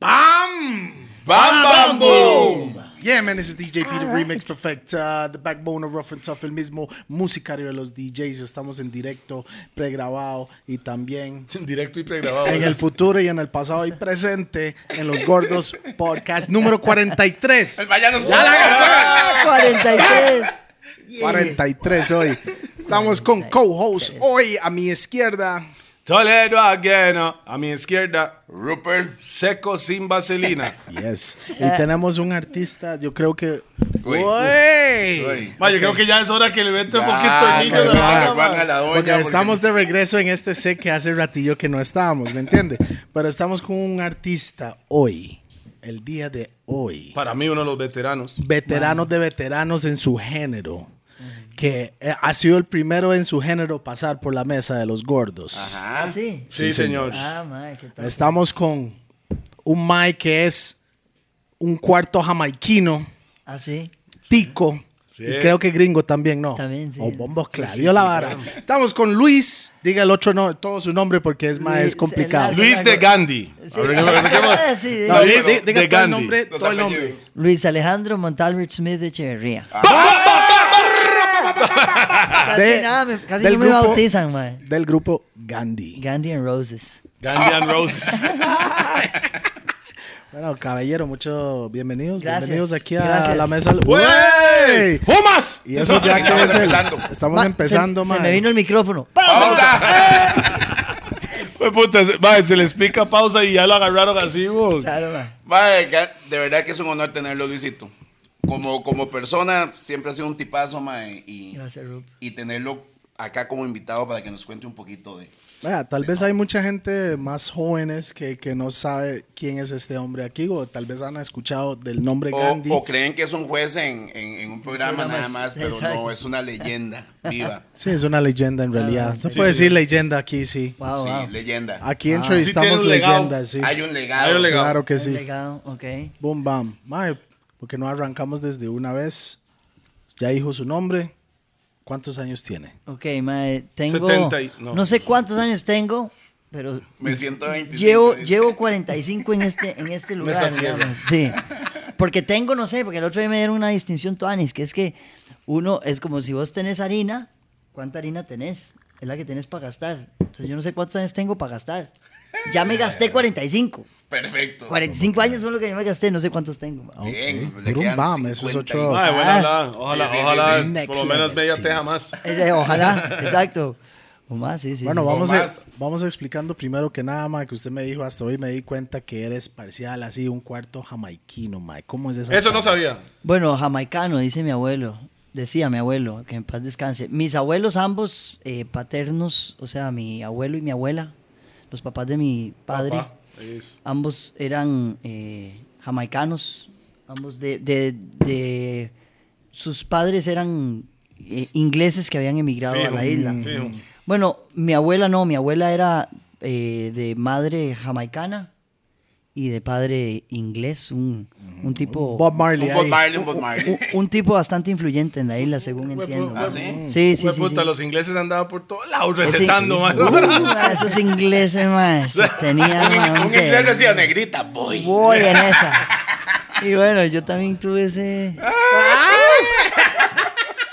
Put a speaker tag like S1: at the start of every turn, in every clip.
S1: Um,
S2: Ah,
S1: Jiménez es DJ Peter
S3: Alright.
S1: Remix Perfect, uh, The Backbone of Rough and Tough, el mismo musicario de los DJs. Estamos en directo, pregrabado y también
S2: Directo y pregrabado.
S1: en el futuro y en el pasado y presente en Los Gordos Podcast número
S4: Pues
S1: 43.
S2: Vayanos,
S3: 43.
S1: 43 hoy. Estamos con co-host hoy a mi izquierda.
S2: Toledo Agueno, a mi izquierda,
S4: Rupert.
S2: seco sin vaselina.
S1: Yes. Y tenemos un artista, yo creo que.
S4: Uy.
S1: Uey.
S4: Uy.
S2: Ma, yo creo que ya es hora que le mete un poquito
S4: Ah,
S2: de niño.
S4: calma,
S2: a la
S4: calma,
S2: vara, ma.
S4: calma, la doña,
S1: Porque
S4: porque-
S1: estamos de regreso en este set que hace ratillo que no estábamos, ¿me entiende? Pero estamos con un artista hoy, el día de hoy.
S2: Para mí, uno de los veteranos.
S1: Veteranos de veteranos en su género. Que eh, ha sido el primero en su género pasar por la mesa de los gordos.
S4: Ajá.
S3: Ah, sí.
S2: Sí, señor.
S3: Ah, madre, qué tal.
S1: Estamos con un Mike que es un cuarto jamaiquino,
S3: Ah, sí.
S1: tico.
S2: Sí.
S1: Y creo que gringo también, ¿no?
S3: También, sí.
S1: O bombos claros. Yo la vara. Estamos con Luis. Diga el otro no, todo su nombre porque es más
S3: Luis,
S1: es complicado.
S3: el
S2: Luis de Gandhi.
S3: Sí.
S2: Ahora,
S3: Ah, sí.
S1: No,
S2: Luis
S1: di- diga
S2: de
S1: todo el
S2: Gandhi.
S1: nombre,
S4: Los
S1: todo el
S4: apellidos.
S1: nombre.
S3: Luis Alejandro Montalvo Smith de Echeverría.
S1: Ah.
S3: Casi
S1: De-
S3: nada, me- casi
S1: del
S3: no me
S1: grupo-
S3: bautizan, mae.
S1: Del grupo Gandhi.
S3: Gandhi and Roses.
S2: Gandhi and Roses.
S1: Bueno, caballero, muchos bienvenidos.
S3: Gracias.
S1: Bienvenidos aquí a
S3: Gracias.
S1: la mesa. del-
S2: ¡Wey!
S1: ¡Wey!
S2: ¡Humas!
S1: Y eso ya que
S4: Estamos
S1: es el-
S4: empezando.
S1: Estamos
S3: Ma, se-
S1: empezando,
S3: se,
S1: man.
S3: me vino el micrófono.
S4: Pausa.
S2: Fue puta, se, mae, se les pica pausa y ya lo agarraron así, vos.
S3: Claro, mae.
S4: Madre, ga- de verdad que es un honor tenerlo, Luisito. Como, como persona, siempre ha sido un tipazo, mae, y,
S3: Gracias, Rup.
S4: y tenerlo acá como invitado para que nos cuente un poquito de...
S1: Vea, tal vez hay mucha gente más jóvenes que, que no sabe quién es este hombre aquí, o tal vez han escuchado del nombre
S4: O,
S1: Gandhi.
S4: o creen que es un juez en, en- en un programa
S3: Programa,
S4: nada más, pero
S3: exacto.
S4: no, es una leyenda viva.
S1: Sí, es una leyenda en realidad.
S3: sí,
S1: Se
S3: sí,
S1: puede
S2: sí.
S1: decir leyenda aquí, sí.
S3: Wow,
S4: sí,
S3: wow.
S4: leyenda.
S1: Aquí
S2: tiene
S1: entrevistamos
S2: un legado.
S1: leyendas, Ah, sí.
S4: Hay un legado.
S2: Hay un legado.
S1: Claro que
S3: El
S1: sí.
S3: legado, ok.
S1: Boom, bam. Mae, porque no arrancamos desde una vez. Ya dijo su nombre. ¿Cuántos años tiene?
S3: Ok, mae, tengo...
S2: 70 y- no.
S3: sé cuántos años tengo, pero...
S4: Me siento 25.
S3: Llevo,
S4: dice.
S3: llevo 45 en este, en este lugar,
S2: esta tierra.
S3: digamos, sí. Porque tengo, no sé, porque el otro día me dieron una distinción, Tuanis, que es que uno es como si vos tenés harina, ¿cuánta harina tenés? Es la que tenés para gastar. Entonces yo no sé cuántos años tengo para gastar. Ya me gasté 45.
S4: Perfecto.
S3: 45 años son lo que yo me gasté, no sé cuántos tengo. ma.
S4: Bien,
S1: Ok.
S4: le
S1: Boom,
S4: quedan
S1: bam. Eso es
S4: 50 y-
S1: otro.
S2: Mae, buena hablada. Ojalá,
S4: Sí, sí, sí,
S2: ojalá,
S4: sí.
S2: por
S1: Next
S2: lo menos
S1: level,
S2: media
S1: sí.
S2: teja más.
S3: Eh, Ojalá, exacto. O más, sí, sí.
S1: Bueno,
S3: sí.
S1: vamos,
S4: O
S1: a-
S4: más.
S1: vamos explicando primero que nada, mae, que usted me dijo hasta hoy, me di cuenta que eres parcial, así, un cuarto jamaiquino, mae. ¿Cómo es esa?
S2: Eso no
S1: vara?
S2: sabía.
S3: Bueno, jamaicano, dice mi abuelo. Decía mi abuelo, que en paz descanse. Mis abuelos ambos eh, paternos, o sea, mi abuelo y mi abuela, los papás de mi padre,
S2: Papá, es-
S3: ambos eran eh, jamaicanos. Ambos de, de- de- Sus padres eran eh, ingleses que habían emigrado a
S2: Fijo,
S3: la isla.
S2: fijo.
S3: Bueno, mi abuela no, mi abuela era eh, de madre jamaicana y de padre inglés, un,
S2: Mm.
S3: un tipo...
S1: Bob
S2: Ah,
S1: Marley.
S4: Un Bob
S1: ahí.
S4: Marley, un Bob
S3: Un,
S4: Marley.
S3: un- un tipo bastante influyente en la isla, según
S2: Hue- hue-
S3: entiendo. ¿no?
S4: ¿sí?
S3: Sí, sí, sí.
S2: Hue puta,
S3: sí.
S2: los ingleses andaban por todos lados
S3: Ese-
S2: recetando, mae.
S3: Uh, esos ingleses, más. Tenía,
S4: Un,
S3: mae,
S4: un
S3: que-
S4: inglés decía negrita, boy.
S3: Voy en esa. Y bueno, yo también tuve ese.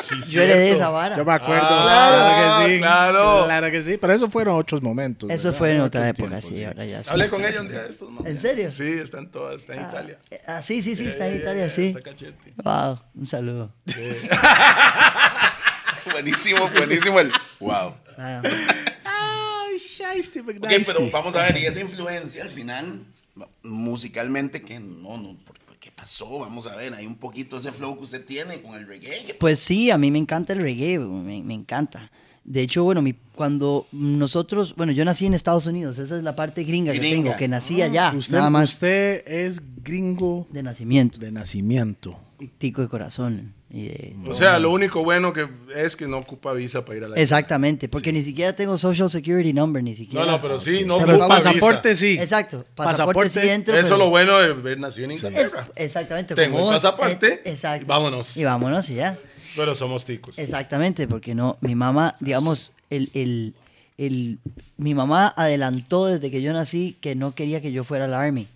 S2: Sí,
S3: Yo heredé
S2: cierto.
S3: esa vara.
S1: Yo me acuerdo.
S2: Ah,
S1: claro que sí.
S2: claro.
S1: Claro que sí. Pero eso fueron otros momentos.
S3: Eso
S1: ¿verdad?
S3: fue en
S1: Era
S3: otra
S1: otros
S3: época,
S1: tiempos,
S3: sí, ahora ya. sí.
S2: Hablé con ella un día de estos, mae.
S3: ¿En serio?
S2: Sí, está en todas, está en Italia.
S3: Ah, sí, sí, sí, está en
S2: Eh,
S3: Italia, sí.
S2: Está cachete.
S3: Wow, un saludo.
S4: Buenísimo, buenísimo el. Wow.
S3: Ah,
S1: Ay, shiesty,
S4: Ok,
S1: McNasty.
S4: pero vamos a ver, y esa influencia al final, musicalmente, que no, no, ¿por- por ¿qué pasó? Vamos a ver, hay un poquito ese flow que usted tiene con el reggae. que-
S3: Pues sí, a mí me encanta el reggae, me, me encanta. De hecho, bueno, mi- cuando nosotros, bueno, yo nací en Estados Unidos, esa es la parte gringa, que
S4: Gringa.
S3: tengo, que nací allá,
S1: Ah, Usted,
S3: nada más
S1: usted es gringo
S3: de nacimiento,
S1: de nacimiento.
S3: tico de corazón. y de-
S2: O sea, lo único bueno que es que no ocupa visa para ir a la
S3: Exactamente, porque ni siquiera tengo Social Security Number, ni
S2: No,
S3: siquiera.
S2: no, pero sí, no
S1: pero
S2: ocupa
S1: pasaporte
S2: visa.
S1: sí.
S3: Exacto, pasaporte,
S1: Pasaporte,
S3: sí entro.
S2: Eso
S3: pero-
S2: es lo bueno de haber nacido en
S3: Es-
S2: Inglaterra.
S3: exactamente.
S2: Tengo
S3: como
S2: el
S3: vos,
S2: pasaporte,
S3: eh, exacto.
S2: y vámonos.
S3: Y vámonos y ya.
S2: Pero somos ticos.
S3: Exactamente, porque no, mi mamá, digamos, el, el, el- mi mamá adelantó desde que yo nací que no quería que yo fuera al Army.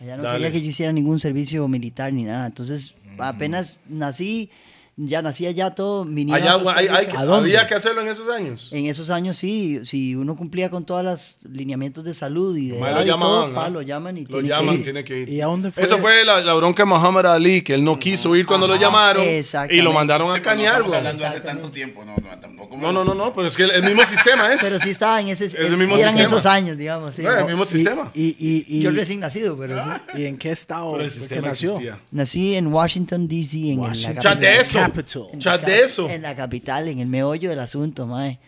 S3: Ella no
S2: Dale.
S3: quería que yo hiciera ningún servicio militar ni nada. Entonces, apenas nací, ya nací allá todo, vinieron
S2: Allá,
S3: a Costa
S2: hay- hay-
S3: Rica.
S1: ¿A dónde?
S2: había que hacerlo en esos años.
S3: En esos años sí, si uno cumplía con todos los lineamientos de salud y de
S2: Mae, lo
S3: edad y
S2: llamaban,
S3: todo,
S2: ¿no?
S3: pa, lo llaman y
S2: Lo
S3: tiene
S2: llaman,
S3: que ir.
S2: tiene que ir.
S1: ¿Y a dónde fue?
S2: Eso fue la, la bronca de Muhammad Ali, que él no quiso ir cuando lo
S3: Ah, Ajá,
S2: llamaron. Y
S3: exactamente.
S2: lo mandaron a
S4: Sí, pero no
S2: cañar,
S4: estamos
S2: güey.
S4: hablando de hace tanto tiempo, no, no, tampoco.
S2: No, no, no, no, pero es que el, el mismo sistema es.
S3: Pero sí estaba en ese,
S2: el mismo
S3: sí eran
S2: sistema.
S3: esos años, digamos. sí.
S2: No, el mismo
S1: Y-
S2: sistema.
S1: Y, y, y-
S3: Yo recién nacido, pero sí.
S1: ¿Y en qué estado
S2: Pero el
S1: fue
S2: sistema
S1: que nació?
S2: existía.
S3: Nací en Washington, D.C., en, la
S1: Washington.
S2: Chat
S3: capital.
S2: de eso.
S1: Capital.
S3: En la
S2: Chat
S3: cap-
S2: de eso.
S3: En la capital, en el meollo del asunto, mae.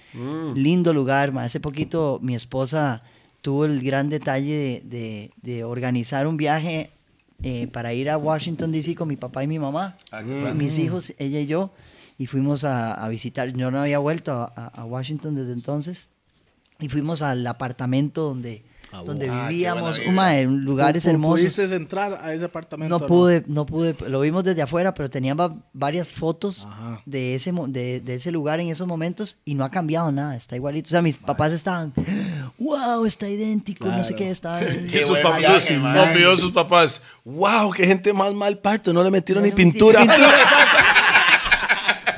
S3: Lindo lugar, mae. Hace poquito mi esposa tuvo el gran detalle de, de- de organizar un viaje eh, para ir a Washington, D.C. con mi papá y mi mamá.
S4: Ah, qué padre.
S3: Mis hijos, ella y yo. Y fuimos a, a visitar. Yo no había vuelto a, a- a Washington desde entonces. Y fuimos al apartamento donde,
S1: Ah,
S3: donde
S4: buena
S3: vivíamos.
S4: vibra.
S3: mae, en lugares
S1: ¿Pu- pu-
S3: hermosos.
S1: ¿Pudiste entrar a ese apartamento?
S3: No pude, no pude. Lo vimos desde afuera, pero tenían va- varias fotos
S1: Ajá.
S3: de ese, mo- de, de ese lugar en esos momentos y no ha cambiado nada, está igualito. O sea, mis papás estaban, wow, está idéntico, no sé
S1: Claro.
S3: qué, está.
S2: Y
S4: Qué
S2: sus
S4: buen
S2: papás,
S4: viaje,
S2: no,
S4: man.
S2: pidió sus papás. ¡Wow! ¡Qué gente más mal parto! No le metieron ni
S3: No le metí-
S2: pintura.
S3: pintura,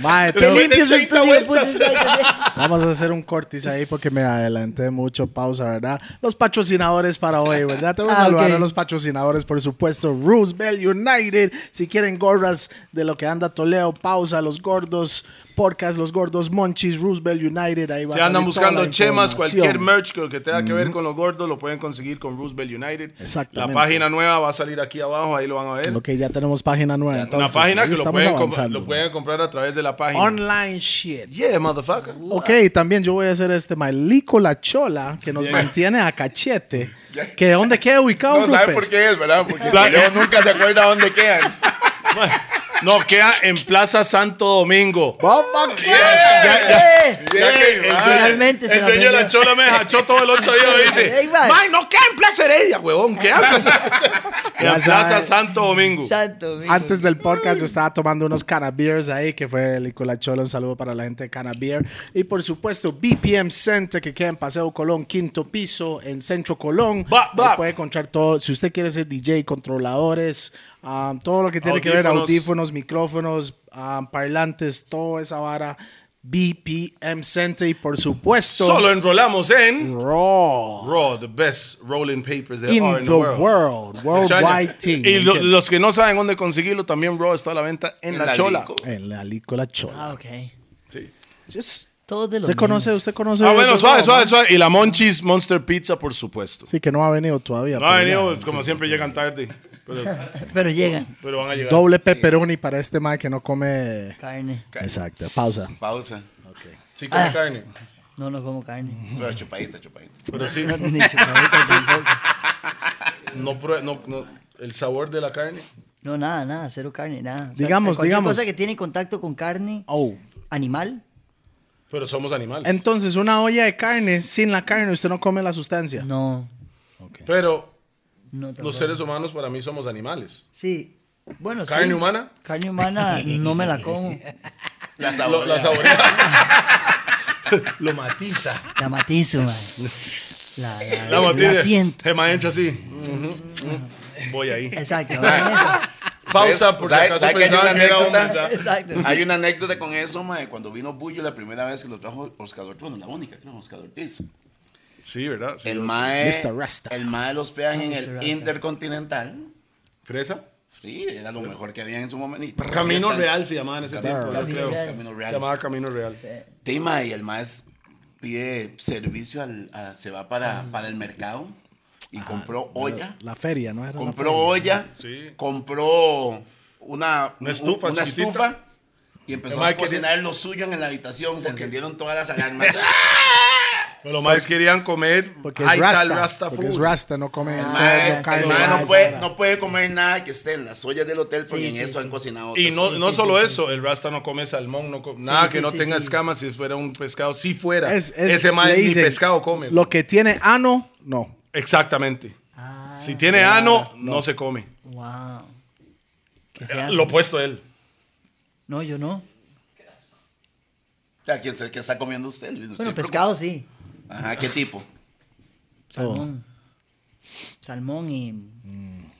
S1: Mae,
S2: Qué
S1: tengo-
S2: lindo.
S3: limpios
S2: 30
S3: estos
S2: vueltas.
S3: hijueputas, ¿sabes?
S1: Vamos a hacer un cortis ahí porque me adelanté mucho pausa, ¿verdad? Los patrocinadores para hoy, ¿verdad? Tengo que
S3: Ah,
S1: saludar
S3: ok.
S1: a los patrocinadores, por supuesto. Roosevelt United. Si quieren gorras de lo que anda Toleo, pausa, los gordos, podcast, los gordos, monchis, Roosevelt United. Ahí va a
S2: Se
S1: salir
S2: andan
S1: toda la
S2: buscando chemas, cualquier
S1: información.
S2: merch que que tenga que ver con los gordos lo pueden conseguir con Roosevelt United.
S1: Exactamente.
S2: La página nueva va a salir aquí abajo, ahí lo van a ver.
S1: Ok, ya tenemos página nueva.
S2: Una
S1: entonces,
S2: página
S1: ahí
S2: que lo
S1: estamos
S2: pueden, com-
S1: avanzando.
S2: lo pueden comprar a través de la página.
S1: Online shit.
S2: Yeah, motherfucker.
S1: Ok, también yo voy a hacer este Malico La Chola que nos
S2: Yeah.
S1: mantiene a cachete. ¿Que dónde queda ubicado?
S4: No sabe
S1: Rupert?
S4: por qué es, ¿verdad? Porque
S2: Claro.
S4: Toledo nunca se acuerda dónde quedan.
S2: Bueno, No, queda en Plaza Santo Domingo.
S1: Bomba,
S2: Ya- ya-
S3: Eh,
S2: ya que el
S4: Yeah,
S2: dueño-
S3: Realmente se
S2: el
S3: la
S2: dueño de la
S3: aprendió.
S2: chola me hachó todo el otro día y dice,
S3: Ey, man.
S2: "Man, no queda en Plaza Heredia, huevón, queda en Plaza, en
S1: Ya
S2: Plaza
S1: sabe.
S2: Santo Domingo."
S3: Santo, amigo.
S1: Antes del podcast yo estaba tomando unos canabiers ahí, que fue el Nicolás Cholo. Un saludo para la gente de Canabier. Y por supuesto, BPM Center, que queda en Paseo Colón, quinto piso, en Centro Colón.
S2: Ba- ba.
S1: Ahí Puede encontrar todo. Si usted quiere ser DJ, controladores, ah, todo lo que tiene que ver,
S2: Audífonos.
S1: audífonos, micrófonos, ah, parlantes, toda esa vara. BPM Center y por supuesto
S2: Solo enrolamos en
S1: Raw
S2: Raw, the best rolling papers there
S1: in
S2: are
S1: the,
S2: in Este
S1: world, worldwide team
S2: Y lo- los que no saben dónde conseguirlo, también Raw está a la venta en,
S4: En
S2: la,
S4: la
S2: chola.
S4: disco.
S1: en la Nicola Chola.
S3: Ah, ok.
S2: Sí.
S3: Todos de los
S1: ¿Usted conoce,
S3: mismos.
S1: usted conoce?
S2: Ah, bueno,
S1: otro
S2: suave,
S1: lado,
S2: suave,
S1: ¿no?
S2: suave. Y la Monchis Monster Pizza, por supuesto.
S1: Sí, que no ha venido todavía.
S2: No ha
S1: pero
S2: venido,
S1: ya,
S2: como siempre, llegan tarde. Pero,
S3: Pero llegan.
S2: pero van a llegar.
S1: Doble pepperoni para este man que no come.
S3: Carne.
S1: Exacto, pausa.
S4: Pausa.
S2: Sí, come
S3: Ah.
S2: carne.
S3: No, no como carne.
S4: Suena chupadita, chupadita.
S2: Pero sí,
S3: No, ni chupadita tampoco.
S2: no, prue- no- no- el sabor de la carne.
S3: No, nada, nada, cero carne, nada. O sea,
S1: Digamos,
S3: cualquier
S1: digamos.
S3: cosa que tiene contacto con carne,
S1: Oh.
S3: animal,
S2: Pero somos animales.
S1: Entonces, una olla de carne, sin la carne, usted no come la sustancia.
S3: no.
S2: Pero
S3: no tampoco.
S2: los seres humanos para mí somos animales.
S3: Sí. Bueno, sí.
S2: ¿Carne humana?
S3: Carne humana no me la como.
S4: La
S2: Lo,
S4: sabor.
S2: la saborea. Lo matiza.
S3: La matizo, man. La, la,
S2: La
S3: la
S2: matiza.
S3: siento.
S2: Se me entra así. Ujú, ujú. Voy ahí.
S3: Exacto. la
S2: Pausa por si
S4: ¿Sabe-
S2: acaso
S4: sabe que hay
S2: pensaban
S4: una
S2: que era un
S4: anécdota?
S3: neta.
S2: mensaje.
S3: Exacto.
S4: Hay una anécdota con eso, mae, cuando vino Bullo la primera vez que lo trajo Oscar Ortiz, bueno, la única, creo, Oscar Ortiz.
S2: Sí, ¿verdad? Sí,
S4: El
S2: los-
S4: mae,
S1: Mr. Rasta.
S4: el mae los hospedaje en
S3: Mr.
S4: el
S3: Ah, Rasta.
S4: Intercontinental,
S2: ¿Fresa?
S4: sí, era lo mejor que había en su momento. y todavía
S2: Camino
S4: están-
S2: Real se llamaba en ese tiempo, yo
S3: Camino
S2: creo.
S3: Real.
S4: Camino
S2: Se
S4: Real.
S2: llamaba Camino Real.
S4: Sí, mae, y el mae es- pide servicio, al, a- se va para,
S3: Mm.
S4: para el mercado y
S3: Ah,
S4: compró olla,
S1: La feria, ¿no? Era la
S4: compró olla,
S2: Sí.
S4: compró una,
S2: Una estufa
S4: una
S2: chiquitita.
S4: estufa y empezó
S2: mae
S4: a
S2: que-
S4: cocinar lo suyo en la habitación, se encendieron todas las alarmas.
S2: Pero los más querían comer
S1: feria. Porque es
S2: high tal
S1: rasta.
S2: rasta
S1: porque es
S2: food.
S1: rasta, no come
S3: Ah,
S1: cerdo,
S4: Mae,
S1: carne.
S4: el mae
S1: nada,
S4: no, puede,
S1: esa vara.
S4: no puede comer nada que esté en las ollas del hotel porque
S3: Sí,
S4: en
S3: sí,
S4: eso
S3: sí.
S4: han cocinado.
S2: Y
S4: otras
S2: no,
S4: cosas.
S2: no
S3: sí,
S2: solo
S3: sí,
S2: eso, el rasta no come salmón, no come, nada
S3: sí,
S2: que no
S3: sí,
S2: tenga
S3: sí.
S2: escamas, si fuera un pescado, si fuera.
S1: Es- es-
S2: Ese
S1: le
S2: mae ni
S1: dicen,
S2: pescado come.
S1: Lo que tiene ano, no.
S2: Exactamente.
S3: Ah,
S2: si tiene ano, no. se come.
S3: wow. Que
S2: Eh,
S3: sea.
S2: Lo opuesto a él.
S3: No, yo no.
S4: O sea, ¿qué, qué está comiendo usted, Luis?
S3: Bueno, pues,
S4: Usted
S3: pescado sí.
S4: preocupa- Ajá, ¿qué tipo?
S1: Todo.
S3: Salmón. salmón y,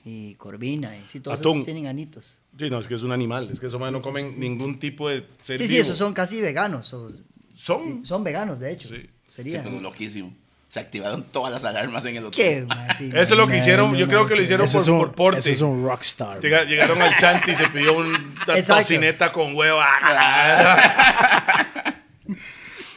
S3: y corvina. Y, sí, todos
S2: Mm. Atún.
S3: esos tienen anitos.
S2: Sí, no, es que es un animal. Es que esos más no comen ningún tipo de ser
S3: Sí, sí,
S2: vivo.
S3: esos son casi veganos. o-
S2: Son.
S3: son veganos, de hecho.
S2: Sí.
S4: Sí,
S3: Sería.
S4: pero loquísimo. Se activaron todas las alarmas en el
S3: ¿Qué,
S4: hotel.
S3: mae? Sí,
S2: Eso es lo que hicieron, yo creo que lo hicieron
S1: Ese
S2: por,
S1: es un,
S2: por porte.
S1: ese es un rockstar.
S2: Llega- llegaron al chanti y se pidió una
S3: Exacto.
S2: tocineta con huevo. Ah,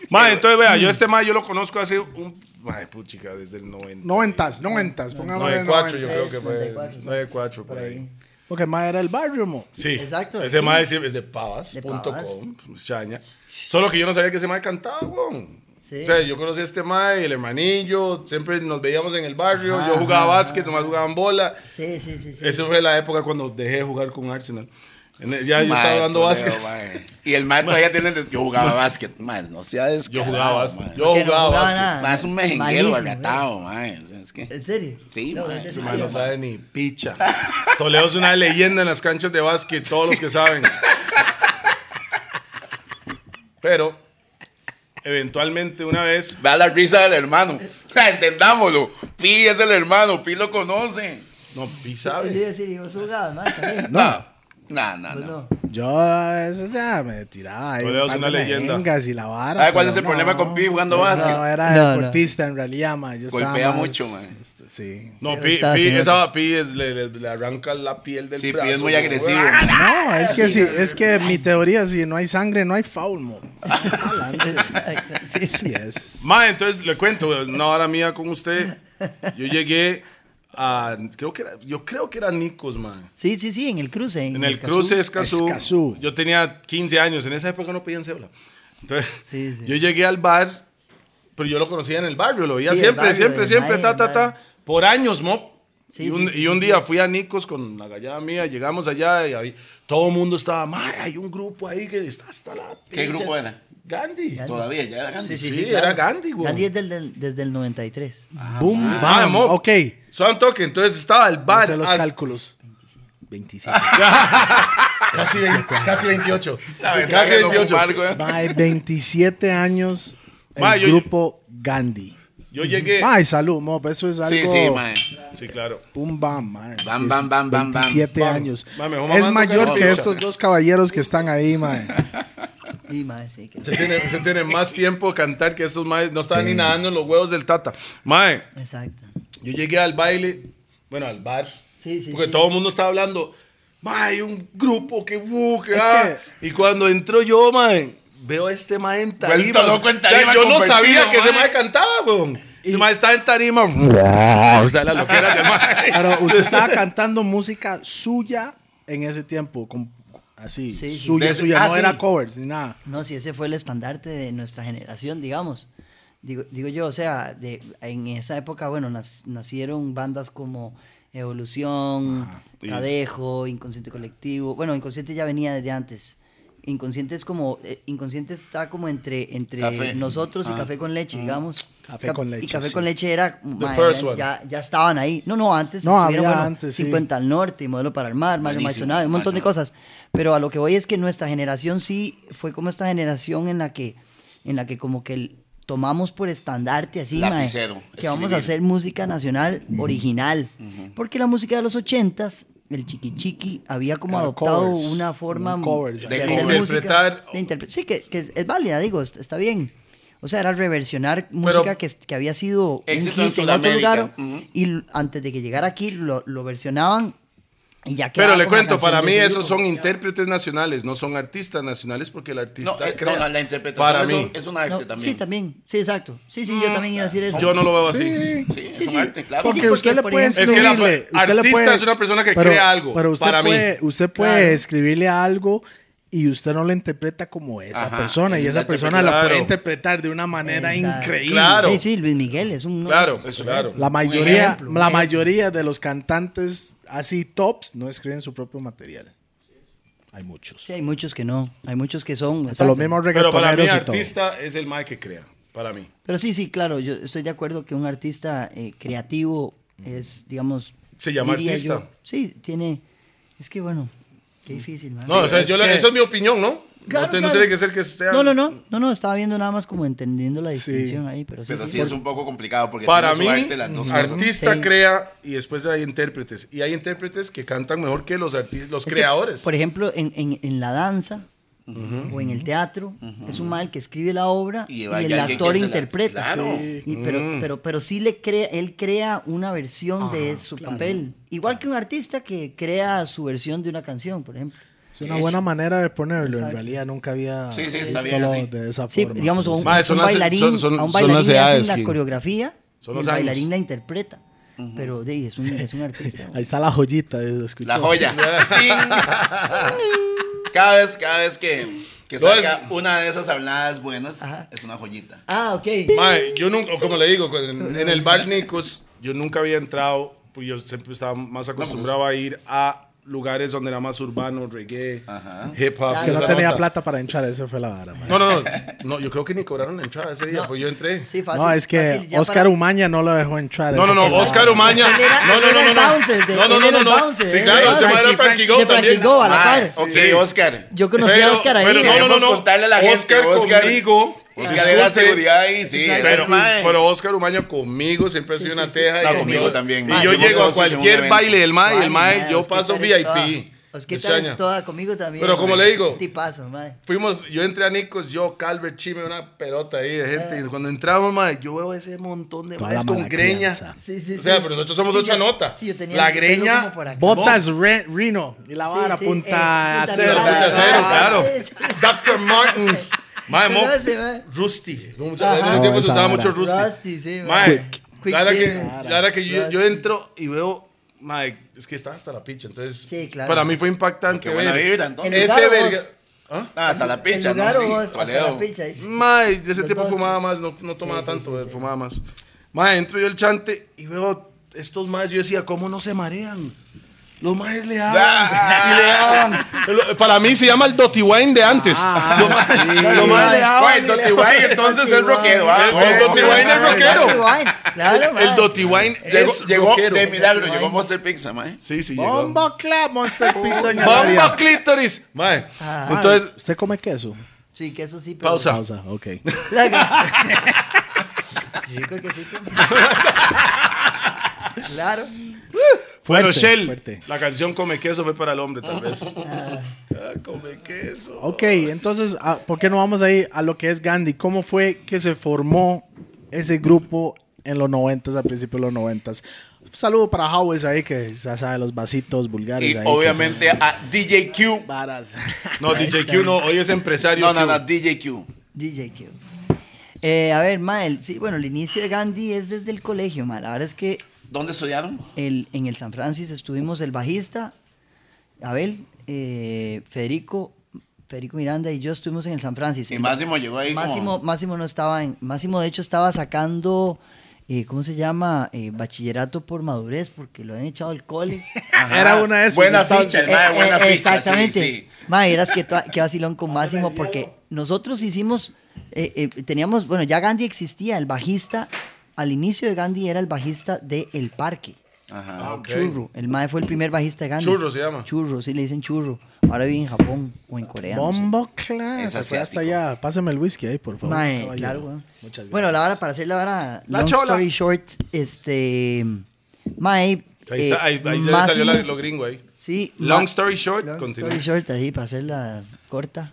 S2: Ma, entonces vea,
S3: Mm.
S2: yo este ma yo lo conozco hace un. Mae, puchica, desde el 90.
S1: Noventas, noventas, pongámosle
S2: 94, yo creo
S1: noventas.
S2: que fue.
S3: 94, sí.
S2: 94 por
S3: Por
S2: ahí.
S3: ahí.
S1: Porque más era el barrio, mo.
S2: Sí.
S3: Exacto,
S2: Ese
S3: sí.
S2: ma es es de pavas.com,
S3: Pavas.
S2: pues, chaña. Solo que yo no sabía que ese ma cantaba, weón.
S3: Sí.
S2: O sea, yo conocí a este ma y el hermanillo, siempre nos veíamos en el barrio,
S3: Ajá,
S2: yo jugaba
S3: ajá,
S2: básquet, nomás jugaban bola.
S3: Sí, sí, sí. sí.
S2: Esa fue la época cuando dejé de jugar con Arsenal. En- Ya yo
S4: Mae,
S2: estaba jugando
S4: Toledo,
S2: básquet.
S4: mae. Y el mae todavía tiene. el des- Yo jugaba básquet. Mae, no sea
S2: Yo
S4: descarado.
S2: jugaba básquet.
S4: mae.
S2: Yo
S3: Que no
S2: jugaba
S3: jugaba
S2: básquet.
S3: nada.
S4: Mae, es un
S3: Ah, Malísimo,
S4: mejenguero arrebatado, mae. O sea, Es que.
S3: ¿En serio?
S4: Sí,
S3: No,
S4: mae,
S3: es
S4: su
S2: Mae, no
S3: desesperado.
S2: sabe ni picha. Toledo es una leyenda en las canchas de básquet, todos los que saben. Pero, eventualmente, una vez,
S4: Vea la risa del hermano. Ah, Entendámoslo. Pi es el hermano. Pi lo conoce.
S2: no, Pi
S3: Yo
S2: sabe.
S3: iba a decir, y vos jugabas, mae, también.
S4: No. Ah. No, no,
S3: Pues
S4: no.
S3: no.
S1: Yo, eso, o sea, me tiraba ahí.
S2: Toledo
S1: un
S2: es
S1: par
S2: una
S1: de
S2: leyenda.
S1: mejengas y la vara.
S4: ¿Sabe Ah, cuál
S1: pero
S4: es el problema con Pi jugando básquet?
S1: No, era
S3: No, no.
S1: deportista en realidad, ma. Yo estaba
S4: Golpea
S1: más- este,
S4: mucho, man.
S1: Sí.
S2: No,
S3: Sí,
S2: Pi,
S3: está,
S2: Pi,
S3: sí,
S2: esa Pi es- le, le- le arranca la piel del
S4: Sí, Pi
S2: brazo. ¡Ah!
S4: es muy agresivo. mae.
S1: No, es que sí, es que mi teoría, si no hay sangre, no hay foul, mo.
S3: Exacto, sí.
S1: Sí es.
S2: Ma, entonces le cuento, una hora mía con usted. Yo llegué a, creo que era, yo creo que era Nicos, man.
S3: Sí, sí, sí, en el cruce.
S2: En el
S3: Escazú.
S2: cruce Escazú,
S1: Escazú.
S2: Yo tenía 15 años. En esa época no pedían cédula. Entonces,
S3: Sí, sí.
S2: yo llegué al bar, pero yo lo conocía en el barrio. Lo veía
S3: Sí, el
S2: siempre,
S3: barrio,
S2: siempre,
S3: el
S2: siempre,
S3: mae,
S2: ta,
S3: el
S2: ta, ta.
S3: mae.
S2: Por años, mop.
S3: Sí,
S2: y
S3: sí,
S2: un,
S3: sí,
S2: y un
S3: sí,
S2: día
S3: sí.
S2: fui a Nicos con la gallada mía, llegamos allá y ahí todo el mundo estaba, "Mae, hay un grupo ahí que está hasta la
S4: ¿Qué
S2: pinche-".
S4: grupo era?
S2: Gandhi.
S3: Gandhi.
S4: Todavía, ya era grande.
S3: Sí, sí,
S2: Sí,
S3: sí,
S2: era
S3: claro.
S2: Gandhi, güey.
S3: Gandhi es del- del- desde el 93.
S1: Boom,
S2: Ah,
S1: bam.
S2: mo.
S1: Ok.
S2: Solo un toque, entonces estaba el bar.
S1: Hace los
S2: hasta-
S1: cálculos. 27.
S2: Casi, vein- casi 28.
S4: La verdad
S2: Casi
S4: que no
S2: 28.
S4: fumar, güey.
S1: Mae, 27 años. El
S2: Mae, yo- Eh.
S1: grupo Gandhi.
S2: Yo llegué.
S1: Mae, salud, mo. pues Eso es algo.
S4: Sí, sí, mae.
S2: Sí, claro.
S1: Pum, bam, mae.
S4: Bam, bam, bam, bam, bam.
S1: 27
S2: Bam.
S1: años.
S2: Mae, me voy
S1: es
S2: mamando
S1: mayor
S2: que
S1: que
S2: no.
S1: estos dos caballeros que están ahí, mae.
S3: Y mae, sí, que-
S2: Se tiene, se tiene más tiempo de cantar que estos maes. No estaban ni nadando en los huevos del tata. Mae,
S3: Exacto.
S2: yo llegué al baile, bueno, al bar.
S3: Sí, sí,
S2: Porque
S3: sí.
S2: todo el mundo estaba hablando. Mae, hay un grupo que bu, que
S1: Es
S2: ah". Y cuando entro yo, mae, veo a este mae en tarima.
S4: Vuelto loco en
S2: O sea,
S4: tarima
S2: yo no
S4: convertido,
S2: sabía que ese
S4: mae.
S2: mae cantaba, weón. Ese mae estaba en tarima. O sea, la loquera de mae.
S1: Pero usted estaba cantando música suya en ese tiempo. como- así.
S3: Sí, sí.
S1: suya,
S4: Desde-
S1: suya.
S4: ah,
S1: no
S4: sí.
S1: era covers ni nada.
S3: No, si ese fue el estandarte de nuestra generación, digamos. Digo, digo yo, o sea, de, en esa época, bueno, nas- nacieron bandas como Evolución,
S2: Sí.
S3: Cadejo, Inconsciente Colectivo. Bueno, Inconsciente ya venía desde antes. Inconsciente es como, eh, Inconsciente está como entre,
S4: Café.
S3: entre nosotros y Café con Leche, digamos.
S1: Café
S3: Cap-
S1: con Leche,
S3: Y Café
S1: sí.
S3: con Leche era, mae,
S2: first
S3: ya-
S2: one.
S3: ya, ya estaban ahí. No, no, antes
S1: No,
S3: estuvieron,
S1: había
S3: bueno,
S1: antes, sí.
S3: 50 al Norte, Modelo para el Mar, Mario
S4: Buenísimo,
S3: Maldonado, un montón de
S4: Mario.
S3: cosas cosas. Pero a lo que voy es que nuestra generación sí fue como esta generación en la que, en la que como que el- tomamos por estandarte así, mae,
S4: Lapicero,
S3: que vamos
S4: escribir.
S3: a hacer música nacional original. Porque la música de los ochentas, el chiqui chiqui, había como
S1: Era
S3: adoptado
S1: covers,
S3: una forma
S1: como covers,
S3: de,
S4: De
S3: hacer
S4: covers.
S2: Interpretar-
S3: música. de interpre- sí, que, que es, es válida, digo, est- está bien. O sea, era reversionar música que, es- que había sido un
S4: Éxito en
S3: hit en otro
S4: Sudamérica,
S3: lugar
S4: ujú.
S3: y l- antes de que llegara aquí lo, lo versionaban y ya
S2: Pero
S3: quedaba
S2: le
S3: como
S2: cuento,
S3: canción
S2: para
S3: de
S2: mí
S3: ese
S2: esos
S3: grupo.
S2: son intérpretes nacionales, no son artistas nacionales porque el artista
S4: No, eh,
S2: crea.
S4: no, no, la interpretación
S2: Para
S4: es,
S2: mí,
S4: un, es un arte
S3: No,
S4: Ah, también. Mm.
S3: Sí, también. Sí, exacto. Sí, sí, yo también iba a decir eso.
S2: yo no lo veo así.
S4: Sí, es
S3: Sí,
S4: un
S3: sí.
S4: arte, claro.
S1: Porque
S3: Sí, porque,
S1: usted le
S3: por
S1: puede
S3: ejemplo-
S1: escribirle.
S2: Es que la-
S1: usted le
S2: artista
S1: puede-
S2: es una persona que crea algo,
S1: Pero usted
S2: para mí.
S1: puede, Usted puede
S3: Claro.
S1: escribirle algo y usted no la interpreta como esa
S4: Ajá,
S1: persona. Y
S4: es
S1: esa
S4: la
S1: persona la puede
S2: claro.
S1: interpretar de una manera
S3: Exacto.
S1: increíble.
S2: Claro.
S3: Sí, sí, Luis Miguel es un...
S2: Claro, claro.
S1: La mayoría,
S3: ejemplo, un
S1: la
S3: ejemplo.
S1: mayoría de los cantantes así tops no escriben su propio material. Hay muchos.
S3: Sí, hay muchos que no. Hay muchos que son...
S1: Hasta
S3: exacto.
S1: los mismos
S2: Pero para mí,
S1: reggaetoneros y todo.
S2: artista es el mae que crea. Para mí.
S3: Pero sí, sí, claro. Yo estoy de acuerdo que un artista eh, creativo es, digamos...
S2: Se llama
S3: diría
S2: artista.
S3: yo- sí, tiene... Es que bueno, qué difícil, man.
S2: No, o sea,
S1: es
S2: yo le-
S1: que-
S2: eso es mi opinión, ¿no?
S3: Claro,
S2: no, te- no
S3: claro.
S2: tiene que ser que usted...
S3: No, no, no, no, no, estaba viendo nada más como entendiendo la
S1: Sí.
S3: distinción ahí, pero sí,
S4: Pero
S3: sí,
S4: sí
S3: por-
S4: es un poco complicado porque
S2: Para
S4: tiene
S2: mí,
S4: su arte las dos cosas.
S2: artista
S3: Sí.
S2: crea y después hay intérpretes. Y hay intérpretes que cantan mejor que los artistas, los
S3: es que,
S2: creadores.
S3: por ejemplo, en, en- en la danza o en el teatro, es un mal que escribe la obra
S4: Y
S3: y,
S4: va- y
S3: el
S4: alguien que
S3: actor
S4: se la-
S3: interpreta.
S4: claro.
S3: Sí. Y pero, pero, pero sí le crea, él crea una versión de su papel. Igual que un artista que crea su versión de una canción, por ejemplo.
S1: Es una buena manera de ponerlo. En
S3: Exacto.
S1: realidad nunca había
S4: Sí, sí, está
S1: visto
S4: bien
S1: lo
S4: así.
S1: de esa
S3: Sí,
S1: forma.
S3: digamos, a un,
S2: Mae, son
S3: un
S2: las- e-
S3: bailarín,
S2: son- son-
S3: a
S2: son
S3: un bailarín
S2: las
S3: le hacen
S2: edades
S3: la
S2: que-
S3: coreografía
S2: son
S3: y
S2: los
S3: el
S2: años.
S3: bailarín la interpreta. Pero de, ahí, es, un, es un artista.
S1: Ahí está la joyita. eh, ¿lo escuchó?
S4: La joya. Ting. cada vez, cada vez que, que
S2: No,
S4: salga
S2: es-
S4: una de esas habladas buenas,
S3: Ajá.
S4: es una joyita.
S3: Ah, ok.
S2: Mae, yo nunca, o como le digo, en, en el bar Nicos, yo nunca había entrado, pues yo siempre estaba más acostumbrado a ir a lugares donde era más urbano, reggae,
S4: Ajá.
S2: hip hop.
S1: Es que no
S2: esa
S1: tenía
S2: nota.
S1: plata para entrar. Eso fue la vara. man.
S2: No, no, no, no, yo creo que ni cobraron la entrada ese día,
S3: No.
S2: pues yo entré.
S3: Sí, fácil.
S1: No, es que
S3: fácil, ya
S1: Oscar
S3: para-
S1: Umaña no lo dejó entrar.
S2: No,
S1: eso
S2: no, no,
S1: fue la
S2: Oscar
S1: vara.
S2: Umaña.
S3: Él era-
S2: No,
S3: él
S2: no,
S3: era
S2: no,
S3: el
S2: no,
S3: bouncer
S2: no.
S3: de-
S2: No,
S3: él
S2: no,
S3: era
S2: no,
S3: el
S2: no.
S3: bouncer,
S2: Sí,
S3: él
S2: claro,
S3: era
S2: ese
S3: el
S2: mae era Frankie Go
S3: de Frankie
S2: también.
S3: Go a la
S4: Ah,
S3: par.
S4: ok,
S2: Sí.
S4: Oscar.
S3: Yo conocí a
S2: Pero-
S3: Oscar ahí.
S2: pero no, no, no,
S4: Queremos
S2: no.
S4: contarle a la gente,
S2: Oscar
S4: Oscar.
S2: conmigo.
S4: Oscar era
S2: disculpe,
S4: seguridad ahí, sí.
S2: Pero,
S4: era, mae.
S2: pero Oscar Umaña conmigo siempre ha sido una teja.
S4: No,
S2: y
S4: conmigo
S2: yo-
S4: también,
S2: Y
S4: mae.
S2: yo
S4: Fuimos
S2: llego a
S4: socios en un
S2: cualquier
S4: evento.
S2: baile del mae, y el
S3: Ay,
S2: mae, yo
S3: Osquita
S2: paso
S3: eres toda.
S2: VIP.
S3: Osquita
S2: Extraña.
S3: eres toda conmigo también.
S2: Pero como
S3: mae.
S2: le digo-
S3: Tipazo, mae.
S2: Fuimos, yo entré a Nicos, yo, Calvert, Chime, una pelota ahí de gente.
S3: Eh.
S2: Y cuando entramos, mae, yo veo ese montón de
S1: Toda
S2: maes
S1: la
S2: con
S1: mala
S2: greña.
S1: crianza.
S3: Sí, sí,
S2: O sea,
S3: sí.
S2: pero nosotros somos
S3: Sí,
S2: ocho
S3: yo-
S2: nota.
S3: sí, yo tenía
S2: La
S3: el pelo
S2: greña-
S3: como por acá.
S1: Botas Re- Rino. Y la
S3: Sí,
S1: vara
S3: sí,
S1: punta
S3: es-
S1: cero.
S2: Punta cero, claro.
S3: Ah, Sí, sí, sí.
S2: Dr. Martens. Mae, mo-
S3: Pero ese, mae.
S2: Rusty. Muchas-
S3: Ajá.
S2: En ese tiempo
S1: No,
S2: se
S1: esa
S2: usaba
S1: vara.
S2: mucho Rusty.
S3: Rusty, sí, mae.
S2: Mae,
S3: Quick-
S2: la verdad que,
S3: Quicksilver.
S2: la verdad que yo, yo
S3: Rusty.
S2: entro y veo, mae, es que está hasta la picha. Entonces,
S3: Sí, claro.
S2: para mí fue impactante.
S4: Qué buena
S2: ver
S4: vibra, entonces.
S3: El
S2: Ese
S3: lugar o
S2: verga.
S3: vos.
S2: ¿Ah?
S4: Ah, hasta la
S3: El
S4: picha, ¿no?
S3: lugar o
S4: Sí,
S3: vos, hasta
S4: Toledo.
S3: la picha. ahí sí.
S2: Mae, de ese
S3: Los
S2: tiempo
S3: dos.
S2: fumaba más, no, no tomaba
S3: Sí, sí,
S2: tanto,
S3: sí,
S2: eh,
S3: sí.
S2: fumaba más. Mae, entro yo al chante y veo estos maes, yo decía, ¿cómo no se marean? Los maes le daban,
S4: Ah.
S2: y le daban. Lo- Para mí se llama el Dotty Wine de antes. Los maes- los maes le
S4: Bueno,
S2: daban y
S4: el
S2: le
S4: Dotty Wine, entonces es rockero. ah,
S2: El- el
S4: bueno.
S2: Dotty Wine es rockero.
S3: Dotty Wine, Claro, mae.
S2: El Dotty Wine es
S4: Llegó, llegó
S2: rockero.
S4: de milagro,
S3: Dotty
S4: llegó
S3: Wine.
S4: Monster Pizza, mae.
S2: Sí, sí, llegó.
S1: Bombo clap, Monster Pizza en el
S2: Bomba
S1: área.
S2: clítoris. Mae,
S3: Ah.
S2: entonces,
S1: ¿Usted come queso?
S3: Sí, que eso sí. pero-
S2: pausa.
S1: Pausa, ok.
S3: La- Rico que sí. tiene. Claro.
S1: Fuerte,
S2: Bueno, Shell,
S1: fuerte.
S2: la canción Come Queso fue para el hombre, tal vez. Ah, come Queso.
S1: Ok, entonces, ah, ¿por qué no vamos ahí a lo que es Gandhi? ¿Cómo fue que se formó ese grupo en los noventas, a principios de los noventas? Saludo para Howes ahí, que ya sabe, los vasitos vulgares
S4: Y
S1: ahí. que
S4: obviamente a DJ Q.
S1: son Varas.
S2: No, DJ Q no, hoy es empresario.
S4: No, no,
S2: Q.
S4: no, DJ Q.
S3: DJ Q. Eh, a ver, Mael, sí, bueno, el inicio de Gandhi es desde el colegio, Mael. La verdad es que
S4: ¿Dónde estudiaron?
S3: el- en el San Francis estuvimos el bajista, Abel, eh, Federico, Federico Miranda y yo estuvimos en el San Francis.
S4: Y
S3: El-
S4: Máximo llegó ahí como-
S3: Máximo, Máximo no estaba en. Máximo, de hecho, estaba sacando. eh, ¿Cómo se llama? Eh, bachillerato por madurez, porque lo han echado al cole.
S4: Ajá.
S1: Era una de sus.
S4: Buena
S1: entonces.
S4: ficha, el mae,
S3: Eh,
S4: buena
S3: eh,
S4: ficha. sí,
S3: Exactamente.
S4: sí.
S3: Mae, vieras que, to- que vacilón con Máximo, porque nosotros hicimos, eh, eh, teníamos, bueno, ya Gandhi existía, el bajista, al inicio de Gandhi era el bajista de El Parque. Ah,
S4: Ajá.
S2: ok.
S3: Churro, el mae fue el primer bajista de Gandhi.
S2: Churro se llama.
S3: Churro, sí le dicen churro. Ahora vive en Japón o en Corea. no sé.
S1: Bombo clap.
S4: Es
S1: Se fue hasta
S4: asiático.
S1: allá. Páseme el whisky ahí, por favor.
S3: Mae,
S1: caballero.
S3: claro, weón.
S1: Muchas gracias.
S3: Bueno, la vara, para hacer la vara,
S2: La
S3: long
S2: chola.
S3: story short, este, mae,
S2: Ahí, está,
S3: eh,
S2: ahí, ahí se le salió
S3: Máximo-
S2: la- lo gringo ahí.
S3: Sí.
S2: Long
S3: ma-
S2: story short,
S3: long
S2: continúa.
S3: story short, ahí, para hacerla corta.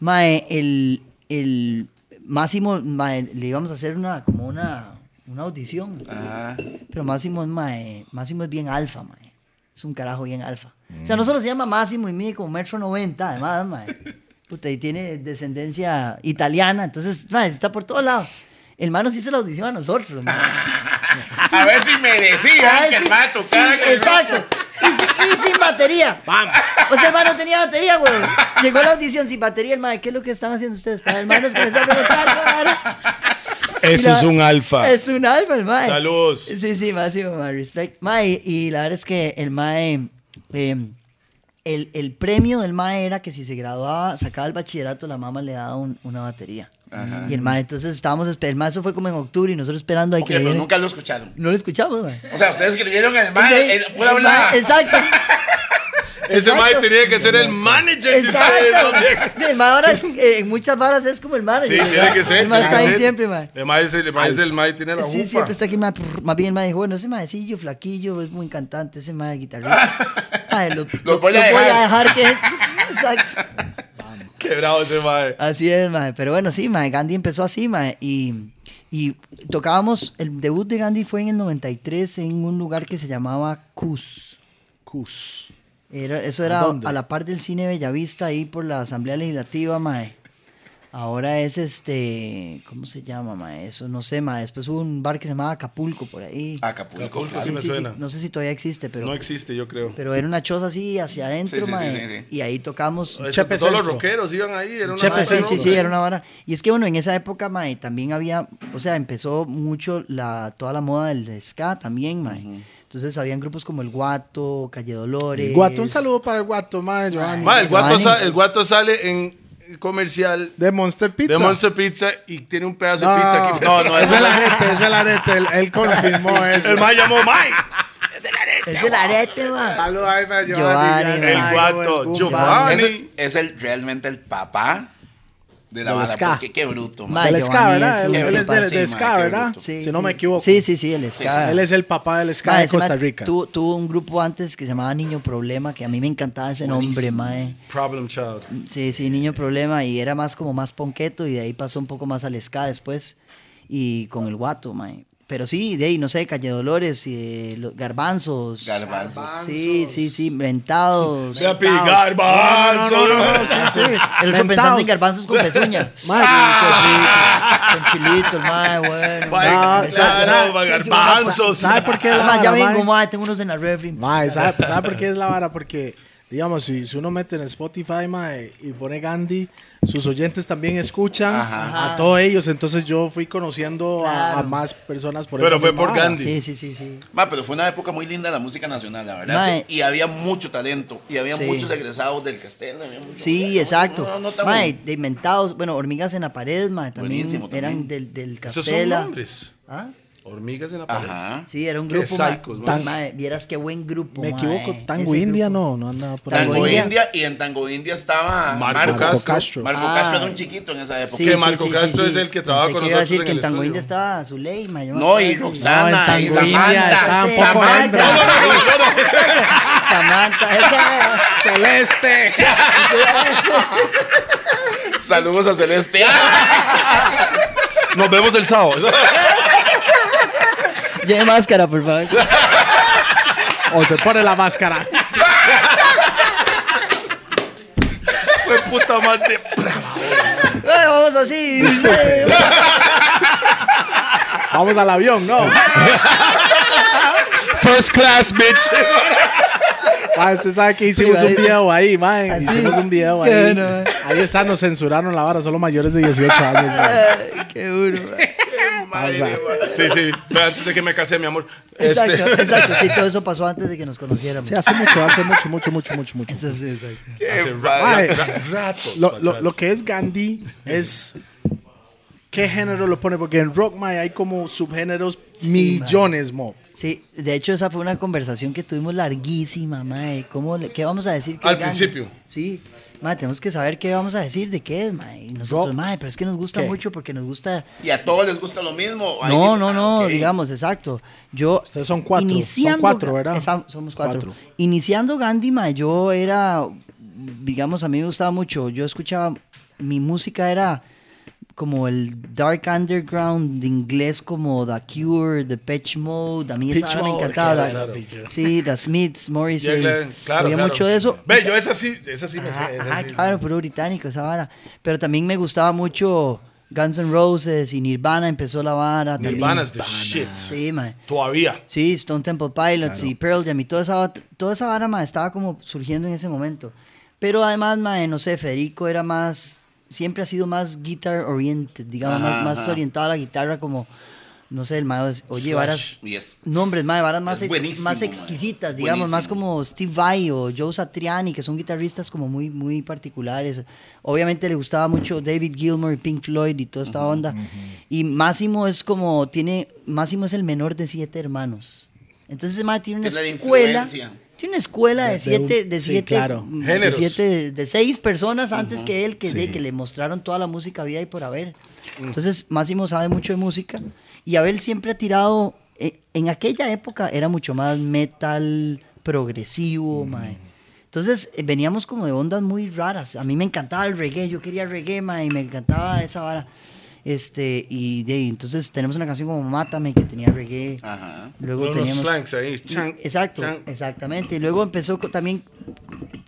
S3: Mae, el, el Máximo, mae, le íbamos a hacer una, como una, una audición.
S4: Ajá.
S3: Pero Máximo es, mae, Máximo es bien alfa, mae. Es un carajo bien alfa. O sea, no solo se llama Máximo y mide como metro noventa, además, mae. Puta, y tiene descendencia italiana, entonces, mae, está por todos lados. El man nos hizo la audición a nosotros, mae.
S4: A ver si merecía
S3: Ay,
S4: que el
S3: sí,
S4: mato
S3: sí,
S4: cada que-
S3: Exacto. Y, si- y sin batería. Vamos. O sea, el man no tenía batería, güey. Llegó la audición sin batería, el man, ¿qué es lo que están haciendo ustedes? Para el man nos comenzó a preguntar, claro. Y la- Es un alfa, el mae.
S2: Saludos.
S3: Sí, sí, máximo, mae, respect. Mae, y la verdad es que el mae, eh, el, el premio del mae era que si se graduaba, sacaba el bachillerato, la mamá le daba un- una batería. Y el mae, entonces estábamos, esper- el mae, eso fue como en octubre y nosotros esperando ahí
S4: Ok,
S3: que le
S4: pero
S3: dieran-
S4: nunca lo escucharon.
S3: No lo escuchamos, mae.
S4: O sea, ustedes creyeron en el eh,
S3: Sí,
S4: mae, él puede
S3: el
S4: hablar.
S3: mae, Exacto.
S2: Ese
S3: Exacto.
S2: Mike tenía que ser el manager de ustedes también.
S3: Exacto. El mae ahora es- eh, en muchas varas es como el
S2: Sí,
S3: manager.
S2: tiene que ser.
S3: El mae
S2: tiene
S3: está
S2: que
S3: ahí
S2: ser.
S3: siempre, mae.
S2: El mae es el el mae es el mae tiene la
S3: Sí,
S2: jufa.
S3: siempre está aquí, mae, prr, más bien, mae dijo, bueno, ese maecillo, flaquillo, es muy cantante, ese mae guitarrista. Mae, lo,
S4: Lo voy a
S3: dejar que... Exacto.
S2: Quebrado ese mae.
S3: Así es, mae. Pero bueno, sí, mae, Gandhi empezó así, mae. Y, y tocábamos, el debut de Gandhi fue en el 93 en un lugar que se llamaba Cus.
S1: Cus.
S3: Era- eso era
S1: dónde?
S3: a la par del cine Bellavista, ahí por la Asamblea Legislativa, mae. Ahora es este. ¿Cómo se llama, mae? Eso no sé, mae. Después hubo un bar que se llamaba Acapulco por ahí.
S4: Acapulco.
S2: Acapulco,
S4: claro.
S2: sí me suena.
S3: No sé si todavía existe, pero,
S2: No existe, yo creo.
S3: pero era una choza así hacia adentro,
S4: Sí, sí,
S3: mae.
S4: sí, sí, sí.
S3: Y ahí tocamos.
S2: Eso,
S1: Chepe
S2: todos los
S1: Centro.
S2: rockeros iban ahí. Era una
S3: Chepe,
S2: vara,
S3: sí,
S2: ¿no?
S3: sí, sí, era una vara. Y es que bueno, en esa época, mae, también había, o sea, empezó mucho la, toda la moda del ska también, mae. Entonces habían grupos como El Guato, Calle Dolores.
S1: Guato, un saludo para el guato, mae, Giovanni.
S2: Mae, el, guato
S3: Giovanni,
S2: sa-
S3: pues.
S2: el guato sale en comercial
S1: De Monster Pizza.
S2: de Monster Pizza y tiene un pedazo
S1: No,
S2: de pizza aquí.
S1: no, no, es el arete, es el arete. Él, él confirmó eso.
S2: El mae llamó Mike.
S3: Es el arete, mae.
S1: Saludo ahí para
S3: Giovanni,
S1: Giovanni. ya
S3: el
S1: sabe
S2: guato,
S1: cómo es Boom
S2: Giovanni.
S4: Ese es, es el, realmente el papá de la
S1: Del
S4: bala.
S1: ska.
S4: Porque qué bruto,
S3: Ma,
S4: man.
S1: Del
S3: Giovanni
S1: ska, Ah, ¿verdad?
S3: es
S1: Él
S3: un
S1: él es
S3: tipazo,
S1: de-
S4: sí,
S1: de
S4: mae,
S1: ska,
S4: qué
S1: ¿verdad?
S4: bruto.
S1: Si no me equivoco.
S3: Sí, sí, sí, el Ska.
S1: Él es el papá del ska
S3: Mae,
S1: de
S3: ese
S1: Costa
S3: mae
S1: Rica.
S3: Tuvo, tuvo un grupo antes que se llamaba Niño Problema, que a mí me encantaba ese nombre, mae.
S2: Problem Child.
S3: Sí, sí, Niño Problema, y era más como más ponqueto, y de ahí pasó un poco más al Ska después, y con el guato, mae. Pero sí, de ahí, no sé, Calle Dolores, y, eh, los garbanzos.
S4: Garbanzos.
S3: Sí, sí, sí, rentados.
S2: Voy a
S1: Taos.
S2: picar,
S1: No, no, no, no, no, sí, sí.
S3: El otro pensando
S1: Mentaos.
S3: en garbanzos con pezuña.
S1: Mae,
S2: Ah,
S1: qué rico.
S3: con chilito, el mae, bueno.
S2: Mae,
S1: Ah,
S3: Ese-
S1: sa-
S2: claro,
S1: sa-
S2: garbanzos.
S1: ¿Sabe por qué? la
S3: Además, Ah, ya
S1: vara,
S3: vengo,
S1: mae?
S3: mae, tengo unos en la refri.
S1: Mae, ¿sabe, sabe Pues, por qué es la vara? Porque, digamos, si, si uno mete en Spotify, mae, y pone Gandhi, sus oyentes también escuchan
S4: Ajá.
S1: a todos ellos. Entonces yo fui conociendo a- a,
S3: Claro.
S1: más personas por
S2: Pero
S1: esa
S2: fue
S1: misma
S2: por
S1: vara.
S2: Gandhi.
S3: Sí, sí, sí, sí.
S4: Ma, pero fue una época muy linda la música nacional, la verdad.
S3: Mae.
S4: sí. Y había mucho talento. Y había
S3: Sí.
S4: muchos egresados del Castel. había mucho-
S3: Sí,
S4: no,
S3: exacto.
S4: No, no, tan
S3: Mae,
S4: bueno.
S3: de inventados, bueno, hormigas en la pared, mae, también
S4: Buenísimo, también.
S3: eran del, del
S2: Esos son
S3: Castela.
S2: nombres.
S3: ¿Ah?
S2: Hormigas en la pared.
S4: Ajá.
S3: Sí, era un
S2: Qué
S3: grupo. mae.
S2: psychos, mae.
S3: Tan- mae, vieras qué buen grupo.
S1: Me
S3: mae,
S1: equivoco, Tango
S3: ese
S1: India
S3: grupo.
S1: no, no andaba por ahí.
S4: Tango
S3: Tango
S4: India.
S3: India.
S4: y en Tango India estaba
S2: Marco
S4: Marco
S1: Castro.
S4: Castro. Marco
S3: Ah.
S4: Castro era un chiquito en esa época.
S3: Sí,
S2: Que
S3: sí,
S2: Marco
S3: sí, sí,
S2: Castro
S3: sí.
S2: es el que trabaja
S3: Pensé
S2: con
S3: que iba a
S2: nosotros
S3: decir
S2: en
S3: que
S2: el
S3: en Tango
S2: estudio.
S3: India estaba Zuley, mae, yo me
S4: No, y
S3: acuerdo.
S4: Roxana,
S1: No, en
S4: y
S1: Tango India
S4: Samantha.
S1: estaba un poco
S3: Samantha.
S1: hembra.
S3: No, no, Samantha, esa. eh.
S4: Celeste. Saludos a Celeste.
S2: Nos vemos el sábado.
S3: Lleve máscara, por favor.
S1: O se pone la máscara.
S2: Fue puta madre.
S3: Ay, Vamos así.
S1: Vamos al avión, no.
S2: First class, bitch.
S1: Mae, Ah, usted sabe que hicimos
S3: Sí,
S1: un
S3: ahí-
S1: video ahí, mae.
S3: Así.
S1: Hicimos un video
S3: Qué
S1: ahí.
S3: bueno, mae.
S1: Ahí está, nos censuraron la vara, solo mayores de 18 años, mae.
S3: Ay, Qué duro, mae.
S1: Pasa.
S2: Sí, sí. Pero antes de que me casé, mi amor. Este,
S3: Exacto, exacto. Sí, todo eso pasó antes de que nos conociéramos.
S1: Sí, hace mucho, hace mucho, mucho, mucho, mucho, mucho.
S3: Eso sí, exacto.
S2: hace
S1: Mae,
S2: ra- ra- ratos.
S1: lo,
S2: para
S1: lo-
S2: atrás.
S1: lo que es Gandhi es qué género lo pone porque en rock mae, hay como subgéneros millones mo
S3: Sí, de hecho esa fue una conversación que tuvimos larguísima, mae. ¿Cómo, le- ¿Qué vamos a decir? que
S2: Al
S3: gane?
S2: principio.
S3: Sí, mae, tenemos que saber qué vamos a decir, de qué es, mae. Y
S1: Rock.
S3: nosotros, mae, pero es que nos gusta
S1: ¿Qué?
S3: mucho porque nos gusta...
S4: Y a todos les gusta lo mismo. Hay
S3: No,
S4: dif-
S3: no, no,
S4: Ah, ok.
S3: digamos, exacto. Yo...
S1: Ustedes son cuatro, son
S3: iniciando
S1: cuatro,
S3: Ga-
S1: ¿verdad?
S3: esa- somos cuatro.
S1: Cuatro.
S3: Iniciando Gandhi, mae, yo era... Digamos, a mí me gustaba mucho. Yo escuchaba... Mi música era como el dark underground de inglés como The Cure, The Pitch Mode, a mí esa
S1: Pitch
S3: vara me
S1: Mode,
S3: encantaba.
S1: claro,
S3: Da-
S1: claro.
S3: Sí, The Smiths,
S2: Ya,
S3: Morrissey.
S2: claro, claro,
S3: Había
S2: claro.
S3: mucho de eso.
S2: Ve, yo esa sí, esa sí me sé.
S3: Ajá,
S2: esa
S3: ajá,
S2: sí.
S3: claro, puro británico esa vara. Pero también me gustaba mucho Guns N' Roses y Nirvana empezó la vara. también.
S2: Nirvana es the shit.
S3: Sí, mae.
S2: Todavía.
S3: Sí, Stone Temple Pilots y Pearl Jam y toda esa, bat- toda esa vara ma, estaba como surgiendo en ese momento. Pero además, ma, no sé, Federico era más, siempre ha sido más guitar oriented, digamos, más,
S4: Ajá,
S3: más
S4: ajá.
S3: orientado a la guitarra como, no sé, el mae, es- oye, varas,
S4: Y es-
S3: nombres, mae, varas más,
S4: Es
S3: ex-
S4: buenísimo,
S3: más
S4: mae.
S3: exquisitas, digamos, más
S4: Buenísimo.
S3: como Steve Vai o Joe Satriani, que son guitarristas como muy, muy particulares. Obviamente le gustaba mucho David Gilmour y Pink Floyd y toda esta onda. Y Máximo es como, tiene, Máximo es el menor de siete hermanos. Entonces, mae, tiene una
S4: Es la
S3: escuela.
S4: influencia.
S3: Tiene una escuela de
S1: De- de un-
S3: siete, de
S1: sí,
S3: siete,
S1: claro.
S3: mm, de,
S2: Géneros.
S3: siete- de seis personas antes que él que, de-
S1: Sí.
S3: que le mostraron toda la música vida y por haber. Entonces, Máximo sabe mucho de música y Abel siempre ha tirado, eh, en aquella época era mucho más metal, progresivo, mae. Entonces, eh, veníamos como de ondas muy raras. A mí me encantaba el reggae, yo quería reggae, mae, y me encantaba esa vara. Este, y de, ahí, entonces tenemos una canción como Mátame que tenía reggae.
S4: Ajá.
S3: Luego
S2: Unos
S3: teníamos
S2: flanks ahí, chan,
S3: exacto,
S2: chan.
S3: exactamente. Y Luego empezó co- también,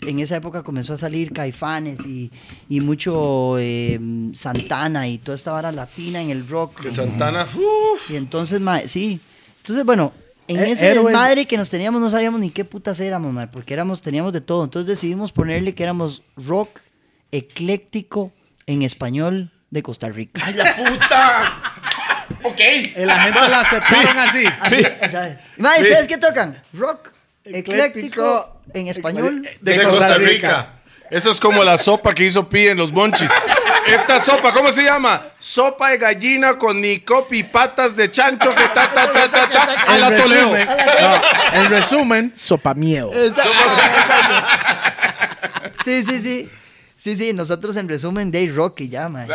S3: en esa época comenzó a salir Caifanes y, y mucho eh, Santana y toda esta vara latina en el rock.
S2: Que Santana, uff.
S3: Y entonces, mae, sí. Entonces, bueno, en
S1: Eh,
S3: ese
S1: héroes.
S3: desmadre que nos teníamos no sabíamos ni qué putas éramos, mae, porque éramos, teníamos de todo. Entonces decidimos ponerle que éramos rock ecléctico en español de Costa Rica.
S4: ¡Ay, la puta! ok.
S1: La gente la aceptaron así.
S3: Así, ¿sabes? Mae, ¿ustedes qué tocan? Rock ecléctico
S1: Ecléctico
S3: en español.
S2: de, Costa Rica. Eso es como la sopa que hizo Pi en los bonchis. Esta sopa, ¿cómo se llama? Sopa de gallina con nicopi, patas de chancho que ta, ta, ta, ta, ta, a la
S1: En
S2: Toledo.
S1: resumen- no, en resumen, sopa miedo.
S3: Sí, sí, sí. Sí, sí, nosotros en resumen Day Rock y ya, mae.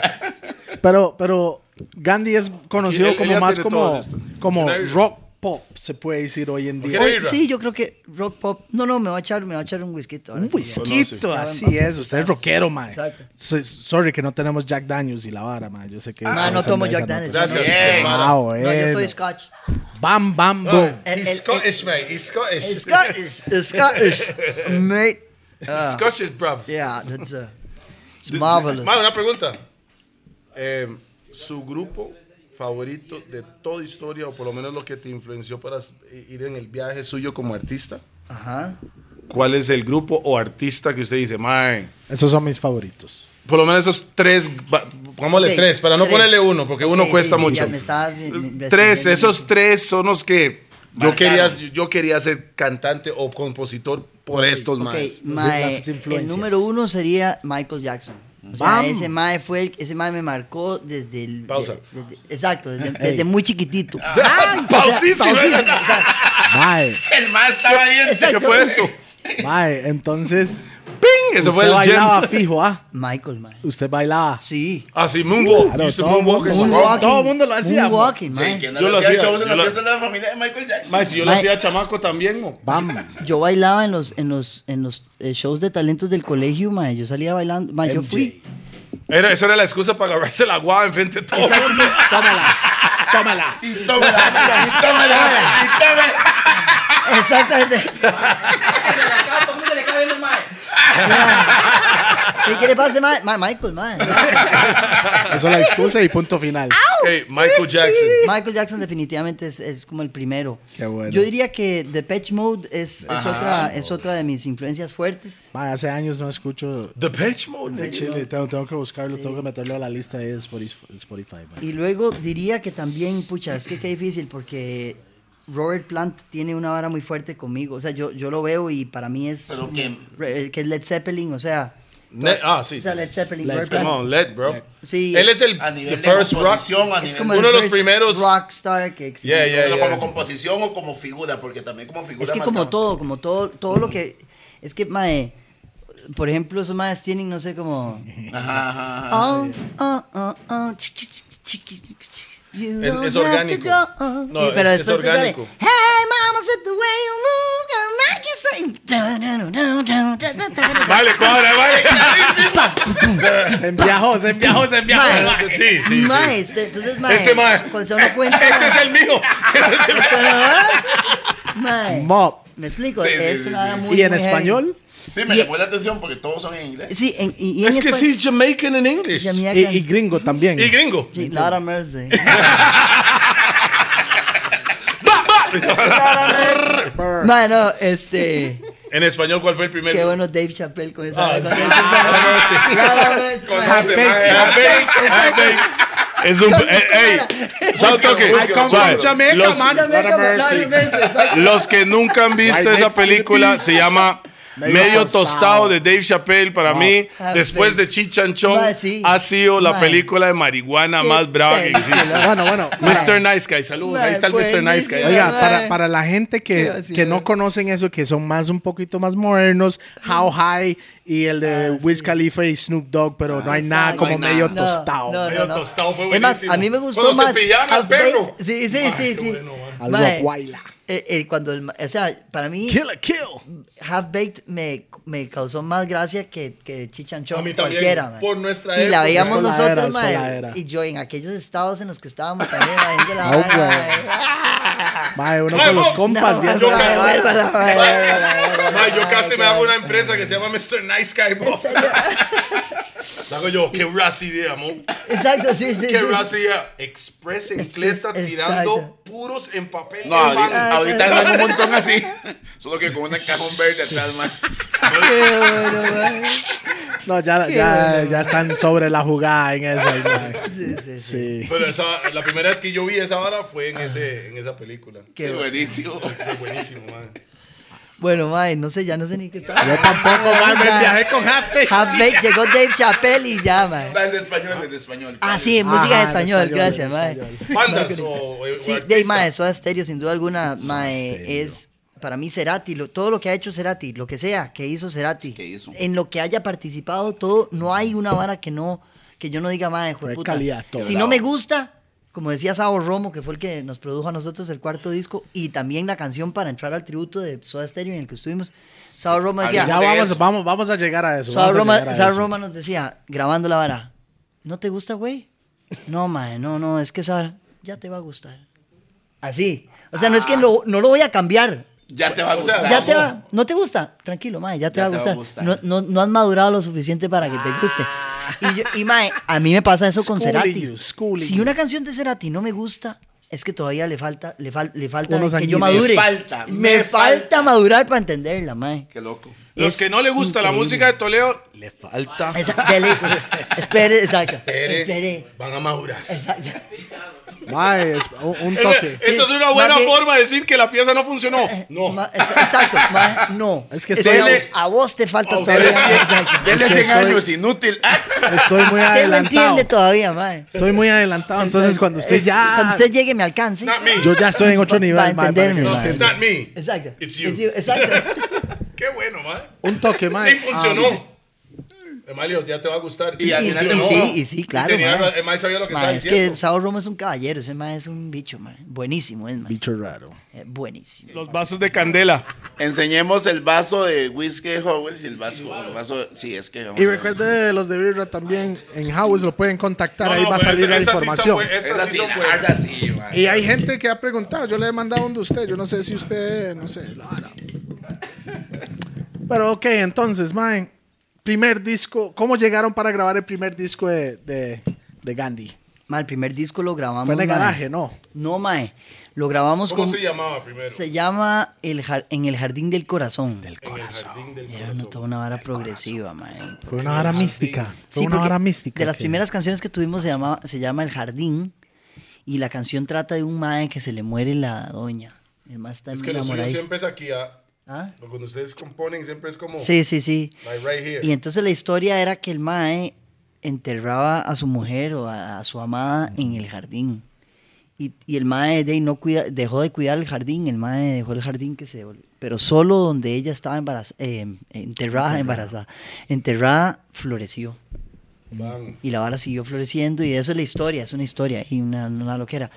S1: Pero, pero Gandhi es conocido
S2: Él-
S1: como
S2: ella
S1: más
S2: tiene
S1: como,
S2: todo esto.
S1: como
S2: Tiene-
S1: rock pop, se puede decir hoy en día.
S2: Ok.
S3: Hoy- sí, yo creo que rock pop. No, no, me va a echar, me va a echar un whisky. ahora
S1: Un
S3: sí, ya.
S1: whisquito, así es. Usted es rockero, man.
S3: Exacto.
S1: Sorry que no tenemos Jack Daniels y la vara, man. Yo sé que...
S3: Ah, no tomo Jack Daniels.
S2: Gracias.
S4: Bien.
S2: hermano.
S1: Ah,
S3: No, yo soy
S1: bueno.
S3: Scotch.
S1: Bam, bam,
S2: Ah.
S1: boom.
S3: El- el-
S2: He's Scottish, mate. He's Scottish.
S3: Scottish, Scottish, mate. Ah,
S2: Scottish, bruv.
S3: yeah, that's uh, it's marvelous.
S2: Mae, una pregunta. Eh, ¿Su grupo favorito de toda historia, o por lo menos lo que te influenció para s- ir en el viaje suyo como artista?
S3: Ajá.
S2: ¿Cuál es el grupo o artista que usted dice, mae?
S1: Esos son mis favoritos.
S2: Por lo menos esos tres, va- pongámosle
S3: Ok,
S2: tres, para no
S3: tres.
S2: ponerle uno, porque uno
S3: Ok,
S2: cuesta
S3: sí, sí,
S2: mucho.
S3: ya me está- me-
S2: tres,
S3: me-
S2: esos tres son los que yo
S4: Marcaron.
S2: quería, yo quería ser cantante o compositor por estos
S3: Ok,
S2: maes.
S3: mae,
S1: las
S3: el
S1: influencias.
S3: número uno sería Michael Jackson. O sea,
S1: Bam.
S3: ese mae fue el- ese mae me marcó desde el
S2: Pausa.
S3: de- desde- exacto, desde,
S1: Ey.
S3: desde muy chiquitito.
S2: Ah, pausísimo.
S3: o sea,
S1: Mae,
S4: El más estaba ahí en
S2: ¿Qué fue eso?
S1: mae, entonces...
S2: ¡Ping! Eso
S1: usted
S2: fue el
S1: bailaba
S2: gym.
S1: fijo, ¿ah?
S3: Michael, mae.
S1: Usted bailaba.
S3: Sí.
S2: Así, Moonwalk.
S1: Claro,
S2: Used to
S1: todo
S2: moonwalk.
S1: mundo-
S3: Moonwalking.
S1: todo el mundo lo hacía, mo.
S3: Moonwalking, mae.
S4: ¿Quién no
S2: Yo
S4: le
S2: lo
S4: hacía
S2: hacía,
S4: shows en la
S2: yo lo-
S4: fiesta de la familia de Michael Jackson?
S2: Mae, si yo lo
S3: Mae.
S2: hacía chamaco también, mo.
S1: Bam.
S3: Yo bailaba en los, en los, en los eh, shows de talentos del colegio, mae. Yo salía bailando. Mae, yo
S1: MJ.
S3: fui.
S2: Era, esa era la excusa para agarrarse la guava enfrente de todo.
S1: Tómala, tómala.
S4: Y tómela, y tómela, y tómela.
S3: Exactamente. ¿Y qué le pasa, mae? Mae, Michael, mae.
S1: Eso es la excusa y punto final.
S2: Ok, Michael Jackson.
S3: Michael Jackson definitivamente es, es como el primero.
S1: Qué bueno.
S3: Yo diría que Depeche Mode es, es, otra, es otra de mis influencias fuertes.
S1: Mae, hace años no escucho
S2: The Pitch Mode.
S1: de Chile. Tengo, tengo que buscarlo, tengo que meterlo a la lista de Spotif- Spotify. mae.
S3: Y luego diría que también, pucha, es que qué difícil porque Robert Plant tiene una vara muy fuerte conmigo. O sea, yo, yo lo veo y para mí es...
S4: Pero que-
S3: re- que es Led Zeppelin, o sea...
S2: Ne- ah, sí.
S3: O sea, Led Zeppelin, Robert
S2: Come
S3: Plant.
S2: on, Led, bro.
S3: Sí,
S2: Él es el
S4: A nivel
S2: the
S4: de
S2: first rock.
S4: composición, a
S3: Es
S4: nivel
S3: como
S4: de-
S3: el
S2: Uno de los
S3: first
S2: primeros-
S3: rockstar que existió.
S2: Yeah, yeah,
S4: Pero
S2: yeah.
S4: como composición o como figura, porque también como figura.
S3: Es que como
S4: marcaba-
S3: todo, como todo, todo lo que... Es que, mae, por ejemplo, esos maes tienen, no sé, como...
S4: Ajá, ajá, ajá.
S3: Oh, oh, oh, oh, chiqui, chiqui, chiqui, chiqui, chiqui. You
S2: Es-
S3: don't
S2: es
S3: have
S2: orgánico.
S3: to go.
S2: No,
S3: Y- pero
S2: es- es
S3: después te sale,
S2: orgánico.
S3: Hey, mama, said the way you move, gonna make you sweat. Dun, dun, dun, dun, dun, dun, dun, dun.
S2: Vale, cuadra, vale.
S1: Se enviajó, se enviajó, se enviajó.
S3: Mae,
S2: Sí, sí,
S3: mae,
S2: sí.
S3: este- entonces, mae,
S2: Este mae.
S3: cuando se da uno cuenta,
S2: Ese es el mío. Ese es el mío.
S3: mae,
S1: Mop.
S3: me explico,
S4: Sí, sí,
S3: es
S4: sí,
S3: una
S4: sí.
S3: vara muy
S1: ¿Y en
S3: muy heavy.
S1: español?
S4: Sí, me
S3: Y-
S4: llamó la atención porque todos son en inglés.
S3: Sí, en, y, y en
S2: Es que
S3: espa-
S2: sí, Jamaican en English.
S1: Y,
S3: Jamaican.
S1: y gringo también.
S2: Y gringo.
S3: Sí, Lara Mercy. Mae, no, este.
S2: En español, ¿cuál fue el primer?
S3: Qué bueno Dave Chappelle con esa.
S2: Ah,
S3: con
S2: sí.
S3: esa- Lara Mercy,
S4: Con
S3: mae.
S4: ese, mae.
S2: Es un. eh, ¡Ey! ¿Sabes toque?
S1: I come
S2: Suave.
S1: from Jamaica,
S2: Los-
S1: man.
S3: Jamaica,
S1: Lara Mercy.
S3: Lara Mercy, exacto.
S2: Los que nunca han visto
S1: Right
S2: esa
S1: next to the
S2: película se llama Medio,
S1: Medio
S2: tostado
S1: tostado
S2: de Dave Chappelle para mí,
S3: Ah,
S2: después de
S3: baby.
S2: Chichanchón,
S3: Ma, sí.
S2: ha sido la
S3: Ma.
S2: película de marihuana
S3: Qué
S2: más brava que
S3: película.
S2: existe.
S1: Bueno, bueno.
S2: Mr. Nice Guy, saludos.
S3: Ma,
S2: Ahí está el Mr. Nice Guy.
S3: buenísimo.
S1: Oiga,
S3: Mae.
S1: para, para la gente
S3: Qué
S1: que,
S3: vacilón.
S1: que no conocen eso, que son más un poquito más modernos, How High y el de Wiz Khalifa y Snoop Dogg, pero no hay nada
S3: exacto.
S1: como
S4: No hay
S1: medio
S4: nada.
S1: tostado.
S2: Medio tostado fue
S3: Es más,
S2: buenísimo.
S3: a mí me gustó
S2: Cuando se
S3: más.
S2: pillaban al
S3: Half
S2: perro.
S3: Baked. Sí, sí,
S2: Ay,
S3: sí.
S2: qué
S3: sí.
S2: bueno, man.
S1: Al
S3: Mae,
S1: Rottweiler.
S3: eh, eh, cuando el ma- o sea, para mí,
S1: Kill a kill.
S3: Half Baked me, me causó más gracia que, que Chichanchón.
S2: A mí también,
S3: cualquiera, mae.
S2: por nuestra
S3: Sí,
S2: época.
S3: la veíamos
S1: Es por la
S3: nosotros,
S1: era, es por
S3: mae,
S1: la era.
S3: Y yo en aquellos estados en los que estábamos también, la gente la
S1: Ah,
S3: vara,
S1: güey.
S3: mae.
S1: Mae, uno
S2: Mae,
S1: con los
S2: no,
S1: compas
S3: no,
S1: viendo
S2: yo
S1: la
S2: ca-
S1: vara.
S2: Ma, yo casi me hago una empresa que se llama Mr. Nice Guy, bro. La hago yo, qué raza idea, amor.
S3: Exacto, sí, sí.
S2: Qué
S3: sí.
S2: raza idea. Express en
S3: Express,
S2: cleta tirando
S3: exacto.
S2: puros en papel.
S4: No,
S2: en
S4: ahorita,
S2: mano.
S4: ahorita andan un montón así. Solo que con una cajón verde atrás, man.
S3: Qué bueno, mae.
S1: No, ya, ya, ya están sobre la jugada en eso. mae.
S3: Sí, sí, sí.
S1: Sí.
S2: Pero esa- la primera vez que yo vi esa vara fue en, ese, en esa película.
S3: Qué bueno.
S4: buenísimo.
S2: Fue buenísimo, man.
S3: Bueno, mae, no sé, ya no sé ni qué estaba.
S1: Yo tampoco, mae, me
S3: Ya.
S1: viajé con Happy.
S3: Half Baked, llegó Dave Chappelle y ya, mae.
S4: Va, En español, en español.
S3: Ah, sí, en
S1: Ajá,
S3: música en
S1: en
S3: español,
S1: español,
S3: gracias,
S1: en
S3: mae.
S1: español.
S2: Bandas o, o
S3: Sí,
S2: artistas.
S3: de mae, Soda Stereo, sin duda alguna,
S1: Soda
S3: mae,
S1: Stereo.
S3: es para mí Cerati, lo- todo lo que ha hecho Cerati, lo que sea que hizo Cerati,
S4: que hizo.
S3: en lo que haya participado, todo, no hay una vara que no, que yo no diga, mae, hijo
S1: Fue
S3: de puta.
S1: calidad todo.
S3: Si no me gusta, como decía Sabo Romo, que fue el que nos produjo a nosotros el cuarto disco, y también la canción para entrar al tributo de Soda Stereo en el que estuvimos, Sabo Romo decía,
S1: Ya
S4: de
S1: vamos,
S4: eso.
S1: vamos, vamos a llegar a eso.
S3: Sal
S1: vamos a
S3: Roma,
S1: llegar a
S3: Sal
S1: eso.
S3: Roma nos decía, grabando la vara, ¿no te gusta, güey? No, mae, no, no, es que esa vara ya te va a gustar. Así. O sea, no
S1: Ah.
S3: es que lo- no lo voy a cambiar.
S4: Ya te va a
S2: O sea,
S4: gustar.
S3: Ya te va, ¿no te gusta? Tranquilo, mae, ya te va a gustar. No, no, no has madurado lo suficiente para que te guste. Y, yo- y mae, a mí me pasa eso con
S1: Ah. Schooling
S3: Cerati.
S1: you, schooling
S3: si
S1: you.
S3: una canción de Cerati no me gusta, es que todavía le falta, le, fal- le falta
S1: Unos
S3: que yo
S1: añitos.
S3: madure.
S4: Me falta,
S3: Me
S4: me
S3: falta
S4: falta.
S3: madurar para entenderla, mae.
S4: Qué loco.
S2: Los
S3: Es
S2: que no le gusta la
S3: increíble.
S2: música de Toledo, le falta.
S3: Esa- dele. espere, exacto.
S2: Espere,
S3: Espere.
S2: Van a madurar.
S3: Exacto.
S1: Mae, es un- un toque.
S2: Eso es una
S3: Sí,
S2: buena
S3: más bien-
S2: forma de decir que la pieza no funcionó. No.
S3: Ma- exacto. ma- no.
S1: Es que
S3: Eso a
S4: dele-
S3: vos- a vos te falta
S2: a usted
S3: todavía.
S4: Dele
S2: le-
S3: ma,
S4: 100, dele
S3: Exacto.
S1: Es que
S4: 100
S1: estoy-
S4: años, inútil. Ah,
S1: Estoy muy
S3: Usted no
S1: adelantado.
S3: entiende todavía, mae.
S1: Estoy muy adelantado. Entonces, cuando usted
S3: Es- Cuando
S1: ya.
S3: usted llegue, me alcance.
S2: Not me.
S1: Yo ya estoy en otro
S3: Va-
S1: nivel,
S3: va a
S1: mae, para que
S3: entenderme,
S1: no
S3: mae.
S1: entienda.
S2: It's not me.
S3: Exacto.
S2: It's you.
S3: Exacto.
S2: Qué bueno, man.
S1: Un toque, mae. Ah,
S2: Y funcionó. Emalio, ya te va a gustar.
S4: Y al
S3: Y, y
S4: final
S2: funcionó.
S3: sí, y sí, claro.
S2: tenía-
S3: ma.
S2: el mae sabía lo que
S3: Ma,
S2: estaba
S3: es
S2: diciendo.
S3: que Sao Romo es un caballero. Ese mae es un bicho, mae. Buenísimo, es, mae.
S1: Bicho raro.
S3: Eh, Buenísimo.
S2: Los vasos de candela.
S4: Enseñemos el vaso de whisky de Howells y el vaso, el vaso sí, es que vamos
S1: Y
S4: a-
S1: recuerde los de Birra también. En House lo pueden contactar.
S2: No,
S1: ahí
S2: no,
S1: va a
S2: pero
S1: salir
S2: esa-
S1: la
S2: esa sí está
S1: información.
S2: bu- esta
S4: Esa
S2: sí
S4: sí,
S2: son
S4: la
S2: buenas.
S4: verdad sí, man.
S1: y hay gente que ha preguntado. Yo le he mandado un de usted. Yo no sé si usted. No sé. la vara. Pero ok, entonces, mae. Primer disco. ¿Cómo llegaron para grabar el primer disco de, de, de Gandhi?
S3: Ma, el primer disco lo grabamos.
S1: Fue en el
S3: mae.
S1: garaje, ¿no?
S3: No, mae. Lo grabamos
S2: ¿Cómo
S3: con-
S2: se llamaba primero?
S3: Se llama el Jar- En el Jardín del Corazón.
S2: En el jardín del
S3: Era
S2: corazón.
S3: una, toda una vara progresiva, mae.
S1: Fue una vara mística. Fue
S3: Sí,
S1: una
S3: porque
S1: vara mística.
S3: De las
S1: que-
S3: primeras canciones que tuvimos se, llamaba- se llama El Jardín y la canción trata de un mae que se le muere la doña. El mae está
S2: Es que lo suyo
S3: enamorado.
S2: siempre es aquí, ah.
S3: ¿Ah?
S2: Cuando ustedes componen siempre es como...
S3: Sí, sí, sí.
S2: Like right here.
S3: Y entonces la historia era que el mae enterraba a su mujer o a, a su amada
S2: Mm.
S3: en el jardín. Y, y el mae de ahí no cuida, dejó de cuidar el jardín, el mae dejó el jardín que se vol- Pero solo donde ella estaba embarazada, enterrada, embarazada, enterrada, floreció.
S2: Van.
S3: Y la vara siguió floreciendo y eso es la historia, es una historia y una, una loquera.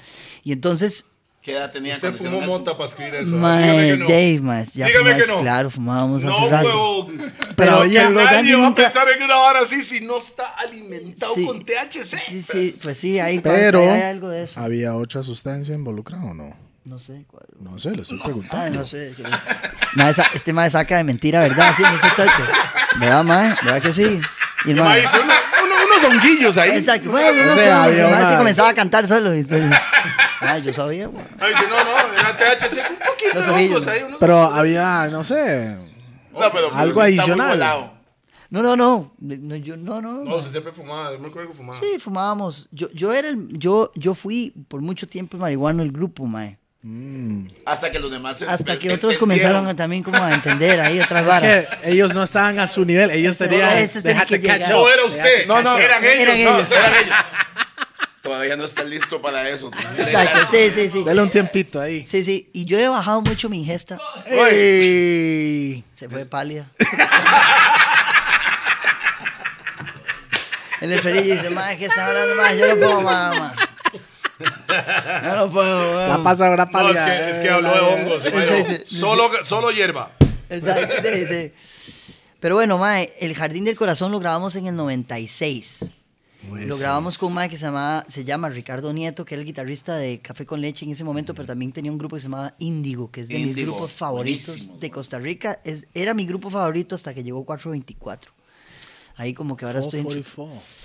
S3: Y entonces,
S4: ¿Qué edad tenía
S2: Usted
S4: cuando hicieron
S2: fumó
S4: eso?
S2: monta para escribir eso. ah. Dígame
S3: mae,
S2: que no.
S3: Dave, mae, ya
S2: Dígame que
S3: fumabas,
S2: no.
S3: claro, fumábamos
S2: No,
S3: hace rato.
S2: huevón.
S3: Pero
S2: Pero
S3: oye,
S2: que
S3: el
S2: nadie
S3: Gandhi
S2: va a
S3: nunca-
S2: pensar en una vara así si no está alimentado
S3: Sí.
S2: con THC.
S3: Sí, sí, pues sí, ahí
S1: Pero
S3: hay algo de eso.
S1: había otra sustancia involucrada o no?
S3: No sé cuál.
S1: No sé, le estoy
S3: Ah,
S1: preguntando.
S3: no sé. Mae, sa- este mae saca de mentira, ¿verdad? Sí, en ese toque. ¿Verdad, mae? ¿Verdad que sí? Y el
S2: Ma,
S3: mae-
S2: hice una- uno- unos honguillos ahí.
S3: Exacto. Bueno, no
S1: O sea,
S3: sé.
S1: había
S3: el mae
S1: una-
S3: se comenzaba a cantar solo. y después- Ay, yo sabía, mae.
S2: Ahí dice, no, no, era THC, un poquito
S3: Los
S2: de
S3: honguillos,
S2: hongos
S3: ¿no?
S2: ahí. unos-
S1: Pero había, no sé.
S4: No, pero
S1: Algo
S4: sí está muy
S1: adicional.
S4: volado.
S3: No, no, no. No, yo, no, no.
S2: No,
S3: mae.
S2: usted siempre fumaba, yo me acuerdo que fumaba.
S3: Sí, fumábamos. Yo, yo era el, yo, yo fui por mucho tiempo el marihuano del grupo, mae.
S4: Hasta que los demás... se-
S3: Hasta que
S4: en-
S3: otros
S4: entendieron.
S3: comenzaron a- también como a entender ahí otras varas.
S1: Es que ellos no estaban a su nivel, ellos
S3: Este,
S1: tenían.
S3: no, este
S1: they had
S3: tiene
S1: to
S3: que
S1: catch
S3: llegar.
S1: up.
S2: No era usted.
S4: No, no,
S2: eran ellos.
S3: eran
S2: no.
S3: ellos.
S4: Era ello. Todavía no está listo para eso.
S3: Exacto, sí, sí, sí.
S1: Dale un tiempito ahí.
S3: Sí, sí. Y yo he bajado mucho mi ingesta.
S1: Ey.
S3: Se fue pálida. En el ferillo dice, más que está hablando más, yo no puedo más, ma". No lo puedo, weón.
S1: La pasa ahora para
S2: No, es que, es que habló de hongos. bueno, solo, solo hierba.
S3: Exacto, sí, sí. Pero bueno, mae, El Jardín del Corazón lo grabamos en el 96. Lo grabamos con un mae que se, llamaba, se llama Ricardo Nieto, que era el guitarrista de Café con Leche en ese momento, pero también tenía un grupo que se llamaba Índigo, que es de mis
S4: Índigo,
S3: grupos favoritos
S4: buenísimo,
S3: de
S4: mae.
S3: Costa Rica. Es, era mi grupo favorito hasta que llegó 424. Ahí como que
S4: Oh,
S3: ahora estoy... entre-
S1: 444.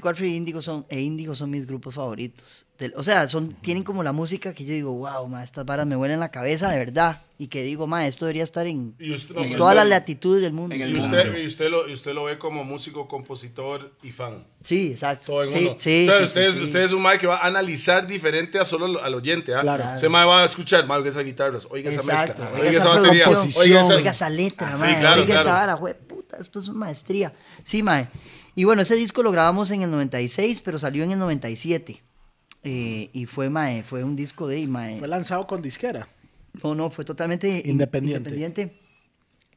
S3: 424 y Índigo son, e Índigo son mis grupos favoritos. Del- o sea, son, tienen como la música que yo digo, wow, ma, estas varas me vuelan la cabeza de verdad. Y que digo, ma, esto debería estar en,
S2: Y usted-
S3: en
S2: no,
S3: todas
S4: pues,
S3: las
S4: no.
S3: latitudes del mundo.
S4: En el
S2: Y
S4: mundo.
S2: usted, y usted, lo, y usted lo ve como músico, compositor y fan.
S3: Sí, exacto.
S2: Todo en
S3: sí,
S2: uno.
S3: sí,
S2: O sea,
S3: sí,
S2: usted,
S3: sí,
S2: es,
S3: sí.
S2: usted es un mae que va a analizar diferente a solo lo- al oyente. ¿ah?
S1: Claro.
S2: Ese mae va a escuchar, mae, oiga esas guitarras, oiga esa
S3: Exacto.
S2: mezcla,
S3: Oiga esa
S2: batería,
S3: producción,
S1: oiga esa-
S3: oiga esa letra,
S2: Ah, sí,
S3: mae,
S2: claro,
S3: oiga esa
S2: claro.
S3: vara, güey, puta, esto es una maestría. Sí, mae. Y bueno, ese disco lo grabamos en el 96, pero salió en el 97. Eh, y fue, mae, fue un disco de, mae,
S1: Fue lanzado con disquera.
S3: No, no, fue totalmente in-
S1: Independiente.
S3: independiente.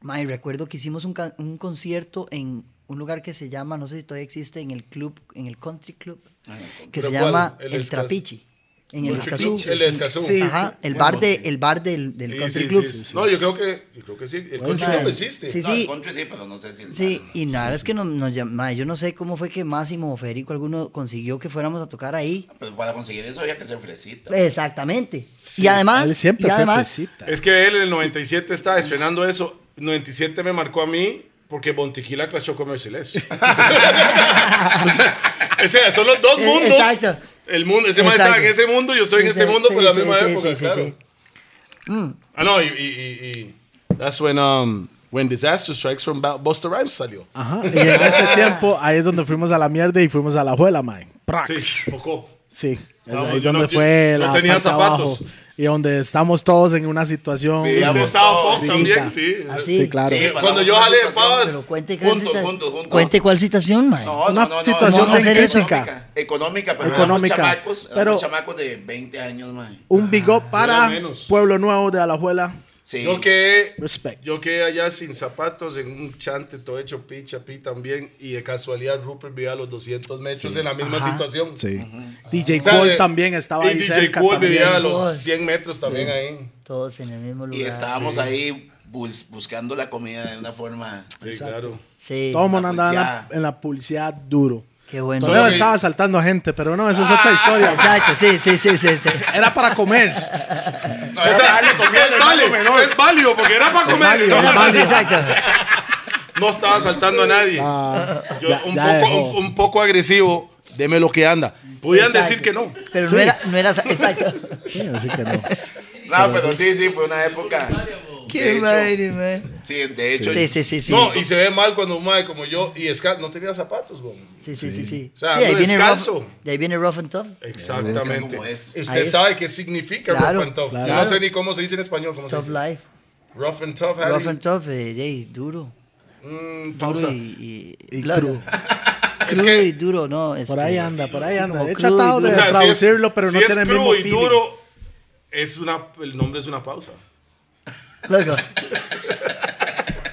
S3: Mae, recuerdo que hicimos un, ca- un concierto en un lugar que se llama, no sé si todavía existe, en el club, en el country club, que
S2: Ah, ¿Pero
S3: se
S2: cuál?
S3: llama
S2: El
S3: El,
S2: Escaz-
S3: Trapichi. En el
S2: El
S3: Escazú.
S2: Trapichi, el Escazú.
S3: Sí, Ajá, el bar, de, el bar del, del
S2: Sí,
S3: country
S2: sí,
S3: club.
S2: sí, sí. No, yo creo que, yo creo que sí. El
S1: Buen
S2: concierto
S1: mae.
S2: existe.
S3: Sí,
S4: No, el
S3: sí.
S4: country sí, pero no sé si... el-
S3: Sí, y nada, es que nos, nos llam- mae, yo no sé cómo fue que Máximo o Federico alguno consiguió que fuéramos a tocar ahí.
S4: Pero para conseguir eso había que ser fresita.
S3: Exactamente.
S1: Sí,
S3: y además,
S1: Él siempre
S3: y
S1: fue
S3: además Eh.
S1: fresita.
S2: Es que él en el 97 estaba estrenando eso. 97 me marcó a mí porque Bontiquila clashó con Mercedes. o, sea, o sea, son los dos
S3: Eh,
S2: mundos.
S3: exacto.
S2: El mundo, ese mae
S3: Exacto.
S2: estaba en ese mundo, yo estoy en ese
S3: Sí,
S2: mundo
S3: sí,
S2: por la
S3: sí,
S2: misma
S3: sí,
S2: época.
S3: sí, sí,
S2: claro.
S3: sí.
S2: Ah, no, y, y, y, y- That's when, um, when Disaster Strikes from Buster Rhymes salió.
S1: Ajá. Y en ese tiempo, ahí es donde fuimos a la mierda y fuimos a la juela, mae. Prax.
S2: Sí, poco.
S1: Sí, es
S2: No,
S1: ahí
S2: yo
S1: donde
S2: no- yo
S1: fue
S2: no
S1: la
S2: tenía
S1: parte
S2: zapatos.
S1: abajo y donde estamos todos en una situación.
S4: Sí,
S2: Usted
S4: Digamos,
S2: estaba
S4: todo.
S2: Fox también, sí.
S1: Sí,
S3: Así.
S1: sí, claro.
S4: Sí, pasamos
S2: Cuando yo
S4: una
S2: jalé
S4: situación,
S2: pavas,
S4: pero-
S3: Pero cuente cuál,
S4: Juntos,
S3: cita-
S4: juntos, juntos.
S3: cuente cuál citación, mae.
S4: No,
S1: Una
S4: no, no, no,
S1: situación
S4: no, no,
S3: bien
S4: no,
S3: crítica.
S4: económica. Económica, pero
S1: Económica.
S4: económica. chamacos, éramos
S1: Pero-
S4: chamacos de 20 años, mae.
S1: Un big up para
S2: menos.
S1: Pueblo Nuevo de Alajuela.
S4: Sí.
S2: Yo quedé,
S1: Respect.
S2: yo quedé allá sin zapatos, en un chante todo hecho picha, pi también, y de casualidad Rupert vivía a los 200 metros en la misma
S1: Ajá.
S2: situación.
S1: Sí. DJ
S2: O sea,
S1: Cole
S2: de-
S1: también estaba
S2: y
S1: ahí
S2: DJ
S1: cerca.
S2: Cool
S1: también.
S2: vivía a los
S3: Cool.
S2: 100 metros también ahí.
S3: Todos en el mismo lugar.
S4: Y estábamos ahí bus- buscando la comida de una forma.
S2: Sí, claro.
S3: Sí.
S1: Todo el mundo
S4: la
S1: andaba en la,
S4: pulseada.
S1: en la publicidad duro.
S3: Qué bueno.
S1: Toledo
S2: que-
S1: estaba asaltando gente, pero no, eso es otra historia.
S3: Exacto, sí, sí, sí, sí. sí.
S1: Era para comer.
S4: No, esa-
S2: es, válido, es válido, porque era para comer.
S1: válido,
S2: no,
S1: era
S2: no,
S1: válido.
S3: Sí, exacto.
S2: no estaba asaltando a nadie.
S1: Ah,
S2: Yo,
S1: ya-
S2: un,
S1: ya
S2: poco,
S1: dejó.
S2: un, un poco agresivo, deme lo que anda. Podían
S3: Exacto.
S2: decir que no.
S3: Pero
S1: Sí.
S3: no era, no era, exacto.
S1: Sí, así que no.
S4: No, pero sí, sí, fue una época. De
S3: Qué
S4: hecho,
S3: madre, man.
S4: Sí, de hecho.
S3: Sí, sí, sí, sí.
S2: No, y se ve mal cuando un mae como yo y Scar no tenía zapatos, güey.
S3: Sí, sí, sí, sí.
S2: O sea,
S3: sí, ahí
S2: ando
S3: viene
S2: descalzo.
S3: rough, de ahí viene rough and tough.
S2: Exactamente.
S4: como es.
S2: Y
S3: Ahí
S2: Usted
S3: es.
S2: sabe qué significa
S3: Claro,
S2: rough and tough. Yo no
S1: claro.
S2: sé ni cómo se dice en español. ¿cómo se
S3: Tough
S2: dice?
S3: life.
S2: Rough and tough, Harry.
S3: Rough and tough, eh, de ahí, duro.
S2: Mm, pausa.
S3: Duro y, y,
S1: Y
S3: claro.
S1: crudo.
S2: Es
S3: Crudo
S2: que-
S3: y duro, no.
S1: Por
S3: este,
S1: ahí anda, por ahí
S3: sí,
S1: anda.
S3: como
S1: He
S3: crudo y
S1: tratado de
S3: duro.
S2: O sea, si es-
S1: traducirlo, pero
S2: si
S1: no
S2: es
S1: tiene el
S2: crudo
S1: mismo
S2: y
S1: feeling.
S2: duro, es una, el nombre es una pausa.
S3: Loco.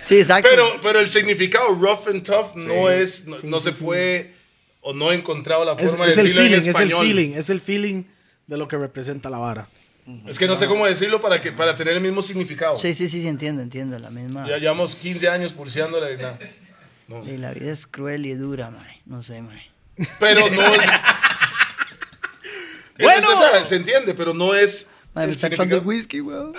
S3: Sí, exacto.
S2: Pero, pero el significado rough and tough no es, no, no se
S3: sí, sí.
S2: fue o no he encontrado la
S1: Es,
S2: forma
S1: es
S2: de
S1: el
S2: decirlo
S1: feeling,
S2: en
S1: es el
S2: español.
S1: feeling, es el feeling de lo que representa la vara.
S2: Es que no sé
S1: Ah.
S2: cómo decirlo para, que, para tener el mismo significado.
S3: Sí, sí, sí, sí, entiendo, entiendo. La misma.
S2: Ya llevamos 15 años pulseando la verdad. No.
S3: Y la vida es cruel y dura, mae. No sé, mae.
S2: Pero no. bueno, se entiende, pero no es.
S3: Mae, me
S2: el
S3: está
S2: significado.
S3: echando whisky, weón.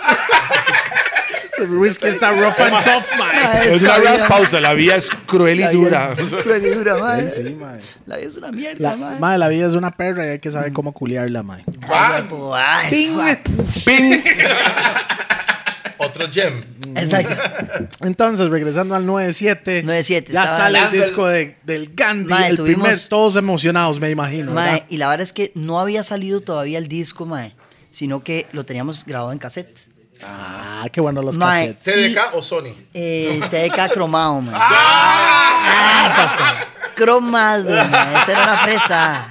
S1: El whisky está rough and tough, man.
S3: Mae, esta vida-
S2: la vida es cruel
S3: la vida es Cruel y dura, mae.
S1: Sí, man.
S3: La vida es una mierda,
S1: La,
S3: mae.
S1: mae, la vida es una perra y hay que saber cómo culiarla, Ah, man.
S3: Ay, guapo, ay, guapo.
S2: Otro gem.
S3: Exacto.
S1: Entonces, regresando al 9-7.
S3: 9-7,
S1: Ya
S3: estaba
S1: sale el
S3: hablando
S1: disco de- del Gandhi.
S3: Mae,
S1: el
S3: tuvimos-
S1: primer, todos emocionados, me imagino.
S3: Mae,
S1: ¿verdad?
S3: y la verdad es que no había salido todavía el disco, mae. sino que lo teníamos grabado en cassette.
S1: Ah, qué bueno los
S3: Mae,
S1: cassettes.
S2: ¿TDK o Sony?
S3: Eh, TDK cromado, man. Ah, papá. Cromado, mae. Esa era una fresa.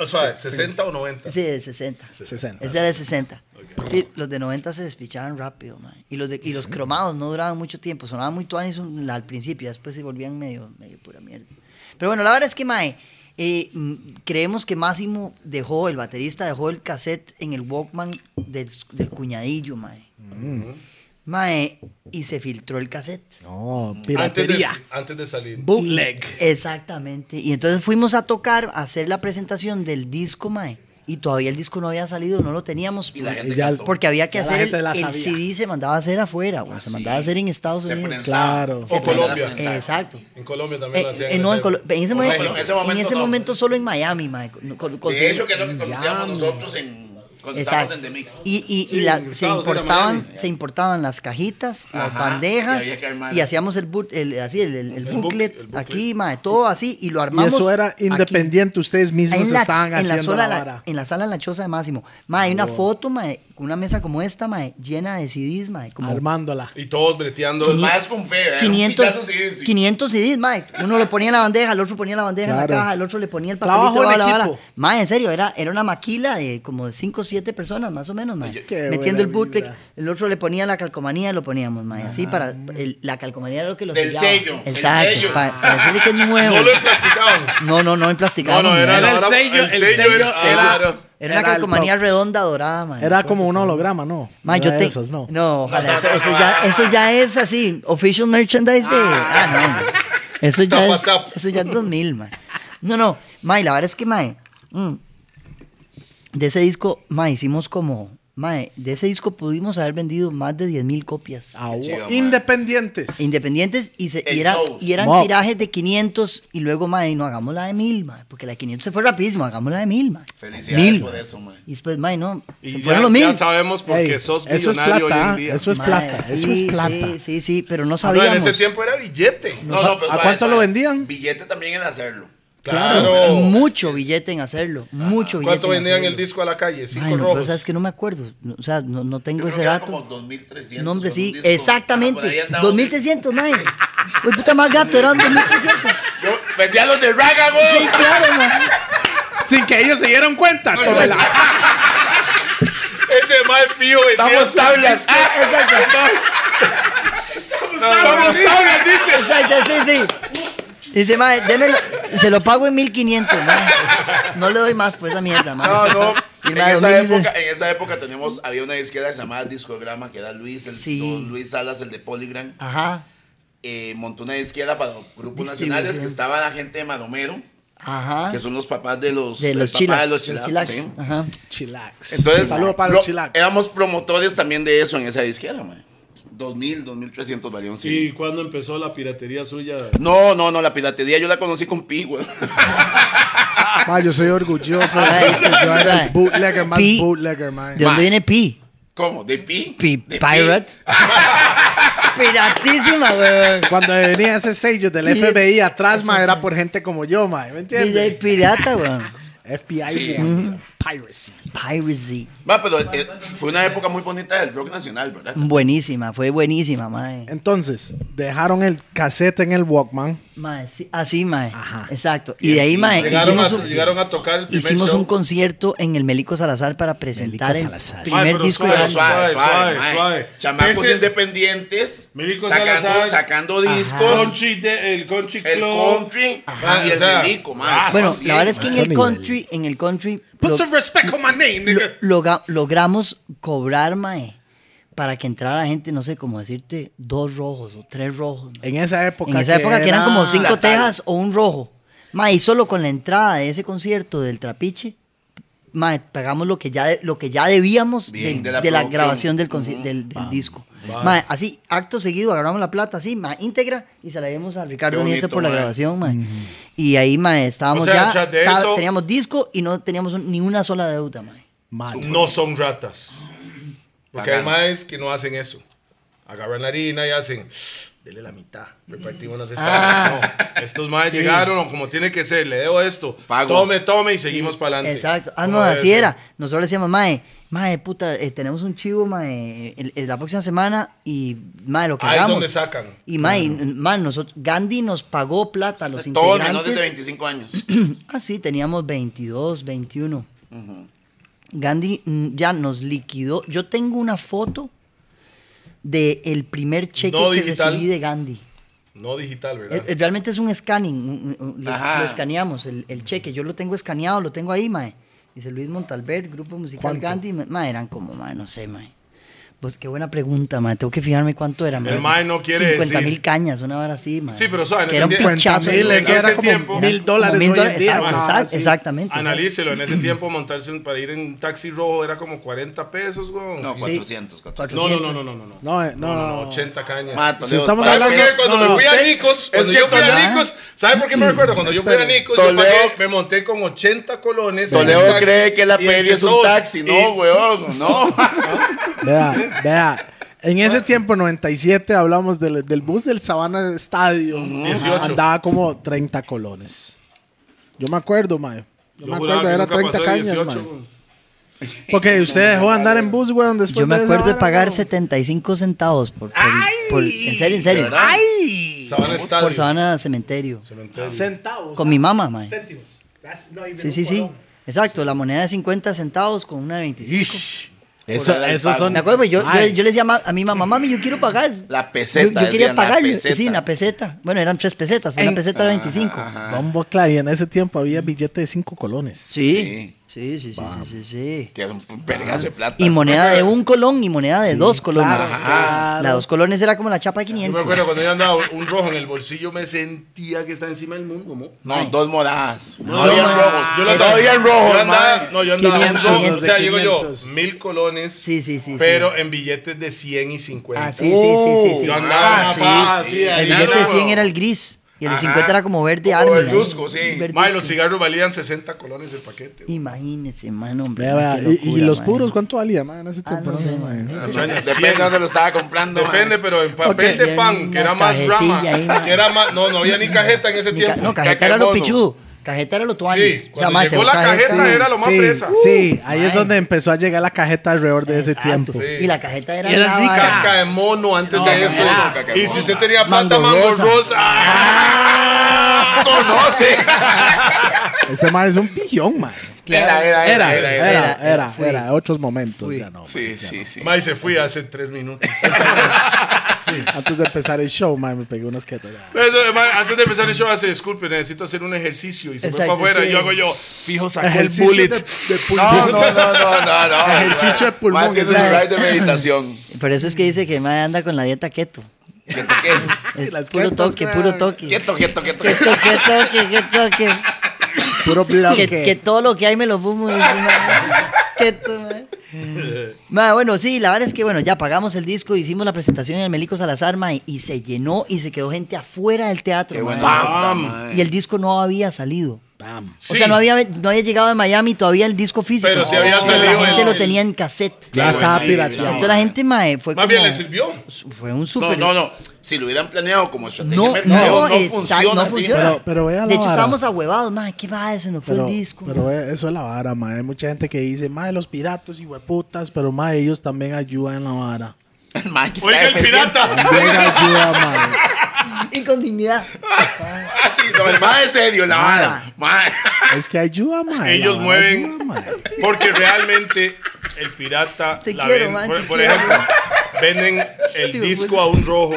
S2: O sea, 60 o 90.
S3: Sí, de 60.
S1: 60.
S3: Ese era de 60. Sí, los de 90 se despichaban rápido, mae. Y los, de, y los cromados no duraban mucho tiempo. Sonaban muy tuanis un- al principio, después se volvían medio, medio pura mierda. Pero bueno, la verdad es que, mae, eh, mm, creemos que Máximo dejó, el baterista dejó el cassette en el Walkman del, del cuñadillo, mae.
S4: Mm.
S3: Mae, y se filtró el cassette.
S1: No,
S2: Antes de,
S1: piratería.
S2: antes de salir.
S1: Bootleg.
S3: Y- exactamente. Y entonces fuimos a tocar, a hacer la presentación del disco, Mae. Y todavía el disco no había salido, no lo teníamos.
S4: Y la gente
S1: Y ya-
S4: cantó.
S3: porque había que
S1: Ya la
S3: hacer el,
S1: gente la
S3: el
S1: sabía.
S3: CD se mandaba a hacer afuera, güey,
S4: Ah,
S3: se
S4: sí.
S3: mandaba a hacer en Estados
S4: Se
S3: Unidos.
S4: prensaba.
S1: Claro.
S4: Se
S2: O Colombia.
S4: prensaba.
S3: Exacto.
S2: En Colombia
S3: Eh,
S2: también lo hacían.
S3: eh, no, en, Colo- en ese,
S2: O
S3: momento,
S2: México.
S4: en ese momento
S3: en ese
S4: no.
S3: momento solo en Miami, Mae. con- con-
S4: De
S3: conseguí-
S4: hecho, que es lo que conocíamos
S3: Miami.
S4: nosotros en, cuando estábamos
S3: Exacto.
S4: en The Mix.
S3: Y, y- y
S2: Sí,
S3: la-
S2: en
S3: se,
S2: Estados era
S3: importaban,
S2: Miami.
S3: se importaban las cajitas, las
S4: Ajá,
S3: bandejas,
S4: y había que armar.
S3: y, hacíamos el, boot- el- así, el, el- el
S2: El book-
S3: booklet,
S2: el booklet.
S3: aquí, mae, todo así, y lo
S1: Y
S3: armamos.
S1: eso era
S3: aquí.
S1: independiente. Ustedes
S3: Ahí
S1: mismos
S3: en la,
S1: estaban
S3: en la
S1: haciendo
S3: sola-
S1: la
S3: la-
S1: vara.
S3: en la sala en la choza de Máximo. Mae, hay una foto, mae, con una mesa como esta, mae, llena de CDs, mae, como
S1: Armándola.
S2: Y todos breteando.
S4: Los más con fe, ¿verdad? Un
S3: 500,
S4: pichazo así, sí.
S3: 500 CDs, mae. Uno lo ponía en la bandeja, el otro ponía la bandeja en la
S1: Claro.
S3: caja, el otro le ponía el
S1: Trabajo
S3: papelito
S1: en
S3: bla, bla, bla.
S1: equipo.
S3: Mae, en serio, era, era una maquila de como de 5 o 7 personas, más o menos, mae.
S1: Qué
S3: Metiendo el
S1: buena Ah.
S3: bootleg,
S1: vida.
S3: el otro le ponía la calcomanía y lo poníamos, mae. Así para. el- la calcomanía era lo que lo
S4: Del
S3: sellaba.
S4: sello, el
S3: Exacto,
S4: sello.
S3: pa- para decirle que es nuevo.
S2: No lo emplasticaban.
S3: No, no, no, en plasticado.
S2: No, no,
S1: Era
S2: era
S1: el
S2: la- ahora-
S1: sello. El
S2: el sello
S1: sello
S2: era-
S1: era.
S3: Era una
S1: era el
S3: calcomanía
S1: top.
S3: redonda dorada, mae.
S1: Era como un holograma, ¿no?
S3: Ma,
S1: Era
S3: yo te...
S1: de esas, no.
S3: ojalá. Eso, eso ya, eso ya es así. Official merchandise de. Ah, no. Eso ya,
S2: Tapa,
S3: es,
S2: tapa.
S3: eso ya es 2000, man. No, no. Mae, la verdad es que, mae. mm, de ese disco, mae, hicimos como. Mae, de ese disco pudimos haber vendido más de 10.000 copias.
S1: Ah,
S4: Qué chido,
S1: wow.
S4: man.
S1: Independientes.
S3: Independientes y, se, y,
S4: En
S3: era-
S4: shows.
S3: y eran
S1: Mo.
S3: tirajes de 500 y luego, mae, no hagamos la de 1000, mae, porque la de 500 se fue rapidísimo, hagamos la de 1000, mae.
S4: Felicidades
S3: Mil,
S4: por
S3: mae.
S4: eso, mae.
S3: Y después, mae, no,
S2: Y
S3: se
S2: ya-
S3: fueron los
S2: ya
S3: 1000.
S2: sabemos por
S1: Ey,
S2: qué sos
S1: eso es
S2: millonario hoy
S1: plata,
S2: en día.
S1: eso es-
S3: Mae,
S1: plata, eso es plata.
S3: Sí, sí, sí, pero
S2: Ah,
S3: no
S2: No, en
S3: sabíamos.
S2: ese tiempo era billete.
S4: No, pues, no, pero
S1: ¿A
S4: suave,
S1: cuánto
S4: suave.
S1: lo vendían?
S4: Billete también era hacerlo.
S2: Claro. Ah,
S3: Mucho billete en hacerlo. Mucho billete.
S2: ¿Cuánto
S3: en
S2: vendían
S3: hacerlo.
S2: el disco a la calle? Cinco
S3: Ay, no, pero
S2: rojos.
S3: sabes que no me acuerdo. No, O sea, no, no tengo
S4: Yo creo
S3: ese
S4: que era
S3: dato.
S4: como 2300.
S3: No, hombre,
S4: con
S3: sí,
S4: un disco. Ah, por ahí
S3: exactamente.
S4: andaba un disco.
S3: 2300, mae. Pues puta más gato, eran 2300.
S4: Yo vendía los de Raga,
S3: Sí,
S4: güey.
S3: claro, mae.
S1: Sin que ellos se dieran cuenta. tómela.
S2: Ese mal fío vendía
S4: Estamos
S2: su
S4: tablas.
S2: disco.
S4: Ah,
S3: Exacto,
S2: No, no,
S4: Estamos
S2: sí.
S4: tablas, dice.
S3: exacto, sí, sí. Dice, mae, démelo, se lo pago en 1500, mae. No le doy más por esa mierda, mae.
S4: No, no. En
S3: Firma de
S4: esa,
S3: 2000.
S4: época, en esa época teníamos, había una disquera llamada Discograma, que era Luis, el,
S3: Sí.
S4: don Luis Salas, el de Polygram.
S3: Ajá,
S4: Eh, montó una disquera para grupos
S3: Distribución.
S4: nacionales que estaba la gente de Madomero,
S3: ajá.
S4: que son los papás de los,
S3: De
S4: el
S3: los
S4: papá
S3: chilax.
S4: de los
S3: de los Ah.
S4: Chilax,
S3: chilax,
S4: sí.
S3: Ajá.
S1: Chilax.
S4: Entonces,
S1: saludo para
S4: lo-
S1: los chilax.
S4: éramos promotores también de eso en esa disquera, man. 2000, 2300 valía un CD.
S5: ¿Y cuándo empezó la piratería suya?
S4: No, no, no, la piratería yo la conocí con Pi, güey.
S1: Ma, yo soy orgulloso. de
S3: Ay,
S1: decir que yo era
S3: ay.
S1: el bootlegger más
S3: Pi.
S1: bootlegger, man.
S3: ¿De dónde viene Pi?
S4: ¿Cómo? ¿De Pi?
S3: Pi
S4: ¿De
S3: Pirate. Piratísima, weón.
S1: Cuando venía ese sello del
S3: Pi-
S1: FBI atrás, ma, era por gente como yo, ma. ¿Me
S3: DJ
S1: entiendes?
S3: Pirata, weón.
S1: FBI
S4: Sí.
S1: warrant. Piracy.
S3: Piracy.
S4: Va, pero eh, fue una época muy bonita del rock nacional, ¿verdad?
S5: Mm.
S3: Buenísima, fue buenísima, mae.
S1: Entonces, dejaron el cassette en el Walkman.
S3: Mae, sí, así, mae. Exacto. Y de ahí, mae,
S2: Llegaron,
S3: hicimos
S2: a,
S3: un,
S2: llegaron a tocar el primer
S3: hicimos
S2: show.
S3: un concierto en el Melico Salazar para presentar
S1: Melico
S3: el
S1: Salazar.
S5: Mae,
S3: primer
S5: pero
S3: disco
S5: suave,
S3: de
S5: suave.
S4: mae.
S5: suave.
S4: Chamacos
S5: Ese-
S4: independientes,
S5: Milico
S4: sacando,
S5: Salazar.
S4: sacando discos,
S5: Conchi de- el Conchi
S4: el
S5: Club.
S4: country
S2: Ajá.
S4: y
S2: O
S4: el
S2: sea, ah,
S4: medico, man.
S3: Bueno,
S4: Sí,
S3: la verdad es que
S4: mae.
S3: en
S1: Otro
S3: el
S1: nivel.
S3: country, en el country,
S1: Put
S4: Pues
S3: lo-
S1: some respect on my name, nigga.
S3: loga- logramos cobrar, mae, para que entrara gente, no sé cómo decirte, dos rojos o tres rojos. mae.
S1: En esa época.
S3: En esa época que eran como cinco
S4: la tarde.
S3: tejas o un rojo. Ma, y solo con la entrada de ese concierto del Trapiche, ma, pagamos lo que ya, de- lo que ya debíamos
S4: Bien,
S3: del- de,
S4: de
S3: la
S4: la producción.
S3: grabación del, conci- del, del disco. Ma, así, acto seguido, agarramos la plata, así, ma, íntegra, y se la dimos a Ricardo
S4: Qué bonito,
S3: Nieto por la
S4: ma.
S3: grabación, ma. Y ahí, ma, estábamos
S2: O sea,
S3: ya,
S2: o sea, de
S3: ta-
S2: eso-
S3: teníamos disco y no teníamos un- ni una sola deuda, ma.
S1: Mad.
S2: No son ratas. Porque
S4: Pagano.
S2: hay maes que no hacen eso. Agarran la harina y hacen. dele la mitad. Repartimos las
S3: Ah.
S2: estadas. No, estos maes
S3: Sí.
S2: llegaron o como tiene que ser, le debo esto.
S4: Pago.
S2: Tome, tome y seguimos para adelante.
S3: Exacto. Ah, no, así era. Nosotros le decíamos, mae, mae, puta, eh, tenemos un chivo, mae, el- el- la próxima semana y, mae, lo que
S2: Ahí es
S3: hagamos.
S2: donde sacan.
S3: Y, mae, y- mae, nosotros, Gandhi nos pagó plata a los
S4: Todos
S3: integrantes.
S4: menores de 25 años.
S3: Ah, sí, teníamos 22, 21.
S4: Ujú.
S3: Gandhi mm, ya nos liquidó. Yo tengo una foto de el primer cheque
S2: No
S3: que
S2: digital.
S3: recibí de Gandhi.
S2: No digital, ¿verdad?
S3: Eh, eh, Realmente es un scanning, un- un- un- lo, es-
S4: Ajá.
S3: lo escaneamos, el, el cheque. Yo lo tengo escaneado, lo tengo ahí, mae. Dice Luis Montalver, Grupo Musical
S1: ¿Cuánto?
S3: Gandhi. ma- Mae, eran como, mae, no sé, mae. Pues qué buena pregunta, mae. Tengo que fijarme cuánto era, mae.
S2: El mae no quiere
S3: 50 mil
S2: decir.
S3: cañas, una hora así, mae.
S2: Sí, pero suave, en
S3: Que era un
S2: ese tiempo-
S3: pichazo.
S1: 50 mil,
S2: en
S3: mae.
S1: eso
S2: ese
S1: era
S2: tiempo-
S1: como mil
S3: Como
S1: dólares
S3: mil
S1: hoy en
S3: dólares,
S1: día.
S3: exacto,
S1: ma.
S3: exacto,
S1: Sí.
S3: Exactamente. exacto.
S2: Analícelo. En ese tiempo, montarse un- para ir en un taxi rojo era como 40 pesos, weón.
S4: No,
S2: Sí.
S4: 400, 400.
S2: no, no, no, no, no, no, no.
S1: No, eh, no,
S2: No,
S1: no,
S2: no, 80 cañas.
S4: Mato,
S1: Si
S4: Leo,
S1: estamos
S4: para-
S2: ¿Sabe por
S1: hablando-
S2: qué? Cuando
S1: no,
S2: me
S1: no,
S2: fui a
S4: usted-
S2: Nicos, cuando
S4: es
S2: yo
S4: que
S2: fui a
S4: Toledo-
S2: Nicos, ¿sabe por qué me recuerdo? Cuando yo fui a
S1: Espere.
S2: Nicos, yo
S4: Toledo-
S2: pagué- me monté con 80 colones. en un
S4: Toledo
S2: taxi
S4: cree que la
S2: y entre
S4: peli es un
S2: todos-
S4: taxi, no,
S2: y-
S4: weón, no.
S1: Vea, vea. En ese tiempo, 97, hablamos del, del bus del Sabana Estadio.
S2: 18.
S1: Andaba como 30 colones. Yo me acuerdo, mayo. Yo, me
S2: juraba
S1: acuerdo,
S2: que
S1: era
S2: nunca
S1: 30
S2: pasó de
S1: cañas,
S2: 18,
S1: mayo.
S2: weón.
S1: Porque usted dejó de andar en bus, weón, después
S3: Yo me
S1: de esa
S3: acuerdo de
S1: vara,
S3: pagar
S1: weón.
S3: 75 centavos por, por, por- en serio, en serio,
S4: ¿Verdad?
S2: Sabana
S3: por
S2: Estadio.
S3: Sabana Cementerio
S2: Cementerio.
S1: Centavos.
S3: con mi mamá, mae.
S1: Céntimos. That's not even
S3: Sí,
S1: un
S3: sí, sí.
S1: colón.
S3: Exacto, la moneda de 50 centavos con una de 25.
S4: Eso-
S1: Por-
S4: esos son-
S3: Me acuerdo, yo, yo,
S1: Ay.
S3: yo le decía a ma- a mi mamá, mami, yo quiero pagar.
S4: La peseta,
S3: Yo, yo quería
S4: decían, la
S3: pagar. yo-
S4: peseta.
S3: Sí, la peseta. Bueno, eran tres pesetas, fue una
S1: En-
S3: peseta de 25.
S1: Bombo Clay, en ese tiempo había billete de 5 colones.
S3: Sí. Sí, sí, sí, sí, sí, sí.
S4: Que es un vergazo de plata.
S3: Y moneda de un colón y moneda de dos colones.
S1: claro, claro.
S3: La dos colones era como la chapa de
S2: Yo me
S3: 500.
S2: acuerdo cuando yo andaba un rojo en el bolsillo, me sentía que estaba encima del mundo, mo.
S4: No, dos moradas. No,
S2: No,
S4: había
S2: no,
S4: rojos.
S2: yo las-
S4: no había rojos,
S2: yo andaba-
S4: mae.
S2: No, yo andaba
S1: 500,
S2: en rojo, O sea,
S1: de
S2: digo yo,
S1: 500.
S2: mil colones.
S3: Sí, sí, sí, sí.
S2: Pero en billetes de 100 y 50.
S3: Ah, sí, sí, sí, sí, sí.
S2: Yo andaba
S4: Ah,
S2: en una faja,
S4: sí,
S2: así,
S4: sí.
S2: ahí.
S3: El billete de
S4: Claro.
S3: 100 era el gris y el de
S4: Ajá.
S3: 50 era como verde
S4: Como
S3: árbol.
S4: verduzco,
S3: ahí.
S4: sí.
S3: Verduzco.
S2: Mae, los cigarros valían 60 colones el paquete. güey.
S3: Imagínense, mano, hombre.
S1: Vea, vea,
S3: mae,
S1: y-
S3: qué
S1: y,
S3: locura,
S1: los
S3: mae.
S1: puros, ¿cuánto valía, man? En ese
S3: Ah,
S1: tiempo, no
S3: no sé,
S1: sé, man.
S3: man.
S4: O sea,
S2: Cien.
S4: Depende de dónde lo estaba comprando. mae.
S2: Depende, pero en papel
S1: Ok.
S2: de pan, que era
S3: eh, Una
S2: más
S3: cajetilla
S2: rama.
S3: ahí, mae.
S2: Que era más, no, no había ni cajeta en ese
S3: Ni ca-
S2: tiempo.
S3: no, cajeta
S4: Caca
S3: era lo
S4: mono.
S3: pichu. Cajeta era lo tuanis.
S2: Sí, cuando llegó la cajeta
S3: sí.
S2: era lo más
S1: sí,
S2: fresa.
S1: Sí, ahí es
S3: Mae.
S1: donde empezó a llegar la cajeta alrededor de ese
S3: Exacto.
S1: tiempo.
S2: Sí.
S3: Y la cajeta era,
S1: Y era
S3: la
S1: rica.
S3: vara.
S2: Caca de mono antes de
S4: caca
S2: eso.
S4: mono, caca
S2: y
S4: mono.
S2: si usted tenía plata,
S3: Mango
S2: mango
S3: rosa.
S2: rosa.
S4: Ah, conoce.
S1: Este man es un pillón, man.
S4: Era,
S1: Era,
S4: era, era,
S1: era,
S4: era, era.
S1: era, era,
S3: fui.
S1: otros momentos, ya no.
S4: Sí, sí, sí.
S2: Mae, se fui hace tres minutos.
S1: Antes de empezar el show, man, me pegué unas quietas.
S2: Eso, mae, antes de empezar el show, hace disculpe, necesito hacer un ejercicio. Y se fue
S3: Exacto,
S2: para afuera.
S3: sí.
S2: Y yo hago yo, fijo, sacó el
S1: Ejercicio
S2: bullet.
S1: de- de
S4: No,
S1: pulmón.
S4: no, no, no, no, no.
S1: Ejercicio de pulmón,
S4: Mae, tiene su
S1: claro.
S4: ride de meditación.
S3: Por eso es que dice que mae anda con la dieta keto.
S4: Que te quede.
S3: Es
S1: Las
S3: puro
S1: ketos,
S3: toque,
S1: mae.
S3: puro toque.
S4: Quieto, quieto, quieto.
S3: Que toque, que toque, que toque.
S1: Puro
S3: Que, que
S1: bloque.
S3: todo lo que hay me lo fumo. dice, mae. Keto, mae. Mae, bueno, sí, la verdad es que bueno, ya pagamos el disco, hicimos la presentación en el Melico Salazar mae, y se llenó y se quedó gente afuera del teatro.
S4: Qué
S3: mae.
S4: buena
S2: Bam.
S4: onda, mae.
S3: Y el disco no había salido.
S1: Bam.
S2: Sí.
S3: O sea, no había, no había llegado de Miami todavía el disco físico.
S2: Pero sí había
S3: La
S2: salido
S3: gente
S2: el-
S3: lo tenía en cassette.
S1: Ya
S4: Qué
S1: estaba
S4: buena vibra,
S1: pirateado.
S4: mae.
S3: Entonces la gente, mae, fue
S2: Más
S3: como-
S2: bien le sirvió.
S3: Fue un
S4: No,
S3: super...
S4: no, no. Si lo hubieran planeado como estrategia
S3: No,
S4: de mercadeo,
S3: no,
S4: no,
S3: exacto,
S4: funciona.
S3: no
S4: así,
S3: funciona.
S4: mae.
S1: Pero, pero vea la
S3: De hecho,
S1: vara.
S3: estábamos ahuevados, mae, qué va, se nos fue
S1: Pero,
S3: el disco.
S1: pero eh, eso es la vara, mae. Hay mucha gente que dice, mae, los piratos y hueputas, pero mae, ellos también ayudan en la vara.
S4: El mae que está
S2: Oiga, el
S4: defendiendo.
S2: pirata.
S1: También ayuda, mae.
S3: Y con dignidad.
S4: Ah, sí, no, el mae es serio, la vara. Mae.
S1: Es que ayuda, mae.
S2: Ellos
S1: La vara
S2: mueven.
S1: ayuda, mae.
S2: Porque realmente el pirata
S3: Te
S2: la
S3: quiero,
S2: ven-
S3: man,
S2: por,
S3: te
S2: por
S3: quiero.
S2: ejemplo, venden el
S3: Sí, pues. me
S2: disco
S3: gusta.
S2: a un rojo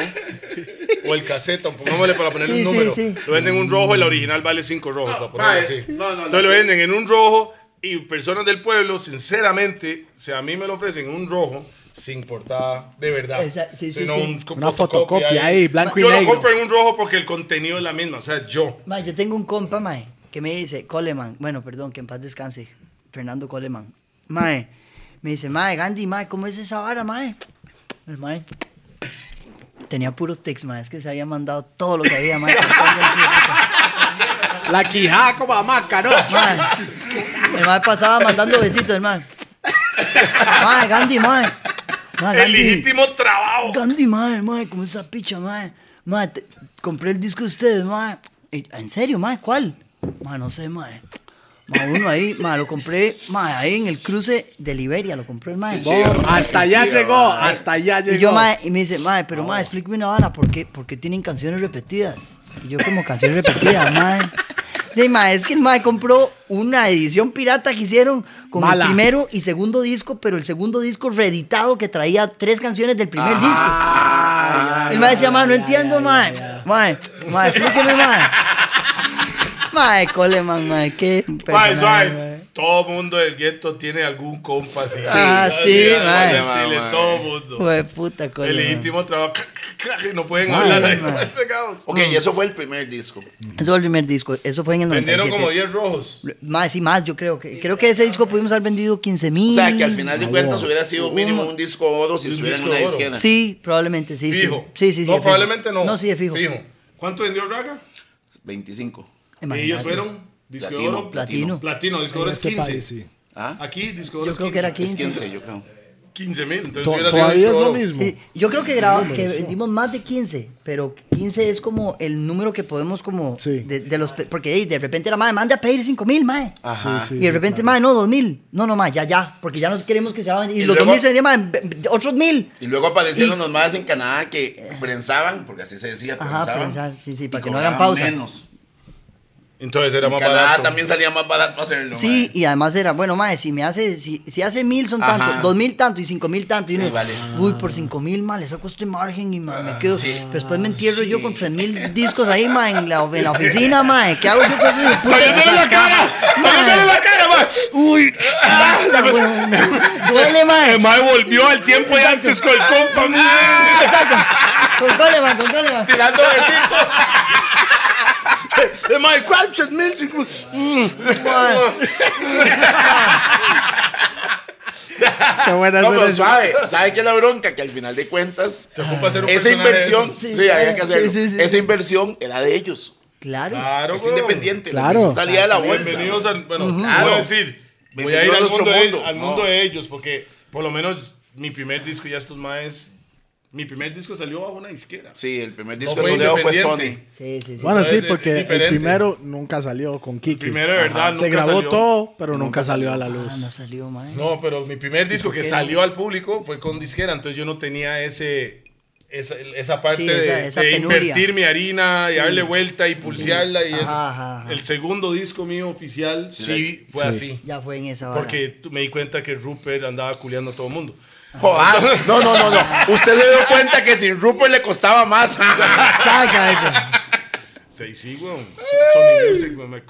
S2: o el caseta, pongámosle para ponerle
S3: Sí,
S2: un
S3: sí,
S2: número.
S3: sí.
S2: Lo venden un rojo, el original vale cinco rojos, para ponerlo
S4: mae,
S2: así.
S4: no, no, no.
S2: Entonces lo venden en un rojo y personas del pueblo, sinceramente, si a mí me lo ofrecen un rojo sin portada de verdad,
S3: Esa- sí, sí,
S2: sino
S3: sí.
S2: un co-
S1: Una fotocopia ahí, blanco y
S2: yo lo
S1: negro.
S2: compro en un rojo porque el contenido es la misma, o sea, yo.
S3: Mae, yo tengo un compa, mae, que me dice, Coleman, bueno, perdón, que en paz descanse, Fernando Coleman. Mae, me dice, mae, Gandhi, mae, ¿cómo es esa vara, mae? El mae tenía puros tics, mae, es que se había mandado todo lo que había, mae.
S1: La quijada como hamaca, ¿no?
S3: Mae, el mae pasaba mandando besitos, el mae. Mae, Gandhi, mae. Mae,
S1: Ah,
S2: El legítimo trabajo.
S3: Gandhi, mae, mae, como esa picha, mae. mae, te- compré el disco de ustedes, mae. Y, ¿En serio, mae? ¿Cuál? Mae, no sé, mae. Mae, uno ahí, mae, lo compré, mae, ahí en el cruce de Liberia, lo compré el mae.
S4: Sí, o sea,
S1: Hasta allá
S4: sí,
S1: llegó,
S4: mae.
S1: hasta allá llegó.
S3: Y yo, mae, y me dice, mae, pero mae, explíqueme una vara, ¿por qué, por qué tienen canciones repetidas? Y yo, como canciones repetidas, mae. De mae, es que el mae compró una edición pirata que hicieron con
S1: Mala.
S3: el primero y segundo disco, pero el segundo disco reeditado que traía tres canciones del primer disco. El mae decía, mae, no entiendo, mae. Mae, mae, explíqueme, mae. Mae, Coleman, mae, qué.
S2: Mae,
S3: personaje,
S2: suave.
S3: mae.
S2: Todo mundo del gueto tiene algún compa así.
S3: Ah, sí,
S2: Así,
S3: mae.
S2: en Chile,
S4: Mae.
S2: todo mundo.
S3: Joder, puta,
S2: El
S3: Coleman.
S2: legítimo trabajo. y No pueden
S3: Mae,
S2: hablar ahí.
S3: mae.
S2: pegados.
S4: Ok, y eso fue el primer disco.
S3: Eso fue el primer disco, eso fue en el 97.
S2: Vendieron como 10 rojos.
S3: Más y más, yo creo que creo que ese disco pudimos haber vendido 15 mil.
S4: O sea, que al final de
S1: Ah,
S4: cuentas
S1: wow.
S4: hubiera sido mínimo un disco oro si
S2: Un
S4: estuviera en
S2: disco
S4: una
S2: oro.
S4: disquera.
S3: Sí, probablemente, sí. sí.
S2: Fijo.
S3: Sí,
S2: No,
S3: sí, sí. es fijo.
S2: probablemente no.
S3: No, sí, es fijo.
S5: ¿Cuánto vendió Raga?
S4: 25.
S5: Y
S3: Imagínate.
S5: ellos fueron disco de
S4: Platino,
S5: oro,
S3: platino.
S5: platino, disco
S1: En
S5: de oro es
S1: este
S5: 15.
S1: país, sí.
S4: ¿Ah?
S5: Aquí disco de oro
S3: Yo
S5: es
S3: creo que era
S5: 15.
S4: Es
S3: 15.
S4: 15, yo creo.
S2: 15 mil. Entonces
S1: To-
S2: hubiera sido
S1: Todavía es
S2: disco
S1: lo
S2: oro.
S1: mismo.
S3: Sí, yo creo que, graba- que vendimos más de 15, pero 15 es como el número que podemos como...
S1: Sí.
S3: De, de los, pe- porque ey, de repente la madre manda a pedir 5 mil, mae.
S4: Ajá.
S1: Sí, sí.
S3: y de repente, mae, no, 2 mil. No, no, mae, ya, ya. Porque ya nos queremos que se vayan. Y,
S4: Y
S3: los
S4: luego-
S3: 2 mil se vendían, mae, ve- ve- otros mil.
S4: Y luego aparecieron
S3: Y-
S4: los más en Canadá que prensaban, porque así se decía,
S3: Ajá,
S4: prensaban.
S3: prensar, sí, sí,
S4: y
S3: para que no hagan
S4: cobraban
S3: pausa.
S4: menos.
S2: Entonces era
S4: En
S2: más
S4: Canadá
S2: barato.
S4: también salía más barato hacerlo.
S3: Sí,
S4: mae.
S3: y además era, bueno, mae, si me hace, si, si hace mil son
S4: Ajá.
S3: tanto, dos mil tanto y cinco mil tanto. Y uno,
S4: Sí, vale.
S3: uy, por cinco mil, mae, le saco este margen y mae, me quedo.
S4: Ah, sí. Ah,
S3: Después me entierro
S4: Sí.
S3: yo con tres mil discos ahí, mae, en la, en la oficina, mae. ¿Qué hago yo con esos putos?
S2: ¡Está viéndole la cara! ¡Está viéndole la cara, mae! ¡Uy! Ah,
S3: Duele, mae.
S2: El mae volvió al tiempo de antes con el compa. mae.
S3: Con Coleman, con Coleman.
S4: Tirando besitos.
S2: El mae, ¿cuántos mil? cinco-
S3: Mae,
S1: Qué buena
S4: No, pero
S1: suerte.
S4: sabe, sabe que la bronca, que al final de cuentas,
S2: Se ocupa hacer un
S4: esa
S2: personaje de
S4: inversión,
S2: esos.
S4: sí,
S3: Sí,
S4: había que hacerlo.
S3: sí, sí, sí.
S4: Esa inversión era de ellos.
S3: Claro.
S2: Claro,
S4: es
S2: weón.
S4: independiente. la
S1: Claro.
S4: inversión salía de la bolsa.
S2: Bienvenidos al. Bueno,
S4: Claro.
S2: voy a decir. Voy a ir
S4: Bienvenido a
S2: al
S4: nuestro
S2: mundo, de,
S4: mundo.
S2: al
S4: No.
S2: mundo de ellos, porque por lo menos mi primer disco ya estos maes. Mi primer disco salió bajo una disquera.
S4: Sí, el primer
S2: No
S4: disco
S2: fue
S4: de Leo fue Sony.
S2: independiente.
S3: Sí, sí, sí.
S1: Bueno, sí,
S2: Entonces, Pues es
S1: porque el
S2: diferente.
S1: primero nunca salió con Kiki.
S2: primero, de verdad,
S1: Se
S2: nunca
S1: grabó
S2: salió.
S1: todo, pero nunca, salió a la luz.
S3: Ah, no salió, mae.
S2: No, pero mi primer disco que salió al público fue con disquera, entonces yo no tenía ese esa, esa parte
S3: Sí, esa-
S2: de,
S3: esa
S2: de
S3: penuria.
S2: invertir mi harina y darle vuelta y pulsearla y eso.
S3: Ajá, ajá, ajá.
S2: El segundo disco mío oficial sí fue
S1: Sí.
S2: así,
S3: Ya fue en esa hora.
S2: porque tú- me di cuenta que Rupert andaba culeando a todo el mundo.
S4: Joder, ah, no, no, no, no. Usted se dio cuenta que sin Rupert le costaba más.
S1: Ah, pues.
S3: Exactamente.
S2: Sí, sí, weón. Sony Music, weón, eh,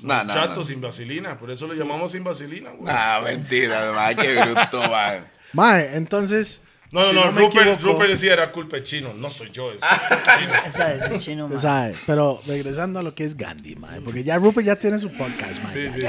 S2: me-
S4: No, no,
S2: chato
S4: no.
S2: sin vaselina, por eso lo llamamos sin vaselina, weón.
S4: ah, mentira, man, qué bruto, man.
S1: Mae, entonces.
S2: No, no,
S1: si
S2: no,
S1: me
S2: Rupert,
S1: equivoco-
S2: Rupert decía era culpa de chino, no soy yo, es chino.
S3: Esa es un chino, mae.
S1: sabe, pues, pero regresando a lo que es Gandhi, mae, porque ya Rupert ya tiene su podcast, mae. ya,
S2: Sí, sí.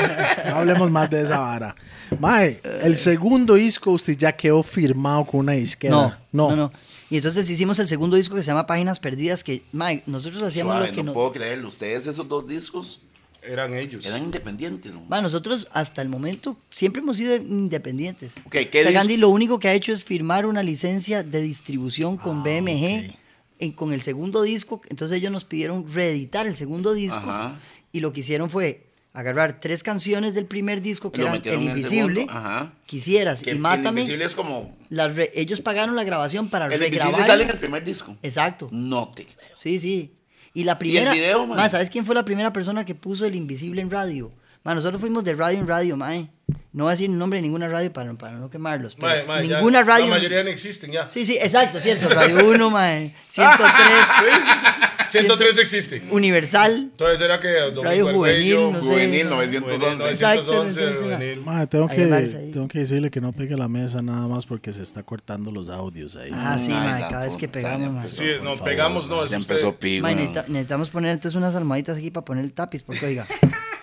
S1: ya, no hablemos más de esa vara. Mae, el segundo disco usted ya quedó firmado con una disquera.
S3: No, no,
S1: no.
S3: no. Y entonces hicimos el segundo disco que se llama Páginas Perdidas, que mae, nosotros hacíamos
S4: Suave,
S3: lo que
S4: no
S3: no.
S4: puedo creerlo. Ustedes, esos dos discos,
S2: Eran ellos.
S4: eran independientes. ¿no?
S3: Mae, nosotros hasta el momento siempre hemos sido independientes.
S4: Ok, ¿qué
S3: O sea,
S4: dis-
S3: Gandhi lo único que ha hecho es firmar una licencia de distribución con BMG en- con el segundo disco. Entonces ellos nos pidieron reeditar el segundo disco
S4: Ajá.
S3: y lo que hicieron fue agarrar tres canciones del primer disco que
S4: Lo
S3: eran
S4: metieron
S3: El
S4: en el
S3: Invisible,
S4: segundo, ajá.
S3: Quisieras
S4: Que
S3: y
S4: el
S3: Mátame.
S4: Invisible es como.
S3: las re- ellos pagaron la grabación para
S4: El Invisible
S3: regrabar.
S4: sale en el primer disco.
S3: Exacto.
S4: No te creo.
S3: Sí, sí. Y la primera.
S4: video, man?
S3: Ma, ¿sabes quién fue la primera persona que puso el invisible en radio? Ma, nosotros fuimos de radio en radio, mae. No voy a decir el nombre de ninguna radio para, para no quemarlos. Pero
S2: Mae, mae, ya,
S3: ninguna radio.
S2: La mayoría no existen ya.
S3: Sí, sí, exacto, cierto. Radio 1, mae. 103.
S2: 103 existe.
S3: Universal.
S2: Entonces era que Domingo
S3: Radio
S2: Argüello,
S3: Juvenil, no sé.
S4: Juvenil
S3: no-
S4: 911.
S3: Exacto,
S2: 911,
S3: 911,
S2: Juvenil.
S1: Mae, tengo
S3: Ahí
S1: que,
S3: amarse ahí.
S1: tengo que decirle que no pegue la mesa nada más porque se está cortando los audios ahí.
S3: Ah, sí,
S4: Ay,
S3: mae.
S4: la
S3: Cada vez que
S4: puta,
S3: pegamos,
S4: ya
S3: mae.
S4: empezó.
S2: Sí, nos pegamos, no, es
S4: Ya
S2: usted.
S4: empezó Pi,
S3: Mae,
S4: weón.
S3: necesita- necesamos poner entonces unas almohaditas aquí para poner el tapiz, porque oiga.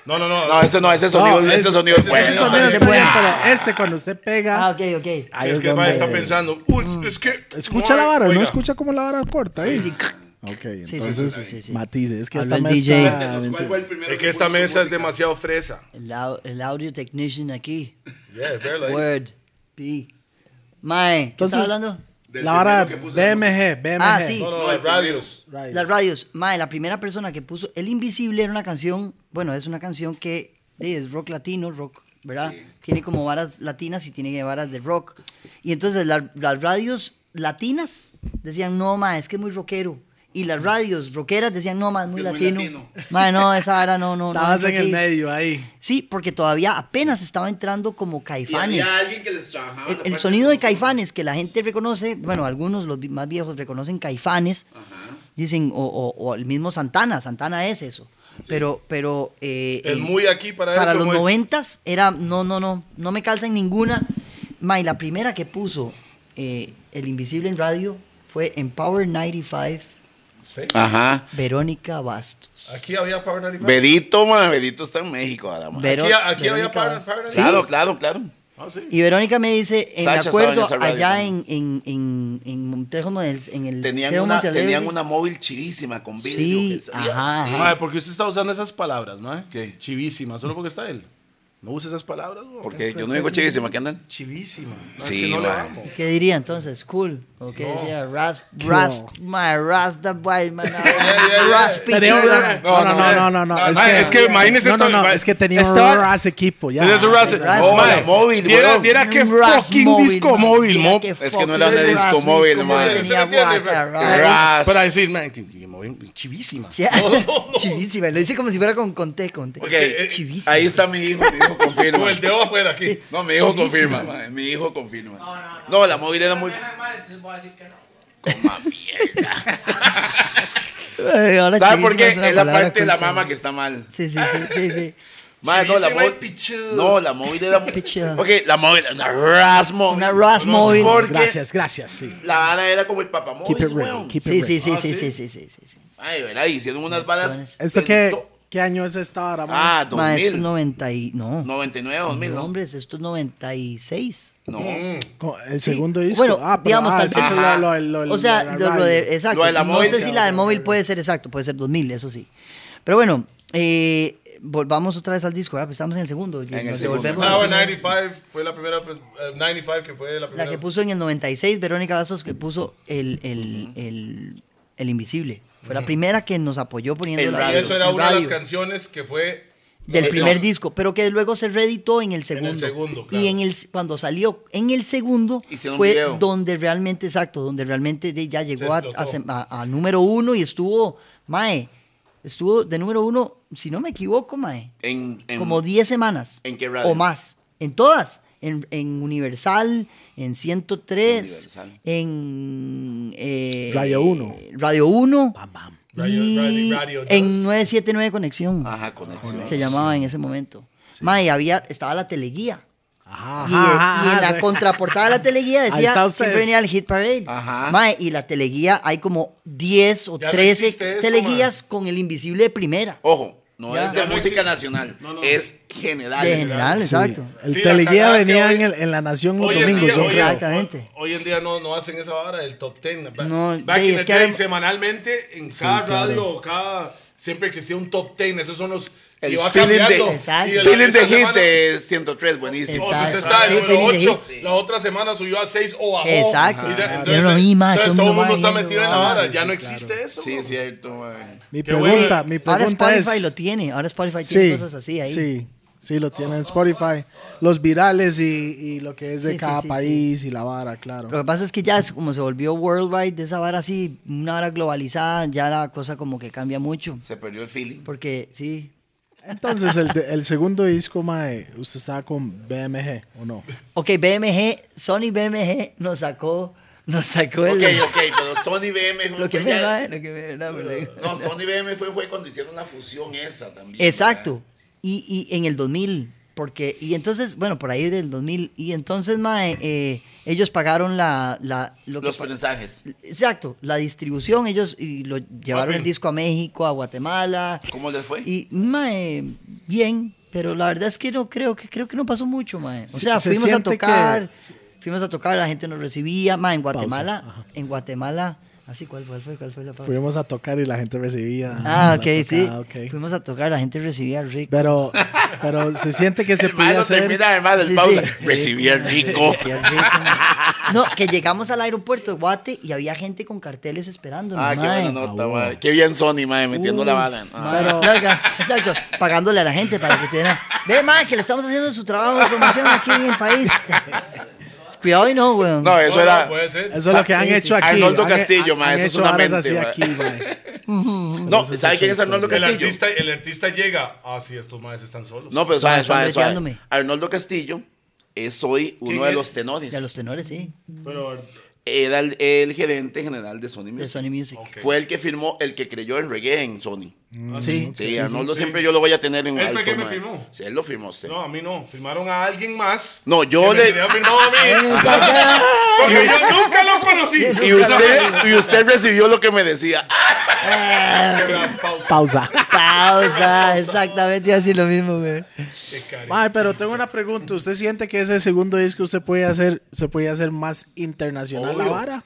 S2: No, no, no.
S4: No, ese no, ese sonido,
S1: No,
S4: ese,
S1: ese-
S4: sonido es
S2: ese
S4: bueno.
S1: Ese sonido
S3: no,
S1: está
S3: se puede.
S1: bien, pero este cuando usted pega.
S3: Ah, ok, ok.
S1: ahí
S2: es,
S1: es
S2: que el mae
S1: donde-
S2: está pensando, uy, es que.
S1: Escucha la
S2: Mae,
S1: vara,
S2: oiga,
S1: no escucha como la vara corta ahí.
S3: Sí,
S1: Ok,
S3: sí,
S1: entonces
S3: sí, sí, sí.
S1: matice, es que
S3: Habló
S1: esta
S3: el DJ.
S1: mesa
S4: ¿Cuál fue el primero
S2: Es que esta
S4: puso su
S2: mesa es
S4: música?
S2: demasiado fresa.
S3: El, au- el audio technician aquí.
S2: Yeah, verla ahí.
S3: Word. P. Mae, ¿qué
S1: Entonces-
S3: estás hablando?
S4: Del
S1: La vara
S4: primero que puse la
S1: BMG, BMG.
S3: Ah, sí.
S5: No, no,
S4: No,
S5: de
S4: el
S5: radios.
S1: Right.
S3: Las radios. Mae, la primera persona que puso El Invisible era una canción, bueno, es una canción que sí, es rock latino, rock, ¿verdad? Tiene como varas latinas y tiene varas de rock. Y entonces la- las radios latinas decían, no, mae, es que es muy rockero. Y las radios rockeras decían, no, mae, es muy
S4: Es muy
S3: latino.
S4: latino.
S3: Mae, no, esa vara no, no. no
S1: Estabas
S3: es
S1: en el
S3: aquí.
S1: medio ahí.
S3: Sí, porque todavía apenas estaba entrando como
S4: Y había
S3: caifanes.
S4: alguien que les trabajaba. en
S3: El,
S4: la
S3: el
S4: parte
S3: sonido de
S4: los-
S3: caifanes que la gente reconoce, bueno, algunos los vi- más viejos reconocen caifanes, dicen, o, o- o el mismo Santana, Santana es eso. Pero, pero eh,
S5: Es
S3: eh,
S5: muy aquí para,
S3: para
S5: eso.
S3: los
S5: muy-
S3: noventas era, no, no, no, no me calza en ninguna. May, la primera que puso eh, El Invisible en radio fue en Power 95,
S5: Sí.
S4: Ah. Ajá.
S3: Verónica Bastos.
S5: Aquí había Power 95.
S4: Bedito, ma. Bedito está en México, ahora, ma.
S3: Vero-
S5: Aquí, aquí había
S3: Verónica
S5: Power,
S3: Bastos.
S5: Power
S4: Claro, claro, claro.
S5: Ah, sí.
S3: Y Verónica me dice, en
S4: Sacha estaba en
S3: acuerdo,
S4: esa radio
S3: allá en,
S4: también.
S3: en, en, en Montejo, Models- en el
S4: Tenían
S3: Tejo
S4: una,
S3: Monterrey, Este.
S4: tenían
S3: sí.
S4: una móvil chivísima con vidrio.
S3: Sí,
S4: que salía.
S3: ajá.
S4: Sí.
S3: ajá.
S5: Mae, ¿por qué usted está usando esas palabras, mae?
S4: ¿Qué?
S5: Chivísima, solo porque está él. No use esas palabras, bro.
S4: Porque yo no digo chivísima, ¿qué andan?
S5: Chivísima. No,
S4: Sí,
S5: es que no le
S4: mae.
S5: amo.
S3: ¿Qué diría entonces? Cool. ¿O qué decía? Ras,
S1: No.
S3: ras, my ras, the boy, man.
S5: yeah,
S3: Ras,
S5: yeah.
S1: Tenía un-
S3: picture.
S1: no, no, no, no, no, no.
S2: Ah, es que imagínese
S1: no, no,
S2: todo-
S1: no, es que tenía
S2: Estaba-
S1: un Ras equipo ya.
S2: Tenés un Ras-
S3: Ras-
S4: Ras-
S2: Oh, mae.
S4: móvil,
S2: Viera,
S4: weón.
S2: viera qué
S3: Un ras
S2: fucking
S3: móvil,
S2: disco
S3: man.
S2: móvil,
S3: Mira
S2: mo.
S3: qué
S4: Es que no
S3: fucking
S4: era una
S3: ras,
S4: disco
S3: disco
S4: móvil, man.
S3: Tenía
S5: ¿Se entiende?
S3: guata, ras.
S4: Ras.
S5: Para decir, man, que- que móvil, chivísima.
S3: Sí, Chivísima. Lo hice como si fuera con, con té, con té.
S4: Ok, eh,
S3: Chivísima.
S4: ahí está mi hijo, mi hijo
S5: Con
S4: confirma.
S5: el dedo afuera aquí.
S4: No, mi hijo
S3: Chivísima. Ah,
S4: confirma, ma, mi hijo confirma. No, la móvil era muy... Coma mierda.
S3: Ay, ahora
S4: ¿Sabes por
S3: chivísima
S4: qué?
S3: una
S4: Es la
S3: palabra
S4: parte de la
S3: culta.
S4: mamá que está mal.
S3: Sí, sí, sí, sí, sí.
S4: Ma, no, la
S5: Chivísima y
S4: móvil-
S5: pichudo.
S4: No, la móvil era muy...
S3: Pichudo.
S4: Ok, la móvil era una ras móvil.
S3: Una ras móvil.
S4: Porque
S1: Gracias, gracias, sí.
S4: la vara era como el papamóvil,
S1: Keep it
S4: weón.
S1: real, keep it
S3: Sí,
S1: real.
S3: sí, sí,
S5: Ah,
S3: sí, sí,
S5: ¿sí?
S3: sí, sí, sí, sí.
S4: Ay, ¿verdad? Hicieron unas
S3: pues,
S4: varas...
S1: ¿Esto qué, qué año es esta vara, man?
S4: Ah,
S3: Ma, esto es
S4: 2000.
S3: 90 y... No.
S4: 99,
S3: No,
S4: 2000, ¿no?
S3: hombres, esto es 96.
S4: No.
S5: Mm.
S1: Co- El segundo disco.
S3: Bueno,
S1: ah, pero,
S3: digamos,
S1: ah,
S3: tal
S1: ese es
S4: vez.
S1: lo- lo- lo- lo-
S3: O sea,
S1: la
S3: lo, lo
S1: radio.
S3: de, exacto.
S4: Lo de la
S3: no
S4: móvil,
S3: sé si
S4: sí,
S3: la del
S1: ok,
S3: móvil
S1: ok.
S3: puede ser exacto, puede ser 2000, eso sí. Pero bueno, eh, volvamos otra vez al disco, ¿verdad? Pues estamos en el segundo. y
S4: En el
S3: nos
S4: segundo.
S3: devolvemos al
S5: Power
S3: primero.
S5: 95 Ah, fue la primera. eh, 95 que fue
S4: Ah,
S5: la primera.
S3: La que puso en el 96, Verónica Bastos, que puso el, el, el, el Invisible. Fue la primera que nos apoyó poniendo
S4: El
S3: la
S4: radio,
S5: Y eso era
S3: el
S5: una de las
S3: radio
S5: canciones que fue.
S3: del
S5: no,
S3: primer
S5: Eh, no,
S3: disco, pero que luego se reeditó en el segundo.
S5: segundo,
S3: Y
S5: claro.
S3: en el, cuando salió en el segundo
S4: Hicieron un
S3: fue
S4: video.
S3: donde realmente, exacto, donde realmente de- ya llegó a,
S5: explotó.
S3: a sem- a- a número uno y estuvo, mae, estuvo de número uno, si no me equivoco, mae,
S4: En, en-
S3: como 10 semanas.
S4: ¿en qué radio?
S3: O más, en todas. En, en Universal, en 103,
S4: Universal.
S3: en... eh,
S1: Radio uno.
S3: Radio 1.
S1: Bam, bam.
S5: Radio-
S3: y
S5: Radio- Radio dos.
S3: en 979 Conexión
S4: Ajá, conexión.
S3: se llamaba en ese momento. Ma, y había, estaba la teleguía.
S1: Ajá,
S3: y, eh,
S1: ajá,
S3: y en
S1: ajá,
S3: la
S1: sí.
S3: contraportada de la teleguía
S1: Ahí
S3: decía
S1: está ustedes.
S3: siempre venía el Hit Parade.
S4: Ajá.
S3: Ma, y la teleguía hay como 10 o
S5: Ya no
S3: 13
S5: existe eso,
S3: teleguías con el invisible de primera.
S4: Ojo, no
S3: Ya.
S4: es de
S5: no
S4: música
S5: existe.
S4: nacional,
S5: No, no.
S4: es general.
S3: de general,
S1: Ah, Sí,
S3: Ah, exacto.
S1: El
S5: Sí, la
S1: teleguía
S5: cagada es que
S1: venía
S5: hoy-
S1: en, el- en la Nación los
S5: Hoy en
S1: domingos,
S5: día-
S1: yo
S5: hoy en-
S1: creo.
S3: Exactamente.
S5: Hoy en día no, no hacen esa vara del top 10.
S3: No,
S5: Back
S3: de-
S5: in
S3: es
S5: the
S3: que
S5: day,
S3: ahora-
S5: semanalmente en cada radio o cada. Siempre existía un top 10. Esos son los.
S4: El
S5: y va
S4: feeling de-
S5: cambiando.
S3: Exacto.
S5: Y el-
S4: Feeling
S5: esta
S4: de hit
S5: semana-
S4: de 103, buenísimo.
S5: O si usted
S3: Exacto.
S5: está en
S3: Sí,
S5: número
S3: feeling de
S5: 8,
S3: hit.
S5: la otra semana subió a 6 o bajó.
S3: Exacto.
S5: Y de-
S3: Ah,
S5: entonces,
S3: yo lo vi, ma, todo
S5: entonces todo
S3: el
S5: el mundo
S3: mundo
S5: está
S3: va
S5: metido en la
S3: yendo,
S5: vara.
S1: sí,
S5: Ya
S1: sí, claro.
S5: no existe eso.
S4: Sí,
S5: bro.
S4: es cierto, man.
S1: Mi
S5: Qué bueno.
S1: pregunta, mi
S3: Ahora
S1: pregunta
S3: Spotify
S1: es...
S3: lo tiene, ahora Spotify tiene
S1: sí,
S3: cosas así ahí.
S1: sí, sí, lo tiene en Spotify. Los virales y, y lo que es de
S3: Sí, sí,
S1: cada
S3: sí, Ah. sí.
S1: país y la vara, claro.
S3: Lo que pasa es que ya es como se volvió worldwide, de esa vara así, una vara globalizada, ya la cosa como que cambia mucho.
S4: Se perdió el feeling.
S3: Porque sí,
S1: Entonces, el, de- el segundo disco, mae, usted estaba con BMG, ¿o no?
S3: Ok, BMG, Sony BMG nos sacó, nos sacó
S4: Ok,
S3: el...
S4: ok, pero Sony BM fue
S3: Lo que
S4: fue
S3: me
S4: Pues ya-
S3: va, lo que me no, pero-
S4: No, Sony BM fue, fue cuando hicieron la fusión esa también.
S3: Exacto. Y, y en el 2000, porque... Y entonces, bueno, por ahí del 2000. Y entonces, mae, eh, ellos pagaron la... la lo
S4: ¿verdad?
S3: que
S4: Los
S3: pa-
S4: mensajes.
S3: Exacto, la distribución. Ellos y lo llevaron el
S5: Papi.
S3: disco a México, a Guatemala.
S4: ¿Cómo les fue?
S3: Y, mae, bien. Pero la verdad es que no creo que creo que no pasó mucho, mae. O
S1: Se-
S3: sea,
S1: se
S3: fuimos a
S1: siente que-
S3: tocar... Fuimos a tocar, la gente nos recibía. Ma, en Guatemala,
S1: Pausa,
S3: en Guatemala Así, ¿cuál, cuál fue? ¿Cuál fue la pausa?
S1: Fuimos a tocar y la gente recibía.
S3: ah, ok,
S1: la
S3: sí.
S1: tocada, ok.
S3: Fuimos a tocar, la gente recibía rico.
S1: Pero, pero se siente que se
S4: El mae
S1: podía
S4: no
S1: hacer.
S4: termina, hermano, el
S3: Sí,
S4: pausa.
S3: sí.
S4: Recibí el rico.
S3: Recibía el rico, mae. No, que llegamos al aeropuerto de Guate y había gente con carteles esperando.
S4: Ah, qué buena nota, mae. Qué bien Sony, mae, metiendo la bala. Ah.
S3: Pero, exacto, pagándole a la gente para que tenga. Ve, mae, que le estamos haciendo su trabajo de promoción aquí en el país. Cuidado y no, weón.
S4: No, eso
S2: No, no,
S4: era.
S2: Puede ser.
S1: Eso es lo que han
S3: Sí, sí,
S1: hecho
S3: sí.
S1: aquí.
S4: Arnoldo
S1: Han- han-
S4: Castillo, ma,
S1: han
S4: eso es
S1: hecho
S4: una
S1: varas
S4: mente,
S1: así
S4: ma.
S1: aquí, ma.
S4: No, ¿sabe quién es Arnoldo
S2: El
S4: Castillo?
S2: artista, el artista llega. Ah, sí, estos maes están solos.
S4: No, pero suave,
S3: Están
S4: suave, suave.
S3: breteándome.
S4: Arnoldo Castillo es hoy uno
S2: ¿Quién
S4: de
S2: es?
S4: los tenores.
S3: De los tenores, sí.
S2: Pero,
S4: Era el, el gerente general de Sony Music.
S3: De Sony Music.
S2: ok.
S4: Fue el que firmó, el que creyó en reggae en Sony.
S5: ah,
S3: Sí.
S4: Sí, Arnoldo
S2: sí.
S4: siempre yo lo voy a tener en
S2: ¿Él
S4: alto.
S2: fue quien me
S4: mae.
S2: firmó?
S4: Sí, él lo firmó a usted.
S2: no, a mí no. Firmaron a alguien más.
S4: No, yo
S2: que me
S4: le-
S2: tenía firmado a mí. Porque yo nunca lo conocí.
S4: Y usted, y usted recibió lo que me decía. ¡Ah!
S2: Las pausas.
S1: Pausa.
S3: Pausa, exactamente así lo mismo, güey.
S2: Qué cariño.
S1: Ma, pero tengo una pregunta. ¿Usted siente que ese segundo disco usted puede hacer, se puede hacer más internacional la
S4: Obvio.
S1: vara?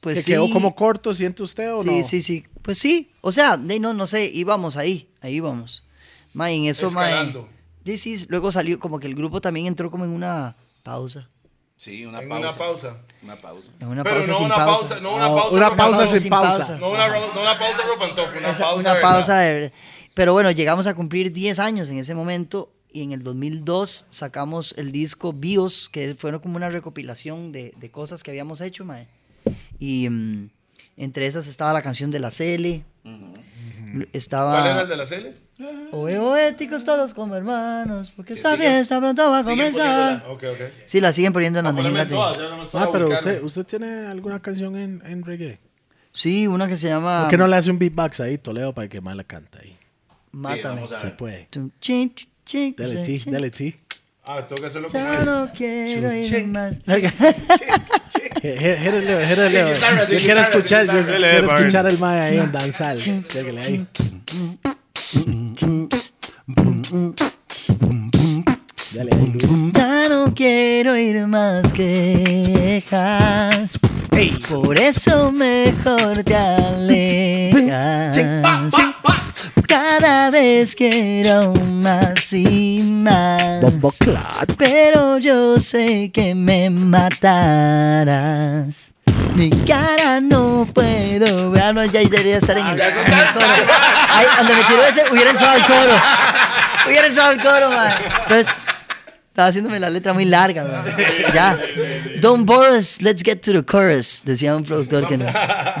S3: Pues
S1: ¿Que
S3: sí.
S1: quedó como corto, siente usted o
S3: Sí,
S1: no?
S3: sí, sí. Pues sí. O sea, de, no, no sé, íbamos ahí, ahí íbamos. Mae, en eso, mae.
S2: Escalando.
S3: Sí, sí, luego salió como que el grupo también entró como en una pausa.
S4: Sí, una
S2: En
S4: pausa.
S2: una pausa.
S4: Una pausa.
S3: En una
S2: Pero
S3: pausa
S2: no
S3: sin
S2: una
S3: pausa.
S2: pausa, no una
S1: Ah,
S2: pausa.
S1: una
S2: rock and
S1: pausa
S2: roll.
S1: sin pausa.
S3: pausa.
S2: No una, ro- no una pausa rough and tough, una
S3: Esa-
S2: pausa.
S3: una
S2: de
S3: pausa
S2: verdad.
S3: de verdad. Pero bueno, llegamos a cumplir 10 años en ese momento y en el 2002 sacamos el disco BIOS, que fueron como una recopilación de, de cosas que habíamos hecho, mae. Y mm, entre esas estaba la canción de la Cele, estaba...
S2: ¿Cuál era el de la Cele?
S3: Oe, oe, ticos todos como hermanos, porque esta
S4: siguen-
S3: fiesta pronto va a
S4: siguen
S3: comenzar.
S4: poniéndola.
S2: Ok, ok.
S3: Sí, la siguen poniendo en las
S2: Poneme
S3: mejengas de-
S2: todas, ya nomás para
S1: Ah, pero
S2: ubicarme.
S1: usted, usted tiene alguna canción en, en reggae.
S3: Sí, una que se llama...
S1: ¿Por qué no le hace un beatbox ahí, Toledo, para que más la cante ahí?
S4: Sí,
S3: Mátame.
S4: vamos a
S1: Se
S4: ver.
S1: puede.
S3: Tum, chin, chin, chin,
S1: Dale
S3: chin,
S1: ti,
S3: chin.
S1: dale ti.
S2: Ah, tengo que hacerlo con
S3: Ya no quiero ir más.
S1: Jérele, jérele.
S4: guitarra, sí,
S1: Yo quiero
S4: guitarra,
S1: escuchar,
S4: sí,
S1: yo
S2: guitarra.
S1: quiero
S2: Dele,
S1: escuchar al mae ahí en danzal. Lléguele ahí. Dale ahí, Luis.
S3: Ya no quiero ir más quejas. Por eso mejor te alejas. Cada vez quiero más y más.
S1: Bombo clap.
S3: Pero yo sé que me matarás. Mi cara no puedo. Ah, no, ya debería estar en el, en el coro. Ahí, donde me tiró ese, hubiera entrado al coro. Hubiera entrado al coro, man. Entonces, estaba haciéndome la letra muy larga, man. Ya. Don't bore us, let's get to the chorus. Decía un productor que no.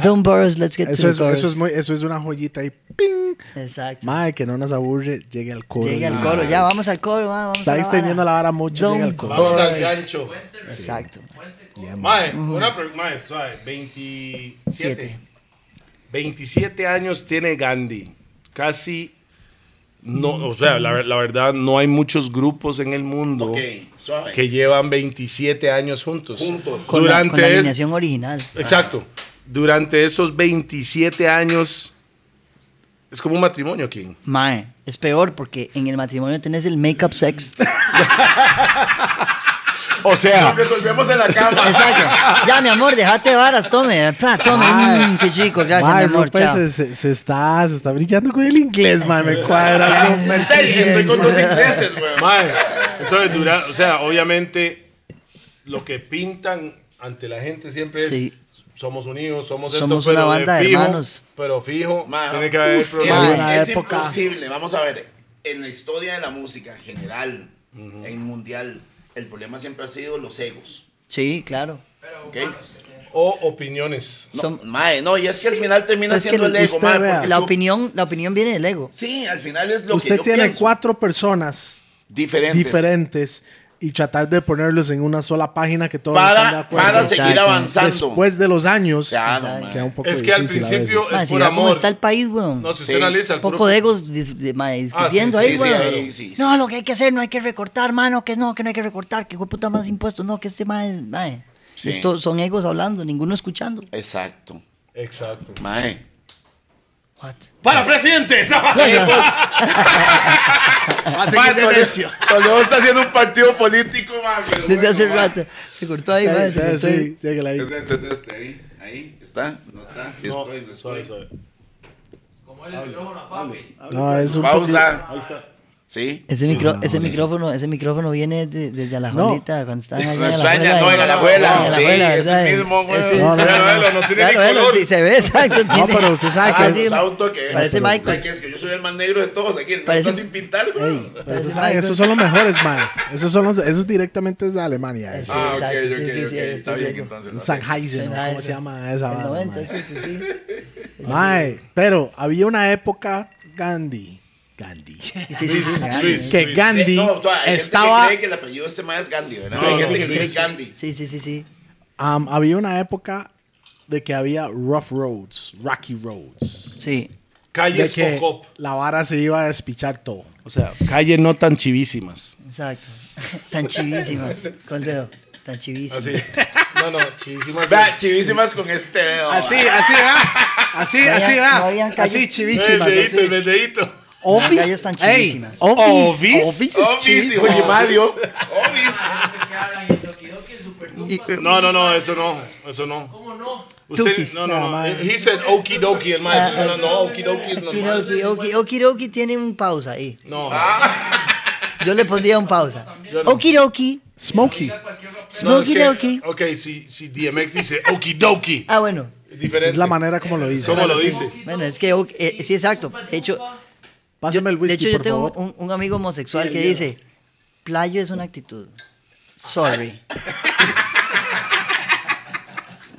S3: Don't bore us, let's get
S1: Eso
S3: to
S1: es,
S3: the chorus.
S1: eso es muy, eso es una joyita ahí. Ping.
S3: Exacto.
S1: Mae, que no nos aburre, llegue al coro.
S3: Llegue al
S1: Luis.
S3: coro, ya, vamos al coro, man, vamos
S1: Está
S3: a la vara.
S1: extendiendo la vara mucho.
S3: Don't
S1: Llegue al coro.
S2: Vamos al
S3: Boys.
S2: gancho.
S3: Exacto.
S1: Yeah, mae.
S2: Mae, una pre- mae, suave, 27.
S3: Siete.
S2: 27 años tiene Gandhi. Casi no, o sea, la, la verdad no hay muchos grupos en el mundo
S4: Ok, suave.
S2: que llevan 27 años juntos.
S4: Juntos.
S3: Con la- con la
S2: es-
S3: alineación original.
S2: Exacto. Durante esos 27 años es como un matrimonio, King.
S3: Mae, es peor porque en el matrimonio tenés el make-up sex.
S2: O sea,
S4: Resolvemos en la cama.
S3: Exacto. Ya, mi amor, dejate varas, tome. Pa, tome. Mm, qué chico, gracias,
S1: Mae,
S3: mi amor.
S1: Rupert
S3: Chao.
S1: se, se- se está, se está brillando con el inglés, mae. Me cuadra. Rupert.
S4: Estoy con dos ingleses, güey.
S2: Mae, entonces dura, o sea, obviamente lo que pintan ante la gente siempre es
S3: Sí.
S2: somos unidos, somos,
S3: Somos
S2: esto, pero
S3: una banda de
S2: fijo,
S3: hermanos.
S2: Pero fijo,
S4: Ma,
S2: tiene que haber
S4: uf,
S2: problemas.
S3: Ma.
S4: Es, es
S1: época.
S4: imposible. Vamos a ver. En la historia de la música general, en mundial, el problema siempre ha sido los egos.
S3: Sí, claro.
S4: ¿ok?
S2: o opiniones.
S4: No,
S3: Son-
S4: mae, no, y es que al final termina
S3: Es que
S4: siendo el ego,
S1: usted
S4: mae.
S1: vea.
S4: porque
S3: La
S4: su-
S3: opinión, la opinión viene del ego.
S4: Sí, al final es lo que
S1: Usted
S4: yo
S1: tiene
S4: pienso.
S1: cuatro personas
S4: diferentes.
S1: diferentes y tratar de ponerlos en una sola página que todos están de
S4: Para,
S1: acuerdo.
S4: para seguir
S3: Exacto.
S4: avanzando.
S1: Después de los años,
S4: Claro,
S1: queda
S4: mae.
S1: un poco
S2: Es que al
S1: difícil a veces.
S2: principio-
S3: Mae,
S2: Es
S3: si
S2: por
S3: vea cómo
S2: amor.
S3: está el país, weón.
S2: No, si usted
S4: Sí.
S2: analiza el
S3: Poco
S2: grupo-
S3: de egos dis- de- mae, discutiendo
S2: sí,
S3: ahí,
S4: sí,
S3: weón.
S4: sí, sí, sí.
S3: No, lo que hay que hacer, no hay que recortar, mano, que no, que no hay que recortar, que puta más impuestos, no, que este mae, es- mae.
S4: Sí.
S3: Esto son egos hablando, ninguno escuchando.
S4: Exacto.
S2: Exacto.
S4: Mae.
S3: What?
S2: Para presidente.
S4: Mae, Toledo, Toledo está haciendo un partido político, mae. pero
S3: Desde
S4: bueno,
S3: hace
S4: mae.
S3: rato se cortó ahí,
S1: Eh,
S3: mae, se
S1: eh,
S3: cortó ahí.
S1: sí, síguela ahí.
S4: Es este, es este, ahí. Ahí. Es ¿Está? ¿No está? Sí
S2: No,
S4: estoy, no estoy.
S2: suave, suave.
S6: Como el micrófono a papi.
S1: No, es un
S4: Pausa.
S2: Ahí está.
S4: Sí.
S3: Ese, micro, ese micrófono, ese micrófono viene de- desde la
S1: No.
S3: jolita, cuando estaban allá. en
S4: No
S3: Alajuela,
S4: extraña, no, en Alajuela. Sí, ese mismo, güey.
S3: Ese-
S1: No, no,
S3: ese-
S1: no,
S2: Velo, no tiene ni
S3: Claro, velo,
S2: color.
S3: sí, se ve, exacto.
S1: No,
S3: tiene-
S1: pero usted sabe
S4: Ah,
S3: Ah,
S1: que.
S3: sí,
S4: auto que
S3: parece
S4: o sea,
S3: Michael.
S4: que es que yo soy el más negro de todos aquí, el
S3: Parece-
S4: más sin pintar, güey.
S3: Ey,
S1: pero
S3: parece
S1: usted sabe,
S3: Michael.
S1: esos son los mejores, mae. Esos son los. Esos directamente es de Alemania.
S3: Sí,
S1: Eso.
S4: ah, ok,
S3: exacto,
S4: ok,
S3: sí, sí,
S4: ok,
S3: sí,
S4: está
S3: estoy
S4: bien
S3: viendo.
S4: entonces. ok.
S1: Sennheiser, ¿no? ¿cómo
S3: Sennheiser.
S1: se llama esa?
S3: El
S1: vara,
S3: 90,
S1: mae?
S3: sí, sí, sí.
S1: Mae, pero había una época Gandhi. Gandhi.
S3: Sí, sí, sí.
S2: Luis.
S1: que Gandhi
S4: Sí, no, o sea, hay gente
S1: estaba.
S4: que cree que el apellido de este más es Gandhi, ¿verdad? hay gente que cree Gandhi.
S3: Sí, sí, sí, sí.
S1: am, Um, había una época de que había rough roads, rocky roads.
S3: Sí.
S1: De
S2: Calles
S1: que
S2: Focop.
S1: la vara se iba a despichar todo.
S2: O sea, calles no tan chivísimas.
S3: Exacto. Tan chivísimas. Con el dedo. Tan chivísimas.
S2: Así. No, no, chivísimas.
S4: Vea, chivísimas con este. dedo, va.
S1: así va. Así,
S3: No había- así va. no habían calles- Así,
S2: El dedito, el dedito.
S3: Las calles tan chivísimas.
S1: Obis.
S2: Obis.
S1: Obis es
S4: Obis, dijo
S1: chivísimo.
S4: Jimadio. Obis.
S6: Eso que hablan en Doki Doki, el Super Tumpa.
S2: No, no, no, eso no, eso no.
S6: ¿Cómo no?
S2: Usted,
S1: Tukis.
S2: no,
S1: No,
S2: no, no.
S1: man.
S2: He said okidoki, el maestro.
S3: Ah,
S2: suena, no, okidoki es normal.
S3: Okidoki, oki- okidoki tiene un pausa ahí.
S2: No,
S3: Yo le pondría un pausa.
S2: Yo no.
S3: Okidoki,
S1: Smokey.
S2: no, es
S3: smoky
S2: que-
S3: doki.
S2: Ok, si, si DMX dice okidoki,
S3: Ah, bueno.
S2: diferente.
S1: Es la manera como lo dice.
S2: ¿Cómo lo
S3: Sí.
S2: dice?
S3: Bueno, es que ok, eh, sí, exacto. De hecho, yo,
S1: Pásame el
S3: de
S1: whisky,
S3: hecho, yo
S1: por
S3: tengo
S1: favor.
S3: un, un amigo homosexual que dice, playo es una actitud. Sorry.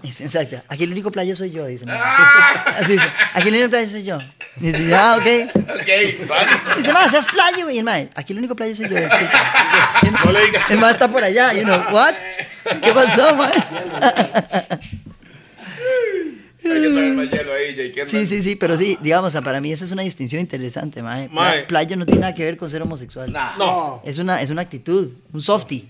S3: Es- Exacto. Aquí el único playo soy yo, dice.
S2: Ah.
S3: Así dice. Aquí el único playo soy yo. Y dice, ah, ok.
S4: Ok, vale.
S3: Dice, más, seas playo, güey. Y el mae, aquí el único playo soy yo. disculpa".
S2: No le digas.
S3: El más está por allá, you know, what? ¿Qué pasó, man?
S4: Hay que traer más hielo ahí, Jay Kendall.
S3: Sí, sí, sí, pero sí, digamos, para mí esa es una distinción interesante, mae. Pla-
S2: Mae.
S3: Playo no tiene nada que ver con ser homosexual.
S4: Nah.
S2: No.
S3: Es una, es una actitud, un softy.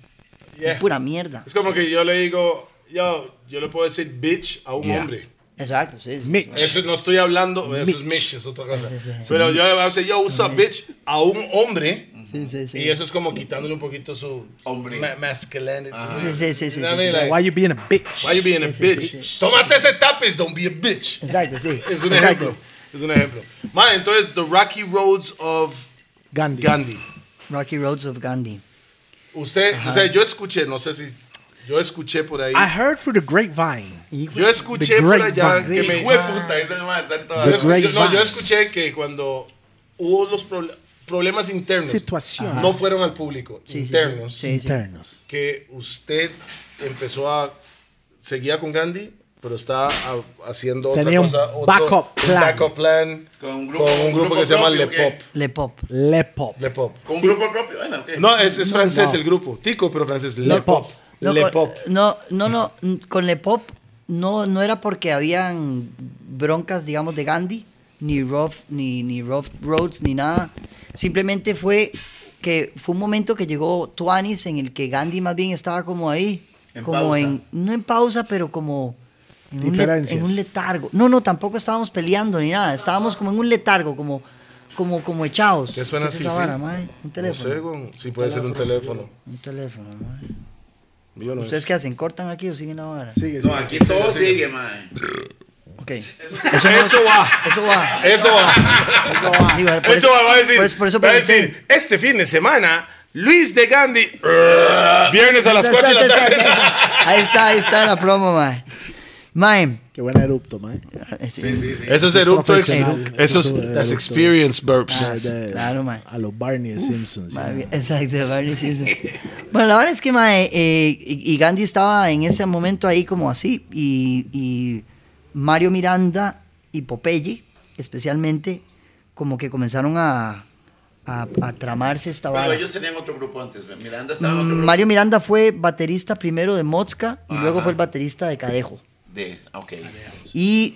S2: Yeah.
S3: Pura mierda.
S2: Es como que yo le digo, yo, yo le puedo decir bitch a un hombre.
S3: Exacto, sí.
S1: Mitch.
S2: Eso no estoy hablando, eso es
S1: Mitch.
S2: Mitch, es otra cosa.
S3: Sí, sí, sí.
S2: Pero yo le voy a decir, yo uso bitch a un hombre.
S3: Sí, sí, sí.
S2: Y eso es como quitándole un poquito su
S4: Hombre.
S2: ma- masculinity.
S3: Sí, sí, sí, sí,
S2: You know what I
S3: sí,
S2: mean?
S3: sí.
S2: Like,
S1: Why you being a bitch?
S2: Why you being a
S3: Sí, sí,
S2: bitch?
S3: sí,
S2: Tómate ese tapis, don't be a bitch.
S3: Exacto, sí.
S2: Es un
S3: Exacto.
S2: ejemplo. Es un ejemplo. Man, entonces, The Rocky Roads of
S1: Gandhi.
S2: Gandhi.
S3: Rocky Roads of Gandhi.
S2: Usted, o sea, yo escuché, no sé si. Yo escuché por ahí.
S1: I
S3: Ah,
S1: heard through the grapevine.
S3: Hijo-
S2: yo escuché
S1: The
S2: por
S1: Great
S2: allá
S1: Van.
S2: que me.
S4: Hijo de puta, es el más, están
S2: yo
S1: The
S4: todas.
S2: escuché-
S1: Great
S2: no, yo
S1: Van.
S2: escuché que cuando hubo los proble- problemas internos.
S1: Situaciones.
S2: No fueron al público.
S3: Sí, sí, sí.
S2: internos.
S3: Sí, sí.
S1: Internos.
S2: que usted empezó a seguía con Gandhi, pero estaba a- haciendo
S1: Tenía un
S2: otra cosa, otro-
S1: backup
S2: un
S1: plan.
S2: backup plan
S4: Con un grupo-
S2: un
S4: un
S2: grupo
S4: grupo
S2: que se llama
S4: propio,
S2: Le
S4: ¿o qué?
S2: Pop.
S3: Le Pop.
S1: Le pop.
S2: Le Pop.
S4: Con un grupo propio, bueno, ok.
S2: No, es, es francés
S1: no.
S2: el grupo, tico, pero francés. Le,
S1: Le
S2: Pop.
S1: Pop.
S3: No,
S2: Le
S3: con-
S2: Pop.
S3: No, no, no, n- con Le Pop no, no era porque habían broncas, digamos, de Gandhi, ni Rough, ni, ni Rough Roads, ni nada. Simplemente fue que fue un momento que llegó Tuanis en el que Gandhi más bien estaba como ahí,
S4: En
S3: como
S4: pausa.
S3: en, no en pausa, pero como en un, le-
S1: Diferencias.
S3: en un letargo. No, no, tampoco estábamos peleando ni nada, estábamos como en un letargo, como, como, como echados.
S2: ¿Qué suena
S3: es
S2: así,
S3: esa vara,
S2: Phil?
S3: mae? Un
S2: No
S3: teléfono.
S2: sé, güey, si puede ser un teléfono.
S3: Un teléfono, mae.
S2: Yo no
S3: ¿Ustedes
S2: sé.
S3: qué hacen? ¿Cortan aquí o siguen la vara?
S1: Sigue,
S4: No,
S1: sigue.
S4: aquí todo sigue, mae.
S3: Ok.
S2: Eso, va.
S3: Eso va.
S2: Eso va.
S1: Eso va.
S3: Digo, por
S2: Eso va, va a decir.
S3: Por, eso- por eso
S2: va a
S3: pregunté.
S2: decir, este fin de semana, Luis de Gandhi. Viernes a las 4 de la
S3: Está, está,
S2: tarde.
S3: está, está. Ahí está, ahí está la promo, mae. Mae.
S1: Qué buen erupto, man.
S3: eh, Sí, sí,
S2: Eso es eructo. ex-
S1: profesional.
S2: Eso es
S1: Eso es
S2: that's
S1: eructo.
S2: experience burps.
S3: Ah, Claro, mae.
S1: A los Barney Simpsons.
S3: Mae,
S1: ya.
S3: bien, Exacto, Barney Simpson. Bueno, la verdad es que mae, eh, y y Gandhi estaba en ese momento ahí como así, y, y Mario Miranda y Popeye, especialmente, como que comenzaron a, a, a tramarse esta
S4: Pero
S3: vara.
S4: ellos tenían otro grupo antes, ve, Miranda estaba en otro
S3: Mm,
S4: grupo.
S3: Mario Miranda fue baterista primero de Mozca y luego
S4: Ajá.
S3: fue el baterista de Cadejo.
S4: De,
S5: Ah,
S4: ok.
S3: Y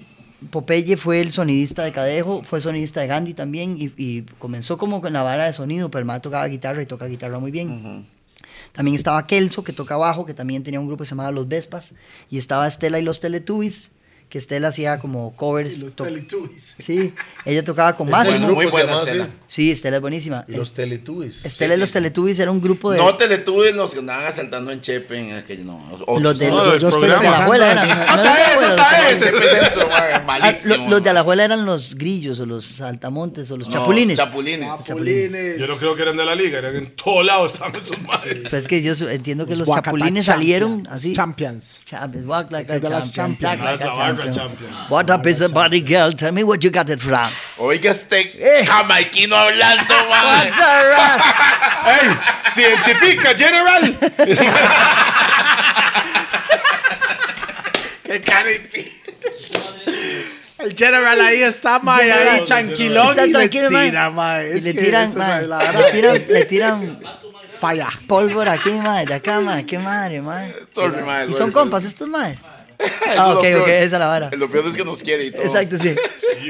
S3: Popeye fue el sonidista de Cadejo, fue sonidista de Gandhi también y, y comenzó como con la vara de sonido, pero el mae tocaba guitarra y toca guitarra muy bien. También estaba Kelso, que toca bajo, que también tenía un grupo que se llamaba Los Vespas. Y estaba Estela y los Teletubbies, que Estela hacía como covers.
S1: Los
S3: to-
S1: Teletubbies.
S3: sí, ella tocaba con
S4: Bueno, muy
S3: Máximo.
S5: grupo se
S4: buena
S5: llama así.
S4: escena.
S3: Sí, Estela es buenísima.
S5: Los Teletubbies.
S3: Estela y los Teletubbies era un grupo de...
S4: No Teletubbies nos andaban asaltando en Chepe en aquel no. otros.
S3: los de,
S5: No,
S3: los-
S5: el
S3: los de
S5: programa.
S3: Alajuela eran. no, no, no,
S4: ¡Ata
S3: no,
S4: ese,
S3: no,
S4: ata ese!
S3: no, no,
S4: Chepe Centro, mae,
S3: Ah, lo-
S4: malísimo.
S3: Los de Alajuela eran los grillos o los saltamontes o los
S4: No,
S3: chapulines. Ah, pues.
S4: Chapulines.
S1: Chapulines.
S5: Yo no creo que eran de la liga, eran en todos lados, estaban esos madres.
S3: Pues es que yo su- entiendo que los,
S1: Guacata Champions.
S3: chapulines salieron así.
S1: Champions.
S3: Champions, walk like a
S1: De las
S3: champion,
S1: Champions.
S3: talk like a
S5: Las barra
S3: champion.
S5: Champions.
S3: What up is a body girl? Tell me what you got it from.
S4: Oiga, este
S3: Eh.
S4: jamaiquino hablando,
S3: What
S4: mae.
S3: the rest?
S5: ¡Ey! ¡Se identifica, General!
S1: El general ahí está, mae, ahí tranquilón
S3: Está
S1: y le
S3: tranquilo, mae.
S1: tira, mae.
S3: Y
S1: Es
S3: le
S1: que
S3: tiran,
S1: esa es
S3: mae,
S1: la
S3: le
S1: vara.
S3: tiran, le tiran
S1: Falla.
S3: pólvora aquí, madre, de acá, madre, qué madre, madre.
S4: Sorry, mae,
S3: Y
S4: sorry,
S3: son
S4: pero-
S3: compas estos madres.
S4: Eso es
S3: Ah,
S4: lo
S3: ok,
S4: peor.
S3: ok, esa es la vara.
S4: Lo peor es que nos quiere y todo.
S3: Exacto, sí.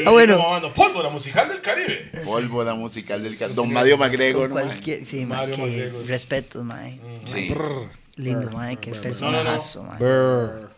S3: Ah, bueno.
S5: Pólvora musical del Caribe.
S4: Pólvora musical del cal- Don Mario MacGregor, mae.
S3: Cualquier, sí, madre,
S5: Mario
S3: que
S5: Magrego.
S3: respeto, madre.
S4: Sí.
S3: Lindo, madre, qué
S5: no, no.
S3: personajazo, madre.
S5: Brr.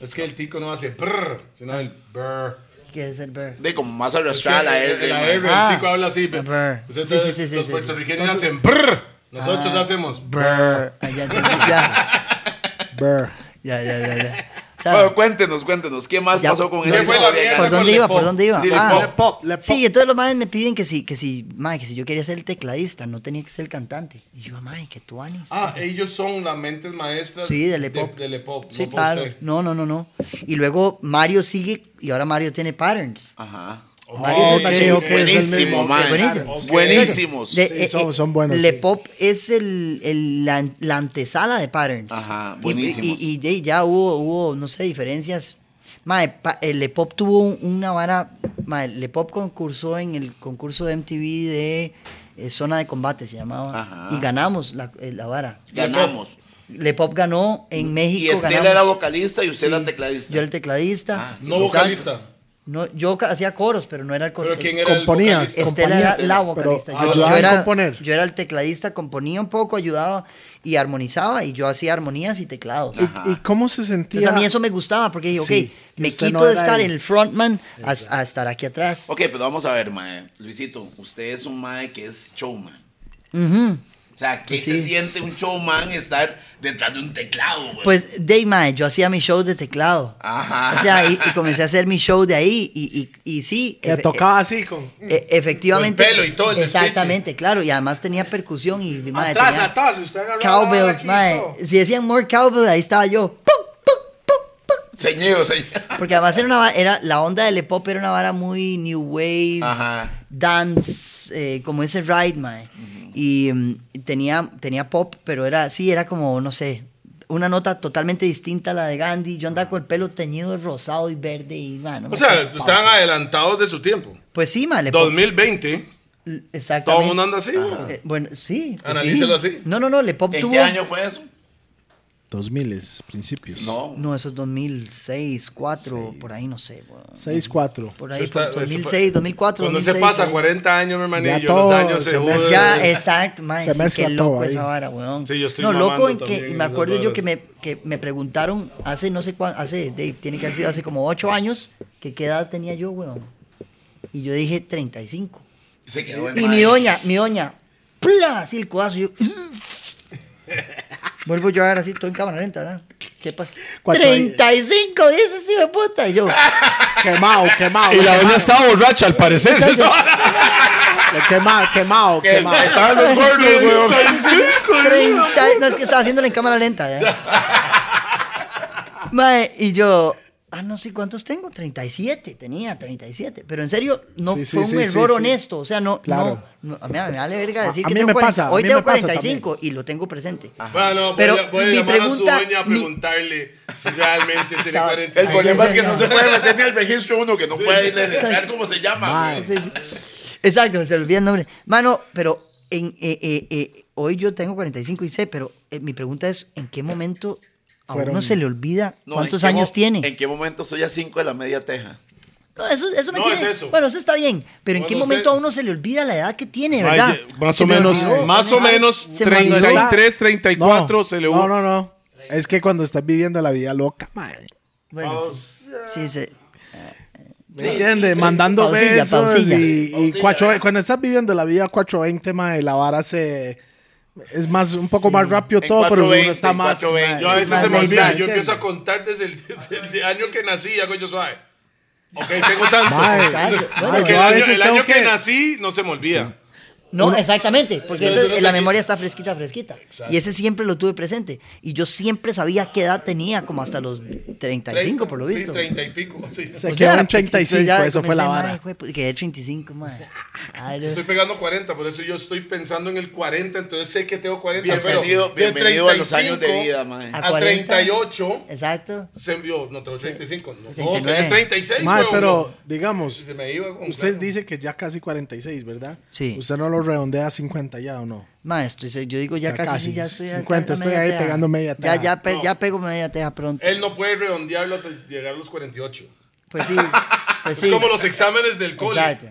S5: Es que el tico no hace brr, sino el brr.
S3: ¿Qué es el brr?
S4: De como más arrastrada la R,
S5: La
S4: mae.
S5: R,
S3: Ah.
S5: el tico habla así. pe-
S3: Brr.
S5: Pues
S3: Sí,
S5: entonces,
S3: sí, sí, sí,
S5: los
S3: sí, Ah. sí.
S5: puertorriqueños hacen brr. Nosotros hacemos brr.
S3: Ah, ya, entendí, ya,
S1: Brr.
S3: ya, ya, ya, ya. O sea,
S4: Bueno, cuéntenos, cuéntenos, ¿qué más
S3: Ah. Ya.
S4: pasó con
S3: ¿Qué
S4: esa
S5: fue la
S4: historia?
S5: mierda?
S3: ¿Por
S4: Gabriel?
S5: con
S3: dónde
S5: Le
S3: iba?
S5: Pop.
S3: ¿Por dónde iba?
S4: Sí, Le
S3: Ah,
S4: Pop.
S1: Le pop, le pop.
S3: Sí, entonces los madres me piden que si, que si, mae, que si yo quería ser el tecladista, no tenía que ser el cantante. Y yo, mae, que tú anis.
S5: Ah, ellos son las mentes maestras
S3: sí, del E
S5: de-
S3: hip hop.
S5: del E hip hop,
S3: Sí,
S5: no fue
S3: claro.
S5: usted.
S3: No, no, no, no. Y luego Mario sigue, y ahora Mario tiene patterns.
S4: Ajá.
S3: Mario es el
S5: Ok,
S3: bacheo,
S1: ok,
S3: pues,
S1: es el
S4: Buenísimo,
S1: mismo.
S4: man.
S3: Buenísimo.
S5: Ok.
S4: Buenísimos.
S3: De-
S1: Sí,
S3: eh,
S1: son- son buenos,
S3: Le
S1: sí.
S3: Pop es el, el- la, la antesala de Patterns.
S4: Ajá,
S3: Y-
S4: buenísimo.
S3: Y, y de- ya hubo, hubo, no sé, diferencias. Mae, pa- el Le Pop tuvo un- una vara. Mae, Le Pop concursó en el concurso de MTV de eh, Zona de Combate, se llamaba.
S4: Ajá.
S3: Y ganamos la, eh, la vara.
S4: Ganamos.
S3: Le Pop ganó en México.
S4: Y Estela
S3: ganamos.
S4: era vocalista y usted
S3: Sí.
S4: la tecladista.
S3: Yo era el tecladista.
S4: Ah,
S5: No
S3: Exacto.
S5: vocalista.
S3: No, yo ca- hacía coros, pero no era el coro.
S5: Pero ¿quién era
S1: Componía.
S5: el vocalista?
S3: Estela era
S4: Componía.
S3: la vocalista.
S1: Pero
S3: Yo,
S1: ayudaba
S3: yo
S1: a
S3: era,
S1: componer.
S3: yo era el tecladista, componía un poco, ayudaba y armonizaba y yo hacía armonías y teclados.
S1: ¿Y- ¿Y cómo se sentía?
S3: Entonces a mí eso me gustaba porque dije,
S1: Sí,
S3: ok,
S1: que
S3: me
S1: usted
S3: quito
S1: no
S3: de
S1: era
S3: estar
S1: el-
S3: el frontman a, a estar aquí atrás.
S4: Ok, pero vamos a ver, mae. Luisito, usted es un mae que es showman.
S3: Ujú.
S4: O sea, ¿qué
S3: Pues Sí.
S4: se siente un showman estar detrás de un teclado, güey?
S3: Pues Day Mae, yo hacía mi show de teclado.
S4: Ajá.
S3: O sea, y, y comencé a hacer mi show de ahí y, y, y sí.
S1: Que
S3: efe-
S1: tocaba así con...
S3: e- efectivamente.
S5: Con el pelo y todo, el
S3: Exactamente, claro. Y además tenía percusión y mae,
S1: Atrás,
S3: tenía-
S1: atrás, usted agarraba la vara
S3: Cowbells,
S1: aquí,
S3: mae.
S1: todo.
S3: Si decían more cowbells, ahí estaba yo. ¡Pum!
S4: Señor, señor.
S3: Porque además era una va- era la onda del pop era una vara muy new wave,
S4: Ajá.
S3: dance, eh, como ese ride, mae. Y mm, tenía tenía pop, pero era sí, era como no sé, una nota totalmente distinta a la de Gandhi. Yo andaba con el pelo teñido de rosado y verde y mae, no me
S5: O sea,
S3: acuerdo qué
S5: estaban
S3: pasa.
S5: adelantados de su tiempo.
S3: Pues sí, mae, le pop.
S5: 2020,
S3: Exactamente.
S5: todo el mundo anda así. güey.
S3: Eh, bueno, sí. pues
S5: Analícelo
S3: sí.
S5: así.
S3: No, no, no, le pop
S4: ¿En
S3: tuvo
S4: qué año fue eso?
S1: 2000 principios.
S4: No.
S3: No, eso es 2006, 4, por ahí no sé, weón.
S1: 6-4.
S3: Por
S5: Eso
S3: ahí,
S5: está-
S3: por
S5: eso
S3: 2006, 2004,
S5: Cuando
S3: 2006.
S5: se pasa
S3: por ahí.
S5: 40 años, mi
S1: Ya
S5: hermanillo,
S1: todo
S5: los años se
S1: se
S5: joden.
S1: mezcla.
S3: Ya, ah, exacto, man,
S1: Se
S3: sí,
S1: mezcla
S3: qué loco
S1: todo ahí.
S3: esa vara, weón.
S5: Sí, yo estoy
S3: no, loco
S5: mamando
S3: en que,
S5: también
S3: y
S5: en
S3: me
S5: esas
S3: acuerdo yo
S5: varas.
S3: que me, que me preguntaron hace no sé cuánto, hace, de- tiene que haber sido hace como 8 años, que qué edad tenía yo, weón. Y yo dije 35.
S4: Se quedó en
S3: Y
S4: mae.
S3: mi doña, mi doña, ¡pla! así el codazo, yo... Vuelvo yo a ver así, todo en cámara lenta, ¿verdad? ¿Qué pasa?
S1: Cuatro ahí.
S3: 35, dice sí de puta. Y yo,
S5: Ah,
S1: Quemado, quemado.
S5: Y la
S1: quemado.
S5: doña estaba borracha, al parecer.
S1: Quemado, quemado,
S4: Que
S1: quemado.
S4: Estaban los gordos, güey.
S3: 30, no, es que estaba haciéndolo en cámara lenta. ¿ya? Mae, y yo, ah, no sé cuántos tengo, 37, tenía 37. Pero en serio, no
S1: Sí, sí,
S3: fue un
S1: sí,
S3: error
S1: sí, sí.
S3: honesto. O sea, no,
S1: Claro.
S3: no, no, a mí me vale verga decir
S1: A- a
S3: que
S1: mí
S3: tengo
S1: me
S3: 40.
S1: pasa, a
S3: Hoy
S1: mí
S3: tengo
S1: me pasa
S3: 45 y lo tengo presente.
S5: Bueno,
S3: Pero
S5: pero voy a, voy a
S3: mi
S5: llamar
S3: pregunta-
S5: a su dueña a
S3: mi-
S5: preguntarle si realmente tiene
S3: Estaba-
S5: 40
S4: El
S3: Ay,
S4: problema es que no
S3: no.
S4: se puede meter ni al registro uno, que no puede irle a decir cómo se llama.
S1: Mae.
S4: güey.
S3: Sí, sí. Exacto, se olvida el nombre. Mano, pero en, eh, eh, eh, hoy yo tengo 45 y sé, pero eh, mi pregunta es, ¿en qué momento a
S1: Fueron-
S3: uno se le olvida
S4: No,
S3: cuántos
S4: ¿en qué
S3: años
S4: mo-
S3: tiene?
S4: ¿En qué momento soy a 5 de la media teja?
S3: No, eso, eso me
S5: No,
S3: tiene.
S5: es eso.
S3: Bueno, eso está bien. Pero ¿en
S5: Cuando
S3: qué
S5: usted-
S3: momento a uno se le olvida la edad que tiene, verdad?
S5: Más
S3: Se
S5: o
S3: me
S5: menos,
S3: olvidó,
S5: más o
S3: ¿verdad?
S5: menos
S3: Se me olvidó.
S5: 33, 34
S1: no,
S5: se le
S1: No,
S5: hubo.
S1: no, no. Es que cuando estás viviendo la vida loca, mae.
S3: Bueno, sí. Sí, se-
S1: ¿Me entiendes? Mandando
S3: Pausilla,
S1: besos
S3: pausilla.
S1: y, y
S4: Pausilla,
S1: cuatro-
S4: ¿verdad?
S1: cuando estás viviendo la vida 420, mae, la vara se... Es más, un poco más rápido
S4: En
S1: todo, pero uno
S4: 420,
S1: está
S4: en
S1: más...
S4: 420.
S2: Yo a veces
S3: Más
S2: se me
S3: ahí
S2: olvida.
S3: está,
S2: Yo empiezo a contar desde el, desde el año que nací y hago yo suave. Ok, tengo tanto.
S1: Mae,
S3: Exacto. Bueno,
S1: mae,
S2: Porque
S1: yo
S2: el
S1: a
S2: año,
S1: veces
S2: el año
S1: tengo
S2: que...
S1: que-
S2: nací no se me olvida.
S3: No, exactamente, porque
S2: Sí, yo
S3: ese-
S2: no
S3: la
S2: sé qué-
S3: memoria está fresquita, fresquita. Y ese siempre lo tuve presente. Y yo siempre sabía qué edad tenía, como hasta los 35, por lo visto.
S2: Sí, 30 y pico. sí.
S1: Se
S3: O
S1: quedó
S3: sea,
S1: en
S3: porque yo
S1: 35,
S3: ya
S1: eso fue la
S3: comencé,
S1: vara.
S3: "Mae, jue- pu- Quedé 35, madre. Ay, no.
S2: Estoy pegando 40, por eso yo estoy pensando en el 40, entonces sé que tengo 40.
S4: Bienvenido,
S2: pero de
S4: bienvenido a los
S2: 35
S4: años de vida, mae.
S3: Ah,
S2: A,
S3: 40.
S2: 38
S3: Exacto.
S2: se envió, no, tengo 35, no, no,
S3: 39.
S2: tenés 36,
S1: Mae,
S2: huevón,
S1: pero,
S2: no.
S1: digamos,
S2: Se me iba con-
S1: usted
S2: claro.
S1: dice que ya casi 46, ¿verdad?
S3: Sí.
S1: ¿Usted no lo redondea a 50 ya o no?
S3: Mae, estoy, se- yo digo ya
S1: Ya
S3: casi,
S1: casi,
S3: sí, ya estoy. ya
S1: 50,
S3: tengo
S1: estoy ahí
S3: teja.
S1: pegando media
S3: Ya,
S1: teja.
S3: ya, pe-
S2: No.
S3: ya pego media teja pronto.
S2: Él no puede redondearlo hasta llegar a los 48.
S3: Pues sí, pues sí.
S2: Es como los exámenes del cole.
S3: Exacto.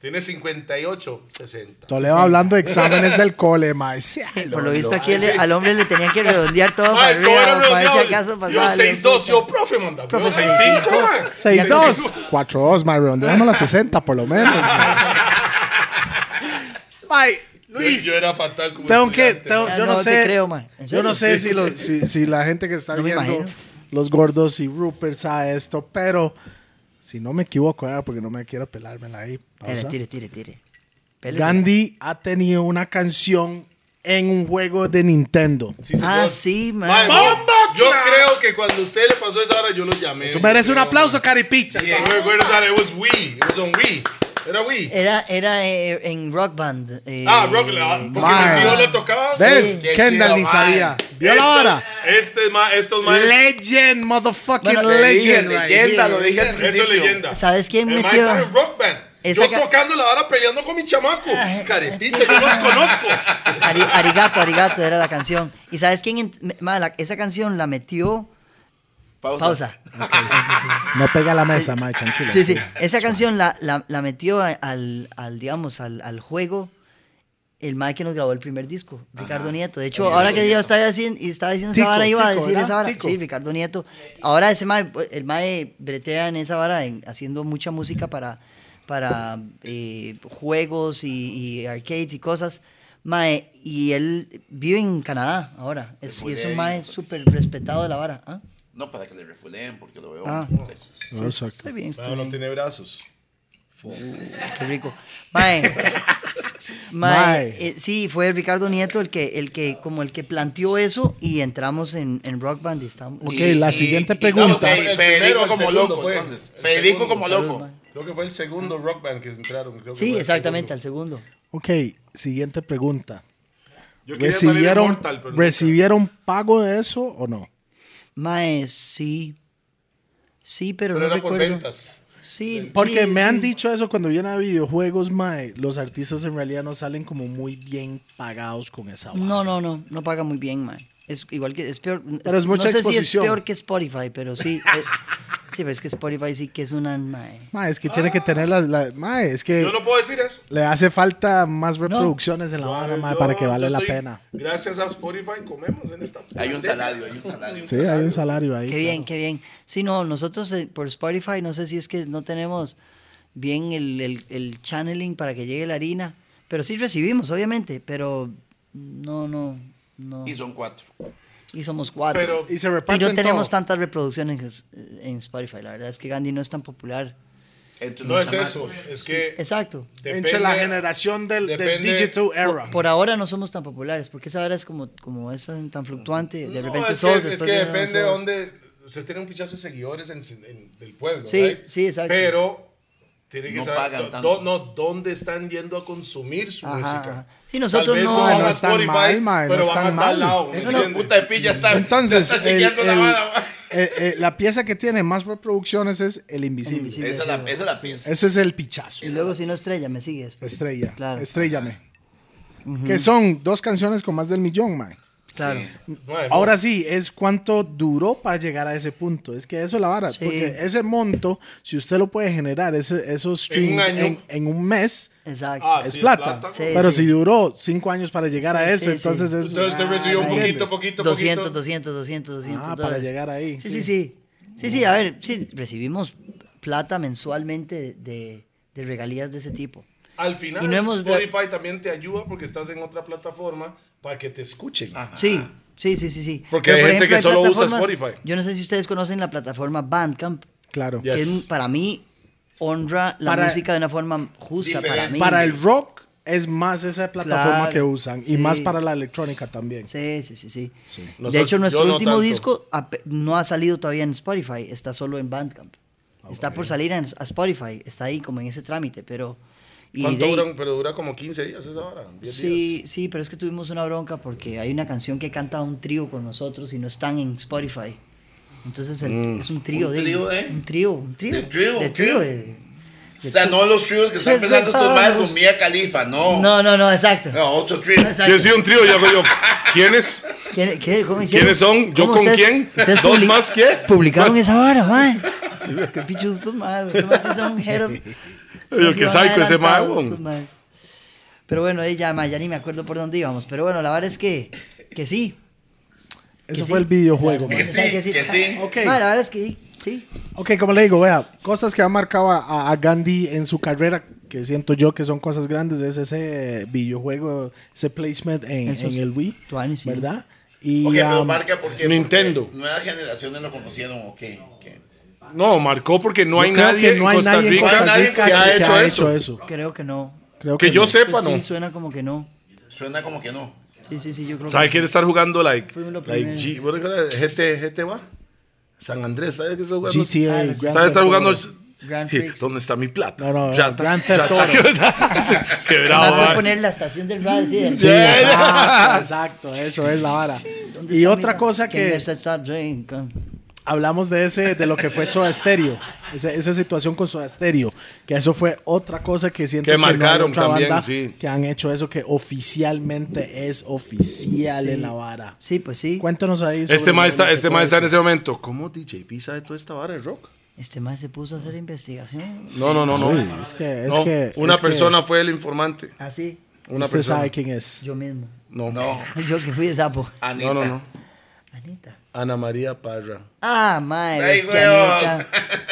S2: Tiene 58, 60.
S1: Toledo hablando de exámenes del cole, mae. Sí,
S3: Por
S1: lolo.
S3: lo visto aquí el- al hombre le tenían que redondear todo para
S2: Mae, todo era
S3: arriba, para ver si
S2: redondeable.
S3: acaso
S2: Yo
S3: pasaba.
S2: 6'2, yo, profe, manda. Yo
S3: Profe,
S2: 6'5,
S3: 6'5.
S2: mae.
S1: 6-2. 4-2, mae, redondeamos las 60 por lo menos. Mae, Luis.
S2: Yo, yo era fatal como
S1: Tengo que,
S2: estudiante,
S1: tengo-
S2: mae.
S3: Ah,
S1: yo no,
S3: no te
S1: sé,
S3: creo, man. ¿En
S1: yo no sé
S3: serio?
S1: si, lo- si, si la gente que está
S3: No me
S1: viendo
S3: imagino.
S1: los gordos y Rupert sabe esto, pero si no me equivoco, ah, porque no me quiero pelármela ahí.
S3: Tire,
S1: pausa.
S3: tire, tire, tire. Pélesela.
S1: Gandhi ha tenido una canción en un juego de Nintendo.
S2: Sí, señor.
S3: Ah, sí, man.
S2: Mae,
S1: ¡Bomba,
S2: Yo
S1: crack!
S2: creo que cuando usted le pasó esa hora, yo lo llamé.
S1: Eso merece un
S2: Yo creo,
S1: aplauso, Caripicha.
S2: Yeah, where, where is that? It was we. It was on we. Era we.
S3: Era, era eh, en Rock Band. eh,
S2: ah, Rock Land. Porque
S1: Mae.
S2: mis hijos le tocaban.
S1: ¿Ves?
S4: Qué
S1: Kendall
S4: chido,
S1: ni
S4: man.
S1: sabía. Vio la
S2: Esta-
S1: hora. Eh,
S2: Este, ma, estos más.
S1: Legend, motherfucking
S3: Bueno,
S4: Le dije,
S1: legend. right
S4: leyenda,
S1: here.
S4: lo dije al
S2: Eso es
S4: principio.
S2: leyenda.
S3: ¿Sabes quién
S2: El ma
S3: metió?
S2: estaba en Rock Band.
S3: Esa
S2: yo
S3: ca- Ah, eh,
S2: tocando la hora peleando con mi chamaco. Carepiche, yo los conozco.
S3: Ari- arigato, arigato era la canción. ¿Y sabes quién? ent- me- mae, la- esa canción la metió.
S4: Pausa.
S3: Pausa.
S1: No pega la mesa, mae, tranquilo.
S3: Sí, sí. Esa canción la, la, la metió a- al, al, digamos, al, al juego el mae que nos grabó el primer disco, Ricardo Nieto. De hecho, ahora que yo estaba diciendo, y estaba diciendo
S1: Tico,
S3: esa vara, iba a
S1: Tico,
S3: decir
S1: ¿verdad?
S3: esa vara.
S1: Tico.
S3: Sí, Ricardo Nieto. Ahora ese mae, el mae bretea en esa vara, en- haciendo mucha música para, para eh, juegos y, y arcades y cosas. Mae, y él vive en Canadá ahora. Es, y es un mae súper respetado de la vara. ¿Ah?
S4: No, para que le refuleen, porque lo veo.
S3: Ah.
S4: seco.
S3: Sí,
S1: Exacto.
S3: estoy bien, estoy
S2: No, no
S3: bien.
S2: tiene brazos.
S3: Qué rico. Mae. Mae,
S1: Mae.
S3: eh, sí, fue Ricardo Nieto el que, el que, como el que planteó eso y entramos en, en Rock Band y estábamos.
S1: Ok, la siguiente pregunta.
S4: no, Fe-
S2: El primero,
S4: Federico
S2: el
S4: como
S2: segundo
S4: loco,
S2: fue.
S4: entonces.
S2: El
S4: Federico
S2: segundo,
S4: como
S3: salud,
S4: loco.
S3: mae.
S2: Creo que fue el segundo Rock Band que entraron. creo que
S3: Sí,
S2: fue el
S3: exactamente, al
S2: segundo.
S3: segundo.
S1: Ok, siguiente pregunta.
S2: Yo quería salir en
S1: ¿Recibieron,
S2: Mortal, pero no.
S1: ¿recibieron pago de eso o no?
S3: Mae, sí. Sí, pero,
S2: Pero
S3: no
S2: era por
S3: recuerdo.
S2: ventas.
S3: Sí,
S1: Porque
S3: sí,
S1: me han
S3: sí.
S1: dicho eso cuando vienen a videojuegos, mae, los artistas en realidad no salen como muy bien pagados con esa vara.
S3: No, no, no, no paga muy bien, mae. Es igual que es peor.
S1: Pero es mucha
S3: no sé si
S1: exposición.
S3: es peor que Spotify, pero sí. eh, sí, pero es que Spotify sí que es una mae.
S1: Mae, es que tiene que tener las... la- mae, es que
S2: Yo no puedo decir eso.
S1: le hace falta más reproducciones en la vara, mae, para que
S2: Yo-
S1: vale
S2: yo
S1: la
S2: estoy-
S1: pena.
S2: Gracias a Spotify comemos en esta.
S4: Hay un
S2: pandemia.
S4: salario, hay un salario.
S1: Sí, hay un salario ahí.
S3: Qué bien,
S1: claro.
S3: qué bien. Sí, no, nosotros eh, por Spotify, no sé si es que no tenemos bien el, el- el channeling para que llegue la harina, pero sí recibimos, obviamente, pero no, no, no.
S4: Y son cuatro.
S3: Y somos cuatro.
S2: Pero
S1: Y se
S3: y no
S1: reparten
S3: tenemos
S1: todo.
S3: tantas reproducciones eh, en Spotify, la verdad es que Gandhi no es tan popular.
S4: Entre
S2: no
S4: los
S2: es
S4: chamacos.
S2: eso. Es que.
S3: Exacto.
S1: Entre la generación del, del
S2: depende-
S1: digital era.
S3: Por, por ahora no somos tan populares, porque esa hora es como, como es tan tan fluctuante, de
S2: No,
S3: repente
S2: es
S3: sos,
S2: que, es
S3: después
S2: que
S3: ya no
S2: depende de
S3: sos.
S2: dónde. Ustedes tienen un pichazo de seguidores en, en- del pueblo.
S3: Sí,
S2: right?
S3: sí, exacto.
S2: Pero. Tienen que
S4: No
S2: saber
S4: pagan
S2: do-
S4: tanto.
S2: do- no, dónde están yendo a consumir su
S3: Ajá,
S2: música.
S3: ajá. Sí, nosotros no-
S2: van
S3: No
S2: a
S1: están mal, mae, no
S2: pero van
S1: están
S2: a tal
S1: mal.
S2: lado, ¿me
S4: Eso no,
S2: entiende?
S4: puta de pilla está.
S1: Entonces,
S4: ya está
S1: el-
S4: chequeando la
S1: el-
S4: vara, ma.
S1: eh, eh, la pieza que tiene más reproducciones es El Invisible.
S3: Invisible.
S4: Esa es la, esa es la pieza.
S1: Ese es el pichazo.
S3: Y luego si no estrella, me pues, sigue después.
S1: Estrella.
S3: Claro.
S1: Estrellame. Que son dos canciones con más del millón, mae.
S3: Claro.
S2: Mae,
S1: Ahora sí, es cuánto duró para llegar a ese punto. Es que eso es la vara.
S3: Sí.
S1: Porque ese monto, si usted lo puede generar, ese- esos
S2: En un
S1: streams en
S2: año.
S1: en un, mes,
S3: Exacto.
S2: Ah,
S1: es
S2: sí, es
S1: plata.
S2: plata,
S3: Sí,
S1: Pero
S3: sí.
S1: si duró cinco años para llegar a
S3: Sí,
S1: eso,
S3: sí,
S1: entonces
S3: sí.
S1: es...
S2: Entonces te recibió un
S1: ah,
S2: poquito,
S1: entiende.
S2: poquito, poquito.
S3: 200, 200, 200, 200
S1: Ah, para
S3: dólares.
S1: llegar ahí,
S3: Sí,
S1: sí.
S3: sí, sí. Sí, sí, a ver, sí, recibimos plata mensualmente de, de regalías de ese tipo.
S2: Al final,
S3: Y no hemos-
S2: Spotify también te ayuda porque estás en otra plataforma para que te escuchen.
S4: Ah.
S3: Sí, sí, sí, sí, sí.
S2: Ah. Porque hay gente que
S3: hay
S2: solo usa
S3: plataformas-
S2: Spotify.
S3: Yo no sé si ustedes conocen la plataforma Bandcamp,
S1: Claro.
S2: Ya.
S3: que
S2: Yes.
S3: es- para mí honra la
S1: Para-
S3: música de una forma justa para
S4: Diferente.
S3: mí.
S1: Para el rock es más esa plataforma
S3: Claro,
S1: que usan. Y
S3: sí.
S1: más para la electrónica también.
S3: Sí, sí, sí, sí.
S2: Nosotros-
S3: de hecho, nuestro
S2: yo no
S3: último
S2: tanto.
S3: disco ape- no ha salido todavía en Spotify, está solo en Bandcamp.
S2: Ah,
S3: Está por salir en- a Spotify, está ahí como en ese trámite, pero... y
S2: ¿Cuánto
S3: de ahí-
S2: duran? Pero dura como 15 días esa hora. 10
S3: Sí, sí, pero es que tuvimos una bronca porque hay una canción que canta un trío con nosotros y no están en Spotify. Entonces el-
S2: Mm.
S3: es un trío
S4: ¿Un
S3: de
S4: trío de?
S3: un trío, un trío,
S4: De trío,
S3: de
S4: trío.
S3: trío, de- de
S4: O sea,
S3: trío.
S4: no los tríos que están empezando estos más con Mia Califa, no. No,
S3: no, no, no, exacto.
S4: otro trío.
S3: No, exacto.
S2: Yo he sido un trío y hago yo. ¿Quiénes?
S3: ¿Quién- qué? ¿Cómo hicieron?
S2: ¿Quiénes son? ¿Yo
S3: ¿Cómo
S2: con quién? ¿Dos
S3: public-
S2: más qué?
S3: Publicaron esa vara, man. Qué pichos estos más. Estos más sí son head of-
S2: Yo,
S3: estos
S2: qué
S3: sí van
S2: psycho ese mae,
S3: adelantados,
S2: weón.
S3: estos maes. Pero bueno, ahí ya, mae, ya ni me acuerdo por dónde íbamos. Pero bueno, la vara es que, que sí.
S1: Eso
S3: Que
S1: fue
S3: sí.
S1: el videojuego,
S3: Exacto.
S1: man.
S4: Que sí, que sí.
S1: Ok.
S3: Mae, la verdad es que sí, sí.
S1: Ok, como le digo, vea, cosas que ha marcado a, a Gandhi en su carrera, que siento yo que son cosas grandes, es ese videojuego, ese placement en,
S3: Esos-
S1: en el Wii,
S3: Tuani, sí.
S1: ¿verdad? Y
S4: Ok, pero
S1: um,
S4: marca porque
S2: Nintendo.
S4: Nuevas generaciones lo conocieron, ok. ok.
S2: No, marcó porque no
S1: yo
S2: hay
S1: creo
S2: nadie
S1: que no
S2: en
S1: hay
S2: Costa
S1: nadie en
S2: Rica,
S1: Costa Rica
S2: que, ha, hecho eso.
S3: Creo que no. Pues
S1: Creo
S2: Que yo
S1: no.
S2: sepa,
S3: Sí,
S2: no.
S3: suena como que no.
S4: Suena como que no.
S3: Sí, sí, sí, yo creo
S2: ¿Sabe
S3: que
S2: quién estar jugando? Like,
S3: Fue lo
S2: like
S3: primero.
S2: G, what do you call it? GT, GT, what? San Andrés, ¿sabe qué está jugando?
S1: GTA, Grand
S2: ¿Sabe estar
S1: Theft
S2: jugando?
S1: Auto.
S3: Grand
S2: Sí,
S3: Prix.
S2: ¿Dónde está mi plata?
S1: No, no, no,
S2: Chata,
S1: Grand Theft
S2: chata,
S1: Auto.
S2: Qué
S3: Mae, voy a
S2: bravo.
S3: poner la estación del radio. Sí, del-
S1: Sí, exacto, exacto, eso es la vara.
S3: ¿Dónde
S1: Y
S3: está
S1: otra
S3: mi-
S1: cosa
S3: ¿Quién
S1: que
S3: es esa chica?
S1: hablamos de ese, de lo que fue Soda Stereo, esa, esa situación con Soda Stereo, que eso fue otra cosa que siento
S2: Que
S1: no hay
S2: marcaron
S1: otra
S2: también, sí.
S1: que han hecho eso que oficialmente es oficial en la vara.
S3: Sí, pues sí.
S1: Cuéntanos ahí. sobre
S2: Este
S1: lo
S2: maestro
S1: que
S2: este
S1: fue
S2: mae está en
S1: eso.
S2: ese momento. ¿Cómo DJ P sabe toda esta vara de rock?
S3: Este más se puso a hacer investigaciones.
S2: No, no, no, no.
S1: Sí, es que- es
S2: No,
S1: que-
S2: una
S1: es que
S2: persona fue el informante.
S3: Así,
S2: Una
S1: usted
S2: persona.
S1: sabe quién es.
S3: yo mismo.
S2: No.
S4: No,
S3: Yo que fui de sapo.
S4: Anita.
S2: no, no, no.
S3: Anita.
S2: Ana María Parra.
S3: Ah, mae,
S4: Ay,
S3: es que
S4: weón.
S3: Anita.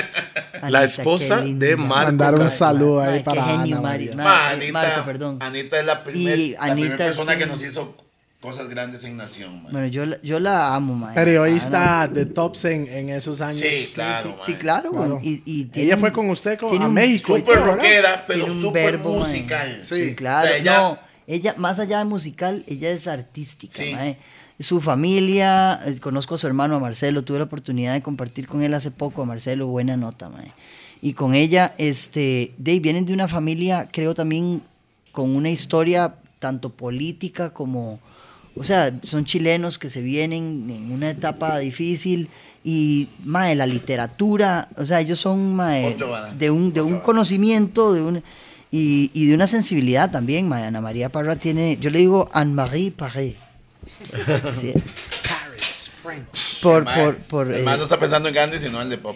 S3: Anita,
S2: esposa
S3: qué linda.
S2: de Marco
S1: Mandar un Castro. saludo ahí
S3: Mae, qué
S1: para
S3: genio,
S1: Ana
S3: Mari-
S1: María.
S3: Mae,
S4: Ma,
S3: eh,
S4: Anita,
S3: Marco, perdón.
S4: Anita es la
S3: Y
S4: primera
S3: Anita
S4: persona
S3: es
S4: que
S3: un-
S4: nos hizo cosas grandes en Nación, man.
S3: Bueno, yo, la- yo la amo, mae. Ana-
S2: ah,
S1: Periodista de tops en, en esos años.
S4: Sí,
S3: Sí,
S4: claro,
S3: sí,
S4: man.
S3: sí, claro,
S1: Claro.
S3: weón. Y, y tiene
S1: Ella
S3: un-
S1: fue con usted con,
S3: tiene
S1: a
S3: un-
S1: México. y
S4: Súper
S1: todo, ¿verdad?
S4: rockera, pero
S3: tiene un
S4: súper
S3: verbo, mae.
S4: musical.
S3: Sí, claro.
S4: O sea, ella-
S3: No, ella, más allá de musical, ella es artística,
S4: Sí.
S3: mae. Su familia, eh, conozco a su hermano, a Marcelo, tuve la oportunidad de compartir con él hace poco, a Marcelo, buena nota, mae. Y con ella, este, de, ahí vienen de una familia, creo también, con una historia tanto política como, o sea, son chilenos que se vienen en una etapa difícil y, mae, la literatura, o sea, ellos son, mae,
S4: Otra vara.
S3: Eh, de un, de un conocimiento, de un, y, y de una sensibilidad también. ma. Ana María Parra tiene, yo le digo Anne-Marie Paré. Sí. Por,
S4: Ma,
S3: por, por,
S4: el
S3: eh,
S4: man no está pensando en Gandhi, sino en el de pop.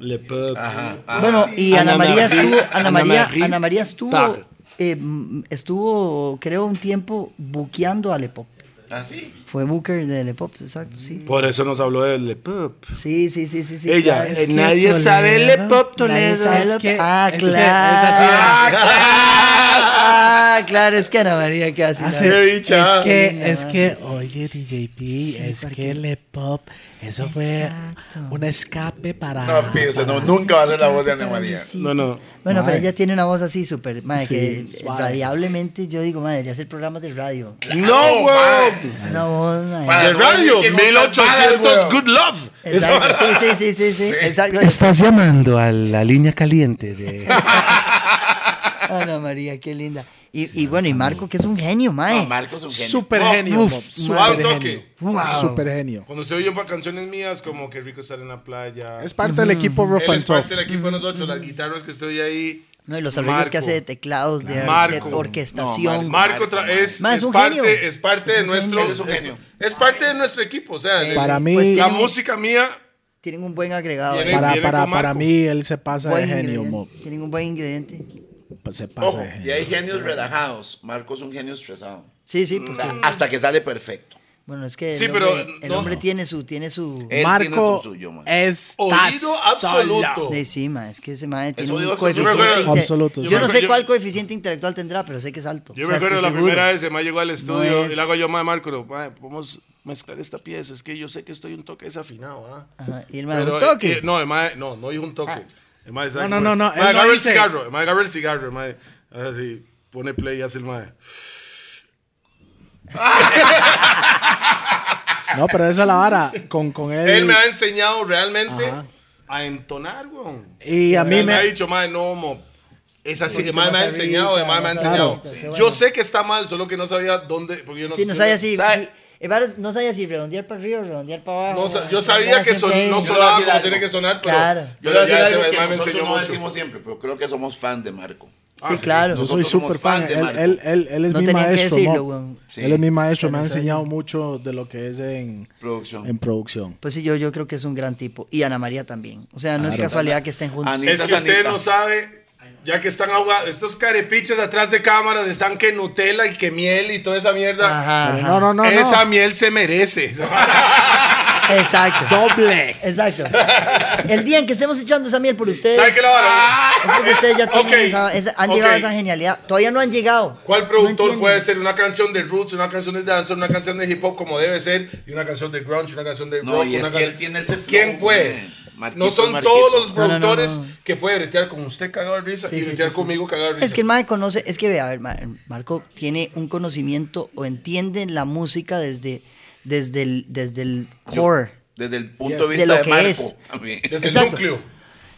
S2: Le Peuple.
S4: Ajá. ajá.
S3: bueno, y Ana,
S2: Ana
S3: María
S2: Marie-
S3: estuvo,
S2: Ana
S3: Ana María,
S2: Marie
S3: Ana María estuvo,
S2: Parra.
S3: eh, mm, estuvo, creo, un tiempo buqueando a Lepop.
S4: Ah, sí.
S3: Fue booker de Lepop, exacto, sí.
S2: Por eso nos habló de Le Peuple.
S3: Sí, sí, sí, sí. sí
S2: Mm. Ella,
S3: claro.
S2: eh, nadie sabe Le Peuple
S3: Nadie
S2: Toledo.
S3: sabe lo- ah,
S1: es que- es así.
S3: claro.
S4: Ah, claro.
S3: Ah, claro, es que Ana María que hace.
S1: Hace-
S2: Qué bicha.
S1: Ah, es
S3: Linda,
S1: que, es
S3: man.
S1: que, oye, DJP, es que Le Pop, eso
S3: Exacto.
S1: fue un escape para.
S4: No, pío, o sea, no, nunca va a ser la voz de Ana María.
S2: No, no.
S3: Bueno, pero
S1: Mae.
S3: ella tiene una voz así súper, madre,
S1: Sí,
S3: que
S1: suave.
S3: radiablemente yo digo, madre, debería hacer programas de radio.
S2: No, weón.
S3: Es una voz, mae.
S2: De
S4: Para no
S2: radio,
S4: decir que no está mal,
S2: 1800
S4: weón.
S2: Good Love. Esa
S3: Exacto,
S2: vara.
S3: sí, sí, sí, sí, sí, exacto.
S7: Estás llamando a la línea caliente de...
S3: Ana María, qué linda. Y, y bueno, y Marco, que es un genio,
S4: No,
S3: madre.
S4: Marco es un genio.
S1: Super
S2: No,
S1: genio,
S3: uf,
S1: Bob,
S2: suave
S1: super
S2: toque.
S1: genio.
S3: Wow.
S1: Super genio.
S2: Cuando se oyen para canciones mías, como que rico estar en la playa.
S1: Es parte del equipo Rough
S2: Él es
S1: and Tough.
S2: parte del equipo de nosotros, las guitarras que estoy ahí.
S3: No, y los arreglos
S2: Marco.
S3: que hace de teclados, de,
S2: Marco.
S3: de orquestación.
S4: No,
S2: Marco
S4: Marco,
S2: tra-
S4: Marco.
S2: es,
S3: Ma, es
S2: es
S3: un genio.
S2: parte, es parte de
S3: Es un
S2: nuestro
S3: genio.
S4: Es un genio.
S2: es parte de nuestro equipo, o sea, de-
S1: Para mí,
S3: Pues
S2: la
S3: tienen,
S2: música mía
S3: tienen un buen agregado.
S2: Tiene-
S3: ahí.
S1: para,
S2: viene
S1: para,
S2: con
S1: para
S2: Marco.
S1: mí, él se pasa de
S3: Buen
S1: genio,
S3: ingrediente.
S1: Bob.
S3: Tienen un buen ingrediente.
S1: Pues se pasa
S4: Ojo,
S1: de
S2: eh.
S1: genio.
S4: y hay genios relajados. Marco es un genio estresado.
S3: Sí, sí,
S4: O
S3: porque
S4: sea, hasta que sale perfecto.
S3: Bueno, es que el,
S2: Sí,
S3: hombre,
S2: pero,
S3: el
S2: no. Eh,
S3: hombre tiene su... Tiene su
S4: Él tiene
S1: Marco
S4: su suyo, man.
S1: es
S2: Oído absoluto.
S3: de sí, ma, es que ese mae tiene
S4: digo
S3: un
S4: que yo me
S3: coeficiente...
S2: acuerdo-
S3: inte-
S1: Absoluto, sí.
S3: Yo no sé
S2: Yo-
S3: cuál coeficiente intelectual tendrá, pero sé que es alto.
S2: Yo
S3: O sea,
S2: recuerdo la
S3: estoy seguro.
S2: primera vez, Emma llegó al estudio
S3: es-
S2: y le hago yo, Mae Marco, le digo, "Mae, podemos mezclar esta pieza. Es que yo sé que estoy un toque desafinado. ¿ah?"
S3: Ajá, y el mae,
S2: Pero,
S3: ¿un toque? Ah.
S2: eh, no, el mae- no, no dijo un toque. El mae sabe
S1: No, no,
S2: cómo es.
S1: no, no,
S2: Mae,
S1: él no
S2: agarra el
S1: dice.
S2: cigarro. El mae agarra el cigarro. El mae así, pone play y hace el mae.
S1: No, pero esa es la vara. Con, con él.
S2: Él me ha enseñado realmente
S1: Ajá.
S2: a entonar, weón.
S1: Y a mí
S2: Él me ha
S1: me.
S2: dicho, mae, no, mo. Es así, el
S3: poquito
S2: mae me ha
S3: más
S2: enseñado, el
S3: arriba,
S2: mae me ha
S3: más
S2: enseñado.
S3: abajito, qué bueno.
S2: Yo sé que está mal, solo que no sabía dónde, porque yo no
S3: Sí, no
S2: yo-
S3: sabía si...
S4: ¿Sabe?
S3: si- el mae no sabía si redondear para arriba o redondear para abajo.
S2: no sa-
S3: ma,
S2: yo
S3: no
S2: sabía
S3: andaba
S2: que son-
S3: siempre ahí.
S2: no
S4: Yo le voy a
S2: sonaba
S4: decir
S2: como
S4: algo.
S2: tiene que sonar, pero
S3: Claro.
S4: Yo le voy a
S2: ya
S4: decir
S2: ese
S4: algo
S2: mae
S4: que
S2: me
S4: nosotros
S2: enseñó
S4: no
S2: mucho.
S4: decimos siempre, pero creo que somos fan de Marco.
S2: Ah,
S3: Sí, claro.
S1: Yo
S4: Nosotros
S1: soy
S4: somos
S1: súper fan.
S4: fans de
S1: Él,
S4: Marco.
S1: él- él- él es
S3: No
S1: mi
S3: tenían que
S1: maestro.
S3: decirlo,
S1: mo.
S3: weón.
S4: Sí,
S1: él es mi maestro.
S3: se
S1: Me ha
S3: los oye.
S1: enseñado mucho de lo que es en
S4: Producción.
S1: en producción.
S3: Pues sí, yo, yo creo que es un gran tipo. Y Ana María también. O sea, no es
S1: Claro.
S3: casualidad que estén juntos.
S4: Ani-
S2: Es que
S4: Sanita.
S2: usted no sabe, ya que están ahogados, estos carepiches atrás de cámaras están que Nutella y que miel y toda esa mierda.
S3: Ajá,
S1: Pero
S3: ajá.
S1: No, no, no. no.
S2: Esa miel se merece.
S3: Exacto.
S1: Doble.
S3: Exacto. El día en que estemos echando esa miel por ustedes.
S2: ¿Sabe qué la vara?
S3: es porque ustedes ya tienen
S2: Ok,
S3: esa, esa- han
S2: ok.
S3: llegado a esa genialidad. Todavía no han llegado.
S2: ¿Cuál
S3: No
S2: productor
S3: entienden.
S2: puede ser una canción de roots, una canción de danza, una canción de hip hop como debe ser, y una canción de grunge, una canción de
S4: No,
S2: rock?
S4: y es
S2: una
S4: que
S2: can-
S4: él tiene ese flow,
S2: ¿Quién puede?
S4: mae. Marquito,
S2: no son
S4: Marquito.
S2: todos los
S3: No, no, no,
S2: productores
S3: no.
S2: que puede retear con usted cagado de risa
S3: Sí,
S2: y
S3: sí,
S2: retear
S3: sí, sí.
S2: conmigo cagado de risa.
S3: Es que el Mae conoce, es que vea, a ver, Ma- Marco tiene un conocimiento o entiende la música desde, desde, el, desde el core.
S4: Desde el punto
S3: Yes.
S4: de
S3: De lo
S4: vista de,
S3: que
S4: Marco.
S3: es.
S4: También.
S2: Desde
S3: Exacto.
S2: el núcleo.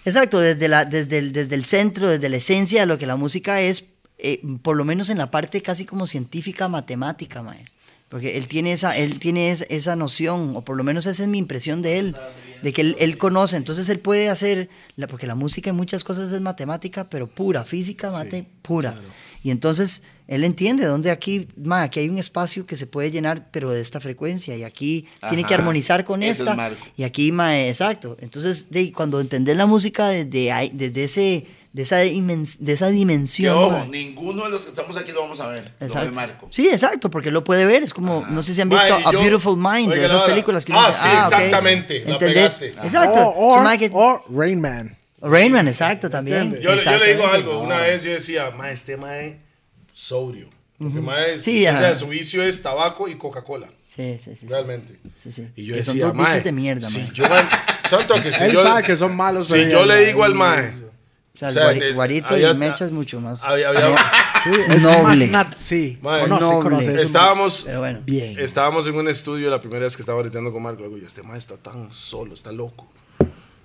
S3: Exacto, desde, la, desde, el, desde el centro, desde la esencia de lo que la música es, eh, por lo menos en la parte casi como científica, matemática, mae. Porque él tiene, esa, él tiene es- esa noción, o por lo menos esa es mi impresión de él, de que él, él conoce. Entonces él puede hacer, la, porque la música en muchas cosas es matemática, pero pura, física, mate, pura. Y entonces él entiende dónde aquí, mae, aquí hay un espacio que se puede llenar, pero de esta frecuencia, y aquí tiene que
S4: Ajá,
S3: armonizar con
S4: ese es
S3: esta.
S4: Marco.
S3: Y aquí, mae, exacto. Entonces, de, cuando entendés la música desde, ahí- desde ese, de, esa dimen- de esa
S4: Que
S3: dimensión.
S4: ojo,
S3: mae.
S4: ninguno de los que estamos aquí lo vamos a ver. Lo ve
S3: Exacto.
S4: Marco.
S3: Sí, exacto, porque lo puede ver. Es como, no sé si han visto
S2: Mae, y
S3: A
S2: yo-
S3: Beautiful Mind, de
S2: Oiga,
S3: esas
S2: ahora.
S3: películas que uno
S2: Ah,
S3: dice,
S2: sí,
S3: ok".
S2: exactamente, la pegaste.
S3: Exacto.
S1: O,
S3: So,
S1: o-
S3: mae, que-
S1: o Oh, Rain Man.
S3: Rain Man, exacto, también.
S1: Entiende.
S2: Yo, yo le digo
S3: Exactamente.
S2: algo, una vez yo decía, ma, este mae sobrio. Porque mae,
S3: Sí,
S2: o sea,
S3: ajá.
S2: su vicio es tabaco y Coca-Cola,
S3: Sí, sí, sí, sí.
S2: realmente.
S3: Sí, sí.
S2: Y yo
S3: Que son
S2: decía,
S3: dos vicios
S2: mae,
S3: de mierda,
S2: si
S3: mae.
S2: yo, santo que si
S1: Él
S2: yo,
S1: sabe que son malos.
S2: si
S1: pero
S2: yo le
S1: él-
S2: digo al mae,
S3: O sea,
S2: o
S3: el
S2: sea,
S3: guari-
S2: de-
S3: guarito
S2: había- Ah,
S3: y mecha es mucho más.
S2: había- había-
S1: Sí, es
S3: Noble.
S1: más nat- sí,
S2: Mae,
S1: conoce,
S3: noble.
S1: conoce eso.
S2: estábamos,
S3: Pero bueno.
S1: Bien.
S2: estábamos en un estudio la primera vez que estaba gritando con Marco, le digo, yo, este mae está tan solo, está loco.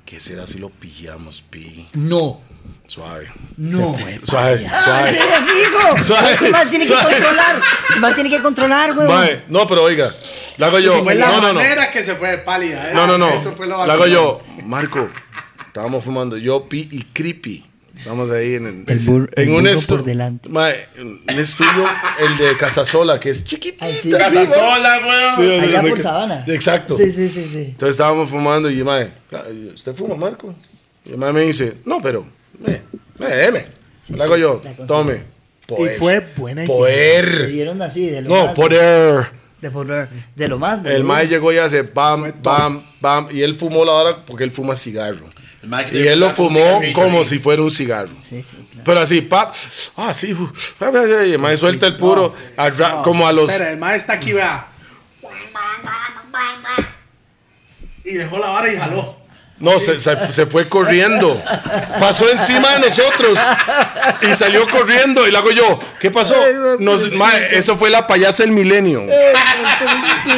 S2: ¿Qué será si lo pillamos, pi?
S3: No,
S2: Suave,
S3: no.
S2: suave,
S3: Ah,
S2: suave.
S3: sí, amigo.
S2: Suave,
S3: Este man tiene
S2: suave.
S3: que controlar. Este man tiene que controlar, güey.
S2: Mae, no, pero oiga, la hago yo.
S1: Fue la
S2: No, no, no.
S1: manera que se fue de pálida. ¿eh?
S2: No, no, no.
S1: Eso fue lo
S2: La hago
S1: vacilón.
S2: yo. Marco, estábamos fumando yo, Pi y Creepy. Estamos ahí en, en-
S3: El bur-
S2: en
S3: el
S2: un
S3: burro
S2: estu-
S3: por delante.
S2: Mae, un estudio, el de Casasola, que es chiquitita.
S3: Así es.
S2: Casa-
S4: Casa sola, weón.
S2: Sí,
S3: Allá
S2: donde-
S3: por Sabana.
S2: Exacto.
S3: Sí, sí, sí, sí.
S2: Entonces estábamos fumando y mae, claro, y yo, ¿usted fuma, Marco? Y el mae me dice, no, pero, me, me, deme. la hago
S3: sí,
S2: yo,
S3: la consigo.
S2: tome.
S1: Y
S2: Pues,
S1: fue buena idea.
S3: Se
S2: Poder.
S3: dieron así, de lo
S2: Eh. No,
S3: más.
S2: poder.
S3: De poder. De lo más.
S2: El
S3: boludo.
S2: mae llegó y hace bam, bam, bam. Y él fumó la hora porque él fuma cigarro.
S4: El Mike
S2: Y él lo
S4: está con
S2: fumó
S4: cigarrillo
S2: como
S4: ahí.
S2: si fuera un cigarro.
S3: Sí, sí, claro.
S2: Pero así, pap. Ah, sí. uh, ah, ah, ah, Y el mae suelta el puro al ra- como a los.
S1: Espera, el mae está aquí, vea. Y dejó la vara y jaló.
S2: No, se, se- se fue corriendo. Pasó encima de nosotros y salió corriendo. Y le hago yo, ¿qué pasó? Nos, mae, eso fue la payasa del milenio.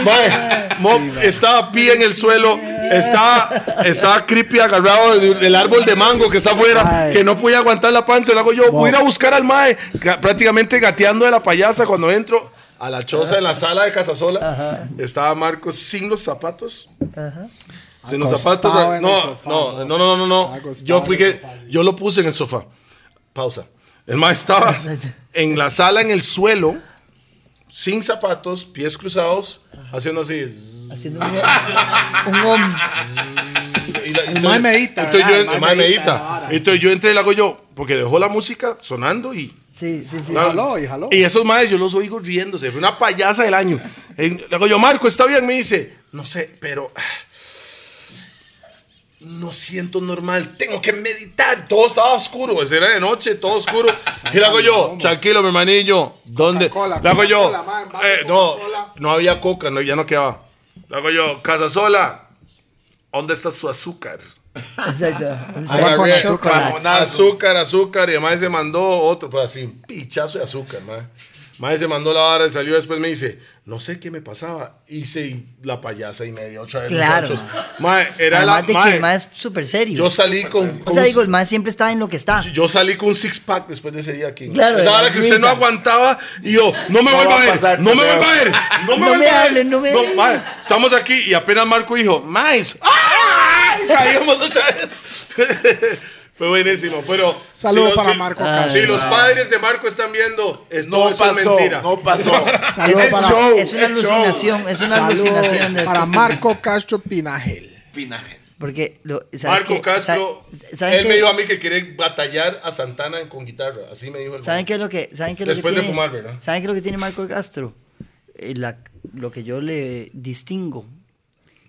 S2: Mae, Mop estaba pie en el suelo, estaba, estaba creepy agarrado de- del árbol de mango que está afuera,
S1: Ay.
S2: que no podía aguantar la panza. Le hago yo, voy a ir a buscar al mae, ca- prácticamente gateando de la payasa cuando entro. A la choza en la sala de Casasola estaba Marcos sin los zapatos. Sin los
S1: Acostado
S2: zapatos. a-
S1: en
S2: no,
S1: el sofá,
S2: no,
S1: no.
S2: no, no, no, no.
S1: Acostado
S2: Yo fui
S1: en el
S2: que.
S1: sofá, sí.
S2: Yo lo puse en el sofá. Pausa. El maestro estaba en la sala, en el suelo, sin zapatos, pies cruzados, haciendo así. zzz,
S3: Haciendo un, un hombre.
S2: y la-
S1: El mae medita,
S2: Entonces
S1: ¿verdad?
S2: yo,
S1: El mae
S2: el mae
S1: medita la
S2: medita.
S1: vara.
S2: Entonces yo entré y le hago yo. Porque dejó la música sonando y
S3: Sí, sí, sí.
S1: Y jaló, y jaló.
S2: y esos madres yo los oigo riéndose. Fue una payasa del año. En- Le digo yo, Marco, está bien. Me dice, no sé, pero. ah, No siento normal, tengo que meditar. Todo estaba oscuro, pues, era de noche, todo oscuro. Y le hago yo, tranquilo, mi hermanillo. ¿Dónde?
S1: Coca-Cola,
S2: Le hago yo,
S1: Coca-Cola, man, vaso
S2: eh, no,
S1: Coca-Cola.
S2: no había coca, no, ya no quedaba. Le hago yo, Casasola, ¿dónde está su azúcar?
S3: Exacto.
S2: Agarré
S3: Este Con
S2: azúcar,
S3: chocolate.
S2: mamonazo. ah, azúcar, azúcar, y además se mandó otro, pues así, un pichazo de azúcar, más. Más se mandó la vara y salió después me dice, no sé qué me pasaba. Hice la payasa y media otra vez.
S3: Claro,
S2: muchachos.
S3: ma.
S2: Mae, era
S3: Además
S2: la
S3: de
S2: mae,
S3: que el mae es súper serio.
S2: Yo salí con,
S3: o
S2: con
S3: sea,
S2: un-
S3: digo, el mae siempre está en lo que está.
S2: yo salí con un six pack después de ese día aquí.
S3: Claro,
S2: Esa
S3: de
S2: hora
S3: la
S2: que usted no
S3: risa.
S2: aguantaba y yo, no me
S4: No
S2: vuelva
S4: va a
S2: a ver,
S4: pasar,
S2: no me
S4: pendejo.
S2: vuelva a ver, no me
S3: No me
S2: vuelva a ver.
S3: hable, no me hable.
S2: mae, estamos aquí y apenas Marco dijo, mais, ¡Ah! caímos otra vez. Fue buenísimo, pero
S1: Saludo
S2: los-
S1: para Marco Castro.
S2: Si los padres de Marco están viendo, es
S4: Ah. No
S2: todo eso es
S4: pasó,
S2: mentira.
S4: no pasó.
S1: Saludos
S3: es,
S1: para,
S4: show,
S3: es una
S4: es show.
S3: alucinación, es una
S1: saludos
S3: alucinación de
S1: para
S3: estos
S1: Marco Castro Pinagel.
S4: Al final.
S3: tipos. Porque lo, ¿sabes
S2: Marco
S3: qué?
S2: Castro,
S3: Sa- ¿saben
S2: él
S3: qué?
S2: me dijo a mí que quiere batallar a Santana con guitarra, así me dijo el
S3: ¿Saben
S2: mae.
S3: qué es lo que saben qué es lo
S2: Después
S3: que
S2: de
S3: tiene,
S2: fumar, ¿verdad?
S3: ¿Saben qué es lo que tiene Marco Castro? Eh, la- lo que yo le distingo,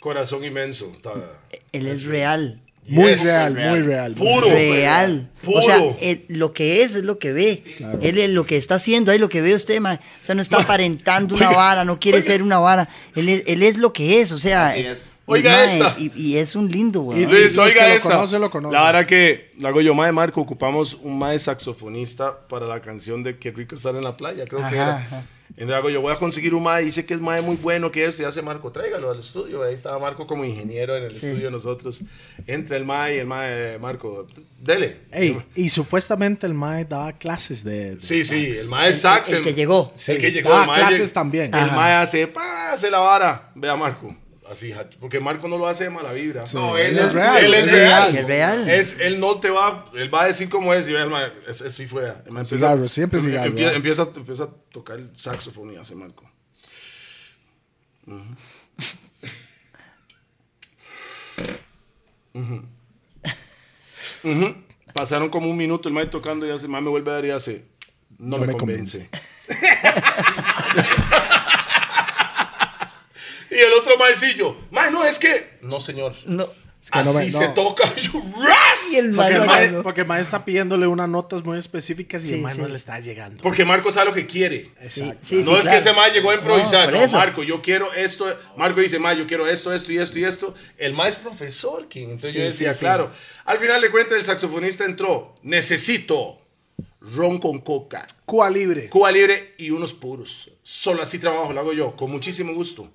S2: Corazón inmenso. ta-
S3: él es real.
S1: Muy
S2: Yes.
S1: real, muy
S4: real.
S1: real.
S2: Puro.
S3: real.
S2: Puro.
S3: O sea, él- lo que es es lo que ve.
S1: Claro.
S3: Él es lo que está haciendo, ahí lo que ve usted, man. O sea, no está aparentando una vara, no quiere ser una vara. Él es, él es lo que es, o sea.
S4: Así es.
S3: y,
S2: Oiga
S3: mae,
S2: esta.
S3: Y, y es un lindo,
S1: Y-
S3: weón.
S2: Luis,
S1: los
S2: oiga
S1: que lo
S2: esta.
S1: conocen, lo conocen.
S2: La verdad que la hago yo, mae Marco, ocupamos un mae saxofonista para la canción de Qué rico estar en la playa, creo que
S3: Ajá,
S2: era.
S3: ajá.
S2: Entonces hago yo, voy a conseguir un mae, dice que es mae muy bueno, que esto, y hace Marco, tráigalo al estudio. Ahí estaba Marco como ingeniero en el
S3: Sí.
S2: estudio de nosotros. Entre el mae y el mae, eh, Marco, dele.
S1: Ey, y supuestamente el mae daba clases de. de
S2: Sí, sí,
S1: sax.
S2: el mae es sax.
S3: el que llegó. Ah,
S2: El que llegó.
S1: Daba
S2: el mae
S1: clases
S2: llegó.
S1: también.
S2: El
S1: Ajá.
S2: mae hace, pa, hace la vara. Ve a Marco. Así, ja- porque Marco no lo hace de mala vibra.
S4: No, él es
S1: real.
S2: Él es real.
S3: Es real.
S2: Es- él no te va, él va a decir cómo es y ve, hermano, es, es- sí fue. El man empieza-
S1: Cigarro, siempre
S2: em-
S1: cigarro,
S2: empie-
S1: ¿verdad?
S2: Empieza, empieza a tocar el saxofón y hace Marco. Ujú. Ujú. Ujú. Pasaron como un minuto el mae tocando y hace, mae me vuelve a dar y hace, no, me,
S1: me
S2: convence. y el otro maecillo, mae no, es que, no señor.
S3: No.
S1: Es que no
S2: Así
S1: me-
S2: se
S1: no.
S2: toca. Yo, ¡ras!
S3: Y el
S1: Porque el,
S3: mae-
S1: mae, porque el mae está pidiéndole unas notas muy específicas y
S3: Sí,
S1: el mae
S3: sí.
S1: no le está llegando.
S2: Porque Marco sabe lo que quiere.
S3: Ah, Sí,
S1: Exacto.
S3: sí,
S2: no
S3: sí,
S2: es que
S3: claro.
S2: ese mae llegó a improvisar.
S3: por
S2: No,
S3: eso.
S2: Marco, yo quiero esto. Marco dice, mae, yo quiero esto, esto y esto y esto. El mae es profesor, King. Entonces yo decía, claro. Al final de cuentas, el saxofonista entró. Necesito ron con coca,
S1: Cuba libre.
S2: Cuba libre y unos puros. Solo así trabajo, lo hago yo, con muchísimo gusto.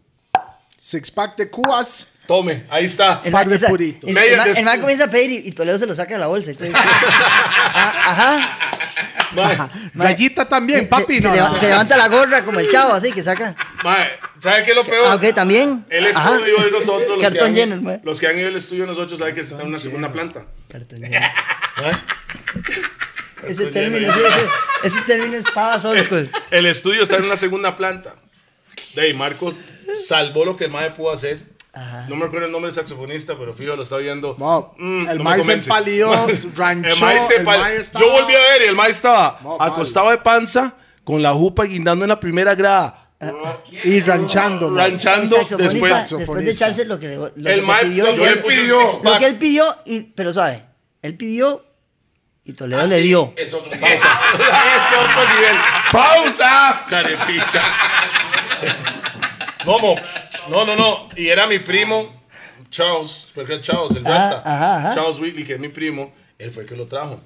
S1: Six pack de cubas.
S2: Tome, ahí está.
S3: El
S1: par
S3: ma-
S1: de
S3: esa-
S1: puritos.
S3: El,
S2: Medio
S3: el ma-
S2: des-
S3: el ma comienza a pedir y, y Toledo se lo saca de la bolsa. Entonces, Ah, ajá.
S2: Mae,
S3: Mae,
S1: Rayita también,
S3: se-
S1: papi.
S3: Se,
S1: no,
S3: leva-
S1: no.
S3: se levanta la gorra como el chavo, así que saca.
S2: mae, ¿sabe qué es lo peor?
S3: Ah, ok, también.
S2: El
S3: Ajá.
S2: estudio de nosotros, los,
S3: Cartón
S2: que han,
S3: lleno, mae.
S2: los que han ido al estudio de nosotros, saben que está en una segunda planta.
S3: Ese término, sí, ese, ese término es pavas
S2: Eh,
S3: old school.
S2: El estudio está en una segunda planta. De ahí, Marco salvó lo que el mae pudo hacer. No me acuerdo el nombre del saxofonista, pero fijo, lo está viendo.
S1: Bob,
S2: Mm,
S1: el
S2: no me
S1: mae se
S2: convence.
S1: empalió,
S2: El
S1: ranchó.
S2: mae se
S1: el mae
S2: pal-
S1: estaba-
S2: Yo volví a ver y el mae estaba
S1: No, mal.
S2: acostado de panza, con la jupa guindando en la primera grada,
S1: Y ranchando. mae.
S2: ranchando
S3: El saxofonista,
S2: después.
S3: después de echarse lo que, le- lo que
S2: El
S3: le
S2: mae,
S3: pidió.
S2: yo
S3: y-
S2: le puse
S4: pidió-
S2: un six
S3: lo que
S2: pack.
S3: él pidió, y, pero suave. Él pidió y Toledo
S2: Ah,
S3: le dio.
S4: Es otro nivel. es otro nivel. ¡Pausa!
S2: Dale, picha. No, mo. no, no, no. Y era mi primo, Charles, porque Charles, el Rasta.
S3: Ah, ajá, ajá.
S2: Charles Whitley, que es mi primo, él fue el que lo trajo.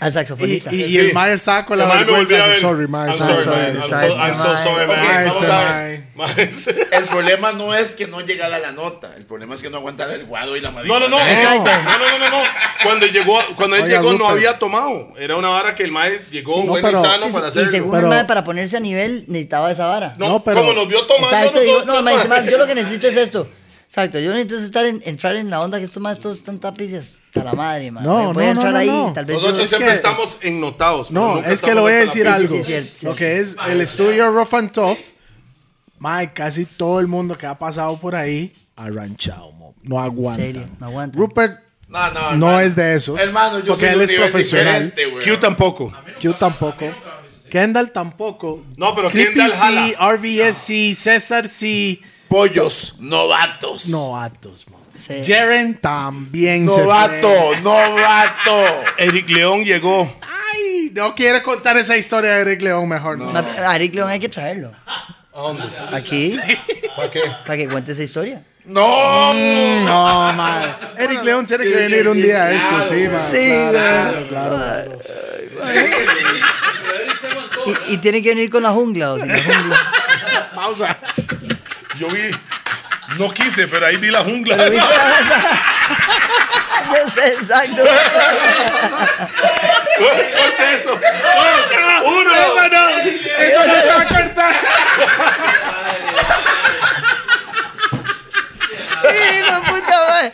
S3: Al
S1: Y,
S3: saxofonista.
S1: y- y
S2: Sí.
S1: el mae estaba con la
S2: El mae me
S1: vergüenza.
S2: volvió a ver.
S1: Sorry, mae.
S2: I'm
S1: Sorry,
S2: sorry,
S1: sorry.
S2: man. I'm
S3: sorry,
S2: so, I'm so
S3: mae.
S2: sorry, man.
S1: Mae,
S4: Ok, vamos
S1: este
S4: a
S1: mae.
S2: Mae.
S4: El problema no es que no llegara la nota. El problema es que no aguantara el guado y la madre.
S2: No, no, no.
S3: Exacto.
S2: No, no, no, no, no. Cuando llegó, cuando él
S1: Oiga,
S2: llegó no
S1: Rupert.
S2: había tomado. Era una vara que el mae llegó
S1: Sí, no,
S2: bueno
S1: pero-
S2: y sano
S3: Sí, sí,
S2: para
S3: y
S2: hacerlo.
S3: según
S1: Pero-
S3: el mae, para ponerse a nivel, necesitaba esa vara.
S2: no,
S1: No, pero-
S2: como nos vio tomando
S3: Exacto, digo,
S2: nosotros,
S3: no, mae, dice,
S2: mae.
S3: mae, yo lo que necesito es esto. Exacto, yo necesito es estar en, entrar en la onda que estos más todos están tapices hasta la madre, mae.
S1: No,
S3: Me voy a
S1: no, no,
S3: entrar
S1: no,
S3: ahí,
S1: no.
S3: tal vez yo-
S2: Nosotros
S1: Es
S2: siempre
S1: que-
S2: estamos ennotados. pero
S1: No,
S2: nunca
S1: es que le
S2: estamos
S1: voy a
S2: hasta la
S1: decir
S2: pizza.
S1: algo.
S3: sí, cierto,
S1: Lo
S3: cierto.
S1: que es el estudio Rough and Tough, mae, casi todo el mundo que ha pasado por ahí ha ranchado, mo. No aguantan.
S3: serio, no aguantan.
S1: Rupert
S4: No, no.
S1: No es de esos.
S4: Hermano, yo
S1: porque
S4: soy
S1: él
S4: un
S1: es
S4: nivel
S1: profesional.
S4: diferente, güey.
S2: Q tampoco.
S1: Q tampoco. Kendall tampoco.
S2: No, pero
S1: Clippy
S2: Kendall
S1: sí, RVS sí, César sí.
S4: Pollos, novatos.
S1: Novatos, man.
S3: Sí.
S1: Jaren también se fue.
S4: Novato, novato.
S2: Eric León llegó.
S1: Ay, no quiere contar esa historia de Eric León mejor. No.
S3: Ma- A Eric León hay que traerlo. ¿A dónde? Aquí. ¿Para qué? Para que cuente esa historia.
S4: No.
S1: No, man. Eric León tiene que venir un día a esto, sí, man.
S3: güey. Y, y tiene que venir con la jungla o sin la jungla.
S1: Pausa.
S2: Yo vi. No quise, pero ahí vi la jungla.
S3: Yo sé, exacto.
S2: Corte eso. Dos, uno,
S1: Eso no se va a cortar.
S3: Sí, no, puta madre.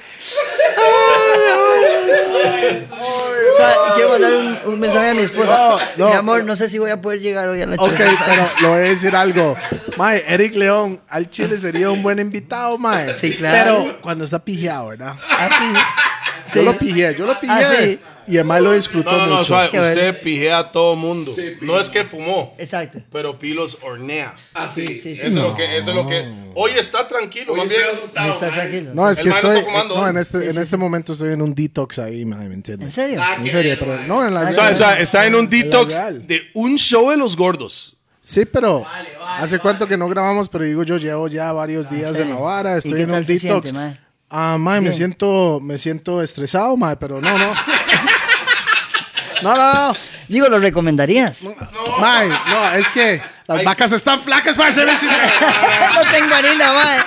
S3: Ay, no. O sea, quiero mandar un, un mensaje a mi esposa.
S1: No, no.
S3: Mi amor, no sé si voy a poder llegar hoy a la
S1: Ok,
S3: choza.
S1: pero le voy a decir algo. Mae, Eric León al Chile sería un buen invitado, mae.
S3: Sí, claro.
S1: Pero cuando está pijeado, ¿verdad?
S3: Así.
S1: Yo
S3: Sí. Ah,
S1: lo pijé, yo lo pijé.
S3: sí.
S1: Y el mae lo disfrutó
S2: No, no, no,
S1: mucho.
S2: suave.
S3: Qué
S2: Usted
S3: bueno.
S2: pijea a todo mundo. no es que fumó,
S3: Exacto.
S2: pero Pilos hornea.
S4: Así.
S3: Sí, sí.
S2: Eso, es lo que, eso es lo que. Hoy está tranquilo.
S4: Oye,
S2: más bien.
S4: estoy asustado.
S3: No está
S4: man.
S3: tranquilo.
S1: No, es
S2: El
S1: que
S2: mae no
S1: estoy.
S2: está fumando. ¿eh?
S1: No, en este, en
S3: sí,
S1: este momento estoy en un detox ahí, mae, ¿me
S3: ¿En
S1: entiendes?
S3: serio?
S4: Ah,
S1: En
S4: qué
S1: serio,
S4: bien,
S1: pero
S4: man.
S1: no en la
S2: Suave,
S1: vida.
S2: suave, Está en un
S1: la
S2: detox
S1: real.
S2: de un show de los gordos.
S1: Sí, pero hace cuánto que no grabamos, pero digo, yo llevo ya varios días
S3: sí.
S1: en la vara,
S3: ¿Y
S1: estoy
S3: qué
S1: en
S3: tal
S1: un
S3: se
S1: detox.
S3: siente, mae?
S1: ah, mae, me
S3: Bien.
S1: siento, me siento estresado, mae, pero no, no. No, no, no.
S3: Digo, ¿lo recomendarías?
S1: Mae, no, es que las vacas están flacas para hacer eso.
S3: no tengo harina, madre.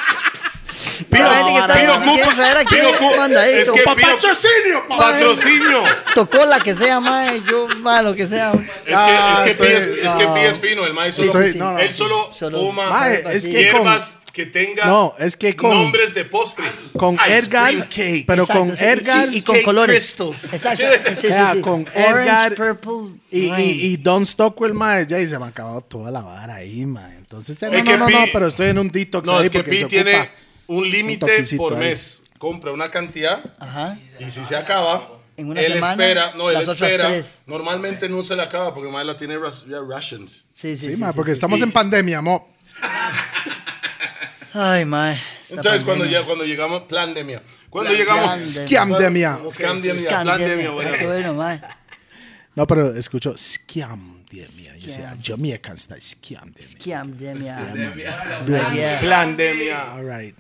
S2: Piro,
S3: la gente que está
S2: Piro
S3: viendo, si quieren traer aquí,
S2: Piro Cupa.
S3: manda ahí,
S2: Es
S3: tu
S2: que
S3: papá
S2: Piro- Patrocinio.
S3: Tocó la que sea, madre. Yo, madre, lo que sea.
S2: Es que, es que,
S1: Ah,
S2: Pi es,
S1: estoy-
S2: es que
S1: ah.
S2: Pi es fino, el maestro.
S1: Estoy- no, no,
S2: él
S1: sí.
S2: solo,
S3: Solo-
S2: fuma
S1: Mae, es que
S2: hierbas que tenga
S1: No, es que con-
S2: nombres de postre.
S1: Con
S2: Ice
S1: Edgar,
S2: cream cake.
S1: pero
S3: Exacto,
S1: con
S3: sí, y-
S1: Edgar
S3: y, y con colores.
S2: crystals.
S3: Exacto. Sí, sí,
S1: Ah,
S3: sí.
S1: con
S3: Orange,
S1: Edgar
S3: purple,
S1: y, y-
S3: rain.
S1: y Don Stockwell, mae, ya y se me ha acabado toda la vara ahí, mae. Entonces, ya, no,
S2: Es
S1: no,
S2: que
S1: no,
S2: Pi-
S1: no, pero estoy en un detox
S2: No,
S1: pues ahí
S2: es que
S1: porque
S2: Pi
S1: se
S2: tiene
S1: ocupa.
S2: un
S1: un
S2: límite
S1: toquecito
S2: por
S1: ahí.
S2: mes. Compra una cantidad
S3: Ajá.
S2: y si se acaba,
S3: En una
S2: él
S3: semana,
S2: espera. No, él
S3: las otras
S2: espera.
S3: tres.
S2: Normalmente no se le acaba porque más la tiene ras- ya rationed.
S3: Sí, sí,
S1: Sí,
S3: sí.
S1: mae,
S3: sí,
S1: porque
S3: sí.
S1: estamos en pandemia, mo.
S3: Ay, madre.
S2: Entonces, cuando, ya, cuando llegamos, pandemia. Cuando
S4: Plan-
S2: llegamos,
S1: Skiamdemia.
S2: scamdemia, pandemia, bueno.
S3: Qué bueno, madre.
S1: No, pero escucho Skiamdemia. Yo decía, Jamaican style Skiamdemia.
S3: Quiamdemia. Yeah.
S2: Plandemia.
S1: All right.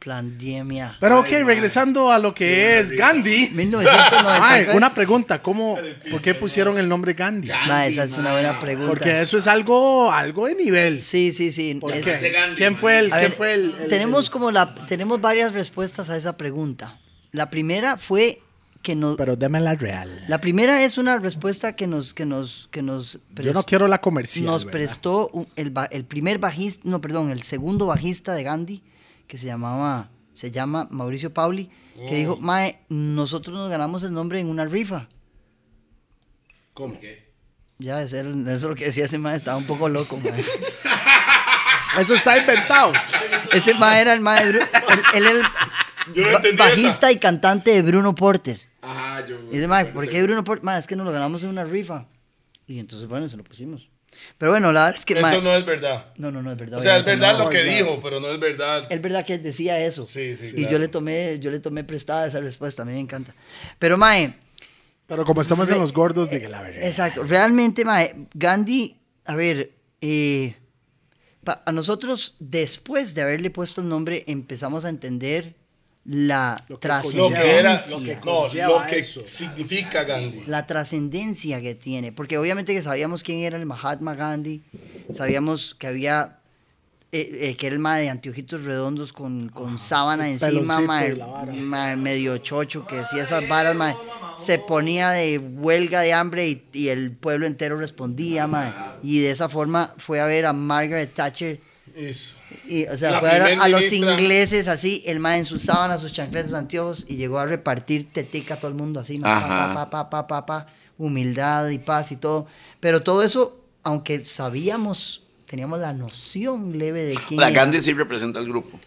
S3: Plandemia.
S1: Pero ok, regresando a lo que es Gandhi.
S3: 1990.
S1: Ay, una pregunta, ¿cómo, ¿por qué pusieron el nombre Gandhi?
S3: Mae, esa es una buena pregunta.
S1: Porque eso es algo, algo de nivel.
S3: Sí, sí, sí.
S1: ¿Por
S3: Es-
S1: qué?
S4: Gandhi,
S1: ¿Quién fue el?
S3: A
S1: ¿Quién
S3: ver,
S1: fue el- el-
S3: tenemos como la tenemos varias respuestas a esa pregunta. La primera fue que nos
S1: Pero deme la real.
S3: la primera es una respuesta que nos que nos que nos
S1: Yo
S3: pres-
S1: no quiero la comercial.
S3: nos
S1: ¿verdad?
S3: prestó un- el, ba- el primer bajista, no, perdón, el segundo bajista de Gandhi que se llamaba se llama Mauricio Pauli, que dijo,
S2: Oh.
S3: "Mae, nosotros nos ganamos el nombre en una rifa."
S2: ¿Cómo?
S3: Ya, ese era- eso es lo que decía ese mae, estaba un poco loco, mae.
S1: Eso está inventado.
S3: Ese mae era el mae de Bru- él- él era el
S2: Yo no
S3: ba-
S2: entendí
S3: bajista y cantante de Bruno Porter.
S4: Ajá, yo.
S3: Y dice, "Mae, ¿por qué Bruno Porter? Mae, es que nos lo ganamos en una rifa. Y entonces, bueno, se lo pusimos. Pero bueno, la verdad es que, mae,
S2: Eso no es verdad.
S3: no, no, no, es verdad.
S2: O sea, es
S3: obviamente
S2: verdad
S3: no,
S2: lo que
S3: o sea,
S2: dijo, pero no es verdad.
S3: Es verdad que él decía eso.
S2: Sí, sí,
S3: Y
S2: claro.
S3: yo le tomé, yo le tomé prestada esa respuesta, a mí me encanta. Pero, mae,
S1: Pero como estamos en los gordos, diga la verdad.
S3: Exacto. Realmente, mae, Gandhi, a ver, eh, pa- a nosotros después de haberle puesto el nombre empezamos a entender la
S2: Lo que era, lo que,
S3: trascendencia.
S2: no, lo que significa Gandhi.
S3: La trascendencia que tiene. Porque obviamente que sabíamos quién era el Mahatma Gandhi, sabíamos que había... eh, eh, que era el mae de anteojitos redondos con, con sábana encima,
S1: peloncito
S3: mae,
S1: y la vara.
S3: mae, medio chocho, que decía esas varas, mae, se ponía de huelga de hambre y, y el pueblo entero respondía, mae. Y de esa forma fue a ver a Margaret Thatcher.
S2: Eso.
S3: Y, o sea,
S2: La
S3: fue a, ver
S2: primer
S3: a los
S2: ministra.
S3: ingleses así, el mae en sus sábanas, sus chancletas, sus anteojos, y llegó a repartir tetica a todo el mundo así, mae, pa,
S4: Ajá.
S3: pa, pa, pa, pa, pa, humildad y paz y todo. Pero todo eso, aunque sabíamos, teníamos la noción leve de quién
S4: La
S3: era.
S4: Gandhi sí representa al grupo.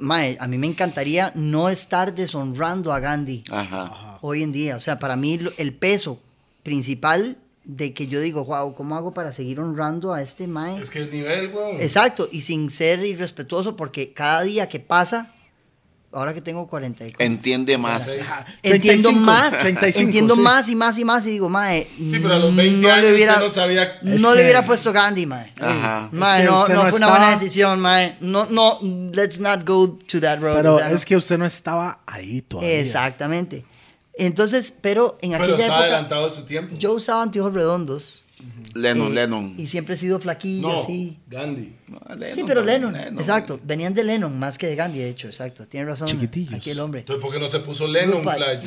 S3: mae, a mí me encantaría no estar deshonrando a Gandhi
S4: Ajá.
S3: hoy en día. O sea, para mí lo- el peso principal de que yo digo, wow, ¿cómo hago para seguir honrando a este mae?
S2: Es que el nivel, weón.
S3: Exacto, y sin ser irrespetuoso, porque cada día que pasa, ahora que tengo 44,
S4: Entiende más.
S1: Eh,
S3: entiendo
S1: 35,
S3: más,
S1: 35,
S3: entiendo
S1: sí.
S3: más y más y más y digo, mae, mm,
S2: Sí, pero a los 20 años usted no sabía-
S1: Es
S3: no
S1: que-
S3: le hubiera puesto Gandhi, mae.
S4: Ajá.
S3: Mae,
S1: Es que
S3: no,
S1: usted
S3: no
S1: no
S3: fue una buena
S1: estaba-
S3: decisión, mae. No, no, let's not go to that road.
S1: Pero
S3: o sea,
S1: es que usted no estaba ahí todavía.
S3: Exactamente. Entonces, pero en
S2: Pero
S3: aquella
S2: está
S3: época
S2: adelantado a su tiempo.
S3: yo usaba anteojos redondos
S4: Lennon,
S3: eh,
S4: Lennon.
S3: y siempre he sido flaquillo
S2: no,
S3: así.
S2: Gandhi.
S4: No,
S3: sí, pero
S4: no,
S3: Lennon, exacto. Venían de Lennon más que de Gandhi, de hecho, exacto. Tiene razón.
S1: Chiquitillos.
S3: Aquí el hombre.
S2: Entonces, ¿por qué no se puso Lennon,
S3: Grupo
S2: playa?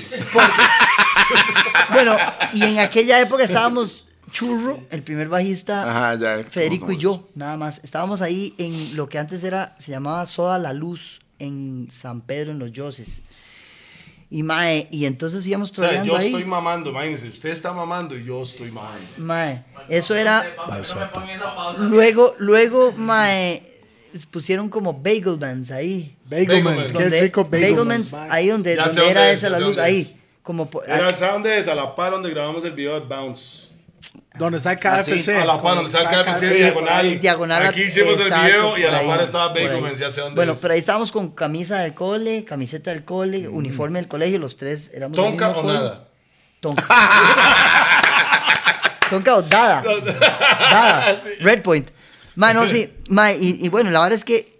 S3: Bueno, y en aquella época estábamos Churro, el primer bajista,
S4: Ajá, ya.
S3: Federico y yo, nada más. Estábamos ahí en lo que antes era, se llamaba Soda la Luz, en San Pedro, en los Yoses. Y mae, y entonces íbamos
S2: O sea,
S3: troleando
S2: yo
S3: ahí.
S2: estoy mamando, imagínense. Usted está mamando y yo estoy mamando.
S3: Mae, eso era.
S8: No me pongan esa pausa.
S3: Luego, luego, mae, pusieron como bagel bands ahí.
S1: Bagelmans,
S2: Bagelmans.
S1: qué
S3: Donde-
S1: rico Bagelmans.
S3: Bagelmans, ahí donde,
S2: Ya sé
S3: donde era
S2: dónde es,
S3: esa
S2: ya
S3: la
S2: sé
S3: luz,
S2: dónde
S3: ahí.
S2: es.
S3: Como ah, por-
S2: Era el sound de a la par donde grabamos el video de Bounce.
S1: Donde está el KFC.
S4: Ah, sí,
S2: A la par donde está el KFC
S3: Sí,
S2: diagonal.
S3: ahí, eh, diagonal,
S2: Aquí hicimos
S3: exacto,
S2: el video y a
S3: por
S2: la
S3: ahí,
S2: par estaba
S3: por ahí.
S2: Bacon, decía hacia dónde
S3: Bueno,
S2: es. Mm.
S3: pero ahí estábamos con camisa del cole, camiseta del cole, uniforme del colegio, los tres éramos del
S2: ¿Tonka
S3: mismo
S2: o
S3: cole.
S2: nada?
S3: Tonka. Tonka o Dada. Dada. Red Point. Mae, no, sí. Mae, y, y bueno, la verdad es que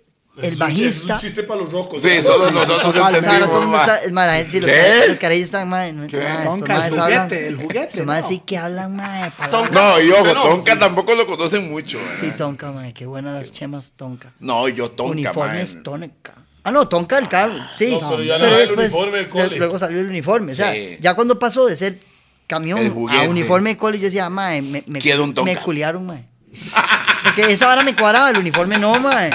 S2: Es
S3: el
S2: un chiste-
S3: bajista...
S2: Es un chiste para los rocos.
S4: Sí,
S2: ¿no?
S4: solo nosotros
S3: Claro,
S4: entendimos.
S3: todo el mundo
S4: ma.
S3: está. Mae, la gente sí, los,
S4: ¿Qué?
S3: caras- los carajillos están, mae. no- mae, estos
S1: Tonka, el
S3: maes
S1: juguete,
S3: hablan-
S1: el juguete,
S3: Estos maes
S1: no.
S3: sí que hablan, mae. para-
S4: No, y ojo,
S2: Pero no,
S4: Tonka
S2: sí.
S4: tampoco lo conocen mucho. ¿verdad?
S3: Sí, Tonka, mae. Qué buenas las chemas, Tonka.
S4: No, yo Tonka,
S3: Uniformes,
S4: man.
S3: Tonka. Ah, no, Tonka el carro. Sí,
S2: No, pero ya no era el uniforme del cole.
S3: luego salió el uniforme. O sea,
S4: Sí.
S3: ya cuando pasó de ser camión
S4: El
S3: a
S4: juguete.
S3: uniforme de cole, yo decía, mae, me, me,
S4: Quiero un Tonka.
S3: me culiaron, mae. Porque esa vara me cuadraba, el uniforme no, mae.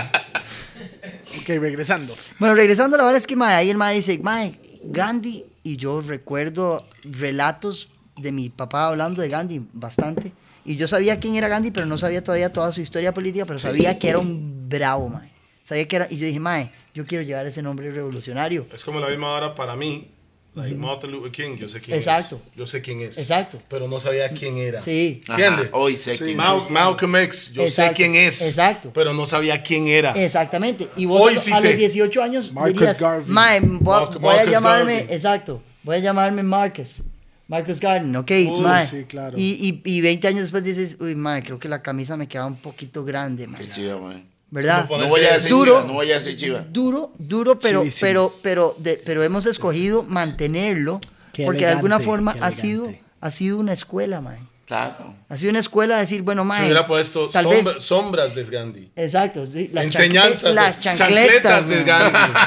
S1: Ok, regresando.
S3: Bueno, regresando, la verdad es que mae, ahí el mae dice, mae, Gandhi, y yo recuerdo relatos de mi papá hablando de Gandhi bastante. Y yo sabía quién era Gandhi, pero no sabía todavía toda su historia política, pero sabía que era un bravo, mae. Sabía que era, y yo dije, mae, yo quiero llevar ese nombre revolucionario.
S2: Es como la misma hora para mí. Like Martin Luther King, yo sé quién es.
S3: Exacto.
S2: Yo sé quién es.
S3: Exacto.
S2: Pero no sabía quién era.
S3: Sí.
S4: Ajá,
S2: ¿Entiende?
S4: Hoy sé
S2: Sí,
S4: quién
S2: Mal-
S4: es.
S2: Malcolm X, yo sé
S3: Exacto,
S2: quién es.
S3: exacto.
S2: Pero no sabía quién era.
S3: Exactamente. Y vos
S2: Ah. Hoy
S3: a, lo-
S2: sí
S3: a
S2: sé.
S3: los 18 años
S1: Marcus
S3: dirías,
S1: Garvey.
S3: mae, voy, a-
S2: Mar-
S3: voy a
S2: Marcus
S3: llamarme,
S2: Garvey.
S3: exacto, voy a llamarme Marcus. Marcus Garden, ok,
S1: Uy,
S3: mae.
S1: sí, claro.
S3: Y, y, y 20 años después dices, uy, mae, creo que la camisa me queda un poquito grande,
S4: Qué
S3: mae.
S4: chido, man.
S3: ¿Verdad?
S2: Como
S4: No voy a decir
S3: Duro.
S4: chiva, no voy a decir chiva.
S3: Duro, duro, pero,
S1: Chivísimo.
S3: pero, pero, de- pero hemos escogido mantenerlo
S1: Qué
S3: porque de alguna
S1: elegante,
S3: forma
S1: qué
S3: ha sido,
S1: elegante.
S3: ha sido una escuela, mae.
S4: Claro.
S3: Ha sido una escuela de decir, bueno, mae.
S2: Se hubiera puesto
S3: tal
S2: sombra-
S3: vez,
S2: sombras de Gandhi.
S3: Exacto, sí, las,
S2: Enseñanzas.
S3: chancle- las
S2: de-
S3: chancletas,
S2: de
S3: mae.
S2: Gandhi.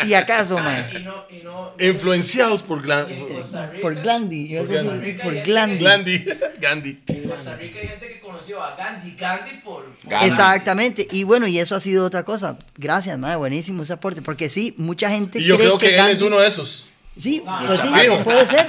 S3: Si acaso, mae.
S8: Y no, y no.
S2: Influenciados por
S8: En
S2: Gandhi.
S8: Costa Rica.
S3: Por Gandhi. ibas a decir,
S8: Gandhi.
S3: por Gandhi.
S2: Gandhi. Gandhi.
S8: En Costa Rica hay gente que conoció a Gandhi. Gandhi por. por-
S4: Gandhi.
S3: Exactamente. Y bueno, y eso ha sido otra cosa. Gracias, mae. Buenísimo ese aporte. Porque sí, mucha gente
S2: Y yo
S3: cree
S2: creo que, él
S3: Gandhi-
S2: es uno de esos.
S3: Sí, pues sí,
S2: Fijo.
S3: puede ser.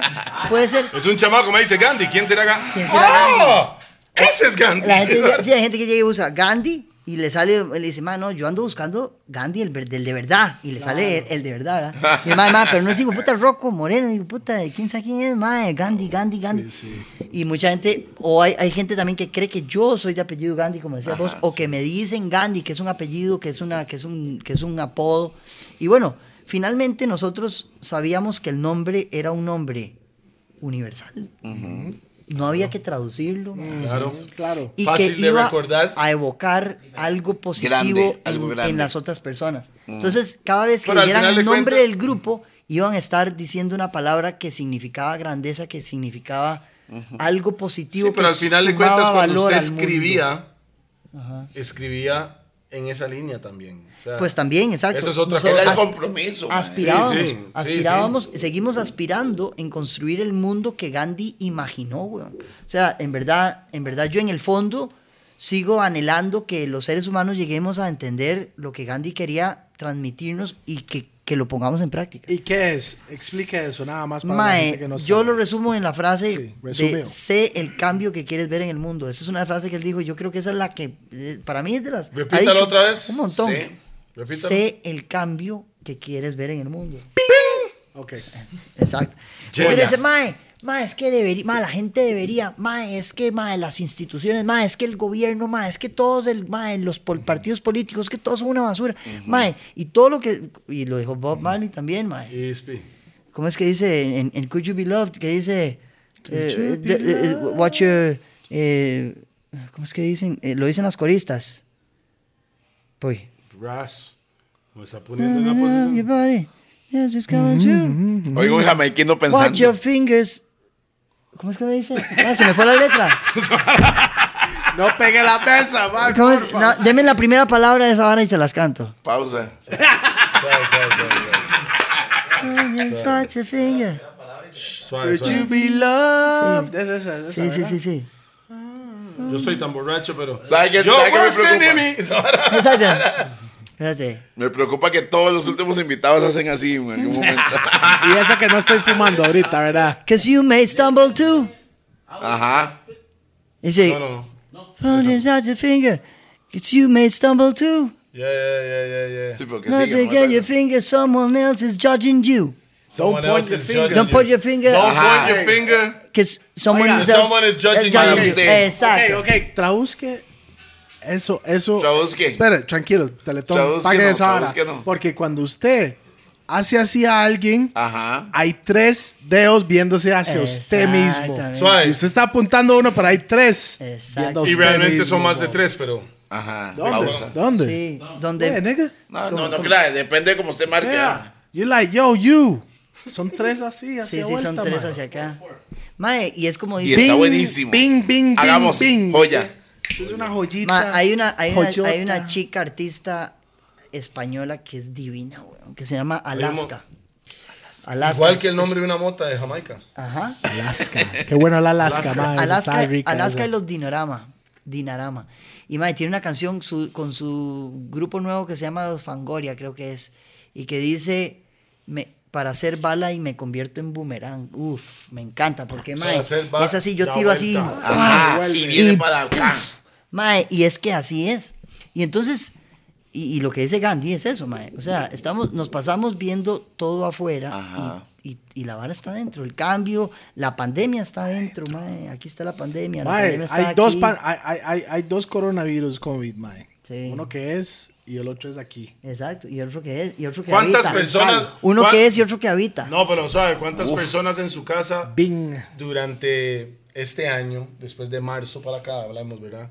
S3: Puede ser.
S2: Es un chamaco, me dice Gandhi. ¿Quién será Gandhi? ¡Ah!
S3: ¿Quién será
S2: Ese es Gandhi.
S3: La gente, sí, hay gente que llega y usa Gandhi y le sale, le dice, mae, no, yo ando buscando Gandhi, el, ver- del de verdad. Y le sale el, el de verdad, ¿verdad? Y el mae, mae, pero no es hijo puta roco, moreno, hijo puta, de quién sabe quién es, mae, Gandhi, Gandhi, Gandhi. Y mucha gente, o hay, hay gente también que cree que yo soy de apellido Gandhi, como decías vos, o que me dicen Gandhi, que es un apellido, que es, una, que, es un, que es un apodo. Y bueno, finalmente nosotros sabíamos que el nombre era un nombre universal. No había que traducirlo.
S2: Claro.
S1: Claro.
S3: Y
S2: Fácil
S3: que
S2: de
S3: iba
S2: recordar.
S3: a evocar algo positivo
S4: Grande,
S3: en,
S4: algo grande. Mm.
S3: en las otras personas. Entonces, cada vez que
S2: Pero al
S3: dieran
S2: final
S3: el
S2: de
S3: nombre
S2: cuentas-
S3: del grupo, iban a estar diciendo una palabra que significaba grandeza, que significaba algo positivo.
S2: Sí, pero
S3: que
S2: al final de
S3: sumaba
S2: cuentas, cuando
S3: valor
S2: usted
S3: al mundo.
S2: escribía, escribía en esa línea también. O sea,
S3: Pues también, exacto.
S2: Eso es otra
S4: Era el
S2: Asp-
S4: compromiso. ma.
S3: Aspirábamos,
S2: Sí, sí, sí,
S3: aspirábamos, seguimos aspirando en construir el mundo que Gandhi imaginó, weón. O sea, en verdad, en verdad yo en el fondo sigo anhelando que los seres humanos lleguemos a entender lo que Gandhi quería transmitirnos y que, que lo pongamos en práctica.
S1: ¿Y qué es? Explique eso nada más para la gente
S3: Mae,
S1: que no
S3: yo
S1: sabe.
S3: lo resumo en la frase
S1: Sí,
S3: de
S1: resumido.
S3: sé el cambio que quieres ver en el mundo. Esa es una frase que él dijo, yo creo que esa es la que eh, para mí es de las ha
S2: Repítalo
S3: dicho
S2: otra vez.
S3: Un montón.
S4: Sí.
S2: Repítame.
S3: Sé el cambio que quieres ver en el mundo.
S1: Ok.
S3: Exacto.
S2: Llegas.
S3: Pero dice, mae, mae, es que debería, mae, la gente debería, mae, es que, mae, las instituciones, mae, es que el gobierno, mae, es que todos, el, mae, los pol- partidos políticos, que todos son una basura, mae, y todo lo que, y lo dijo Bob Marley también, mae.
S2: Ispi.
S3: ¿Cómo es que dice en, en Could You Be Loved? Que dice, eh, eh, eh, eh, watch your, eh, ¿cómo es que dicen? Eh, lo dicen las coristas. Pues. Uy.
S2: Ras. Me está poniendo en una
S3: Mm.
S2: posición.
S3: Everybody, yeah, just come through.
S4: Oigo un jamaiquino
S3: Watch
S4: pensando.
S3: your fingers. ¿Cómo es que me dice? Ah, se me fue la letra.
S1: No pegue la mesa, man.
S3: ¿Cómo es? No, deme la primera palabra de esa vara y se las canto.
S4: Pausa.
S2: Suave, suave, suave, suave.
S3: Watch your finger.
S2: Suave, suave.
S1: be loved. Es esa, es esa.
S3: Sí, sí,
S1: ¿verdad?
S3: sí, sí.
S2: Yo estoy tan borracho, pero.
S4: ¿Sabe qué-
S2: Yo,
S4: sabe qué me
S2: worst
S4: preocupa?
S2: enemy.
S3: Espérate. Espérate.
S4: Me preocupa que todos los últimos invitados hacen así, man, en un momento.
S1: Y esa que no estoy fumando ahorita, ¿verdad?
S3: Cause you may stumble too.
S4: Ajá.
S3: Dice,
S2: No, no, no.
S3: watch your finger. Cause you may stumble too.
S2: Yeah, yeah, yeah, yeah, yeah.
S4: Sí, porque
S3: Not
S4: sigue,
S3: again,
S4: ¿no?
S3: your finger, someone else is judging you.
S2: Someone
S1: point
S2: else
S1: the
S2: is
S1: finger.
S2: judging
S3: Don't
S2: you.
S3: put your finger.
S2: Don't
S4: Ajá.
S2: point your finger.
S3: Que s- someone,
S1: Oiga,
S3: is
S2: someone is judging
S3: judging
S4: you.
S3: you.
S4: Usted.
S1: Ok,
S3: Exacto.
S1: ok. Traduzque. Eso, eso.
S4: Traduzque.
S1: Espere, tranquilo, Teletón.
S4: Traduzque
S1: Pague
S4: no,
S1: esa hora.
S4: traduzque no.
S1: Porque cuando usted hace así a alguien,
S4: Ajá.
S1: hay tres dedos viéndose hacia usted mismo.
S3: Exactamente.
S2: Suave.
S1: Y usted está apuntando uno, pero hay tres.
S3: Exacto.
S1: viendo a
S2: Y
S1: usted
S2: realmente
S1: mismo.
S2: son más de tres, pero.
S4: Ajá.
S1: ¿Dónde?
S4: Pausa.
S1: ¿Dónde?
S3: Sí,
S1: Eh,
S3: donde.
S1: nigga.
S4: No, no, no, claro, depende de cómo se marque. ah.
S1: Yeah. You're like, yo, you. Son tres así, así.
S3: Sí, sí, son tres hacia acá. Mae, y es como
S4: Y está
S3: dice.
S4: buenísimo.
S1: Bing, bing, bing.
S4: Hagamos
S1: bing.
S4: joya.
S1: Es una joyita.
S3: Ma, hay, una, hay, una,
S1: joyota.
S3: hay una chica artista española que es divina, weón, que se llama Alaska. Alaska.
S2: Igual que el
S3: es-
S2: nombre de una mota de Jamaica.
S3: Ajá.
S1: Alaska. Qué bueno la Alaska,
S3: Alaska,
S1: man. Esa
S3: Alaska,
S1: está rica,
S3: Alaska
S1: esa.
S3: y los Dinarama. Dinarama. Y mae, tiene una canción su- con su grupo nuevo que se llama Los Fangoria, creo que es. Y que dice: me, Para hacer bala y me convierto en boomerang. Uf, me encanta, porque mae,
S2: hacer ba-
S3: es así, yo
S2: da
S3: tiro así.
S2: vuelta.
S4: Ajá. Y viene
S3: Ah, Y-
S4: para acá.
S3: Mae, y es que así es. Y entonces, y, y lo que dice Gandhi es eso, mae. O sea, estamos, nos pasamos viendo todo afuera
S4: Ajá.
S3: y, y- y la vara está dentro. El cambio, la pandemia está dentro, mae. Aquí está la pandemia. la
S1: Mae,
S3: pandemia está
S1: hay dos,
S3: aquí.
S1: pan- hay, hay, hay, hay dos coronavirus COVID, mae.
S3: Sí.
S1: Uno que es y el otro es aquí.
S3: Exacto, y otro que es, y otro que
S2: ¿Cuántas
S3: habita.
S2: personas-
S3: Uno
S2: cuán-
S3: que es y otro que habita.
S2: No, pero ¿sabe cuántas personas en su casa
S1: Bing.
S2: durante este año, después de marzo para acá, hablamos, ¿verdad?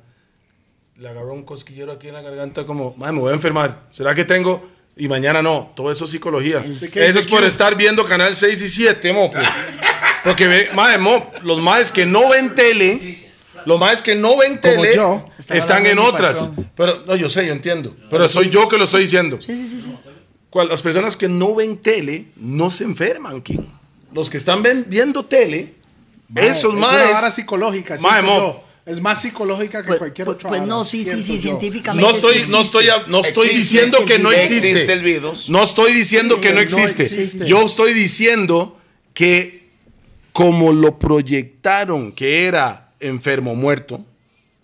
S2: Le agarró un cosquillero aquí en la garganta como, "Mae, me voy a enfermar. ¿Será que tengo? Y mañana no. Todo eso es psicología. Eso es por estar viendo Canal 6 y 7, mo. pues. Porque, ve, mae, mo, los maes que no ven tele, los maes que no ven
S1: Como
S2: tele,
S1: yo.
S2: están en
S3: hablando de mi
S2: otras.
S3: patrón.
S2: Pero, no, yo sé, yo entiendo. Pero soy yo que lo estoy diciendo.
S3: Sí, sí, sí, sí.
S2: Cual- las personas que no ven tele no se enferman, King. Los que están ven- viendo tele, esos
S1: es una vara
S2: más.
S1: psicológica.
S2: Mae,
S1: siento
S2: mo.
S1: yo. Es más psicológica que
S3: Pues,
S1: cualquier
S3: pues-
S1: otra
S3: pues
S1: vara,
S3: no, sí, sí,
S1: siento
S3: sí,
S1: yo.
S3: científicamente.
S2: No estoy,
S3: sí
S2: no estoy,
S3: existe.
S2: no estoy
S4: Existe,
S2: diciendo
S3: existe
S2: que
S3: el
S2: no
S3: virus.
S2: existe.
S4: Existe el virus.
S2: No estoy diciendo que no
S1: no
S2: existe.
S1: existe.
S2: Yo estoy diciendo que como lo proyectaron que era enfermo muerto,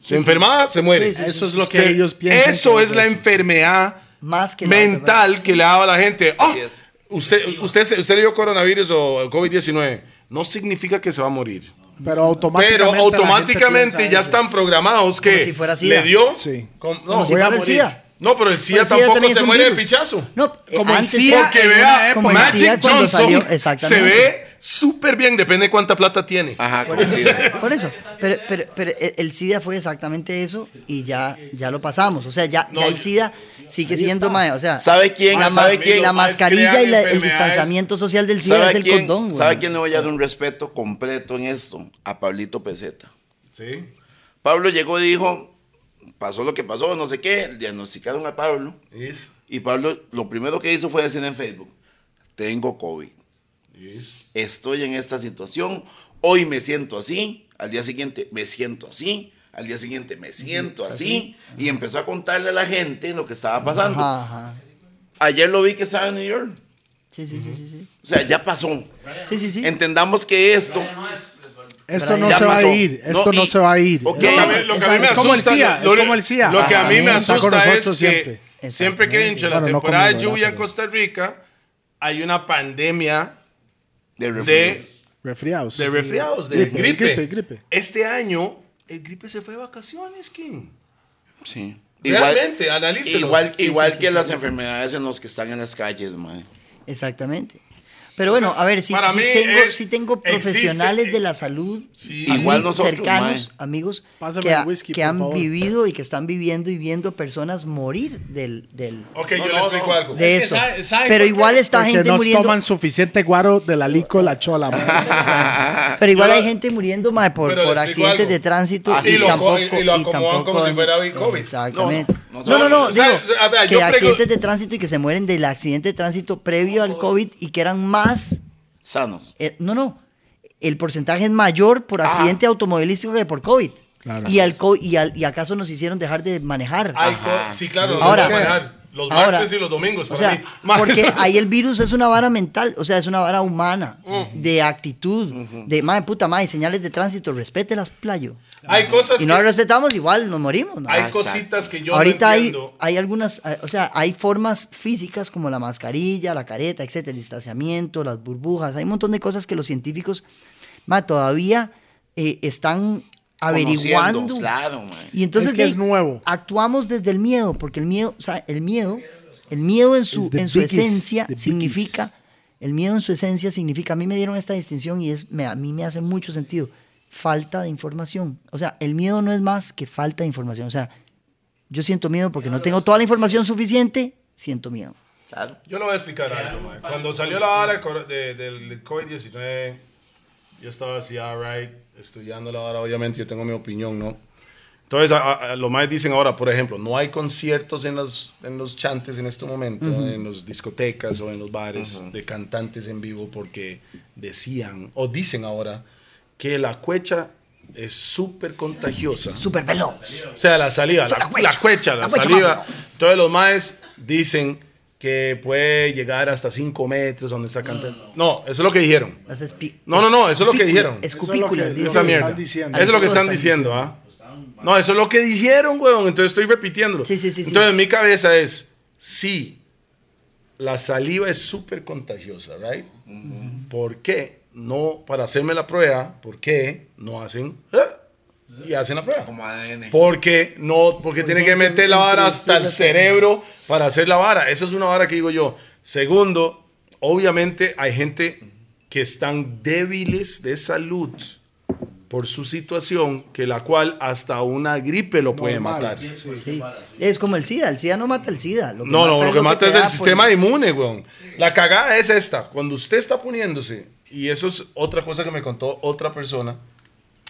S2: se enfermaba, se muere.
S3: Sí, sí,
S1: Eso es lo que
S2: Se-
S1: ellos piensan.
S2: Eso
S1: que
S2: es la enfermedad
S3: Más que la
S2: mental que le daba a la gente. Ah,
S4: Así es.
S2: Usted, usted, se- usted le dio coronavirus o COVID-19. No significa que se va a morir.
S1: Pero automáticamente.
S2: Pero
S1: la gente
S2: automáticamente
S1: piensa
S2: ya
S1: eso.
S2: están programados que
S3: Como si fuera SIDA.
S2: le dio.
S1: Sí.
S2: con- no,
S3: Como si
S1: voy a
S3: fuera el
S1: morir.
S3: SIDA.
S2: no, pero el SIDA
S3: Pues sí,
S2: tampoco
S3: también es
S2: se
S3: un
S2: muere de
S3: virus.
S2: pichazo.
S3: No, eh,
S1: Como en
S3: antes
S1: SIDA,
S3: era-
S2: Porque
S1: en una
S2: vea,
S1: época-
S3: como en SIDA
S2: Magic
S3: cuando
S2: Johnson
S3: salió-
S2: se
S3: exactamente.
S2: ve súper bien, depende de cuánta plata tiene.
S4: Ajá, coincide.
S3: Por eso, pero, pero, pero el el SIDA fue exactamente eso y ya, ya lo pasamos. O sea, ya, ya el SIDA sigue siendo mae. O sea,
S4: ¿Sabe quién?
S3: La,
S4: ¿Sabe
S3: mas-
S4: quién?
S3: la
S2: Los maes
S3: mascarilla y
S2: crean
S3: la- el
S2: enfermedades.
S3: distanciamiento social del SIDA es
S4: ¿Sabe
S3: el
S4: quién,
S3: condón, güey.
S4: ¿Sabe quién le voy a dar un respeto completo en esto? A Pablito Peseta.
S2: Sí.
S4: Pablo llegó y dijo, pasó lo que pasó, no sé qué, diagnosticaron a Pablo.
S2: Is,
S4: Y Pablo lo primero que hizo fue decir en Facebook, tengo COVID,
S2: is.
S4: estoy en esta situación, hoy me siento así, al día siguiente me siento así, al día siguiente me siento así, y empezó a contarle a la gente lo que estaba pasando.
S3: Ajá, ajá.
S4: Ayer lo vi que estaba en New York,
S3: Sí, sí, sí, sí, sí.
S4: o sea, ya pasó.
S3: Sí, sí, sí.
S4: Entendamos que esto...
S8: No es. resuelto.
S1: Esto no
S4: Ya
S1: se va a
S4: pasó.
S1: ir.
S4: No,
S1: Esto no,
S4: y-
S1: se va a ir.
S4: Ok.
S2: Lo que a
S3: Exacto,
S2: mí, lo que a mí me
S3: exacto.
S1: Es como el
S2: asusta.
S1: CIA,
S2: lo-
S1: es como el CIA.
S2: Lo que a mí me
S1: Está con
S2: asusta es
S1: nosotros
S2: que
S1: siempre.
S2: Siempre que dentro de la
S1: Bueno, no
S2: temporada de
S1: conmigo,
S2: lluvia
S1: ¿verdad?
S2: en Costa Rica hay una pandemia
S4: De refrigerio.
S2: de,
S1: Refriados.
S2: de resfriados, de
S1: Gripe,
S2: gripe.
S1: gripe, gripe.
S2: Este año, el gripe se fue de vacaciones, King.
S4: Sí.
S2: Realmente, analícelo.
S4: Igual,
S2: Sí,
S4: igual
S2: sí,
S4: que
S2: sí,
S4: las
S2: sí.
S4: enfermedades en los que están en las calles, mae.
S3: Exactamente. Pero bueno, a ver, si,
S2: para mí
S3: tengo,
S2: es-
S3: sí tengo
S2: existe-
S3: profesionales de la salud,
S2: Sí.
S3: amigos
S4: Igual nosotros,
S3: cercanos,
S4: mae.
S3: amigos
S1: Pásame
S3: que,
S1: el
S3: ha-
S1: whisky,
S3: que
S1: por
S3: han
S1: favor.
S3: vivido y que están viviendo y viendo personas morir del, del
S2: Ok,
S4: No,
S2: yo le
S4: no,
S2: explico
S4: no.
S2: algo.
S3: de
S5: Es
S3: eso.
S5: que sabe- sabe
S3: pero
S5: por
S3: igual
S5: qué.
S3: está
S1: Porque
S3: gente
S1: no
S3: muriendo.
S1: toman suficiente guaro de la lico la chola, mae.
S3: Pero igual
S2: Yo
S3: hay
S2: lo-
S3: gente muriendo mae, por,
S2: Pero le
S3: por
S2: explico
S3: accidentes
S2: algo.
S3: de tránsito
S4: Ah,
S3: y,
S4: sí, lo co-
S3: tampoco,
S2: y lo acomodan
S3: tampoco
S2: como si
S3: han-
S2: fuera hoy COVID.
S3: Exactamente.
S4: No,
S3: No,
S4: no,
S3: no, no,
S2: o sea,
S3: digo,
S2: o sea, a ver, yo
S3: que
S2: prego-
S3: accidentes de tránsito y que se mueren del accidente de tránsito previo al COVID y que eran más
S4: Sanos.
S3: Eh, no, no. El porcentaje es mayor por accidente automovilístico que por COVID.
S1: Claro.
S3: y, al co- y, al- y acaso nos hicieron dejar de manejar.
S2: Hay co- sí, claro, los
S3: Ahora-
S2: vamos a manejar los
S3: ahora-
S2: martes y los domingos.
S3: o
S2: Pues Para
S3: sea,
S2: mí. Más-
S3: porque ahí el virus es una vara mental, o sea, es una vara humana,
S2: Mm.
S3: de actitud, de madre puta madre, señales de tránsito, respételas, playo.
S2: hay cosas,
S3: Y no
S2: Pues que-
S3: las respetamos, igual nos morimos. ¿no?
S2: hay
S4: exacto.
S2: cositas que yo
S3: Ahorita
S2: no
S3: hay,
S2: entiendo.
S3: hay algunas, eh, o sea, hay formas físicas como la mascarilla, la careta, etcétera, el distanciamiento, las burbujas, hay un montón de cosas que los científicos ma, todavía eh, están averiguando.
S4: Conociendo, claro, mae.
S3: Y entonces
S1: Es que
S3: de ahí
S1: es nuevo.
S3: actuamos desde el miedo, porque el miedo, o sea, el miedo, el miedo en su,
S1: Es the
S3: en su
S1: biggest,
S3: esencia
S1: the biggest.
S3: significa, el miedo en su esencia significa, a mí me dieron esta distinción y es, me- a mí me hace mucho sentido, falta de información. O sea, el miedo no es más que falta de información. O sea, yo siento miedo porque no tengo toda la información suficiente, siento miedo.
S4: Claro.
S2: Yo le voy a explicar algo, mae. Cuando salió la vara cor- de- del COVID-19, yo estaba así, alright, estudiando la vara, obviamente yo tengo mi opinión, ¿no? Entonces, a- a- a lo más dicen ahora, por ejemplo, no hay conciertos en los, en los chantes en este momento, en las discotecas o en los bares de cantantes en vivo, porque decían, o dicen ahora, que la cuecha es súper contagiosa.
S3: Súper veloz.
S2: O sea, la saliva, la,
S3: La cuecha.
S2: la cuecha, la,
S3: La cuecha,
S2: saliva.
S3: papi.
S2: Todos los maes dicen que puede llegar hasta 5 metros donde está cantando. No, eso es lo que dijeron.
S3: Las espi-
S2: No, no, no, eso es lo que
S3: escupículas,
S2: dijeron.
S3: Escupículas.
S1: Eso es lo que-
S3: dicen.
S2: Esa
S1: que
S2: mierda.
S1: están diciendo.
S2: Eso es lo que
S1: Eso lo
S2: están
S1: están
S2: diciendo, ¿ah? No, eso es lo que dijeron, weón. Entonces estoy repitiéndolo.
S3: Sí, sí, sí, sí.
S2: Entonces en mi cabeza es, sí, la saliva es súper contagiosa, ¿right? ¿Por qué no, para hacerme la prueba, por qué no hacen... eh? y hacen la prueba.
S4: Como ADN.
S2: Porque Pues no, porque tiene que meter la vara hasta el cerebro para hacer la vara. Esa es una vara que digo yo. Segundo, obviamente hay gente que están débiles de salud por su situación, que la cual hasta una gripe lo puede
S1: Normal.
S2: matar.
S3: Sí. Es como el SIDA, el SIDA no mata el SIDA. Lo que
S2: No, no, lo que
S3: te
S2: mata es el
S3: da pues, por-
S2: sistema inmune, weón. La cagada es esta. Cuando usted está poniéndose, y eso es otra cosa que me contó otra persona,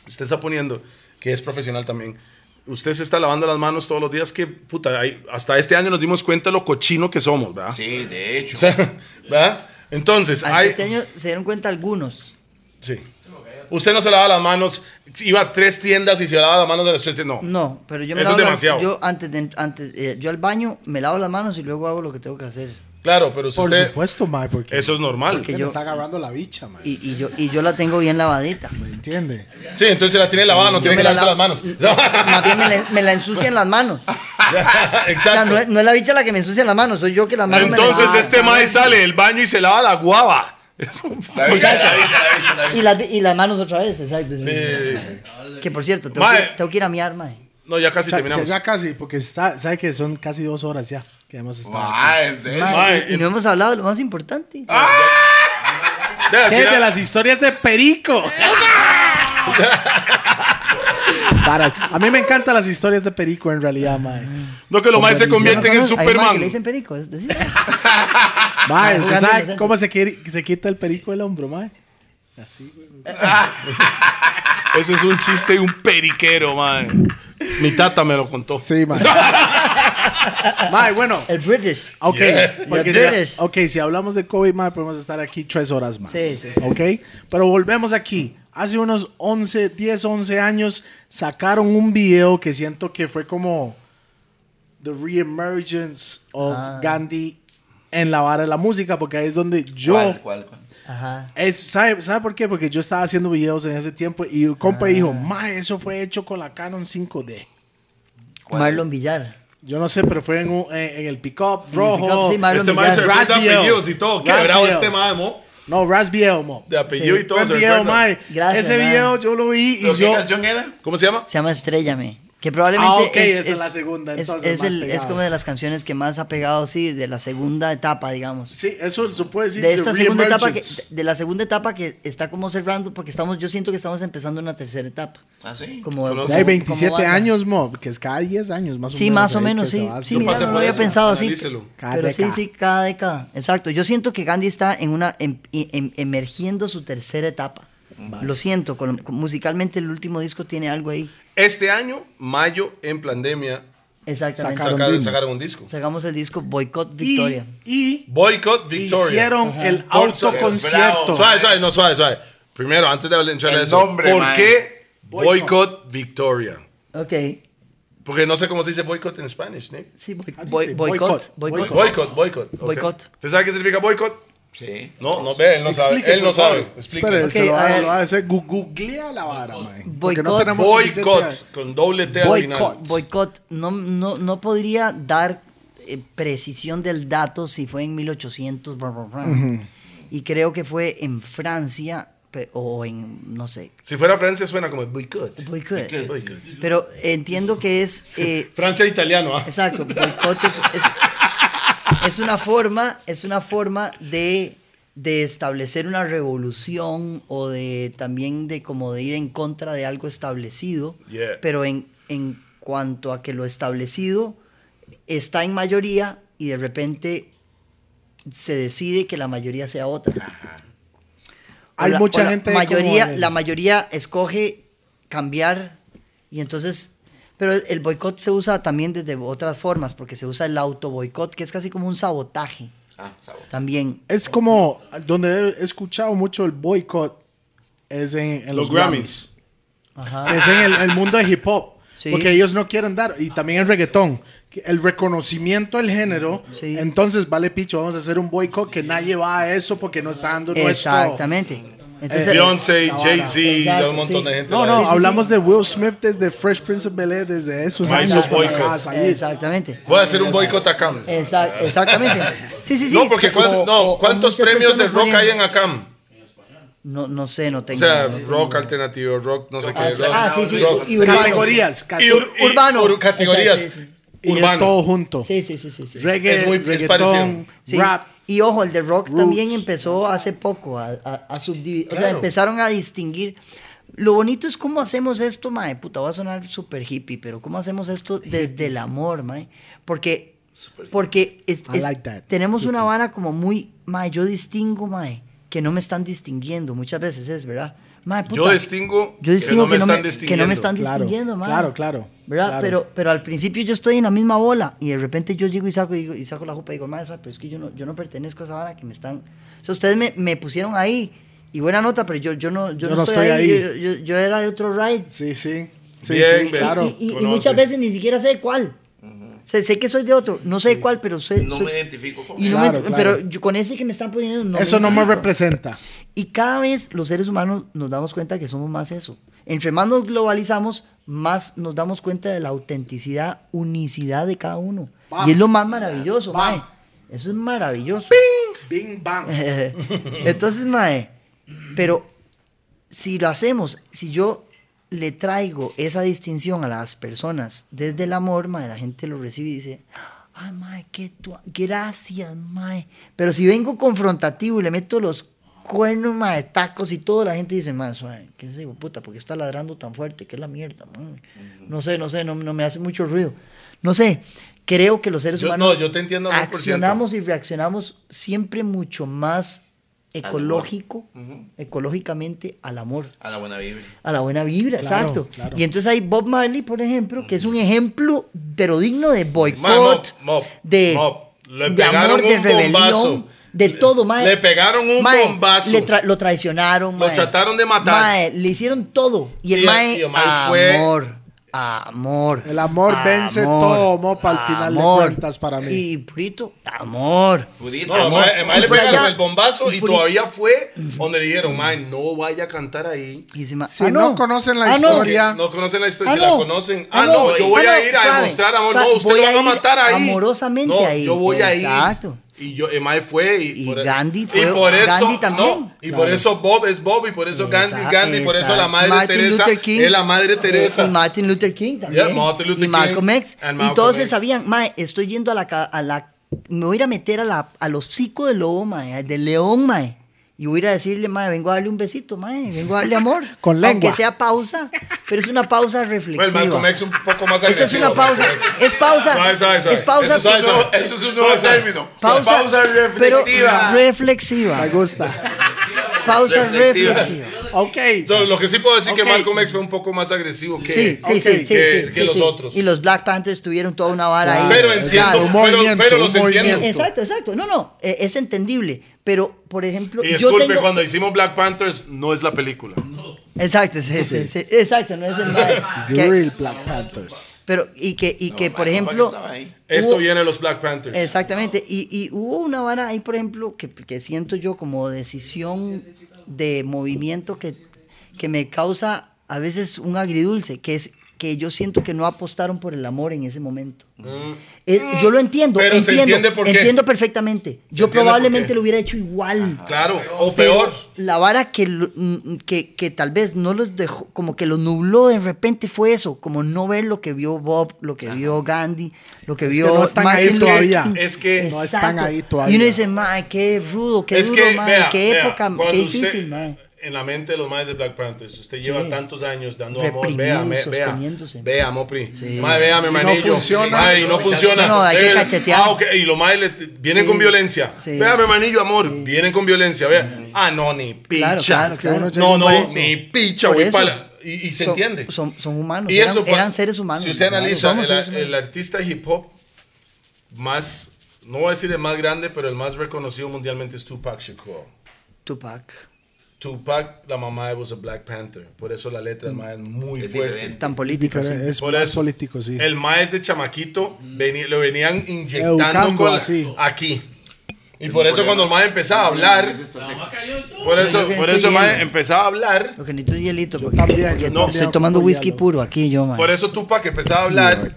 S2: usted está poniendo, que es profesional también, usted se está lavando las manos todos los días, que puta, hay- hasta este año nos dimos cuenta lo cochino que somos, ¿verdad?
S4: Sí, de hecho.
S2: O sea, ¿verdad? Entonces,
S3: Hasta
S2: pues, hay...
S3: este año se dieron cuenta algunos.
S2: Sí. Usted no se lava las manos, iba a tres tiendas y se lava las manos de las tres tiendas. No.
S3: No, pero yo me
S2: Eso es
S3: lavo las-
S2: demasiado.
S3: yo antes de- antes eh, yo al baño me lavo las manos y luego hago lo que tengo que hacer.
S2: Claro, pero si
S1: Por
S2: usted...
S1: supuesto, mae, porque
S2: Eso es normal.
S3: Porque
S1: se le
S3: yo-
S1: está agarrando la bicha, mae.
S3: Y, y yo y yo la tengo bien lavadita.
S1: ¿Me entiende?
S2: Sí, entonces se la tiene lavada, no
S3: Yo
S2: tiene
S3: me
S2: que
S3: la
S2: lavarse las
S3: lavo-
S2: manos.
S3: Más bien me la, me la ensucian las manos.
S2: Exacto.
S3: O sea, no es, no es la bicha la que me ensucia las manos, soy yo que las manos me
S2: Entonces
S3: la-
S2: este mae sale del baño y se lava la guava. Es un-
S4: La bicha, la bicha, la bicha, la bicha.
S3: y las y las manos otra vez, exacto.
S2: sí, sí.
S3: Que por cierto, tengo,
S2: Mae.
S3: que, tengo que ir a mi arma.
S2: No, ya casi
S1: Ya-
S2: terminamos.
S1: Ya casi, porque está- sabe que son casi dos horas ya que hemos estado.
S4: Ah, en serio.
S2: Eh, Mae, Ah,
S3: y, y no hemos hablado de lo más importante.
S2: Ya, al
S1: ¿Qué
S2: final-
S1: de las historias de Perico? Para, a mí me encantan las historias de Perico en realidad, mae.
S2: No, que los maes se convierten en
S3: Hay un mae
S2: Superman.
S3: que le dicen perico, es decir,
S1: Mae, ¿usted
S3: Jugando
S1: sabe
S3: inocente.
S1: cómo se, quiere- se quita el Perico del hombro, mae? Así, güey.
S2: Eso es un chiste de un periquero, mae. Mi tata me lo contó.
S1: Sí, mae. mae, bueno.
S3: el British.
S1: Ok, porque
S3: Yeah.
S1: si, ok, si hablamos de COVID, mae, podemos estar aquí tres horas más.
S3: Sí, sí, sí.
S1: Ok, pero volvemos aquí. Hace unos 11, 10, 11 años sacaron un video que siento que fue como The Reemergence of
S3: Ah.
S1: Gandhi en la vara de la música, porque ahí es donde yo...
S4: ¿Cuál, cuál, cuál?
S3: Ajá.
S1: Es- ¿sabe, sabe por qué? Porque yo estaba haciendo videos en ese tiempo y
S3: Ah.
S1: un compa dijo, ma, eso fue hecho con la Canon 5D.
S3: Marlon Villar.
S1: Yo no sé, pero fue en, un- eh, en- en el pickup rojo.
S3: pickup, sí, Marlon
S2: Este
S3: Villar.
S2: mae se recuerda
S1: Rasbiel.
S2: apellidos y todo.
S1: Rasbiel.
S2: Quebrado este mae, mo.
S1: No, Rasbiel, mo.
S2: De apellido
S3: Sí.
S2: y todo.
S1: Buen
S2: se
S1: video,
S2: recuerda.
S1: mae.
S3: Gracias,
S1: Ese
S3: mae.
S1: video yo lo vi
S4: ¿Pero
S1: y
S4: ¿Qué
S1: yo...
S4: canción era?
S2: ¿Cómo se llama?
S3: Se llama Estrellame. Que probablemente
S1: Ah, ok,
S3: es,
S1: esa es la segunda,
S3: es-
S1: entonces,
S3: es
S1: más
S3: el- es
S1: pegado.
S3: como de las canciones que más ha pegado, sí, de la segunda etapa, digamos.
S1: Sí, eso se puede decir.
S3: De esta
S1: The
S3: segunda etapa que,
S1: Re-Emergence.
S3: de la segunda etapa que está como cerrando, porque estamos, yo siento que estamos empezando una tercera etapa.
S4: Ah, sí.
S3: Como,
S2: Solo
S3: como-
S1: Ya hay
S3: como
S1: 27
S3: banda.
S1: años, mo. Que es cada 10 años, más o
S3: Sí,
S1: menos.
S3: más o
S1: ahí
S3: menos,
S1: que se
S3: sí.
S1: va
S3: Sí,
S1: haciendo.
S2: Yo
S3: mira,
S2: pasé
S3: no lo
S2: por
S3: había
S2: eso,
S3: pensado así.
S2: analícelo.
S1: Cada
S3: pero sí,
S1: década.
S3: sí, cada década. Exacto. Yo siento que Gandhi está en una em- em- emergiendo su tercera etapa. Lo siento, con- con- musicalmente el último disco tiene algo ahí.
S2: Este año, mayo, en pandemia,
S3: Exactamente.
S1: Sacaron
S2: sacaron,
S1: disco.
S2: sacaron un disco.
S3: Sacamos el disco Boycott
S1: Y-
S3: Victoria.
S1: y
S2: Boycott Victoria.
S1: hicieron el
S2: Corto,
S1: autoconcierto.
S4: bravo.
S2: Suave, suave, no, suave, suave. Primero, antes de entrar en
S4: El
S2: eso,
S4: nombre,
S2: ¿por
S4: mae.
S2: qué Boycott Victoria?
S3: Ok.
S2: Porque no sé cómo se dice boycott en español, Nick.
S3: Sí, boy-
S1: Ah, dice
S3: boy- boycott.
S1: boycott.
S3: Boycott.
S2: Boycott, boycott. ok.
S3: Boycott.
S2: ¿Usted sabe qué significa boycott?
S4: Sí.
S2: No, no, ve, él no
S1: Explique,
S2: sabe. Él no
S1: por favor.
S2: sabe. Explique.
S1: Espere,
S3: Ok,
S1: se lo
S3: a
S1: va,
S3: ver.
S1: lo va a hacer. gu- Googlea la vara, man. Porque no
S3: Boicot.
S1: tenemos suficiente-
S2: Boycott, con doble T al final.
S1: Boycott.
S3: Boycott. No, no, no podría dar eh, precisión del dato si fue en 1800. bla, bla, bla. Y creo que fue en Francia pe- o en, no sé.
S2: Si fuera Francia suena como boycott.
S3: Boycott.
S2: Boycott.
S3: Pero entiendo que es... eh,
S2: Francia italiano, ¿ah?
S3: Exacto, boicot es, es- es una forma, es una forma de, de establecer una revolución o de también de como de ir en contra de algo establecido,
S2: Yeah.
S3: pero en, en cuanto a que lo establecido está en mayoría y de repente se decide que la mayoría sea otra. O
S1: Hay
S3: la- o
S1: mucha
S3: la
S1: gente.
S3: mayoría,
S1: como de-
S3: La mayoría escoge cambiar y entonces... Pero el- el boicot se usa también desde otras formas, porque se usa el auto boicot, que es casi como un sabotaje
S4: Ah, sabor.
S3: también.
S1: Es como donde he escuchado mucho el boicot es en, en
S2: Los Grammys.
S3: Ajá.
S1: Grammys. Es en el, el mundo de hip hop.
S3: Sí.
S1: Porque ellos no quieren dar. Y también el reggaetón. que El reconocimiento del género.
S3: Sí.
S1: Entonces, vale, picho, vamos a hacer un boicot que nadie va a eso porque no está dando nuestro.
S3: Exactamente. Entonces,
S2: Eh,
S3: eh,
S2: Beyoncé, Jay-Z,
S3: Exacto,
S2: un montón
S3: sí.
S2: de gente.
S1: No,
S2: la
S1: no,
S2: hace.
S3: sí, sí.
S1: hablamos de Will Smith desde Fresh Prince of Bel Air, desde esos
S2: Ma,
S1: años.
S2: hizo
S1: para
S2: boicot.
S1: acá salir.
S3: Exactamente.
S2: Voy a hacer un boicot acá.
S3: Exact- exactamente. Sí, sí, sí.
S2: No, porque cuán-
S3: O-
S2: no,
S3: o- o
S2: ¿cuántos
S3: muchas
S2: premios de
S3: personas
S2: rock
S3: ponían-
S2: hay en ACAM?
S3: No, no sé, no
S2: O
S3: tengo.
S2: sea, rock alternativo, rock, no sé qué.
S3: Ah,
S2: rock-
S3: ah, sí, sí.
S2: rock-
S3: Y urbano.
S1: Categorías.
S2: y ur-
S1: cate-
S2: y
S3: urbano.
S2: ur- categorías.
S3: O sea, sí,
S1: Y es
S2: urbano.
S1: todo junto.
S3: Sí, sí, sí, sí. sí.
S1: Reggae,
S2: Es muy- es
S1: reggaetón,
S3: Sí,
S1: rap.
S3: Y ojo, el de rock
S1: Roots.
S3: también empezó hace poco a, a, subdividir. O sea, empezaron a distinguir. Lo bonito es cómo hacemos esto, mae. Puta, va a sonar súper hippie, pero cómo hacemos esto desde el amor, mae. Porque, porque es-
S1: I
S3: es-
S1: like that.
S3: tenemos una vara como muy, mae, yo distingo, mae, que no me están distinguiendo. Muchas veces es, ¿verdad? Mae, puta,
S2: Yo distingo
S3: yo distingo
S2: que no me están
S3: que no me
S2: distinguiendo.
S3: están
S1: Claro,
S3: distinguiendo, mae.
S1: claro, claro,
S3: ¿Verdad?
S1: claro.
S3: Pero, pero al principio yo estoy en la misma bola y de repente yo llego y saco, y digo- y saco la jupa y digo, "Mae, sabe, pero es que yo no, yo no pertenezco a esa vara que me están... O sea, ustedes me, me pusieron ahí y buena nota, pero yo, yo, no, yo, no, estoy, ahí. Yo, yo- yo era de otro ride.
S1: Sí, sí. Sí,
S2: Bien,
S1: sí,
S2: bien.
S1: claro.
S3: y, y- y
S2: conoce.
S3: muchas veces ni siquiera sé de cuál. O sea, sé que soy de otro, no sé de cuál, pero sé...
S4: No
S3: Eh, soy-
S4: me identifico con
S3: y
S4: él.
S3: no me-
S1: Claro, claro.
S3: Pero yo- con ese que me están poniendo... No
S1: Eso no me
S3: identifico.
S1: representa.
S3: Y cada vez los seres humanos nos damos cuenta que somos más eso. Entre más nos globalizamos, más nos damos cuenta de la autenticidad, unicidad de cada uno.
S1: Vamos,
S3: y es lo más maravilloso,
S1: vamos.
S3: mae. Eso es maravilloso.
S1: Bing bang.
S3: Entonces, mae, pero si lo hacemos, si yo le traigo esa distinción a las personas desde el amor, mae, la gente lo recibe y dice, ay, mae, qué tua- gracias, mae. Pero si vengo confrontativo y le meto los cuernos, mae, tacos y todo, la gente dice, mae, suave, qué es puta, porque está ladrando tan fuerte, qué es la mierda, mae? No sé, no sé, no, no me hace mucho ruido. No sé, creo que los seres
S2: Yo-
S3: humanos
S2: no, yo te entiendo 100%.
S3: accionamos y reaccionamos siempre mucho más ecológico, ecológicamente al amor,
S4: A la buena Biblia.
S3: a la buena vibra,
S1: Claro,
S3: exacto.
S1: claro.
S3: Y entonces hay Bob Marley, por ejemplo, que es un ejemplo, pero digno de
S2: Ma, Mob,
S3: boicot,
S2: Mob,
S3: de,
S2: Mob. Le
S3: de
S2: pegaron
S3: amor, de
S2: un
S3: rebelión,
S2: bombazo.
S3: de
S2: Le-
S3: todo, mae.
S2: le pegaron un
S3: Mae,
S2: bombazo.
S3: le tra- lo traicionaron,
S2: Lo
S3: mae.
S2: trataron de matar.
S3: Mae, le hicieron todo. Y el
S2: Y el-
S3: mae,
S2: y el mae fue
S3: amor, Amor.
S1: El amor vence todo, Mopa, al final de
S3: amor.
S1: cuentas, para mí.
S3: Y Purito, amor.
S4: Judito,
S2: No,
S4: amor.
S2: el mae
S3: Y
S2: le
S3: por
S2: pegaron
S3: allá-
S2: el bombazo
S3: y pues
S2: y
S3: por-
S2: pues todavía fue donde le dijeron, mae, no vaya a cantar ahí.
S3: Y se ma-
S1: Si
S3: Ah,
S1: no conocen la
S3: Ah, no.
S1: historia-
S2: Que No conocen la historia,
S3: Ah,
S2: si
S3: no.
S2: la conocen.
S3: Ah,
S2: Ah,
S3: no,
S2: no, yo voy
S3: ah,
S2: a
S3: no,
S2: ir a
S3: sabe.
S2: demostrar amor.
S3: Sabe,
S2: No, usted
S3: voy
S2: lo
S3: a
S2: van a
S3: ir
S2: matar ahí.
S3: amorosamente
S2: No,
S3: ahí.
S2: Yo voy a ir.
S3: Exacto.
S2: Y yo, Emay fue. Y,
S3: Y Gandhi fue- Gandhi también.
S2: no, y por
S3: Claro.
S2: eso Bob es Bob. Y por eso
S3: Esa-
S2: Gandhi es Gandhi. Y por eso la
S3: exacto.
S2: madre
S3: Martin
S2: Teresa
S3: Luther King. eh,
S2: es la madre Teresa.
S3: Y Martin Luther King también.
S2: Yeah, Martin Luther
S3: y Malcolm
S2: King
S3: X.
S2: and
S3: y
S2: Malcolm
S3: todos se
S2: X.
S3: sabían, mae, estoy yendo a la, ca- a la... Me voy a ir a meter a la, al hocico del lobo, mae, del león, mae. Y voy a ir a decirle, mae, vengo a darle un besito, mae, vengo a darle amor.
S1: Con lengua.
S3: Aunque sea pausa, pero es una pausa
S2: Bueno,
S3: reflexiva.
S2: Pues, Malcolm X un poco más
S3: Esta
S2: agresivo.
S3: es una pausa,
S2: Malcolm X.
S3: es pausa,
S2: Suave, suave, suave.
S3: es pausa,
S2: Eso suave,
S4: No,
S2: suave.
S4: eso es un nuevo
S2: Suave, suave.
S4: término.
S3: pausa, pero
S4: reflexiva.
S3: reflexiva.
S1: Me gusta.
S3: pausa
S4: Reflexiva.
S3: reflexiva.
S1: ok.
S2: No, lo que sí puedo decir
S1: Ok.
S2: que Malcolm X fue un poco más agresivo que,
S3: Sí, sí,
S1: Ok,
S3: sí, sí,
S2: que-
S3: sí,
S2: que
S3: sí,
S2: los
S3: sí.
S2: otros.
S3: Y los Black Panthers tuvieron toda una vara ahí.
S2: Pero
S1: Claro,
S2: entiendo,
S1: un
S2: pero,
S1: movimiento,
S2: pero
S1: un
S2: los
S1: movimiento.
S2: entiendo.
S3: Eh, Exacto, exacto. No, no, eh, es entendible. Pero, por ejemplo,
S2: Y
S3: yo
S2: disculpe,
S3: tengo...
S2: cuando hicimos Black Panthers, no es la película.
S3: Exacto, sí, sí, sí, exacto, no es el mal.
S1: Ah. It's
S3: Que-
S1: the real Black Panthers.
S3: pero, y que, y que
S4: No,
S3: por
S4: Malcolm
S3: ejemplo...
S4: estaba ahí.
S2: Esto
S3: hubo-
S2: viene de los Black Panthers.
S3: Exactamente. Y, y hubo una vara ahí, por ejemplo, que, que siento yo como decisión de movimiento que, que me causa a veces un agridulce, que es que yo siento que no apostaron por el amor en ese momento.
S2: Mm,
S3: Eh, yo lo entiendo,
S2: Pero se
S3: entiendo,
S2: entiende por qué.
S3: entiendo perfectamente.
S2: entiende
S3: Yo
S2: por
S3: probablemente
S2: qué.
S3: lo hubiera hecho igual.
S2: Claro, o
S3: Pero
S2: peor.
S3: La vara que, lo- mm, mm, que, que tal vez no los dejó, como que los nubló de repente fue eso, como no ver lo que vio Bob, lo que vio Gandhi, lo que vio
S1: no están ahí
S3: Martin Luther
S1: todavía.
S3: King.
S2: Es que-
S1: No están ahí todavía.
S3: Y uno dice, mae, qué rudo, qué
S2: es
S3: duro,
S2: que,
S3: mae,
S2: vea,
S3: qué
S2: vea,
S3: época,
S2: cuando
S3: qué
S2: usted-
S3: difícil, mae.
S2: En la mente de los maes de Black Panthers, usted lleva tantos años dando amor,
S3: Reprimido,
S2: vea, me- vea,
S3: sosteniéndose.
S2: vea, Mopri,
S3: Sí.
S2: mae, vea, mi manillo,
S1: funciona.
S2: Mae, y no funciona,
S3: No, hay que
S2: Eh,
S3: cachetear.
S2: ah, ok, y los maes le- vienen
S3: Sí.
S2: con violencia,
S3: Sí.
S2: vea, mi manillo, amor, vienen con violencia, vea, ah, no, ni
S3: Claro,
S2: picha,
S3: claro, claro.
S2: no,
S3: Por
S2: no,
S3: eso.
S2: ni picha,
S3: Por
S2: güey,
S3: eso.
S2: pala. y, y se
S3: Son-
S2: entiende,
S3: Son, son humanos,
S2: Y
S3: eran,
S2: eso, pa-
S3: eran seres humanos.
S2: Si usted
S3: claro,
S2: analiza,
S3: somos
S2: el,
S3: seres humanos.
S2: el artista hip hop más, no voy a decir el más grande, pero el más reconocido mundialmente es Tupac Shakur.
S3: Tupac,
S2: Tupac, la mamá de was a Black Panther. Por eso la
S3: Mm.
S2: letra del mae es muy
S4: Es
S2: fuerte.
S4: diferente.
S3: tan
S1: Es,
S3: político. sí.
S1: diferente, es
S2: Por
S1: más
S2: eso,
S1: político, sí.
S2: El maes de chamaquito
S4: Mm.
S2: veni- lo venían inyectando
S1: Educando
S2: con la-
S1: así.
S2: aquí. Y por eso cuando el mae empezaba a hablar, por eso,
S3: Yo creo
S2: por
S3: que
S2: eso el
S3: estoy
S2: mae
S3: lleno.
S2: empezaba a hablar,
S3: Lo que necesito es hielito, porque,
S1: también,
S3: porque
S1: yo también
S3: estoy tomando
S1: apoyo
S3: whisky
S1: a lo-
S3: puro aquí yo, mae.
S2: por eso Tupac empezaba a hablar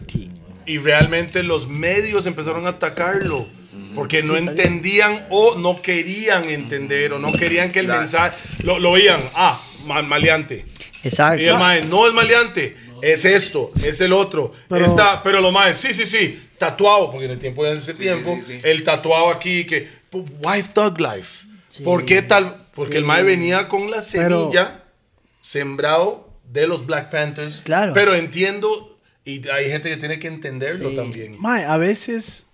S2: y realmente los medios empezaron a atacarlo porque no entendían o no querían entender o no querían que el
S4: La-
S2: mensaje lo, lo veían, ah, ma- maleante.
S3: Exacto.
S2: Y el mae, no es maleante, es esto, es el otro.
S1: Pero-
S2: Pero, pero lo mae, sí, sí, sí, tatuado, porque en el tiempo de ese tiempo,
S4: sí, sí.
S2: el tatuado aquí, que, "But why thug life? ¿Por qué tal? Porque el mae venía con la
S1: Pero-
S2: semilla sembrado de los Black Panthers.
S3: Claro.
S2: Pero entiendo, y hay gente que tiene que entenderlo también.
S1: Mae, a veces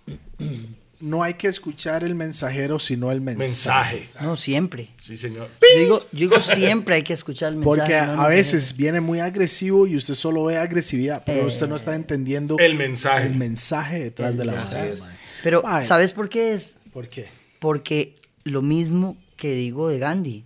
S1: no hay que escuchar el mensajero, sino el mensaje.
S2: Mensaje.
S3: No, siempre.
S2: Sí, señor.
S3: Yo digo, yo digo siempre hay que escuchar el mensaje.
S1: Porque
S3: no
S1: a
S3: el
S1: veces viene muy agresivo y usted solo ve agresividad, pero usted no
S3: Eh.
S1: está entendiendo
S2: El mensaje.
S1: el mensaje detrás de la voz.
S3: mensaje. Pero,
S1: Mae.
S3: ¿sabes por qué es?
S1: ¿Por qué?
S3: Porque lo mismo que digo de Gandhi.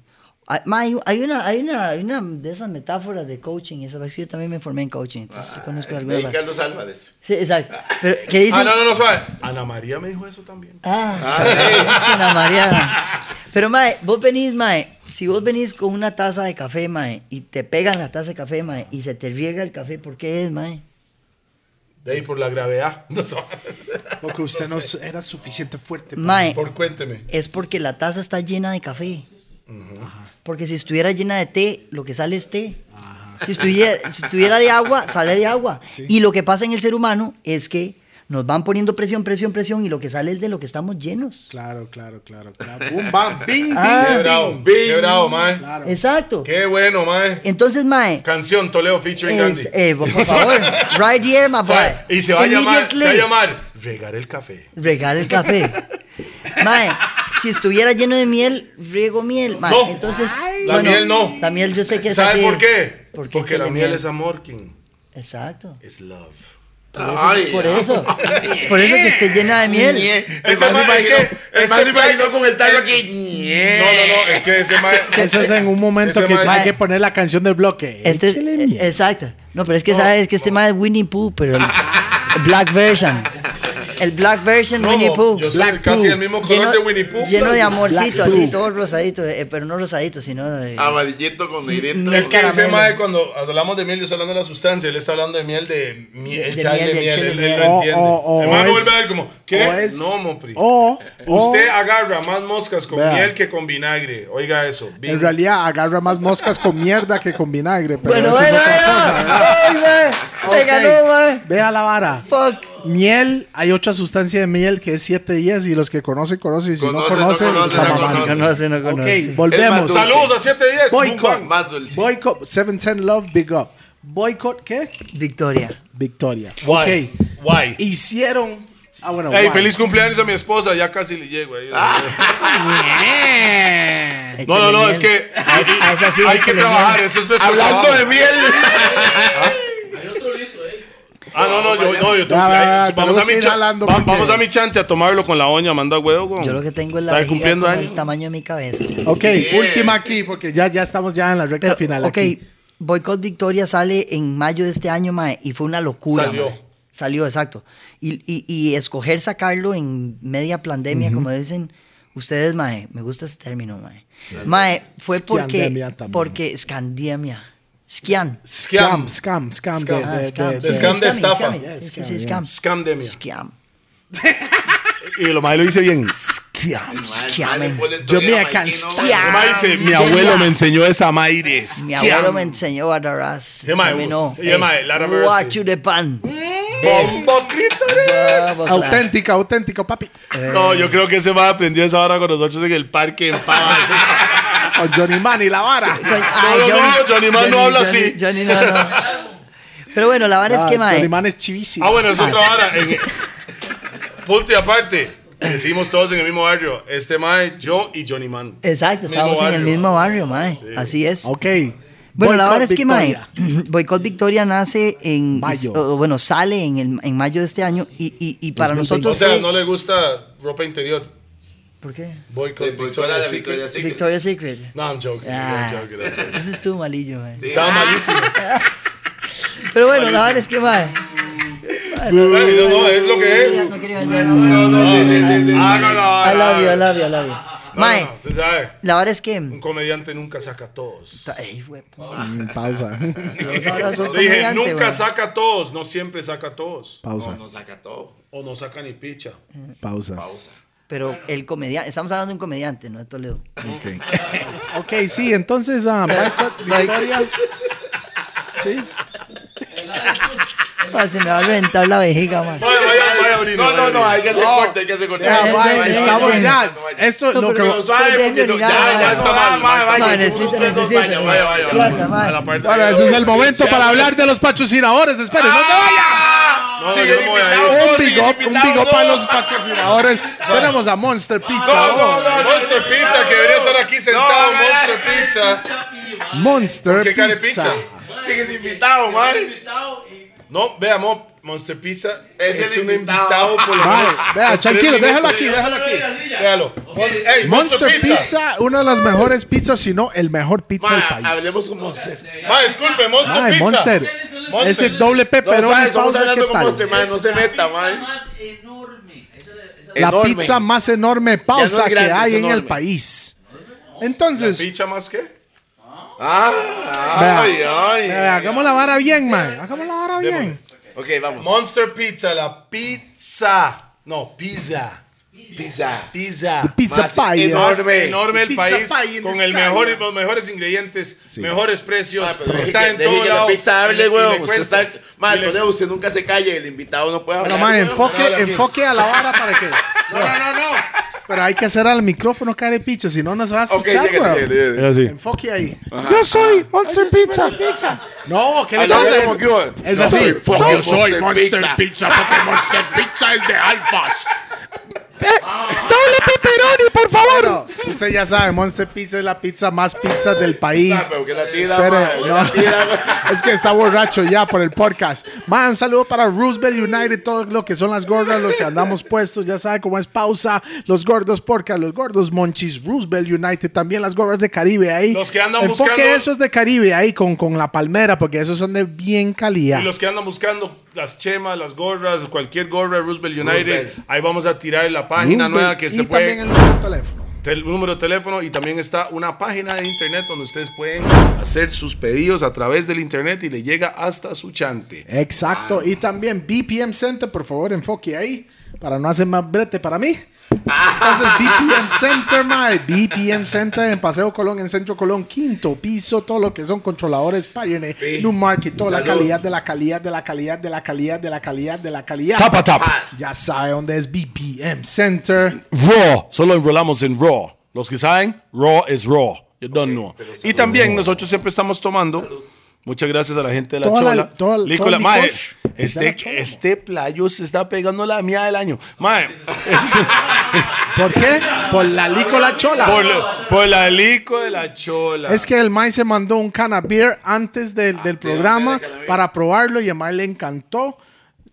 S3: Ah, ma, Hay, hay una, hay, una, hay una de esas metáforas de coaching. Esa vez que yo también me formé en coaching. Entonces conozco algunas.
S4: De Carlos Álvarez.
S3: Sí, exacto. Pero, ¿qué dicen?
S2: Ah, no, no, no, suave. Ana María me dijo eso también.
S3: Ah,
S4: Ah,
S3: Ana Mariana. Pero, mae, vos venís, mae. Si vos venís con una taza de café, mae, y te pegan la taza de café, mae, y se te riega el café, ¿por qué es, mae?
S2: De ahí por la gravedad. No, suave.
S1: Porque usted no era suficiente fuerte. para-
S3: Mae,
S2: por cuénteme.
S3: es porque la taza está llena de café. Porque si estuviera llena de té, lo que sale es té. Si estuviera, si estuviera de agua, sale de agua. Y lo que pasa en el ser humano es que nos van poniendo presión, presión, presión, y lo que sale es de lo que estamos llenos.
S1: Claro, claro, claro, claro. Boom, bam, bing, bing.
S2: Qué
S3: Ah,
S2: bravo. Qué bravo, mae.
S1: Claro.
S3: exacto.
S2: Qué bueno, mae.
S3: Entonces, mae,
S2: Canción Toledo featuring Gandhi.
S3: es- eh, por favor, right here, my boy.
S2: Suave. Y se va a llamar, se va a
S3: Immediately.
S2: llamar Regar el café.
S3: Regala el café. Mae, si estuviera lleno de miel, riego miel. Mae,
S2: No,
S3: entonces.
S2: la miel no.
S3: La miel yo sé que es
S2: ¿Sabe
S3: así.
S2: por qué?
S3: ¿Por qué
S2: Porque la
S3: sale
S2: miel es amor, King.
S3: Exacto.
S2: Es love.
S3: Por eso. por, eso por eso que esté llena de miel.
S4: Ñe. El
S2: Ese
S4: más
S2: ma- es
S4: imaginó,
S2: que-
S4: el
S2: es
S4: más
S2: que-
S4: imaginó con el tarro aquí. Ñe.
S2: No, no, no, es que ese mae.
S1: Eh. Eso es en un momento
S2: ese
S1: que
S2: mae-
S1: ya hay que poner la canción del bloque.
S3: Este,
S1: Échele
S3: eh,
S1: miel.
S3: exacto. No, pero es que sabes que este más es Winnie Pooh, pero el, el black version. El black version
S2: No,
S3: Winnie Pooh.
S2: yo soy
S1: Black
S2: casi
S1: Pooh.
S2: el mismo color de Winnie Pooh.
S3: Lleno de amorcito,
S1: Black
S3: así,
S1: Pooh.
S3: todo rosadito, eh, pero no rosadito, sino de-
S4: Ah, Amarillento con negrito.
S2: Es que ese
S3: caramelo.
S2: mae, cuando hablamos de miel, yo estoy hablando de la sustancia, él está hablando de miel de miel,
S3: De-
S2: el
S3: de
S2: chal
S3: miel,
S2: de
S3: de
S2: miel,
S3: chile
S2: él,
S3: de
S2: él
S3: miel.
S2: lo
S1: O-
S2: entiende.
S1: o-
S2: el
S1: o
S2: mae
S1: oh, es-
S2: vuelve a ver como, ¿qué?
S1: o es-
S2: no, Mopri.
S1: O, o-
S2: Usted agarra más moscas con
S1: Vea.
S2: miel que con vinagre. Oiga eso. Bingo.
S1: en realidad agarra más moscas con mierda que con vinagre. Pero
S3: Bueno,
S1: eso
S3: bueno,
S1: es otra cosa,
S3: bueno.
S1: ¿verdad?
S3: Ay, mae, Te
S1: Ok,
S3: ganó, mae.
S1: Vea la vara.
S3: Fuck.
S1: Miel, hay otra sustancia de miel que es 7 días y los que conocen, conocen. Y si no
S4: Conocen, no
S1: conocen,
S4: conocen,
S1: está
S4: no
S1: mamando.
S4: conocen.
S3: Conoce, no
S1: Ok,
S3: conoce.
S4: El
S1: volvemos.
S4: Maduro.
S2: Saludos a 710.
S1: Boicot.
S2: Bung Bang.
S4: Más dulce.
S1: Boycott, 710 Love, big up. Boycott, ¿qué?
S3: Victoria.
S1: Victoria.
S2: Why?
S1: Ok.
S2: Why?
S1: Hicieron. Ah, bueno.
S2: Ey,
S1: guay.
S2: feliz cumpleaños a mi esposa, ya casi le llego. ahí.
S1: Ah.
S2: no, no, no,
S3: Échale
S2: es
S3: miel.
S2: que
S3: A esa- a esa sí,
S2: hay que
S3: échale
S2: trabajar,
S3: miel.
S2: eso es nuestro
S4: Hablando
S2: trabajo.
S4: de miel.
S8: Hay otro litro, eh.
S2: Ah, no, no, yo, no, yo tengo
S1: Va,
S2: que-
S1: va, va,
S2: vamos,
S1: tenemos
S2: a mi
S1: que ir
S2: chan-
S1: jalando
S2: va-
S1: porque-
S2: vamos a mi chante a tomarlo con la oña, manda huevo. güey.
S3: Yo lo que tengo es la
S2: Está
S3: vejiga
S2: cumpliendo
S3: como
S2: años.
S3: el tamaño de mi cabeza.
S1: Ok, última aquí porque ya, ya estamos ya en la recta
S3: Pero,
S1: final.
S3: ok,
S1: aquí.
S3: Boycott Victoria sale en mayo de este año, mae, y fue una locura.
S2: Salió.
S3: mae. Salió, exacto. Y, y- y escoger sacarlo en media pandemia, como dicen ustedes, mae, me gusta ese término, mae. Mae, fue
S1: Sciandemia
S3: porque,
S1: también.
S3: porque Scandemia, Skian.
S2: Scam.
S1: Scam, scam, scam. de-
S3: Ah,
S1: de-
S3: scam,
S1: de-
S3: sí,
S1: de-
S2: Scam de
S3: scamming,
S2: estafa.
S3: scamming,
S1: Yeah,
S3: sí,
S1: scam,
S3: sí,
S1: yeah.
S3: scam.
S2: Scamdemia.
S3: Scam.
S2: Y eh, lo más lo hice bien.
S1: Yo me
S2: Lo más dice, mi abuelo me enseñó esa maires.
S3: Mi abuelo me enseñó Barras.
S2: Yeah, mae, yeah, mae, Lara Mercy.
S3: Guachu de pan.
S2: Bombo clítoris.
S3: Vamos, mae.
S1: Auténtica, auténtico, papi.
S3: Eh.
S2: No, yo creo que ese más aprendió esa hora con nosotros en el parque en Pavas.
S1: Con Johnny Man y la vara.
S3: Pues, Ay,
S2: no, no, Ah, Johnny Man no habla así.
S3: Johnny no, no. Pero bueno, la verdad es que,
S1: Ah, Johnny
S3: mae,
S1: Man es chivísimo.
S2: Ah, bueno, es otra vara. En- punto y aparte, decimos todos en el mismo barrio. Este mae, yo y Johnny Man.
S3: exacto, estábamos
S2: Mismo
S3: en el
S2: barrio.
S3: mismo barrio, mae. Así es.
S1: Ok.
S3: Bueno, la
S1: Boycott
S3: verdad es que, mae,
S1: Victoria.
S3: Boicot Victoria nace en...
S1: Mayo.
S3: o, bueno, sale en, el, en mayo de este año y, y, y para
S1: 2020.
S2: O
S3: nosotros...
S2: sea,
S3: fue-
S2: no le gusta ropa interior.
S3: ¿Por qué?
S2: Voy con Victoria's Secret.
S3: Victoria's Secret.
S2: No, I'm joking.
S3: Ah,
S2: I'm joking, I'm joking.
S3: ese estuvo malillo, mae.
S2: Estaba malísimo.
S3: Pero bueno, la verdad es que, mae...
S2: Ay, No, no, es lo que
S3: ya
S2: es.
S3: No quería vender, no, no, no.
S2: Ah, no,
S3: I
S2: no,
S3: love you, I
S2: no, no.
S3: love you, I love you.
S2: No,
S3: Mae,
S2: no, se sabe.
S3: la verdad es que...
S2: Un comediante nunca saca a todos.
S3: Ey, güey, po-
S1: Mm, Pausa.
S3: ahora sos
S2: Le dije,
S3: comediante,
S2: nunca
S3: güey.
S2: saca a todos, no siempre saca a todos.
S1: Pausa.
S4: No saca todo.
S2: O no saca ni picha.
S1: Pausa.
S4: Pausa.
S3: Pero el comediante, estamos hablando de un comediante, no de Toledo.
S1: Ok, sí, entonces, ah, boycott, Victoria. Sí.
S3: Ah, se me va a reventar la vejiga, man.
S2: Vaya, vaya, vaya, Brino,
S4: No,
S2: vaya,
S4: no, no,
S2: Brino.
S4: hay que hacer corte, hay que hacer corte.
S3: Ya,
S4: Ay,
S3: ya,
S4: ay,
S3: ya,
S4: ay,
S3: estamos
S4: ay,
S1: Eh, ya.
S4: ay, ay, ay.
S1: Esto
S3: No,
S1: lo
S3: pero
S1: que.
S4: Pero suave,
S3: Estoy
S4: porque
S3: bien,
S4: no-
S3: ya,
S4: ya,
S3: ya,
S4: ya
S3: no,
S4: está mal, mal,
S3: no,
S4: vaya,
S3: necesito,
S4: unos tres, dos,
S3: necesito.
S4: vaya, vaya, vaya.
S3: Plaza, man.
S2: A la parte
S1: Bueno,
S2: de-
S1: ese es el momento para hablar de los patrocinadores. Esperen, no se vayan.
S2: No, no,
S4: Sí,
S2: yo no me voy a ir.
S1: Un
S4: sí,
S1: big up, un big up
S4: no.
S1: para los patrocinadores. Tenemos a Monster Pizza.
S4: No, no, no.
S2: Monster Pizza, que debería estar aquí sentado,
S4: No,
S2: Monster
S4: vaya.
S2: Pizza.
S1: oh, Monster
S2: ¿Qué cara de
S1: Pizza.
S2: pizza?
S4: Sí, el invitado, man.
S8: Invitado y
S2: No, veamos, Monster Pizza es,
S4: Es el
S2: un
S4: invitado.
S2: invitado por lo
S1: Vale,
S2: menos.
S1: vea,
S2: por tres
S1: tranquilo,
S2: minutos.
S1: déjalo aquí, déjalo aquí.
S2: Véalo. Mon- Ey,
S1: Monster Pizza, una de las mejores pizzas, si no el mejor pizza del
S4: Ma,
S1: país.
S4: Hablemos con Monster.
S2: Ma, disculpe, Monster
S1: Ay,
S2: Pizza.
S1: Monster.
S2: Monster.
S1: Ese doble
S4: No,
S1: pepperoni
S4: suave, estamos
S1: pausa,
S4: hablando
S1: ¿qué
S4: con
S1: tal?
S4: Monster, man. Ah, No se meta, man.
S8: más enorme. Esa, esa
S1: La
S4: Enorme.
S1: pizza más enorme pausa
S4: no es grande,
S1: que hay
S4: es
S1: en el
S4: enorme.
S1: país.
S2: ¿La
S1: Entonces,
S2: ¿Pizza más qué?
S4: Ah, ay,
S1: eh,
S4: ay.
S1: hagamos la vara bien, man. Hagamos la vara bien.
S4: Ok, vamos.
S2: Monster Pizza, la pizza. No, pizza.
S4: Pizza.
S2: Pizza.
S1: Pizza
S4: Más
S1: pie.
S4: enorme.
S2: Más enorme el
S1: Pizza
S2: país
S1: pie in the
S2: con el
S1: sky.
S2: mejor, los mejores ingredientes,
S1: Sí.
S2: mejores precios.
S4: Ah, pero deje
S2: está
S4: que-
S2: en
S4: deje
S2: todo
S4: que la
S2: lado.
S4: pizza
S2: Y le-
S4: hable,
S2: y le
S4: huevón. Usted
S2: cuesta.
S4: está. pues, Man,
S2: Y le-
S4: Toledo, usted nunca se calla. El invitado no puede hablar.
S1: Bueno, man,
S4: huevón.
S1: enfoque,
S2: Ahora bien.
S1: enfoque a la vara para que.
S4: No, no, no, no.
S1: Pero hay que hacer al micrófono, cara de picha, si no nos va a
S4: Ok,
S1: escuchar,
S4: llega,
S1: weón.
S4: llega, llega.
S1: Enfoque ahí.
S9: Yo soy Monster Pizza.
S1: No, ¿qué le
S4: Hablamos
S1: pasa? Es,
S4: como Ah, que, huevón.
S1: es
S4: Yo
S1: así.
S4: soy fucking
S1: Yo soy
S4: Monster Pizza.
S9: Doble pepperoni, por favor.
S1: Usted ya sabe, Monster Pizza es la pizza más pizza del país.
S4: Ah, pero que la tira,
S1: Espere,
S4: mae, que
S1: no.
S4: la tira, mae.
S1: es que está borracho ya por el podcast. Man, un saludo para Roosevelt United, todo lo que son las gordas, los que andamos puestos, ya sabe cómo es pausa, los gordos podcast, los gordos monchis, Roosevelt United, también las gorras de Caribe ahí.
S2: Los que andan
S1: Enfoque
S2: buscando-
S1: esos de Caribe ahí con, con la palmera, porque esos son de bien calidad.
S2: Y los que andan buscando las chemas, las gorras, cualquier gorra de Roosevelt United,
S4: Roosevelt.
S2: ahí vamos a tirar la página
S1: Roosevelt
S2: nueva que
S1: y
S2: se puede.
S1: también el nuevo teléfono.
S2: el número de teléfono y también está una página de internet donde ustedes pueden hacer sus pedidos a través del internet y le llega hasta su chante.
S1: Exacto. Y también BPM Center, por favor, enfoque ahí para no hacer más brete para mí. Entonces, BPM Center, mae. BPM Center en Paseo Colón, en Centro Colón, quinto piso, todo lo que son controladores, Pioneer,
S4: Sí.
S1: New Market, toda la
S4: Salud.
S1: calidad de la calidad de la calidad de la calidad de la calidad de la calidad.
S2: Tapa tapa.
S1: Ya sabe dónde es BPM Center.
S2: Raw. Solo enrolamos en Raw. Los que saben, Raw es Raw. You don't know. Y también nosotros siempre estamos tomando. Muchas gracias a la gente de la
S1: Toda la-
S2: Chola.
S1: toda- todo el
S2: Licola,
S1: licor
S2: mae,
S1: es de la
S2: este,
S1: Chola.
S2: este playo se está pegando la mía del año. Mae, es-
S1: ¿Por qué? Por la licola chola.
S2: por, la- por la lico de la Chola.
S1: Es que el Mae se mandó un cana beer antes del, del programa
S4: de cana beer.
S1: para probarlo y el Mae le encantó.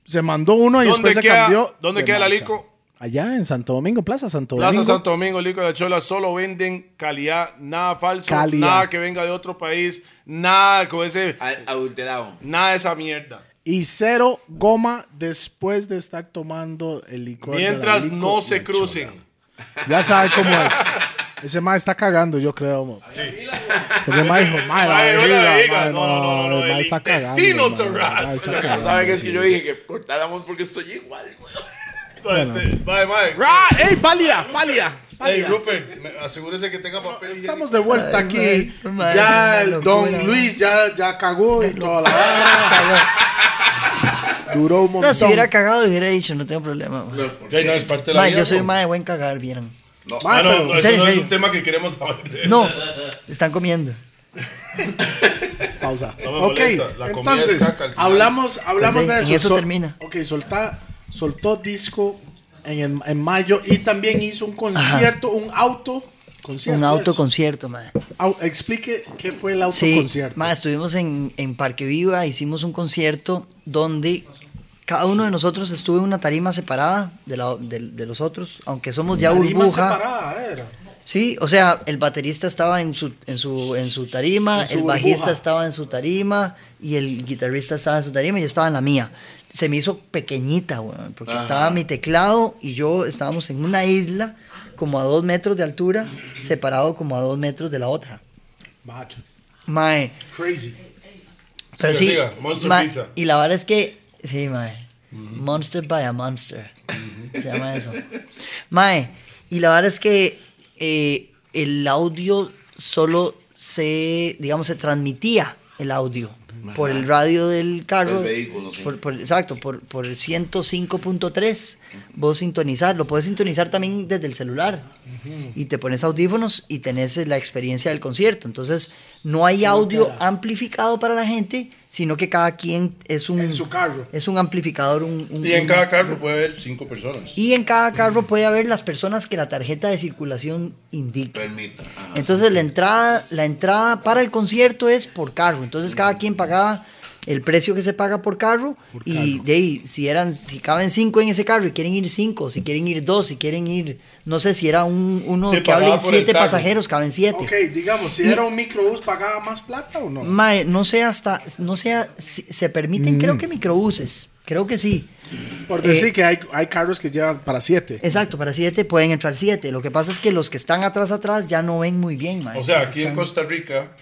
S1: Se mandó uno y
S2: ¿Dónde
S1: después se
S2: queda,
S1: cambió.
S2: ¿dónde
S1: de
S2: queda la
S1: marcha.
S2: lico?
S1: Allá en Santo Domingo, Plaza Santo
S2: Plaza
S1: Domingo.
S2: Santo Domingo, Lico de la Chola, solo venden calidad, nada falso,
S1: Calidad.
S2: nada que venga de otro país, nada con ese,
S4: Ad- Adulterado.
S2: nada de esa mierda.
S1: Y cero goma después de estar tomando el licor. de la
S2: Mientras
S1: lico
S2: no se
S1: lechosa.
S2: crucen.
S1: Ya sabe cómo es. Ese Mae está cagando, yo creo. mo. Porque el Mae dijo, Mae, la
S2: Mae, no la
S1: vejiga,
S2: vejiga,
S1: mae,
S2: no, no, no, no,
S1: el Mae
S2: el
S1: está cagando.
S2: intestino,
S1: mae, el mae
S2: Terraz.
S1: está
S2: Lo que
S1: cagando,
S4: ¿Saben qué es
S1: sí.
S4: que yo dije? Que cortáramos porque estoy igual, güey.
S2: Este, bye, bye.
S1: ¡Ah! ¡Ey, pálida! ¡Pálida!
S2: Hey,
S1: pálida.
S2: Rupert, me- asegúrese que tenga papel.
S1: Estamos de vuelta aquí.
S3: man, man,
S1: ya el
S3: una
S1: Don
S3: locura.
S1: Luis ya, ya cagó y toda la vara. cagó. Duró un
S3: No, si
S1: montón.
S3: hubiera cagado, le hubiera dicho, no tengo problema. ma.
S2: Ya, no, es parte de la
S3: Ma,
S2: vida,
S3: yo soy
S2: ¿no?
S3: más de buen cagar, vieron.
S4: No,
S1: Ah,
S2: Ah, no,
S1: pero-
S2: no,
S3: en
S2: eso
S3: serio,
S2: no
S3: en
S2: es un
S3: serio.
S2: tema que queremos saber. de-
S3: No, están comiendo.
S1: pausa.
S2: No me
S1: ok,
S2: molesta, la comida es
S1: entonces,
S2: caca al final.
S1: hablamos, hablamos
S3: Entonces,
S1: de
S3: en
S1: eso.
S3: Pues eso
S1: Sol-
S3: termina.
S1: Ok, solta, soltó disco en, el- en mayo y también hizo un concierto, un auto. Concierto,
S3: Un
S1: es.
S3: autoconcierto, ma.
S1: Au- explique qué fue el
S3: Sí,
S1: autoconcierto.
S3: ma, estuvimos en, en Parque Viva, hicimos un concierto donde cada uno de nosotros estuvo en una tarima separada de, la- de- de los otros, aunque somos ya
S1: Tarima
S3: burbuja.
S1: separada, era.
S3: Sí, o sea, el baterista estaba en su, en su, en su tarima,
S1: En su
S3: el bajista
S1: burbuja.
S3: estaba en su tarima y el guitarrista estaba en su tarima y yo estaba en la mía. Se me hizo pequeñita, weón, porque estaba mi teclado y yo estábamos en una isla como a dos metros de altura, separado como a dos metros de la otra.
S1: Mad,
S3: Mae,
S1: Crazy.
S3: pero
S2: Siga,
S3: sí,
S2: siga, Monster
S3: mae,
S2: Pizza.
S3: y la verdad es que, sí, mae, Monster by a Monster, se llama eso. Mae, y la verdad es que eh, el audio solo se, digamos, se transmitía el audio por el radio del carro.
S4: Del vehículo, sí.
S3: por- por- exacto, por, por el 105.3. Vos sintonizás, lo puedes sintonizar también desde el celular. Y te pones audífonos y tenés la experiencia del concierto. Entonces, no hay audio amplificado para la gente, sino que cada quien es un.
S1: En su carro.
S3: Es un amplificador, un. un-
S2: Y en
S3: un-
S2: cada carro puede haber cinco personas.
S3: y en cada carro puede haber las personas que la tarjeta de circulación indica.
S4: permita. Ajá.
S3: Entonces la entrada, la entrada para el concierto es por carro. Entonces
S2: Mm.
S3: cada quien pagaba el precio que se paga por carro y de ahí, si eran, si caben cinco en ese carro y quieren ir cinco, si quieren ir dos, si quieren ir, no sé, si era un, uno
S2: Sí,
S3: que hable
S2: pagaba por el
S3: siete
S2: carro.
S3: pasajeros, caben siete.
S1: Ok, digamos, si
S3: Y-
S1: era un microbús, ¿pagaba más plata o no?
S3: Mae, no sé hasta, no sé, si- se permiten,
S2: Mm.
S3: creo que microbuses, creo que sí.
S1: Por
S3: Eh,
S1: decir que hay, hay carros que llevan para siete.
S3: Exacto, para siete pueden entrar siete. Lo que pasa es que los que están atrás atrás ya no ven muy bien, mae,
S2: O sea,
S3: porque
S2: aquí en
S3: están-
S2: Costa Rica,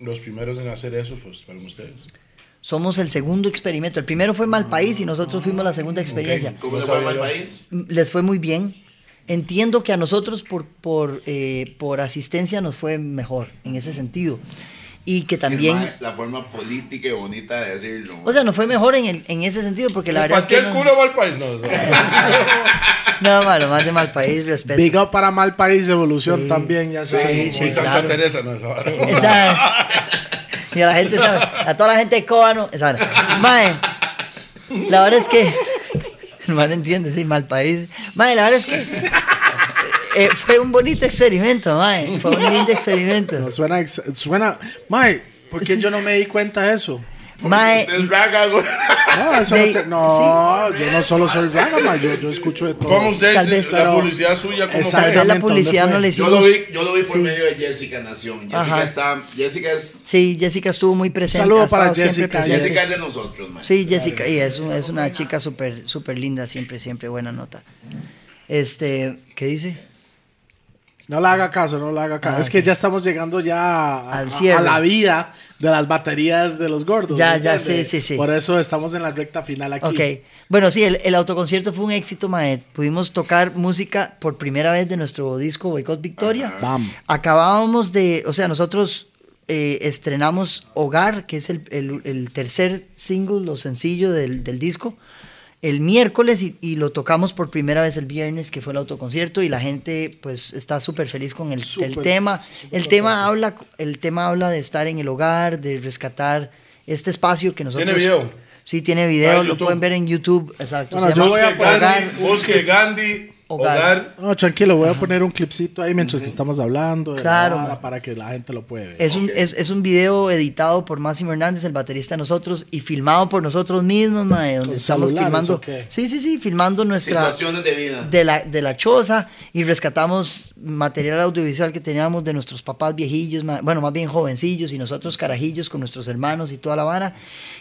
S2: los primeros en hacer eso fueron ustedes.
S3: Somos el segundo experimento. El primero fue Mal País y nosotros fuimos la segunda experiencia.
S4: ¿Cómo
S2: No
S4: se llama el
S2: sabía
S4: país?
S3: Les fue muy bien. Entiendo que a nosotros por, por, eh, por asistencia nos fue mejor en ese sentido. Y que también...
S4: El mae, La forma política y bonita de decirlo.
S3: O sea, nos fue mejor en, el- en ese sentido porque la verdad es que...
S2: Cualquier
S3: No,
S2: culo va al país, no. o sea,
S3: no, ma, lo más de Mal País, respeto.
S1: Big up para Mal País Evolución también, ya
S3: Sí,
S1: saben.
S3: sí,
S2: y Santa
S3: claro.
S2: Teresa, no. esa vara.
S3: Sí, esa- y a la gente, esa- a toda la gente de Cóbano, esa vara. Mae, la verdad es que. El mal entiende, sí, mal país. Mae, la verdad es que. eh, fue un bonito experimento, mae. Fue un lindo experimento.
S1: No, suena, ex- suena. Mae, ¿por qué yo no me di cuenta de eso?
S3: Mae,
S4: Usted es raga, güey.
S1: No, eso no
S3: De-
S1: te- no, yo no solo soy raro, mae. Yo, yo escucho de todo.
S5: ¿Cómo usted
S3: Tal
S5: se-
S3: vez,
S5: la
S1: pero-
S5: publicidad suya? ¿cómo
S3: tal
S1: Exacto.
S3: vez la
S1: ¿dónde
S3: publicidad
S1: fue?
S3: no le
S4: Yo
S3: hicimos.
S4: lo vi, yo lo vi por
S3: Sí.
S4: medio de Jessica Nación. Jessica
S3: Ajá.
S4: está. Jessica es.
S3: Sí, Jessica estuvo muy presente.
S1: Saludo
S3: ha estado
S1: para
S3: siempre
S1: Jessica,
S3: presente.
S4: Jessica es de nosotros, man.
S3: Sí, Jessica, y es, un- es una chica súper super linda, siempre, siempre buena nota. Este, ¿qué dice?
S1: No le haga caso, no le haga caso. es que ya estamos llegando ya a,
S3: Ah, Al
S1: a-
S3: cierre.
S1: a la vida de las baterías de los gordos.
S3: Ya,
S1: ¿me
S3: ya,
S1: entiende?
S3: sí, sí, sí.
S1: Por eso estamos en la recta final aquí.
S3: Ok. Bueno, sí, el, el autoconcierto fue un éxito, Mae. Pudimos tocar música por primera vez de nuestro disco Boicot Victoria.
S1: Bam.
S3: Acabábamos de, o sea, nosotros eh, estrenamos Hogar, que es el, el- el tercer single, lo sencillo del, del disco, el miércoles y, y lo tocamos por primera vez el viernes, que fue el autoconcierto, y la gente pues está súper feliz con el, el
S1: Súper,
S3: tema. El tema, habla, el tema habla de estar en el hogar, de rescatar este espacio que nosotros...
S5: video?
S3: Sí, tiene video,
S5: Ah,
S3: lo
S5: YouTube.
S3: pueden ver en YouTube, exacto.
S1: Bueno,
S3: se
S1: yo
S3: llama
S1: voy a
S5: Busque
S1: pagar
S3: Hogar.
S5: Gandhi, busque Gandhi,
S3: Hogar.
S5: hogar.
S1: No, tranquilo, voy a poner un clipcito ahí mientras que estamos hablando. de la
S3: Claro,
S1: vara
S3: man.
S1: Para que la gente lo pueda ver.
S3: Es un, es, es un video editado por Máximo Hernández, el baterista de nosotros, y filmado por nosotros mismos, mae, donde
S1: ¿Con
S3: estamos
S1: celulares
S3: filmando.
S1: o qué?
S3: Sí, sí, sí, filmando nuestra.
S4: Situaciones de vida.
S3: De la, de la choza y rescatamos material audiovisual que teníamos de nuestros papás viejillos, ma- bueno, más bien jovencillos y nosotros carajillos con nuestros hermanos y toda la vara.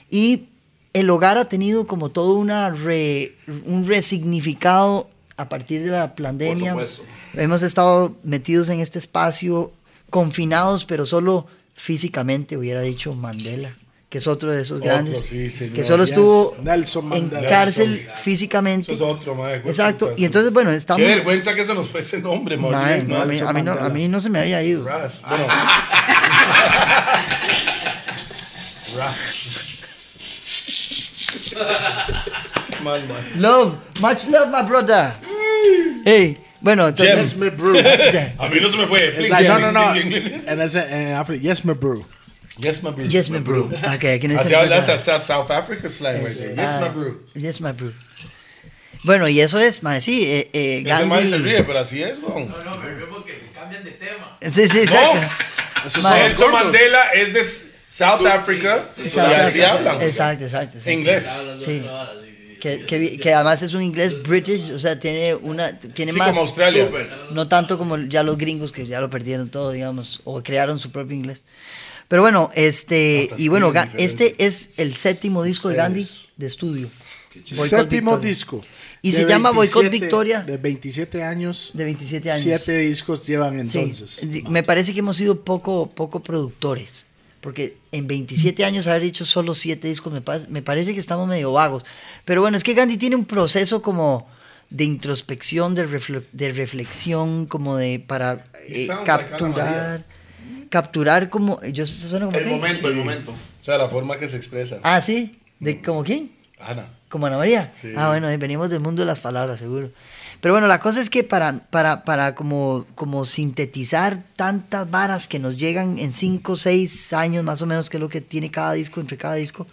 S3: Y el hogar ha tenido como todo una re- un resignificado a partir de la pandemia.
S4: supuesto.
S3: Hemos estado metidos en este espacio, confinados, pero solo físicamente, hubiera dicho Mandela, que es otro de esos grandes,
S5: sí, señor.
S3: que solo
S1: Yes,
S3: estuvo
S1: Nelson
S3: en
S1: Mandela.
S3: cárcel físicamente.
S5: Eso es otro, mae. güey,
S3: Exacto.
S5: puta,
S3: Y entonces, bueno, estamos.
S5: Qué vergüenza que se nos fue ese nombre,
S3: Mae,
S5: mae.
S3: no, a, mí, a mí no, a mí no se me había ido.
S5: Ras. Bueno,
S3: Love, much love, my brother. Hey, bueno, entonces.
S1: Yes, me brew.
S3: ya.
S5: a mí no se me fue.
S1: Es
S5: Pling,
S1: like, no,
S5: pling,
S1: no, no.
S5: pling, pling, pling.
S1: En ese, en Afri- yes, me brew.
S5: Yes, my brew.
S3: Yes, my bro. Ok, aquí no dice
S5: Así
S3: nada.
S5: hablas hasta South Africa slang, güey. Yes, my
S3: Ah,
S5: brew.
S3: Yes, my bro. Bueno, y eso es, mae, sí, eh, eh,
S5: Ese mae se
S3: Gandhi.
S5: ríe, pero así es, güey.
S8: No, no, me río porque se cambian de tema.
S3: Sí, sí, exacto.
S4: Esos
S3: Mae.
S4: son los
S5: Nelson
S4: gordos.
S5: Mandela es de S- South Africa. Y
S3: Exacto,
S5: así hablan. güey.
S3: Exacto, exacto. exacto.
S5: Inglés.
S3: Sí. Que, que, que además es un inglés british, o sea, tiene una tiene
S5: Sí,
S3: más
S5: como Australia.
S3: no tanto como ya los gringos que ya lo perdieron todo, digamos, o crearon su propio inglés. Pero bueno, este, y bueno, Ga- este es el séptimo disco de Gandhi de estudio. Boicot
S1: Séptimo
S3: Victoria.
S1: disco.
S3: Y
S1: De
S3: se llama Boicot
S1: 27
S3: Victoria
S1: De 27 años.
S3: de 27 años.
S1: Siete discos llevan
S3: Sí,
S1: entonces.
S3: di- me parece que hemos sido poco, poco productores. Porque en 27 años haber hecho solo 7 discos, me, pas- me parece que estamos medio vagos. Pero bueno, es que Gandhi tiene un proceso como de introspección, de, refle- de reflexión, como de para eh,
S5: sounds like Ana
S3: capturar, capturar como... Yo suena como
S4: El
S3: quién?
S4: momento, el momento.
S5: O sea, la forma que se expresa.
S3: Ah, sí, de como quién.
S5: Ana.
S3: ¿Como Ana María?
S5: Sí.
S3: Ah, bueno, eh, venimos del mundo de las palabras, seguro. Pero bueno, la cosa es que para, para, para como, como sintetizar tantas varas que nos llegan en 5 o 6 años más o menos, que es lo que tiene cada disco, entre cada disco,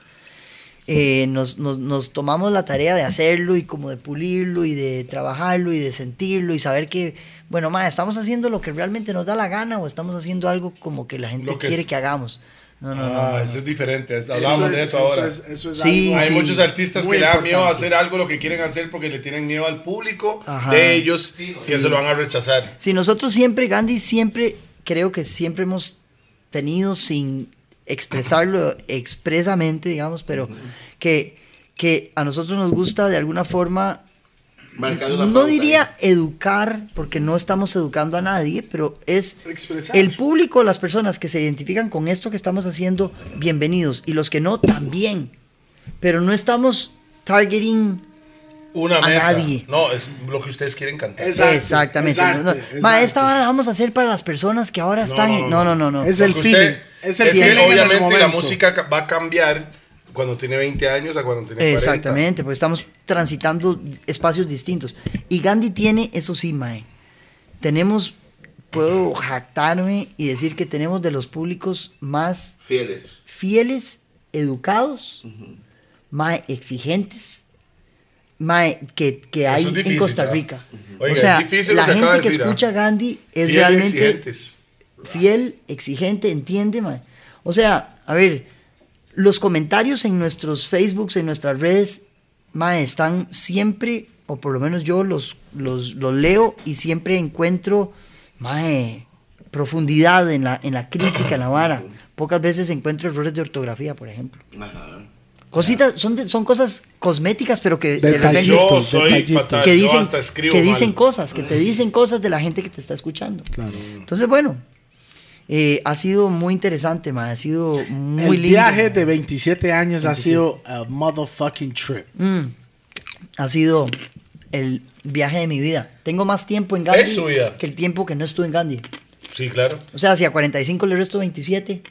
S3: eh, nos, nos- nos tomamos la tarea de hacerlo y como de pulirlo y de trabajarlo y de sentirlo y saber que, bueno, ma, estamos haciendo lo que realmente nos da la gana o estamos haciendo algo como que la gente
S5: Lo que
S3: quiere
S5: es-
S3: que hagamos. No, no, no,
S5: Ah,
S3: no.
S5: eso es diferente. Hablamos de eso
S1: es-
S5: ahora.
S1: Eso es, eso es
S3: Sí,
S1: algo-
S5: Hay
S3: sí.
S5: muchos artistas
S1: Muy
S5: que le dan miedo a
S1: importante.
S5: hacer algo lo que quieren hacer porque le tienen miedo al público
S3: Ajá.
S5: de ellos que
S8: Sí.
S5: se lo van a rechazar.
S3: Si nosotros siempre, Gandhi, siempre, creo que siempre hemos tenido sin expresarlo expresamente, digamos, pero que, que a nosotros nos gusta de alguna forma
S4: Marcando la
S3: no
S4: pauta
S3: diría educar, porque no estamos educando a nadie, pero es
S1: Expresar.
S3: el público, las personas que se identifican con esto que estamos haciendo, bienvenidos, y los que no, también. Pero no estamos targeting
S5: Una
S3: A
S5: meta.
S3: nadie.
S5: No, es lo que ustedes quieren cantar.
S1: Es arte,
S3: Exactamente.
S1: es arte,
S3: No, no.
S1: es
S3: Ma,
S1: arte.
S3: esta vara la vamos a hacer para las personas que ahora están. en- No, no, no, no.
S1: Es el
S5: Porque
S1: feeling.
S5: usted-
S1: es
S5: es
S1: el
S5: que
S1: feeling. en el
S5: obviamente la
S1: momento.
S5: música ca- va a cambiar cuando tiene 20 años a cuando tiene 40.
S3: Exactamente, porque estamos transitando espacios distintos. Y Gandhi tiene, eso sí, Mae. Tenemos, puedo jactarme y decir que tenemos de los públicos más
S4: Fieles.
S3: fieles, educados, mae, exigentes, mae, que, que hay
S2: es difícil,
S3: en Costa
S2: ¿verdad?
S3: Rica.
S2: Oiga,
S3: o sea,
S2: es difícil lo
S3: la
S2: que acaba
S3: gente
S2: de
S3: que
S2: decir, ¿ah?
S3: escucha a Gandhi es
S2: Fieles,
S3: realmente
S2: exigentes.
S3: fiel, exigente, entiende, mae. O sea, a ver, los comentarios en nuestros Facebooks, en nuestras redes, mae, están siempre, o por lo menos yo los, los, los leo y siempre encuentro, mae, profundidad en la, en la crítica, en la vara. Pocas veces encuentro errores de ortografía, por ejemplo. Cositas, son, de- son cosas cosméticas, pero que de repente
S1: Detallitos,
S2: Yo soy
S1: detallitos.
S2: fatal.
S3: que
S2: Yo
S3: dicen,
S2: hasta escribo
S3: que dicen
S2: mal.
S3: cosas, que te dicen cosas de la gente que te está escuchando. Entonces, bueno, eh, ha sido muy interesante, ma, ha sido muy
S1: El
S3: lindo.
S1: viaje de 27 años ha sido a motherfucking trip.
S3: Mm. ha sido el viaje de mi vida. Tengo más tiempo en Gandhi
S2: Es su vida.
S3: que el tiempo que no estuve en Gandhi.
S2: Sí, claro.
S3: O sea, si a 45 le resto 27,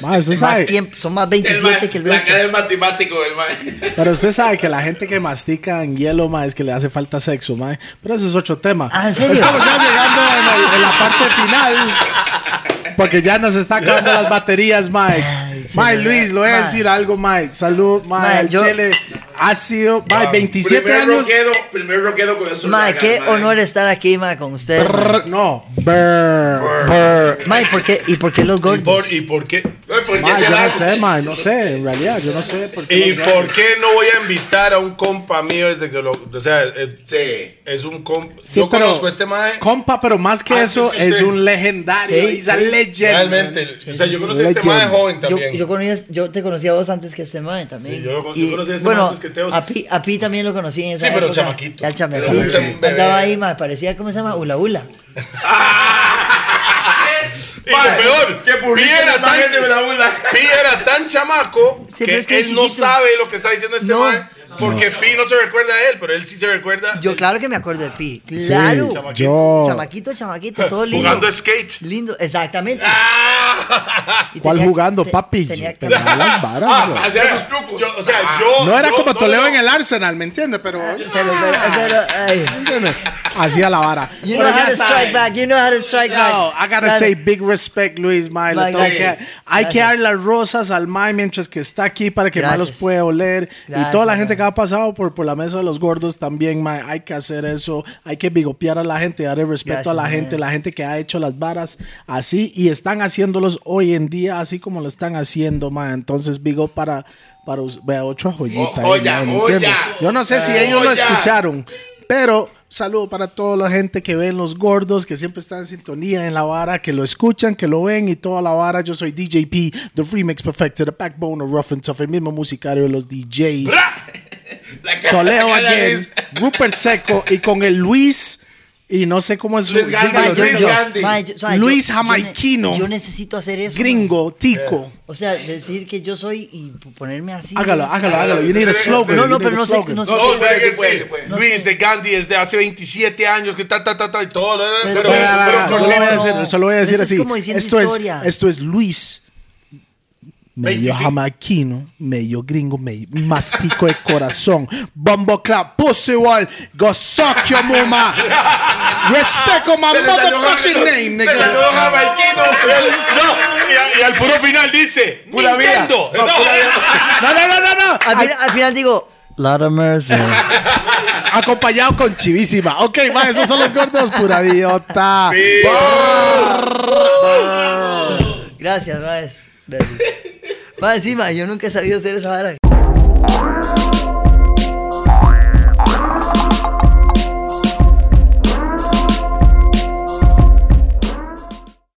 S1: Ma, usted
S3: más
S1: sabe-
S3: tiempo, son más
S4: El
S3: 27
S4: mae,
S3: que el este.
S4: la
S3: resto.
S4: cara del matemático del mae.
S1: Pero usted sabe que la gente que mastica en hielo, ma, es que le hace falta sexo, ma. Pero ese es otro tema.
S3: Ah, ¿en serio?
S1: Estamos ya llegando en, el- en la parte final. Porque ya nos está acabando las baterías, Mae.
S3: Ay, sí,
S1: Mae,
S3: ¿verdad?
S1: Luis, le voy a
S3: Mae.
S1: decir algo, Mae. Salud, Mae.
S3: Mae,
S1: al
S3: yo-
S1: Chile ha sido, Mae, 27
S4: primer
S1: años.
S4: Rockero, primer rockero con eso.
S3: Ma, qué honor estar aquí, ma, con ustedes. ma.
S1: Brr, no, brr.
S3: Ma, ¿y por qué, y por qué los
S2: ¿Y
S3: gordos?
S2: por, y por qué?
S4: ¿Por qué
S1: Mae, yo
S4: será?
S1: no sé, Mae, no sé, en realidad, yo no sé. Por qué
S2: ¿Y
S1: los-
S2: por qué no voy a invitar a un compa mío desde que lo. O sea, eh,
S4: Sí.
S2: es un compa.
S1: Sí,
S2: yo
S1: pero-
S2: conozco a este mae.
S1: Compa, pero más que
S2: Antes
S1: eso,
S2: que
S1: es
S2: usted.
S1: un legendario.
S3: Sí,
S1: He's a
S3: sí.
S1: legend.
S2: Realmente. O sea, yo conocí a este
S1: Legend.
S2: mae joven
S3: Yo,
S2: también.
S3: yo, conocí- yo te conocí a vos antes que a este mae también.
S2: Sí, yo lo- yo
S3: Y,
S2: conocí a este
S3: bueno,
S2: mae antes que Teos.
S3: A Pi, a Pi también lo conocí en esa
S2: Sí, pero
S3: época.
S2: chamaquito.
S3: Ya el chamaquito.
S2: Era un cham-
S3: Andaba
S2: bebé.
S3: ahí, mae, parecía, ¿cómo se llama? Hula Hula.
S2: Y lo peor,
S4: Que
S2: Pi
S4: publica la
S2: era
S4: imagen de
S2: tan,
S4: la bula.
S2: Pi era tan chamaco
S3: Sí,
S2: que
S3: pero es que
S2: él no
S3: chiquito.
S2: sabe lo que está diciendo este
S3: No.
S2: mae. Porque Pi no se recuerda a él, pero él sí se recuerda.
S3: Yo claro que me acuerdo de Pi. Claro.
S2: chamaquito.
S1: Yo.
S3: Chamaquito, chamaquito, todo lindo.
S2: jugando Ah. skate.
S3: Lindo, exactamente. Y
S1: ¿Cuál
S3: tenía-
S1: jugando,
S3: te-
S1: papi?
S3: tenía que-
S1: Pero las varas, bro.
S4: Hacía sus trucos.
S2: Ah. Yo, o sea, yo.
S1: no era
S2: yo
S1: como Toledo
S2: lo-
S1: en el Arsenal, ¿me entiendes? Pero.
S3: pero- pero- pero, ay.
S1: ¿entiendes? Hacía la vara.
S3: You
S1: Pero
S3: know how
S1: ya
S3: to strike
S1: saben.
S3: back, you know how to strike back.
S1: No, I gotta
S3: Claro.
S1: say big respect, Luis Mae. le
S3: Mae,
S1: tengo que-
S3: gracias.
S1: hay que
S3: Gracias.
S1: dar las rosas al Mae mientras que está aquí para que Mae los
S3: Gracias.
S1: pueda oler. y
S3: Gracias,
S1: toda la gente
S3: mae.
S1: que ha pasado por, por la mesa de los gordos también, Mae. Hay que hacer eso. Hay que bigopear a la gente, dar el respeto
S3: Gracias,
S1: a la
S3: mae.
S1: gente, la gente que ha hecho las varas así y están haciéndolos hoy en día así como lo están haciendo, Mae. Entonces, bigo para. Para us- vea, otra joyita. ahí,
S4: Oh, joya,
S1: mae, ¿me
S4: joya.
S1: entiende? Yo no sé si
S4: Ah,
S1: ellos lo
S4: joya.
S1: escucharon escucharon. Pero saludo para toda la gente que ven los gordos, que siempre están en sintonía en la vara, que lo escuchan, que lo ven y toda la vara. Yo soy DJ P, The Remix Perfected, The Backbone of Rough and Tough, el mismo musicario de los DJs.
S4: La cara-
S1: Toledo
S4: la cara de
S1: again,
S4: Luis.
S1: Rupert Seco y con el Luis. Y no sé cómo es su
S4: Luis Gandhi,
S1: dígalo,
S4: Luis
S1: dígalo.
S4: Gandhi.
S3: Mae, yo- o sea,
S1: Luis
S3: yo- yo ne-
S1: jamaiquino.
S3: Yo necesito hacer eso.
S1: Gringo, tico.
S3: O sea, decir que yo soy y p- ponerme así.
S1: Hágalo,
S3: es-
S1: hágalo, hágalo.
S4: Eh,
S1: You need a slogan.
S3: No,
S1: you
S3: no,
S1: need
S3: pero
S1: a
S3: no sé-
S1: slogan.
S3: no sé-
S2: No,
S4: Sí,
S2: o sea,
S4: puede,
S2: que
S4: sí, puede,
S2: sí.
S4: sí, puede.
S2: Luis de Gandhi desde hace 27 años que ta ta ta ta y todo. ¿no?
S3: Pero-
S2: Pero,
S1: Va, va, va,
S2: pero-
S1: va, yo lo voy a decir,
S3: no.
S1: yo lo voy a
S3: Pero
S1: decir
S3: eso es
S1: así.
S3: como diciendo
S1: esto, es,
S3: historia.
S1: esto es Luis. Medio
S2: 25.
S1: jamaquino, medio gringo, medio mastico de corazón. Bumbo clap, pussy wall, go suck your mama. Respect on my
S4: Se le salió
S1: motherfucking
S4: Jamaiquino.
S1: name,
S4: Se le salió
S1: nigga.
S4: jamaiquino.
S2: No, y, a- y al puro final dice:
S4: Pura vida.
S2: Nintendo.
S4: No, pura vida.
S1: No, no, no, no, no.
S3: Al, fin- al final digo, Latimer, sí.
S1: Acompañado con chivísima. Ok, ma, esos son los gordos, pura idiota.
S3: Gracias, Maes. Gracias. Maes, sí, mae, yo nunca he sabido hacer esa vara.